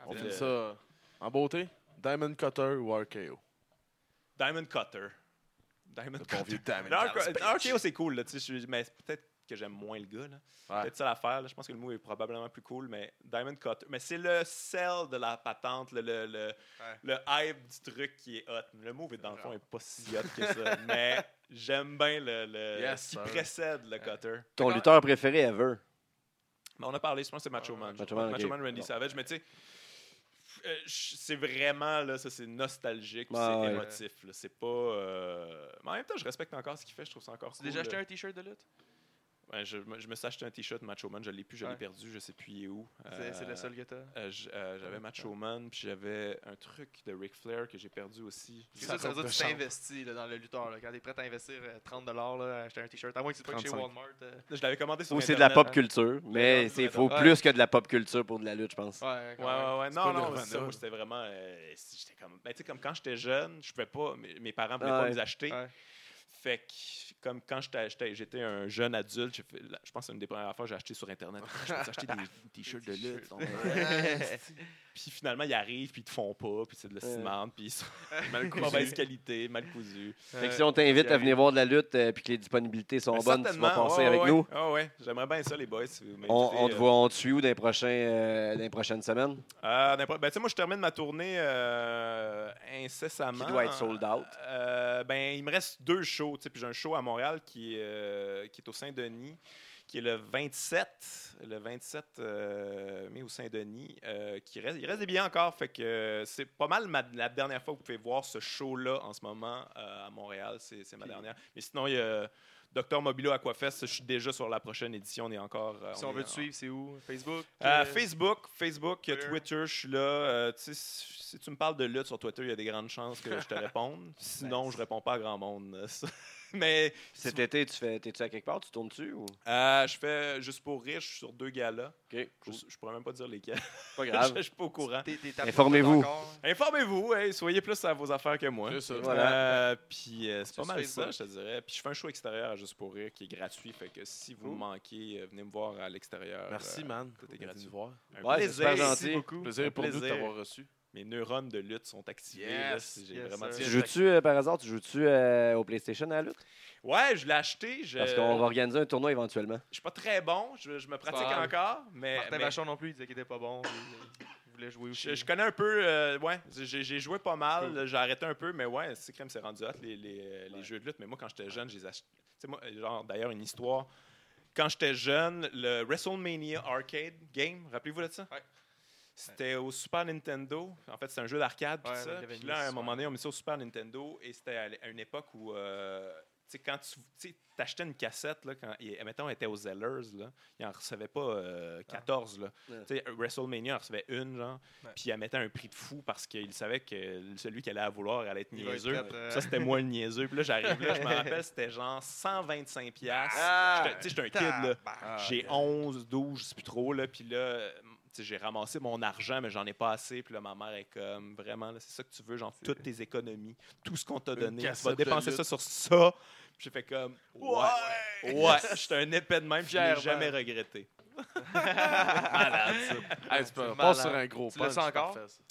[SPEAKER 4] On
[SPEAKER 2] après,
[SPEAKER 3] fait-
[SPEAKER 4] finit ça en beauté. Diamond Cutter ou RKO.
[SPEAKER 3] Diamond Cutter. Diamond
[SPEAKER 4] Le bon
[SPEAKER 3] Cutter. Ah,
[SPEAKER 4] vieux Diamond
[SPEAKER 3] Non,
[SPEAKER 4] Dallas
[SPEAKER 3] RKO,
[SPEAKER 4] Page.
[SPEAKER 3] RKO, oh, c'est cool, là, tu sais, je- mais c'est peut-être que j'aime moins le gars, là.
[SPEAKER 4] Ouais.
[SPEAKER 3] Peut-être ça l'affaire, là. Je pense que le mot est probablement plus cool, mais Diamond Cutter... Mais c'est le sel de la patente, le, le, le, le hype du truc qui est hot. Le move, dans le fond, est pas si hot que ça, mais j'aime bien le, le-
[SPEAKER 4] Yes,
[SPEAKER 3] ce qui
[SPEAKER 4] sir.
[SPEAKER 3] précède le Cutter.
[SPEAKER 1] Ton
[SPEAKER 2] D'accord.
[SPEAKER 1] lutteur préféré ever.
[SPEAKER 3] Mais on a parlé, je pense que c'est Macho
[SPEAKER 2] Ah,
[SPEAKER 3] Man.
[SPEAKER 1] Macho Man, ok.
[SPEAKER 3] Randy
[SPEAKER 1] Bon.
[SPEAKER 3] Savage, mais tu sais, euh, je- c'est vraiment, là, ça, c'est nostalgique,
[SPEAKER 1] Ouais,
[SPEAKER 3] c'est
[SPEAKER 1] Bah, ouais.
[SPEAKER 3] émotif. là. C'est pas. euh, Mais en même temps, je respecte encore ce qu'il fait, je trouve ça encore
[SPEAKER 2] Tu
[SPEAKER 3] cool.
[SPEAKER 2] as déjà acheté
[SPEAKER 3] là.
[SPEAKER 2] un t-shirt de lutte
[SPEAKER 3] Ouais, je, me- je me suis acheté un t-shirt Macho Man, je l'ai plus, je l'ai
[SPEAKER 2] Ouais.
[SPEAKER 3] perdu, je sais plus il est où.
[SPEAKER 2] C'est c'est
[SPEAKER 3] Euh,
[SPEAKER 2] le seul que t'as.
[SPEAKER 3] euh, j- euh, j'avais Macho Man, puis j'avais un truc de Ric Flair que j'ai perdu aussi.
[SPEAKER 2] Parce que Ça,
[SPEAKER 4] Ça
[SPEAKER 2] ça veut
[SPEAKER 4] compte
[SPEAKER 2] dire que tu
[SPEAKER 4] de
[SPEAKER 2] t'investis là, dans le lutteur. là. Quand t'es prêt à investir euh, 30 là, acheter un t-shirt, à moins que tu te pognes chez
[SPEAKER 4] 35.
[SPEAKER 2] Walmart. euh,
[SPEAKER 3] Je l'avais commandé sur
[SPEAKER 1] Ou c'est de la
[SPEAKER 3] Internet.
[SPEAKER 1] pop culture, mais
[SPEAKER 3] Ouais,
[SPEAKER 1] c'est
[SPEAKER 3] ouais,
[SPEAKER 1] faut
[SPEAKER 2] ouais.
[SPEAKER 1] plus que de la pop culture pour de la lutte, je pense.
[SPEAKER 2] Ouais,
[SPEAKER 3] Ouais,
[SPEAKER 2] quand même.
[SPEAKER 3] ouais, ouais. Non,
[SPEAKER 4] pas
[SPEAKER 3] non,
[SPEAKER 4] Nirvana,
[SPEAKER 3] c'est ça, moi,
[SPEAKER 4] là.
[SPEAKER 3] c'était vraiment. euh, si j'étais comme. Ben, tu sais, comme quand j'étais jeune, je pouvais pas. Mes, mes parents ne pouvaient pas
[SPEAKER 1] Ouais.
[SPEAKER 3] les acheter.
[SPEAKER 2] Ouais.
[SPEAKER 3] Fait que, comme quand j'étais- j'étais j'étais un jeune adulte, j'ai fait- là, je pense que c'est une des premières fois que j'ai acheté sur Internet. Je peux acheter des t-shirts de lutte. on va- Puis finalement, ils arrivent, puis ils te font pas, puis c'est de la
[SPEAKER 1] Ouais.
[SPEAKER 3] ciment, puis ils sont
[SPEAKER 4] Mal
[SPEAKER 3] de mauvaise qualité, mal cousus.
[SPEAKER 2] Euh,
[SPEAKER 1] Fait que si on t'invite à venir voir de la lutte et que les disponibilités sont
[SPEAKER 3] Mais
[SPEAKER 1] bonnes, tu vas
[SPEAKER 3] certainement,
[SPEAKER 1] penser
[SPEAKER 3] ouais,
[SPEAKER 1] avec
[SPEAKER 3] ouais,
[SPEAKER 1] nous.
[SPEAKER 3] ouais, ouais. J'aimerais bien ça, les boys. si vous
[SPEAKER 1] On,
[SPEAKER 3] m'invitez,
[SPEAKER 1] on te
[SPEAKER 3] euh.
[SPEAKER 1] voit, on te suit où dans les, prochains, euh, dans les prochaines semaines?
[SPEAKER 3] Euh, n'importe- ben, tu sais, moi, je termine ma tournée euh, incessamment.
[SPEAKER 1] Qui doit être sold out.
[SPEAKER 3] Euh, ben, il me reste deux shows. tu sais, Puis j'ai un show à Montréal qui est, euh, qui est au Saint-Denis, qui est le 27, le 27 euh, mai au Saint-Denis. euh, qui reste, il reste des billets encore. Fait que euh, c'est pas mal ma- la dernière fois que vous pouvez voir ce show-là en ce moment euh, à Montréal. C'est c'est ma dernière. Mais sinon, il y a Docteur Mobilo Aquafest, je suis déjà sur la prochaine édition. On est encore. euh,
[SPEAKER 2] Si on
[SPEAKER 3] est
[SPEAKER 2] veut te
[SPEAKER 3] en-
[SPEAKER 2] suivre, c'est où Facebook
[SPEAKER 3] Euh,
[SPEAKER 2] euh,
[SPEAKER 3] Facebook, Facebook,
[SPEAKER 2] Twitter.
[SPEAKER 3] Twitter, je suis là. Euh, tu sais, si si tu me parles de lutte sur Twitter, il y a des grandes chances que je te réponde. Sinon, je réponds pas à grand monde. euh, ça. Mais
[SPEAKER 1] Cet été, tu fais, t'es-tu à quelque part? Tu tournes dessus ou?
[SPEAKER 3] euh, je fais juste pour rire, je suis sur deux galas.
[SPEAKER 1] OK,
[SPEAKER 3] Je, je pourrais même pas dire lesquels.
[SPEAKER 1] Pas
[SPEAKER 3] je,
[SPEAKER 1] grave.
[SPEAKER 3] suis pas au courant.
[SPEAKER 2] T'es- t'es tapé
[SPEAKER 1] Informez-vous.
[SPEAKER 2] encore.
[SPEAKER 3] Informez-vous, hey, soyez plus à vos affaires que moi.
[SPEAKER 4] C'est ça.
[SPEAKER 1] Voilà.
[SPEAKER 3] Euh, puis euh, c'est
[SPEAKER 2] Sur
[SPEAKER 3] pas mal
[SPEAKER 2] Facebook.
[SPEAKER 3] ça, je te dirais. Puis je fais un show extérieur à Juste pour rire qui est gratuit. Fait que si vous me manquez, euh, venez me voir à l'extérieur.
[SPEAKER 4] Merci,
[SPEAKER 3] Euh,
[SPEAKER 4] man.
[SPEAKER 3] tout est
[SPEAKER 4] C'était
[SPEAKER 3] gratuit.
[SPEAKER 4] gratuit. Voir.
[SPEAKER 1] Ouais, c'est
[SPEAKER 3] un plaisir.
[SPEAKER 1] super
[SPEAKER 2] Merci
[SPEAKER 1] gentil.
[SPEAKER 2] beaucoup.
[SPEAKER 4] Plaisir pour nous de
[SPEAKER 3] plaisir.
[SPEAKER 4] t'avoir reçu.
[SPEAKER 3] Mes neurones de lutte sont activés. là,
[SPEAKER 2] Yes,
[SPEAKER 3] si j'ai
[SPEAKER 2] yes,
[SPEAKER 3] vraiment
[SPEAKER 1] Tu
[SPEAKER 2] sir.
[SPEAKER 3] tiré-
[SPEAKER 1] joues-tu, euh, par hasard, tu joues-tu euh, au PlayStation à la lutte?
[SPEAKER 3] Ouais, je l'ai acheté. Je
[SPEAKER 1] Parce qu'on va organiser un tournoi éventuellement.
[SPEAKER 3] je suis pas très bon. Je, je me pratique
[SPEAKER 2] Pas grave.
[SPEAKER 3] encore. Mais,
[SPEAKER 2] Martin
[SPEAKER 3] mais
[SPEAKER 2] Vachon non plus, il disait qu'il était pas bon. Il il voulait jouer aussi.
[SPEAKER 3] je, je connais un peu. euh, ouais, j'ai j'ai joué pas mal.
[SPEAKER 2] Cool.
[SPEAKER 3] J'ai arrêté un peu. Mais ouais, c'est comme c'est rendu hot, les, euh, les- les jeux de lutte. Mais moi, quand j'étais jeune, j'ai acheté. Tu sais, moi, genre, d'ailleurs, une histoire. Quand j'étais jeune, le WrestleMania Arcade Game, rappelez-vous de ça?
[SPEAKER 2] Ouais.
[SPEAKER 3] C'était au Super Nintendo. En fait, c'est un jeu d'arcade. puis
[SPEAKER 2] Ouais,
[SPEAKER 3] ça.
[SPEAKER 2] il y avait
[SPEAKER 3] Puis
[SPEAKER 2] une
[SPEAKER 3] là, à un
[SPEAKER 2] histoire.
[SPEAKER 3] moment donné, on met ça au Super Nintendo. Et c'était à l- à une époque où, euh, tu sais, quand tu tu sais, t'achetais une cassette, là, quand, et, mettons, elle était aux Zellers, là, ils en recevaient pas euh,
[SPEAKER 2] Ah.
[SPEAKER 3] 14. Là.
[SPEAKER 1] Ouais.
[SPEAKER 3] Tu sais, WrestleMania en recevait une, genre.
[SPEAKER 2] Ouais.
[SPEAKER 3] Puis elle mettait un prix de fou parce qu'il savait que celui qu'elle allait vouloir allait être
[SPEAKER 2] Il va être
[SPEAKER 3] niaiseux.
[SPEAKER 2] prêt, euh.
[SPEAKER 3] Ça, c'était moi le niaiseux. Puis là, j'arrive là, je me rappelle, c'était genre 125$. piastres.
[SPEAKER 2] Ah!
[SPEAKER 3] J'étais- tu sais, j'étais un kid, là.
[SPEAKER 2] Tabarnak.
[SPEAKER 3] J'ai 11, 12, je sais plus trop. Là, puis là, euh, tu sais, j'ai ramassé mon argent, mais j'en ai pas assez. Puis là, ma mère est comme, vraiment, là, c'est ça que tu veux, genre, toutes tes économies, tout ce qu'on t'a donné, tu
[SPEAKER 4] cassette
[SPEAKER 3] vas
[SPEAKER 4] de
[SPEAKER 3] dépenser
[SPEAKER 4] lutte.
[SPEAKER 3] ça sur ça. Puis j'ai fait comme, ouais, ouais, j'étais un épais de même, puis je l'ai
[SPEAKER 4] Fièrement.
[SPEAKER 3] jamais regretté.
[SPEAKER 4] Hey, tu peux
[SPEAKER 2] C'est
[SPEAKER 4] passer
[SPEAKER 2] malade.
[SPEAKER 4] sur un gros
[SPEAKER 2] Tu le
[SPEAKER 4] punch,
[SPEAKER 2] sens
[SPEAKER 4] c'est
[SPEAKER 2] encore?
[SPEAKER 4] parfait, ça.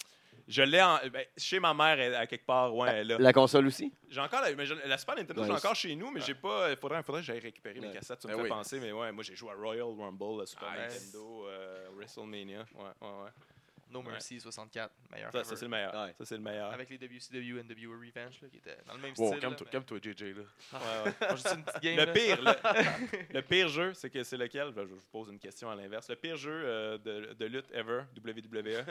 [SPEAKER 3] Je l'ai en- ben, chez ma mère, elle- à quelque part, ouais, elle est là.
[SPEAKER 1] Ben, La console aussi?
[SPEAKER 3] J'ai encore la, mais je- la Super Nintendo, j'ai
[SPEAKER 1] Nice.
[SPEAKER 3] encore chez nous, mais j'ai pas. Il faudrait, faudrait que j'aille récupérer mes
[SPEAKER 1] Ouais.
[SPEAKER 3] cassettes. Tu me
[SPEAKER 4] Ben
[SPEAKER 3] fais
[SPEAKER 4] oui.
[SPEAKER 3] penser, mais ouais, moi j'ai joué à Royal Rumble, à Super
[SPEAKER 2] Nice.
[SPEAKER 3] Nintendo, euh, WrestleMania. Ouais, ouais, ouais.
[SPEAKER 2] No Mercy 64, meilleur.
[SPEAKER 3] Ça,
[SPEAKER 2] ever.
[SPEAKER 3] ça c'est le meilleur.
[SPEAKER 1] Ouais.
[SPEAKER 3] Ça, c'est le meilleur.
[SPEAKER 2] Avec les WCW and WE Revenge, là, qui étaient dans le même
[SPEAKER 4] Wow,
[SPEAKER 2] style. là,
[SPEAKER 4] calme-toi,
[SPEAKER 2] mais-
[SPEAKER 4] calme-toi, JJ. Là.
[SPEAKER 3] Ouais, ouais.
[SPEAKER 2] Moi, je dis une petite game,
[SPEAKER 3] Le
[SPEAKER 2] là.
[SPEAKER 3] pire, le, le pire jeu, c'est que c'est lequel Ben, Je vous pose une question à l'inverse. Le pire jeu euh, de, de lutte ever, WWE.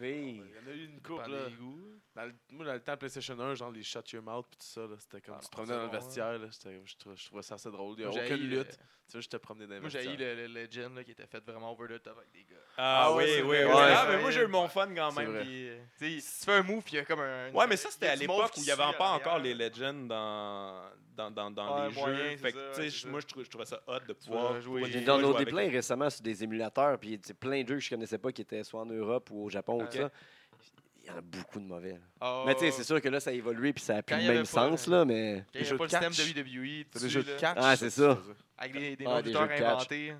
[SPEAKER 1] Oui.
[SPEAKER 4] Il y en a eu une
[SPEAKER 2] Pas
[SPEAKER 4] coupe, là.
[SPEAKER 2] des goûts.
[SPEAKER 4] Dans le- moi, dans le temps PlayStation 1, genre les Shut Your Mouth pis tout ça, là, c'était comme
[SPEAKER 2] Ah,
[SPEAKER 4] tu te promenais dans le
[SPEAKER 2] c'est bon,
[SPEAKER 4] vestiaire, là, c'était- je, trou- je trouvais ça assez drôle. Il n'y a
[SPEAKER 2] Moi, j'ai
[SPEAKER 4] aucune
[SPEAKER 2] haï le-
[SPEAKER 4] lutte. Tu vois, je te promenais dans le
[SPEAKER 2] Moi, j'ai
[SPEAKER 4] vestiaire.
[SPEAKER 2] haï le, le Legend là, qui était fait vraiment over the top avec des gars.
[SPEAKER 3] Ah,
[SPEAKER 4] Ah ouais,
[SPEAKER 3] oui,
[SPEAKER 4] c'est
[SPEAKER 3] oui, oui.
[SPEAKER 4] vrai.
[SPEAKER 1] Ouais.
[SPEAKER 3] Ah, mais moi j'ai eu mon fun quand
[SPEAKER 4] C'est
[SPEAKER 3] même.
[SPEAKER 4] vrai.
[SPEAKER 2] Puis, euh, tu sais, si tu fais un move, puis il y a comme un.
[SPEAKER 3] Ouais, mais ça, c'était
[SPEAKER 2] y a
[SPEAKER 3] à
[SPEAKER 2] du monde
[SPEAKER 3] l'époque
[SPEAKER 2] qui
[SPEAKER 3] où il n'y avait
[SPEAKER 2] suit
[SPEAKER 3] pas
[SPEAKER 2] en
[SPEAKER 3] encore les
[SPEAKER 2] arrière.
[SPEAKER 3] Legends dans, dans, dans, dans
[SPEAKER 2] Ouais,
[SPEAKER 3] les
[SPEAKER 2] moyen,
[SPEAKER 3] jeux.
[SPEAKER 2] c'est
[SPEAKER 3] Fait
[SPEAKER 2] ça,
[SPEAKER 3] que,
[SPEAKER 2] ouais,
[SPEAKER 3] tu
[SPEAKER 2] c'est
[SPEAKER 3] sais,
[SPEAKER 2] ça.
[SPEAKER 3] moi, je trou- je trouvais ça hot de
[SPEAKER 2] Moi,
[SPEAKER 3] pouvoir.
[SPEAKER 2] jouer-
[SPEAKER 1] J'ai
[SPEAKER 2] moi,
[SPEAKER 3] j'ai- je
[SPEAKER 1] downloadé
[SPEAKER 3] jouais avec-
[SPEAKER 1] plein récemment sur des émulateurs, puis tu sais, plein de jeux que je connaissais pas qui étaient soit en Europe ou au Japon
[SPEAKER 2] Ok.
[SPEAKER 1] ou ça. Il y en a beaucoup de mauvais. là.
[SPEAKER 2] Ah,
[SPEAKER 1] Mais tu sais,
[SPEAKER 2] ouais.
[SPEAKER 1] c'est sûr que là, ça a évolué, puis ça a plus
[SPEAKER 2] Quand il y
[SPEAKER 1] le
[SPEAKER 2] avait
[SPEAKER 1] même
[SPEAKER 2] pas,
[SPEAKER 1] sens,
[SPEAKER 2] euh,
[SPEAKER 1] là, mais.
[SPEAKER 2] Quand il n'y
[SPEAKER 4] jeux
[SPEAKER 2] a
[SPEAKER 4] de
[SPEAKER 2] pas le
[SPEAKER 4] catch.
[SPEAKER 2] système WWE,
[SPEAKER 4] C'est des
[SPEAKER 2] dessus,
[SPEAKER 4] jeux de
[SPEAKER 2] là,
[SPEAKER 4] catch.
[SPEAKER 1] Ah, c'est ça.
[SPEAKER 2] Avec des, des
[SPEAKER 1] Ah,
[SPEAKER 2] noms
[SPEAKER 1] des
[SPEAKER 2] lutteurs
[SPEAKER 1] jeux de catch.
[SPEAKER 2] inventés.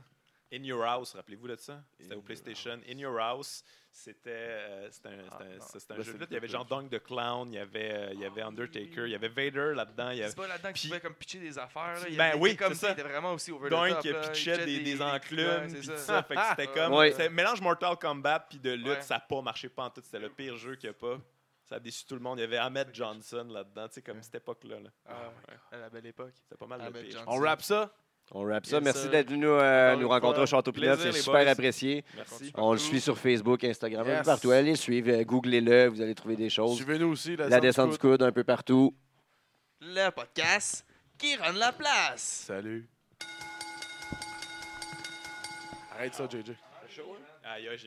[SPEAKER 3] In Your House, rappelez-vous de ça? C'était
[SPEAKER 4] In
[SPEAKER 3] au
[SPEAKER 4] Your
[SPEAKER 3] PlayStation. In Your House, c'était euh, c'était un, c'était un-
[SPEAKER 2] Ah, non.
[SPEAKER 3] c'était un
[SPEAKER 4] Là,
[SPEAKER 3] jeu
[SPEAKER 4] c'est
[SPEAKER 3] de
[SPEAKER 4] le
[SPEAKER 3] lutte. Il y avait
[SPEAKER 4] plus
[SPEAKER 3] genre Dunk the Clown, il y avait, euh, il y avait
[SPEAKER 2] Ah,
[SPEAKER 3] Undertaker,
[SPEAKER 2] oui.
[SPEAKER 3] il y avait Vader là-dedans, il y
[SPEAKER 2] C'est
[SPEAKER 3] avait
[SPEAKER 2] pas là-dedans que tu
[SPEAKER 3] Puis-
[SPEAKER 2] pouvais comme pitcher des affaires. Là. Il y
[SPEAKER 3] Ben
[SPEAKER 2] avait-
[SPEAKER 3] oui,
[SPEAKER 2] était comme
[SPEAKER 3] c'est ça.
[SPEAKER 2] Il était vraiment aussi over the
[SPEAKER 3] Dunk
[SPEAKER 2] top.
[SPEAKER 3] qui
[SPEAKER 2] là. Il
[SPEAKER 3] pitchait des, des enclumes,
[SPEAKER 2] ouais, c'est
[SPEAKER 3] puis
[SPEAKER 2] ça.
[SPEAKER 3] tout ça. Fait que c'était comme.
[SPEAKER 1] Ouais.
[SPEAKER 3] c'était mélange Mortal Kombat puis de lutte,
[SPEAKER 2] Ouais.
[SPEAKER 3] ça n'a pas marché pas en tout. C'était le pire jeu qu'il n'y a pas. Ça a déçu tout le monde. Il y avait Ahmed Johnson là-dedans, tu sais, comme cette époque-là. là.
[SPEAKER 2] Ah,
[SPEAKER 3] Ouais.
[SPEAKER 2] À la belle époque.
[SPEAKER 3] C'était pas mal
[SPEAKER 2] Ahmed
[SPEAKER 3] le pire.
[SPEAKER 2] Johnson.
[SPEAKER 4] On rappe ça?
[SPEAKER 1] On rappe ça.
[SPEAKER 3] Yes,
[SPEAKER 1] Merci
[SPEAKER 3] sir.
[SPEAKER 1] d'être venu euh,
[SPEAKER 3] Encore
[SPEAKER 1] nous
[SPEAKER 3] une
[SPEAKER 1] rencontrer
[SPEAKER 3] fois.
[SPEAKER 1] au Château Pineuf.
[SPEAKER 3] Plaisir,
[SPEAKER 1] C'est
[SPEAKER 3] les
[SPEAKER 1] super
[SPEAKER 3] boys.
[SPEAKER 1] apprécié.
[SPEAKER 3] Merci.
[SPEAKER 1] On le suit sur Facebook, Instagram, un peu
[SPEAKER 4] Yes.
[SPEAKER 1] partout. Allez le suivre, euh, googlez-le, vous allez trouver des choses.
[SPEAKER 4] Suivez-nous aussi.
[SPEAKER 1] La descente du coude un peu partout.
[SPEAKER 2] Le podcast qui rend la place.
[SPEAKER 4] Salut. Arrête ça, JJ. Ah.
[SPEAKER 3] Aïe, aïe, j'ai mis